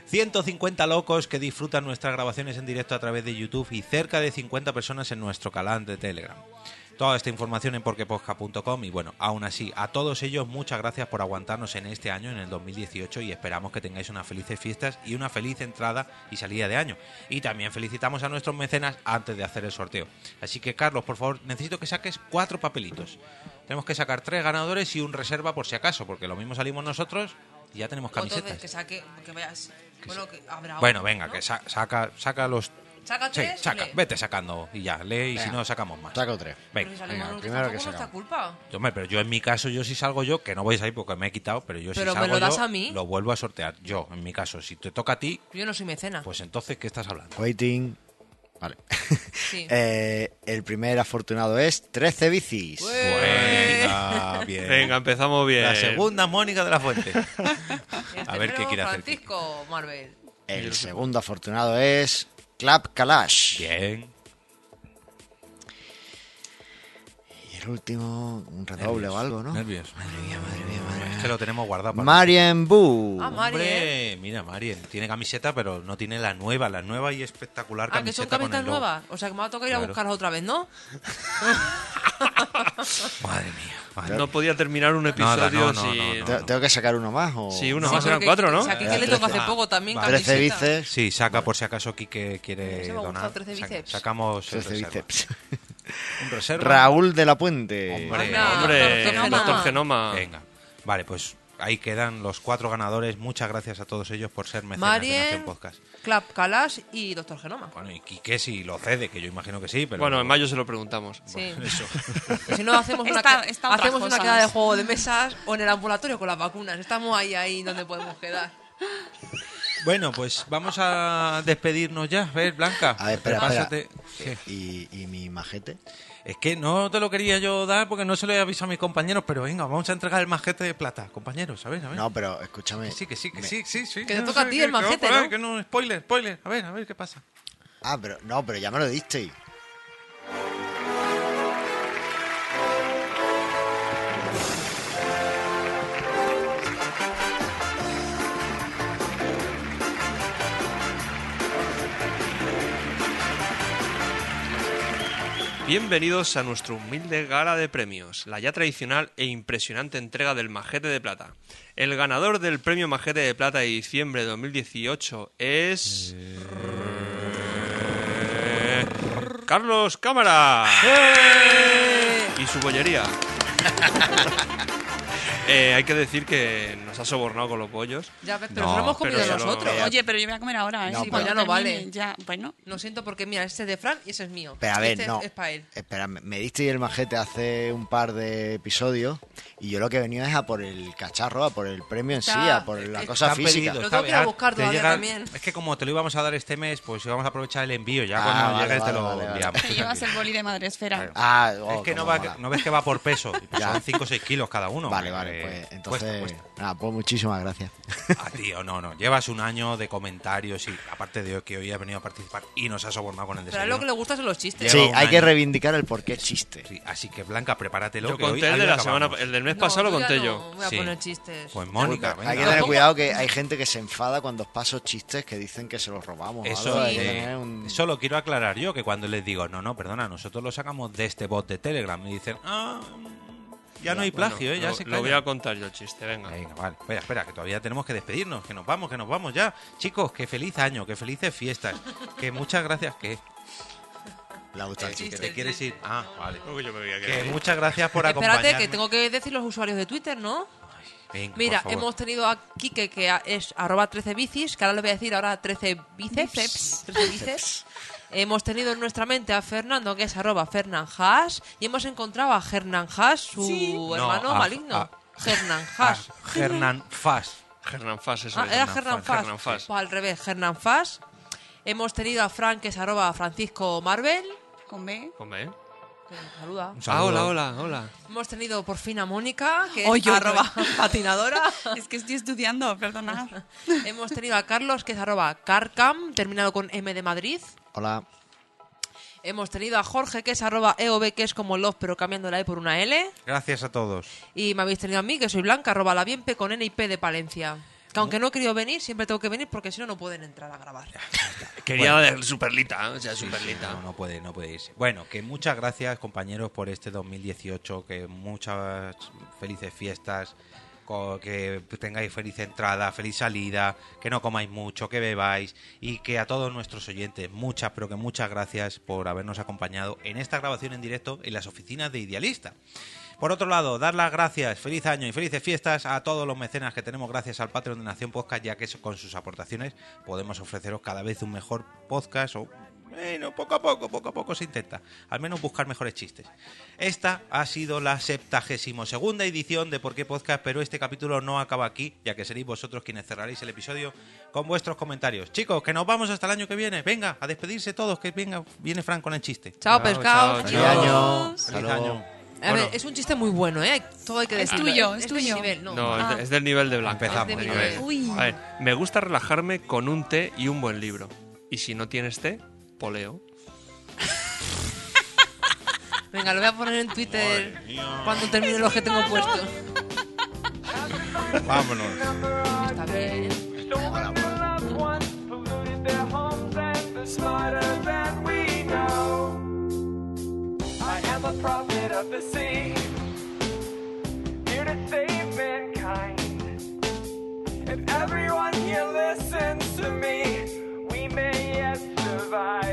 [SPEAKER 2] 150 locos que disfrutan nuestras grabaciones en directo a través de YouTube y cerca de 50 personas en nuestro canal de Telegram. Toda esta información en porqueposca.com y bueno, aún así, a todos ellos muchas gracias por aguantarnos en este año, en el 2018 y esperamos que tengáis unas felices fiestas y una feliz entrada y salida de año. Y también felicitamos a nuestros mecenas antes de hacer el sorteo. Así que Carlos, por favor, necesito que saques cuatro papelitos. Tenemos que sacar tres ganadores y un reserva por si acaso, porque lo mismo salimos nosotros y ya tenemos
[SPEAKER 3] Entonces,
[SPEAKER 2] camisetas.
[SPEAKER 3] que saque, que vayas. Bueno, que habrá
[SPEAKER 2] Bueno,
[SPEAKER 3] otro,
[SPEAKER 2] venga,
[SPEAKER 3] ¿no?
[SPEAKER 2] que sa- saca, saca los.
[SPEAKER 3] Saca
[SPEAKER 2] Sí,
[SPEAKER 3] tres,
[SPEAKER 2] saca,
[SPEAKER 3] lee.
[SPEAKER 2] vete sacando y ya, lee y si
[SPEAKER 7] Venga.
[SPEAKER 2] no sacamos más.
[SPEAKER 7] Saco tres.
[SPEAKER 3] Pero
[SPEAKER 2] Venga,
[SPEAKER 3] si salimos
[SPEAKER 7] venga,
[SPEAKER 3] nosotros,
[SPEAKER 7] primero que
[SPEAKER 3] tampoco es nuestra
[SPEAKER 7] sacamos.
[SPEAKER 3] culpa.
[SPEAKER 2] Yo, hombre, pero yo en mi caso, yo si salgo yo, que no vais ahí porque me he quitado, pero yo
[SPEAKER 3] Pero
[SPEAKER 2] si
[SPEAKER 3] me
[SPEAKER 2] salgo
[SPEAKER 3] lo das
[SPEAKER 2] yo,
[SPEAKER 3] a mí.
[SPEAKER 2] lo vuelvo a sortear. Yo, en mi caso, si te toca a ti,
[SPEAKER 3] Yo no soy mecena.
[SPEAKER 2] pues entonces, ¿qué estás hablando?
[SPEAKER 7] Waiting. Vale. [laughs]
[SPEAKER 3] sí.
[SPEAKER 7] Eh, el primer afortunado es 13 bicis.
[SPEAKER 3] [laughs]
[SPEAKER 2] Venga, Ah, bien.
[SPEAKER 5] Venga, empezamos bien.
[SPEAKER 2] La segunda Mónica de la Fuente.
[SPEAKER 3] El
[SPEAKER 2] a ver qué
[SPEAKER 3] tercero,
[SPEAKER 2] quiere hacer.
[SPEAKER 3] Este Francisco Marvel.
[SPEAKER 7] El segundo afortunado es Clap Kalash.
[SPEAKER 2] Bien.
[SPEAKER 7] Y el último, un redoble o algo, ¿no?
[SPEAKER 2] Nervios. Es que lo tenemos guardado para.
[SPEAKER 7] Marian Bu.
[SPEAKER 3] Ah, Marien.
[SPEAKER 2] Hombre, mira, Marien tiene camiseta, pero no tiene la nueva, la nueva y espectacular
[SPEAKER 3] Ah, que son
[SPEAKER 2] camiseta con
[SPEAKER 3] camisetas
[SPEAKER 2] el logo.
[SPEAKER 3] nuevas. O sea, que me va a tocar ir
[SPEAKER 2] Claro.
[SPEAKER 3] a buscarlas otra vez, ¿no?
[SPEAKER 2] [laughs] Madre mía, madre
[SPEAKER 5] No podía terminar un episodio
[SPEAKER 2] no, no,
[SPEAKER 5] sin.
[SPEAKER 2] no, no.
[SPEAKER 7] Te- ¿Tengo que sacar uno más? O...
[SPEAKER 5] Sí, uno
[SPEAKER 3] Sí,
[SPEAKER 5] más
[SPEAKER 3] pero
[SPEAKER 5] eran
[SPEAKER 3] que-
[SPEAKER 5] cuatro,
[SPEAKER 3] O
[SPEAKER 5] ¿no?
[SPEAKER 3] sea, que que le toca hace
[SPEAKER 2] Ah,
[SPEAKER 3] poco también.
[SPEAKER 2] vale.
[SPEAKER 7] 13
[SPEAKER 3] camiseta.
[SPEAKER 7] bices.
[SPEAKER 2] Sí, saca por si acaso Quique quiere
[SPEAKER 3] Eso me ha
[SPEAKER 2] donar.
[SPEAKER 3] gustado, 13
[SPEAKER 2] Saca-
[SPEAKER 3] bíceps.
[SPEAKER 2] sacamos el
[SPEAKER 7] 13
[SPEAKER 2] reserva.
[SPEAKER 7] bíceps.
[SPEAKER 2] un reserva.
[SPEAKER 7] Raúl de la Puente.
[SPEAKER 2] Hombre,
[SPEAKER 3] Anda.
[SPEAKER 5] Hombre,
[SPEAKER 3] Doctor Genoma.
[SPEAKER 5] doctor Genoma.
[SPEAKER 2] venga. Vale, pues ahí quedan los cuatro ganadores. Muchas gracias a todos ellos por ser mecenas de
[SPEAKER 3] Marien,
[SPEAKER 2] Nación Podcast.
[SPEAKER 3] Clap Kalash y Doctor Genoma.
[SPEAKER 2] Bueno, y Quique si lo cede, que yo imagino que sí, pero
[SPEAKER 5] Bueno, en mayo se lo preguntamos.
[SPEAKER 3] Sí.
[SPEAKER 2] eso.
[SPEAKER 3] Y si no, hacemos una,
[SPEAKER 6] Está-
[SPEAKER 3] [laughs] que-
[SPEAKER 6] está otras
[SPEAKER 3] hacemos una
[SPEAKER 6] cosas.
[SPEAKER 3] queda de juego de mesas o en el ambulatorio con las vacunas. Estamos ahí, ahí donde podemos quedar.
[SPEAKER 2] Bueno, pues vamos a despedirnos ya, a ver, Blanca.
[SPEAKER 7] A ver, espera,
[SPEAKER 2] pásate.
[SPEAKER 7] espera.
[SPEAKER 2] ¿Qué?
[SPEAKER 7] ¿Y, y mi majete?
[SPEAKER 2] Es que no te lo quería yo dar porque no se lo he avisado a mis compañeros, pero venga, vamos a entregar el majete de plata, compañeros, a ver, a ver.
[SPEAKER 7] No, pero escúchame.
[SPEAKER 2] Que sí, que sí, que sí, sí, sí.
[SPEAKER 3] Que te
[SPEAKER 2] no
[SPEAKER 3] toca a
[SPEAKER 2] sé,
[SPEAKER 3] ti el
[SPEAKER 2] vamos
[SPEAKER 3] majete,
[SPEAKER 2] por ahí,
[SPEAKER 3] ¿no?
[SPEAKER 2] Que no, spoiler, spoiler. A ver, a ver qué pasa.
[SPEAKER 7] Ah, pero no, pero ya me lo disteis.
[SPEAKER 5] Bienvenidos a nuestro humilde gala de premios, la ya tradicional e impresionante entrega del Majete de Plata. El ganador del premio Majete de Plata de diciembre de 2018 es. Carlos Cámara y su bollería. [laughs] Eh, hay que decir que nos ha sobornado con los pollos.
[SPEAKER 3] Ya ves, pero no, hemos comido
[SPEAKER 5] pero solo-
[SPEAKER 3] nosotros.
[SPEAKER 6] Oye, pero yo voy a comer ahora, ¿eh?
[SPEAKER 7] No,
[SPEAKER 6] Sí,
[SPEAKER 2] pues
[SPEAKER 7] pero-
[SPEAKER 6] cuando
[SPEAKER 3] Ya no
[SPEAKER 6] termine,
[SPEAKER 3] vale.
[SPEAKER 6] Ya, bueno.
[SPEAKER 3] Lo siento porque, mira, este es de Frank y ese es mío.
[SPEAKER 7] Pero a ver,
[SPEAKER 3] Este
[SPEAKER 7] no.
[SPEAKER 3] es para él.
[SPEAKER 7] Espera, me, me diste el majete hace un par de episodios y yo lo que he venido es a por el cacharro, a por el premio en sí,
[SPEAKER 3] Está-
[SPEAKER 7] a por la
[SPEAKER 3] es-
[SPEAKER 7] cosa
[SPEAKER 2] Están
[SPEAKER 7] física.
[SPEAKER 2] pedidos,
[SPEAKER 3] Lo
[SPEAKER 2] está-
[SPEAKER 3] tengo que ir a
[SPEAKER 2] ah,
[SPEAKER 3] buscar
[SPEAKER 2] te
[SPEAKER 3] todavía
[SPEAKER 2] llegan-
[SPEAKER 3] también.
[SPEAKER 2] Es que como te lo íbamos a dar este mes, pues íbamos a aprovechar el envío. Ya
[SPEAKER 7] Ah,
[SPEAKER 2] cuando
[SPEAKER 7] vale,
[SPEAKER 2] llegues te
[SPEAKER 7] vale,
[SPEAKER 2] lo
[SPEAKER 7] vale, vale.
[SPEAKER 2] enviamos.
[SPEAKER 6] Te llevas el boli de madre esfera.
[SPEAKER 7] Ah, oh,
[SPEAKER 2] es que no,
[SPEAKER 7] cómo
[SPEAKER 2] va,
[SPEAKER 7] mola.
[SPEAKER 2] no ves que va por peso. y pues
[SPEAKER 7] [laughs] Ya.
[SPEAKER 2] son 5 o 6 kilos cada uno.
[SPEAKER 7] Vale,
[SPEAKER 2] eh,
[SPEAKER 7] vale, pues
[SPEAKER 2] cuesta,
[SPEAKER 7] entonces.
[SPEAKER 2] cuesta.
[SPEAKER 7] Nada, pues muchísimas gracias.
[SPEAKER 2] Ah, tío, no, no. Llevas un año de comentarios y aparte de que hoy ha venido a participar y nos ha sobornado con el
[SPEAKER 3] Pero a él
[SPEAKER 2] desayuno.
[SPEAKER 3] lo que le gusta son los chistes.
[SPEAKER 2] Lleva
[SPEAKER 7] Sí,
[SPEAKER 2] un
[SPEAKER 7] hay que
[SPEAKER 2] año.
[SPEAKER 7] reivindicar el por qué chiste.
[SPEAKER 2] Sí, así que Blanca, prepáratelo.
[SPEAKER 5] Yo
[SPEAKER 2] que hoy-
[SPEAKER 5] conté el,
[SPEAKER 2] ahí
[SPEAKER 5] de la
[SPEAKER 2] acabamos.
[SPEAKER 5] semana, el del mes
[SPEAKER 3] No,
[SPEAKER 5] pasado, lo
[SPEAKER 3] yo ya
[SPEAKER 5] conté
[SPEAKER 3] no
[SPEAKER 5] yo.
[SPEAKER 3] Voy a
[SPEAKER 2] Sí.
[SPEAKER 3] poner chistes.
[SPEAKER 2] Pues Mónica, venga.
[SPEAKER 7] Hay que tener cuidado que hay gente que se enfada cuando os paso chistes que dicen que se los robamos. o algo,
[SPEAKER 2] Eso,
[SPEAKER 7] hay que
[SPEAKER 2] eh,
[SPEAKER 7] tener un-
[SPEAKER 2] eso lo quiero aclarar yo, que cuando les digo, no, no, perdona, nosotros lo sacamos de este bot de Telegram, y dicen, ah, ya, no hay plagio, eh, ya
[SPEAKER 5] lo,
[SPEAKER 2] se
[SPEAKER 5] lo
[SPEAKER 2] callan.
[SPEAKER 5] voy a contar yo el chiste, venga.
[SPEAKER 2] Venga, vale. Espera, espera, que todavía tenemos que despedirnos, que nos vamos, que nos vamos ya. Chicos, que feliz año, que felices fiestas, que muchas gracias, que...
[SPEAKER 7] Le ha gustado el
[SPEAKER 2] que
[SPEAKER 7] chiste.
[SPEAKER 2] te quieres ir. Ah, vale.
[SPEAKER 5] Uy, yo me voy a
[SPEAKER 2] Que
[SPEAKER 5] quedar.
[SPEAKER 2] muchas gracias
[SPEAKER 3] [laughs]
[SPEAKER 2] por acompañarnos.
[SPEAKER 3] Espérate, que tengo que decir los usuarios de Twitter, ¿no?
[SPEAKER 2] Venga, por
[SPEAKER 3] Mira,
[SPEAKER 2] favor.
[SPEAKER 3] hemos tenido a Kike, que a- es arroba 13 bicis, que ahora lo voy a decir ahora 13 bíceps. 13 bíceps. hemos tenido en nutra mente a Fernando, que es arroba Fernanjas, y hemos encontrado a Hernán Haas, su hermano
[SPEAKER 2] No, a-
[SPEAKER 3] maligno.
[SPEAKER 2] a-
[SPEAKER 3] Hernán
[SPEAKER 2] Ah,
[SPEAKER 3] Haas.
[SPEAKER 2] Hernán Fas.
[SPEAKER 5] Hernán Fas, eso
[SPEAKER 3] Ah,
[SPEAKER 5] es.
[SPEAKER 3] era
[SPEAKER 5] Hernán
[SPEAKER 3] Hernán
[SPEAKER 5] Fas,
[SPEAKER 3] Fas.
[SPEAKER 5] Hernán Fas.
[SPEAKER 3] Pues al revés, Hernán Fas. Hemos tenido a Frank, que es arroba Francisco Marvel,
[SPEAKER 6] Con B.
[SPEAKER 5] Hombre, ¿eh?
[SPEAKER 3] que nos saluda.
[SPEAKER 2] Un
[SPEAKER 5] Ah,
[SPEAKER 2] saludo.
[SPEAKER 5] hola, hola, hola.
[SPEAKER 3] Hemos tenido por fin a Mónica, que es
[SPEAKER 6] Oye, oye.
[SPEAKER 3] arroba [laughs] patinadora.
[SPEAKER 6] [laughs] Es que estoy estudiando, perdonad.
[SPEAKER 3] Hemos tenido a Carlos, que es arroba carcam, terminado con M de Madrid.
[SPEAKER 7] Hola.
[SPEAKER 3] Hemos tenido a Jorge, que es arroba EOB, que es como Love, pero cambiando la E por una L.
[SPEAKER 2] Gracias a todos.
[SPEAKER 3] Y me habéis tenido a mí, que soy blanca, arroba la bien P con N y P de Palencia. Que aunque no he querido venir, siempre tengo que venir porque si no, no pueden entrar a grabar.
[SPEAKER 5] Quería de Superlita,
[SPEAKER 2] ¿eh?
[SPEAKER 5] o sea, Superlita.
[SPEAKER 2] No, no puede, no puede irse. Bueno, que muchas gracias, compañeros, por este 2018. Que muchas felices fiestas. co- Que tengáis feliz entrada, feliz salida, que no comáis mucho, que bebáis y que a todos nuestros oyentes, muchas, pero que muchas gracias por habernos acompañado en esta grabación en directo en las oficinas de Idealista. Por otro lado, dar las gracias, feliz año y felices fiestas a todos los mecenas que tenemos gracias al Patreon de Nación Podcast, ya que eso- con sus aportaciones podemos ofreceros cada vez un mejor podcast o, bueno, poco a poco, poco a poco se intenta, al menos buscar mejores chistes. Esta ha sido la 72 segunda edición de Por qué Podcast, pero este capítulo no acaba aquí, ya que seréis vosotros quienes cerraréis el episodio con vuestros comentarios. Chicos, que nos vamos hasta el año que viene. Venga, a despedirse todos, que venga, viene Fran con el chiste.
[SPEAKER 3] Chao,
[SPEAKER 5] Chao,
[SPEAKER 3] pescado.
[SPEAKER 5] chao,
[SPEAKER 7] Feliz
[SPEAKER 5] Adiós.
[SPEAKER 7] año. Hasta
[SPEAKER 2] Feliz
[SPEAKER 7] luego.
[SPEAKER 2] año.
[SPEAKER 3] A ver,
[SPEAKER 2] Bueno.
[SPEAKER 3] es un chiste muy bueno, ¿eh? Todo hay que
[SPEAKER 6] Es
[SPEAKER 3] decirlo.
[SPEAKER 6] tuyo,
[SPEAKER 3] ¿eh?
[SPEAKER 6] es
[SPEAKER 3] de
[SPEAKER 6] tuyo.
[SPEAKER 3] mi nivel, no.
[SPEAKER 5] No, es,
[SPEAKER 3] Ah,
[SPEAKER 5] de- es del nivel de Blanca.
[SPEAKER 2] Empezamos. Es de
[SPEAKER 3] mi
[SPEAKER 5] A ver,
[SPEAKER 3] nivel.
[SPEAKER 6] Uy.
[SPEAKER 5] A ver, me gusta relajarme con un té y un buen libro. Y si no tienes té, poleo.
[SPEAKER 3] Venga, lo voy a poner en Twitter cuando termine los que tengo puestos.
[SPEAKER 2] Vámonos.
[SPEAKER 3] Está bien.
[SPEAKER 1] I am a prophet of the sea, here to save mankind. If everyone here listens to me, we may yet survive.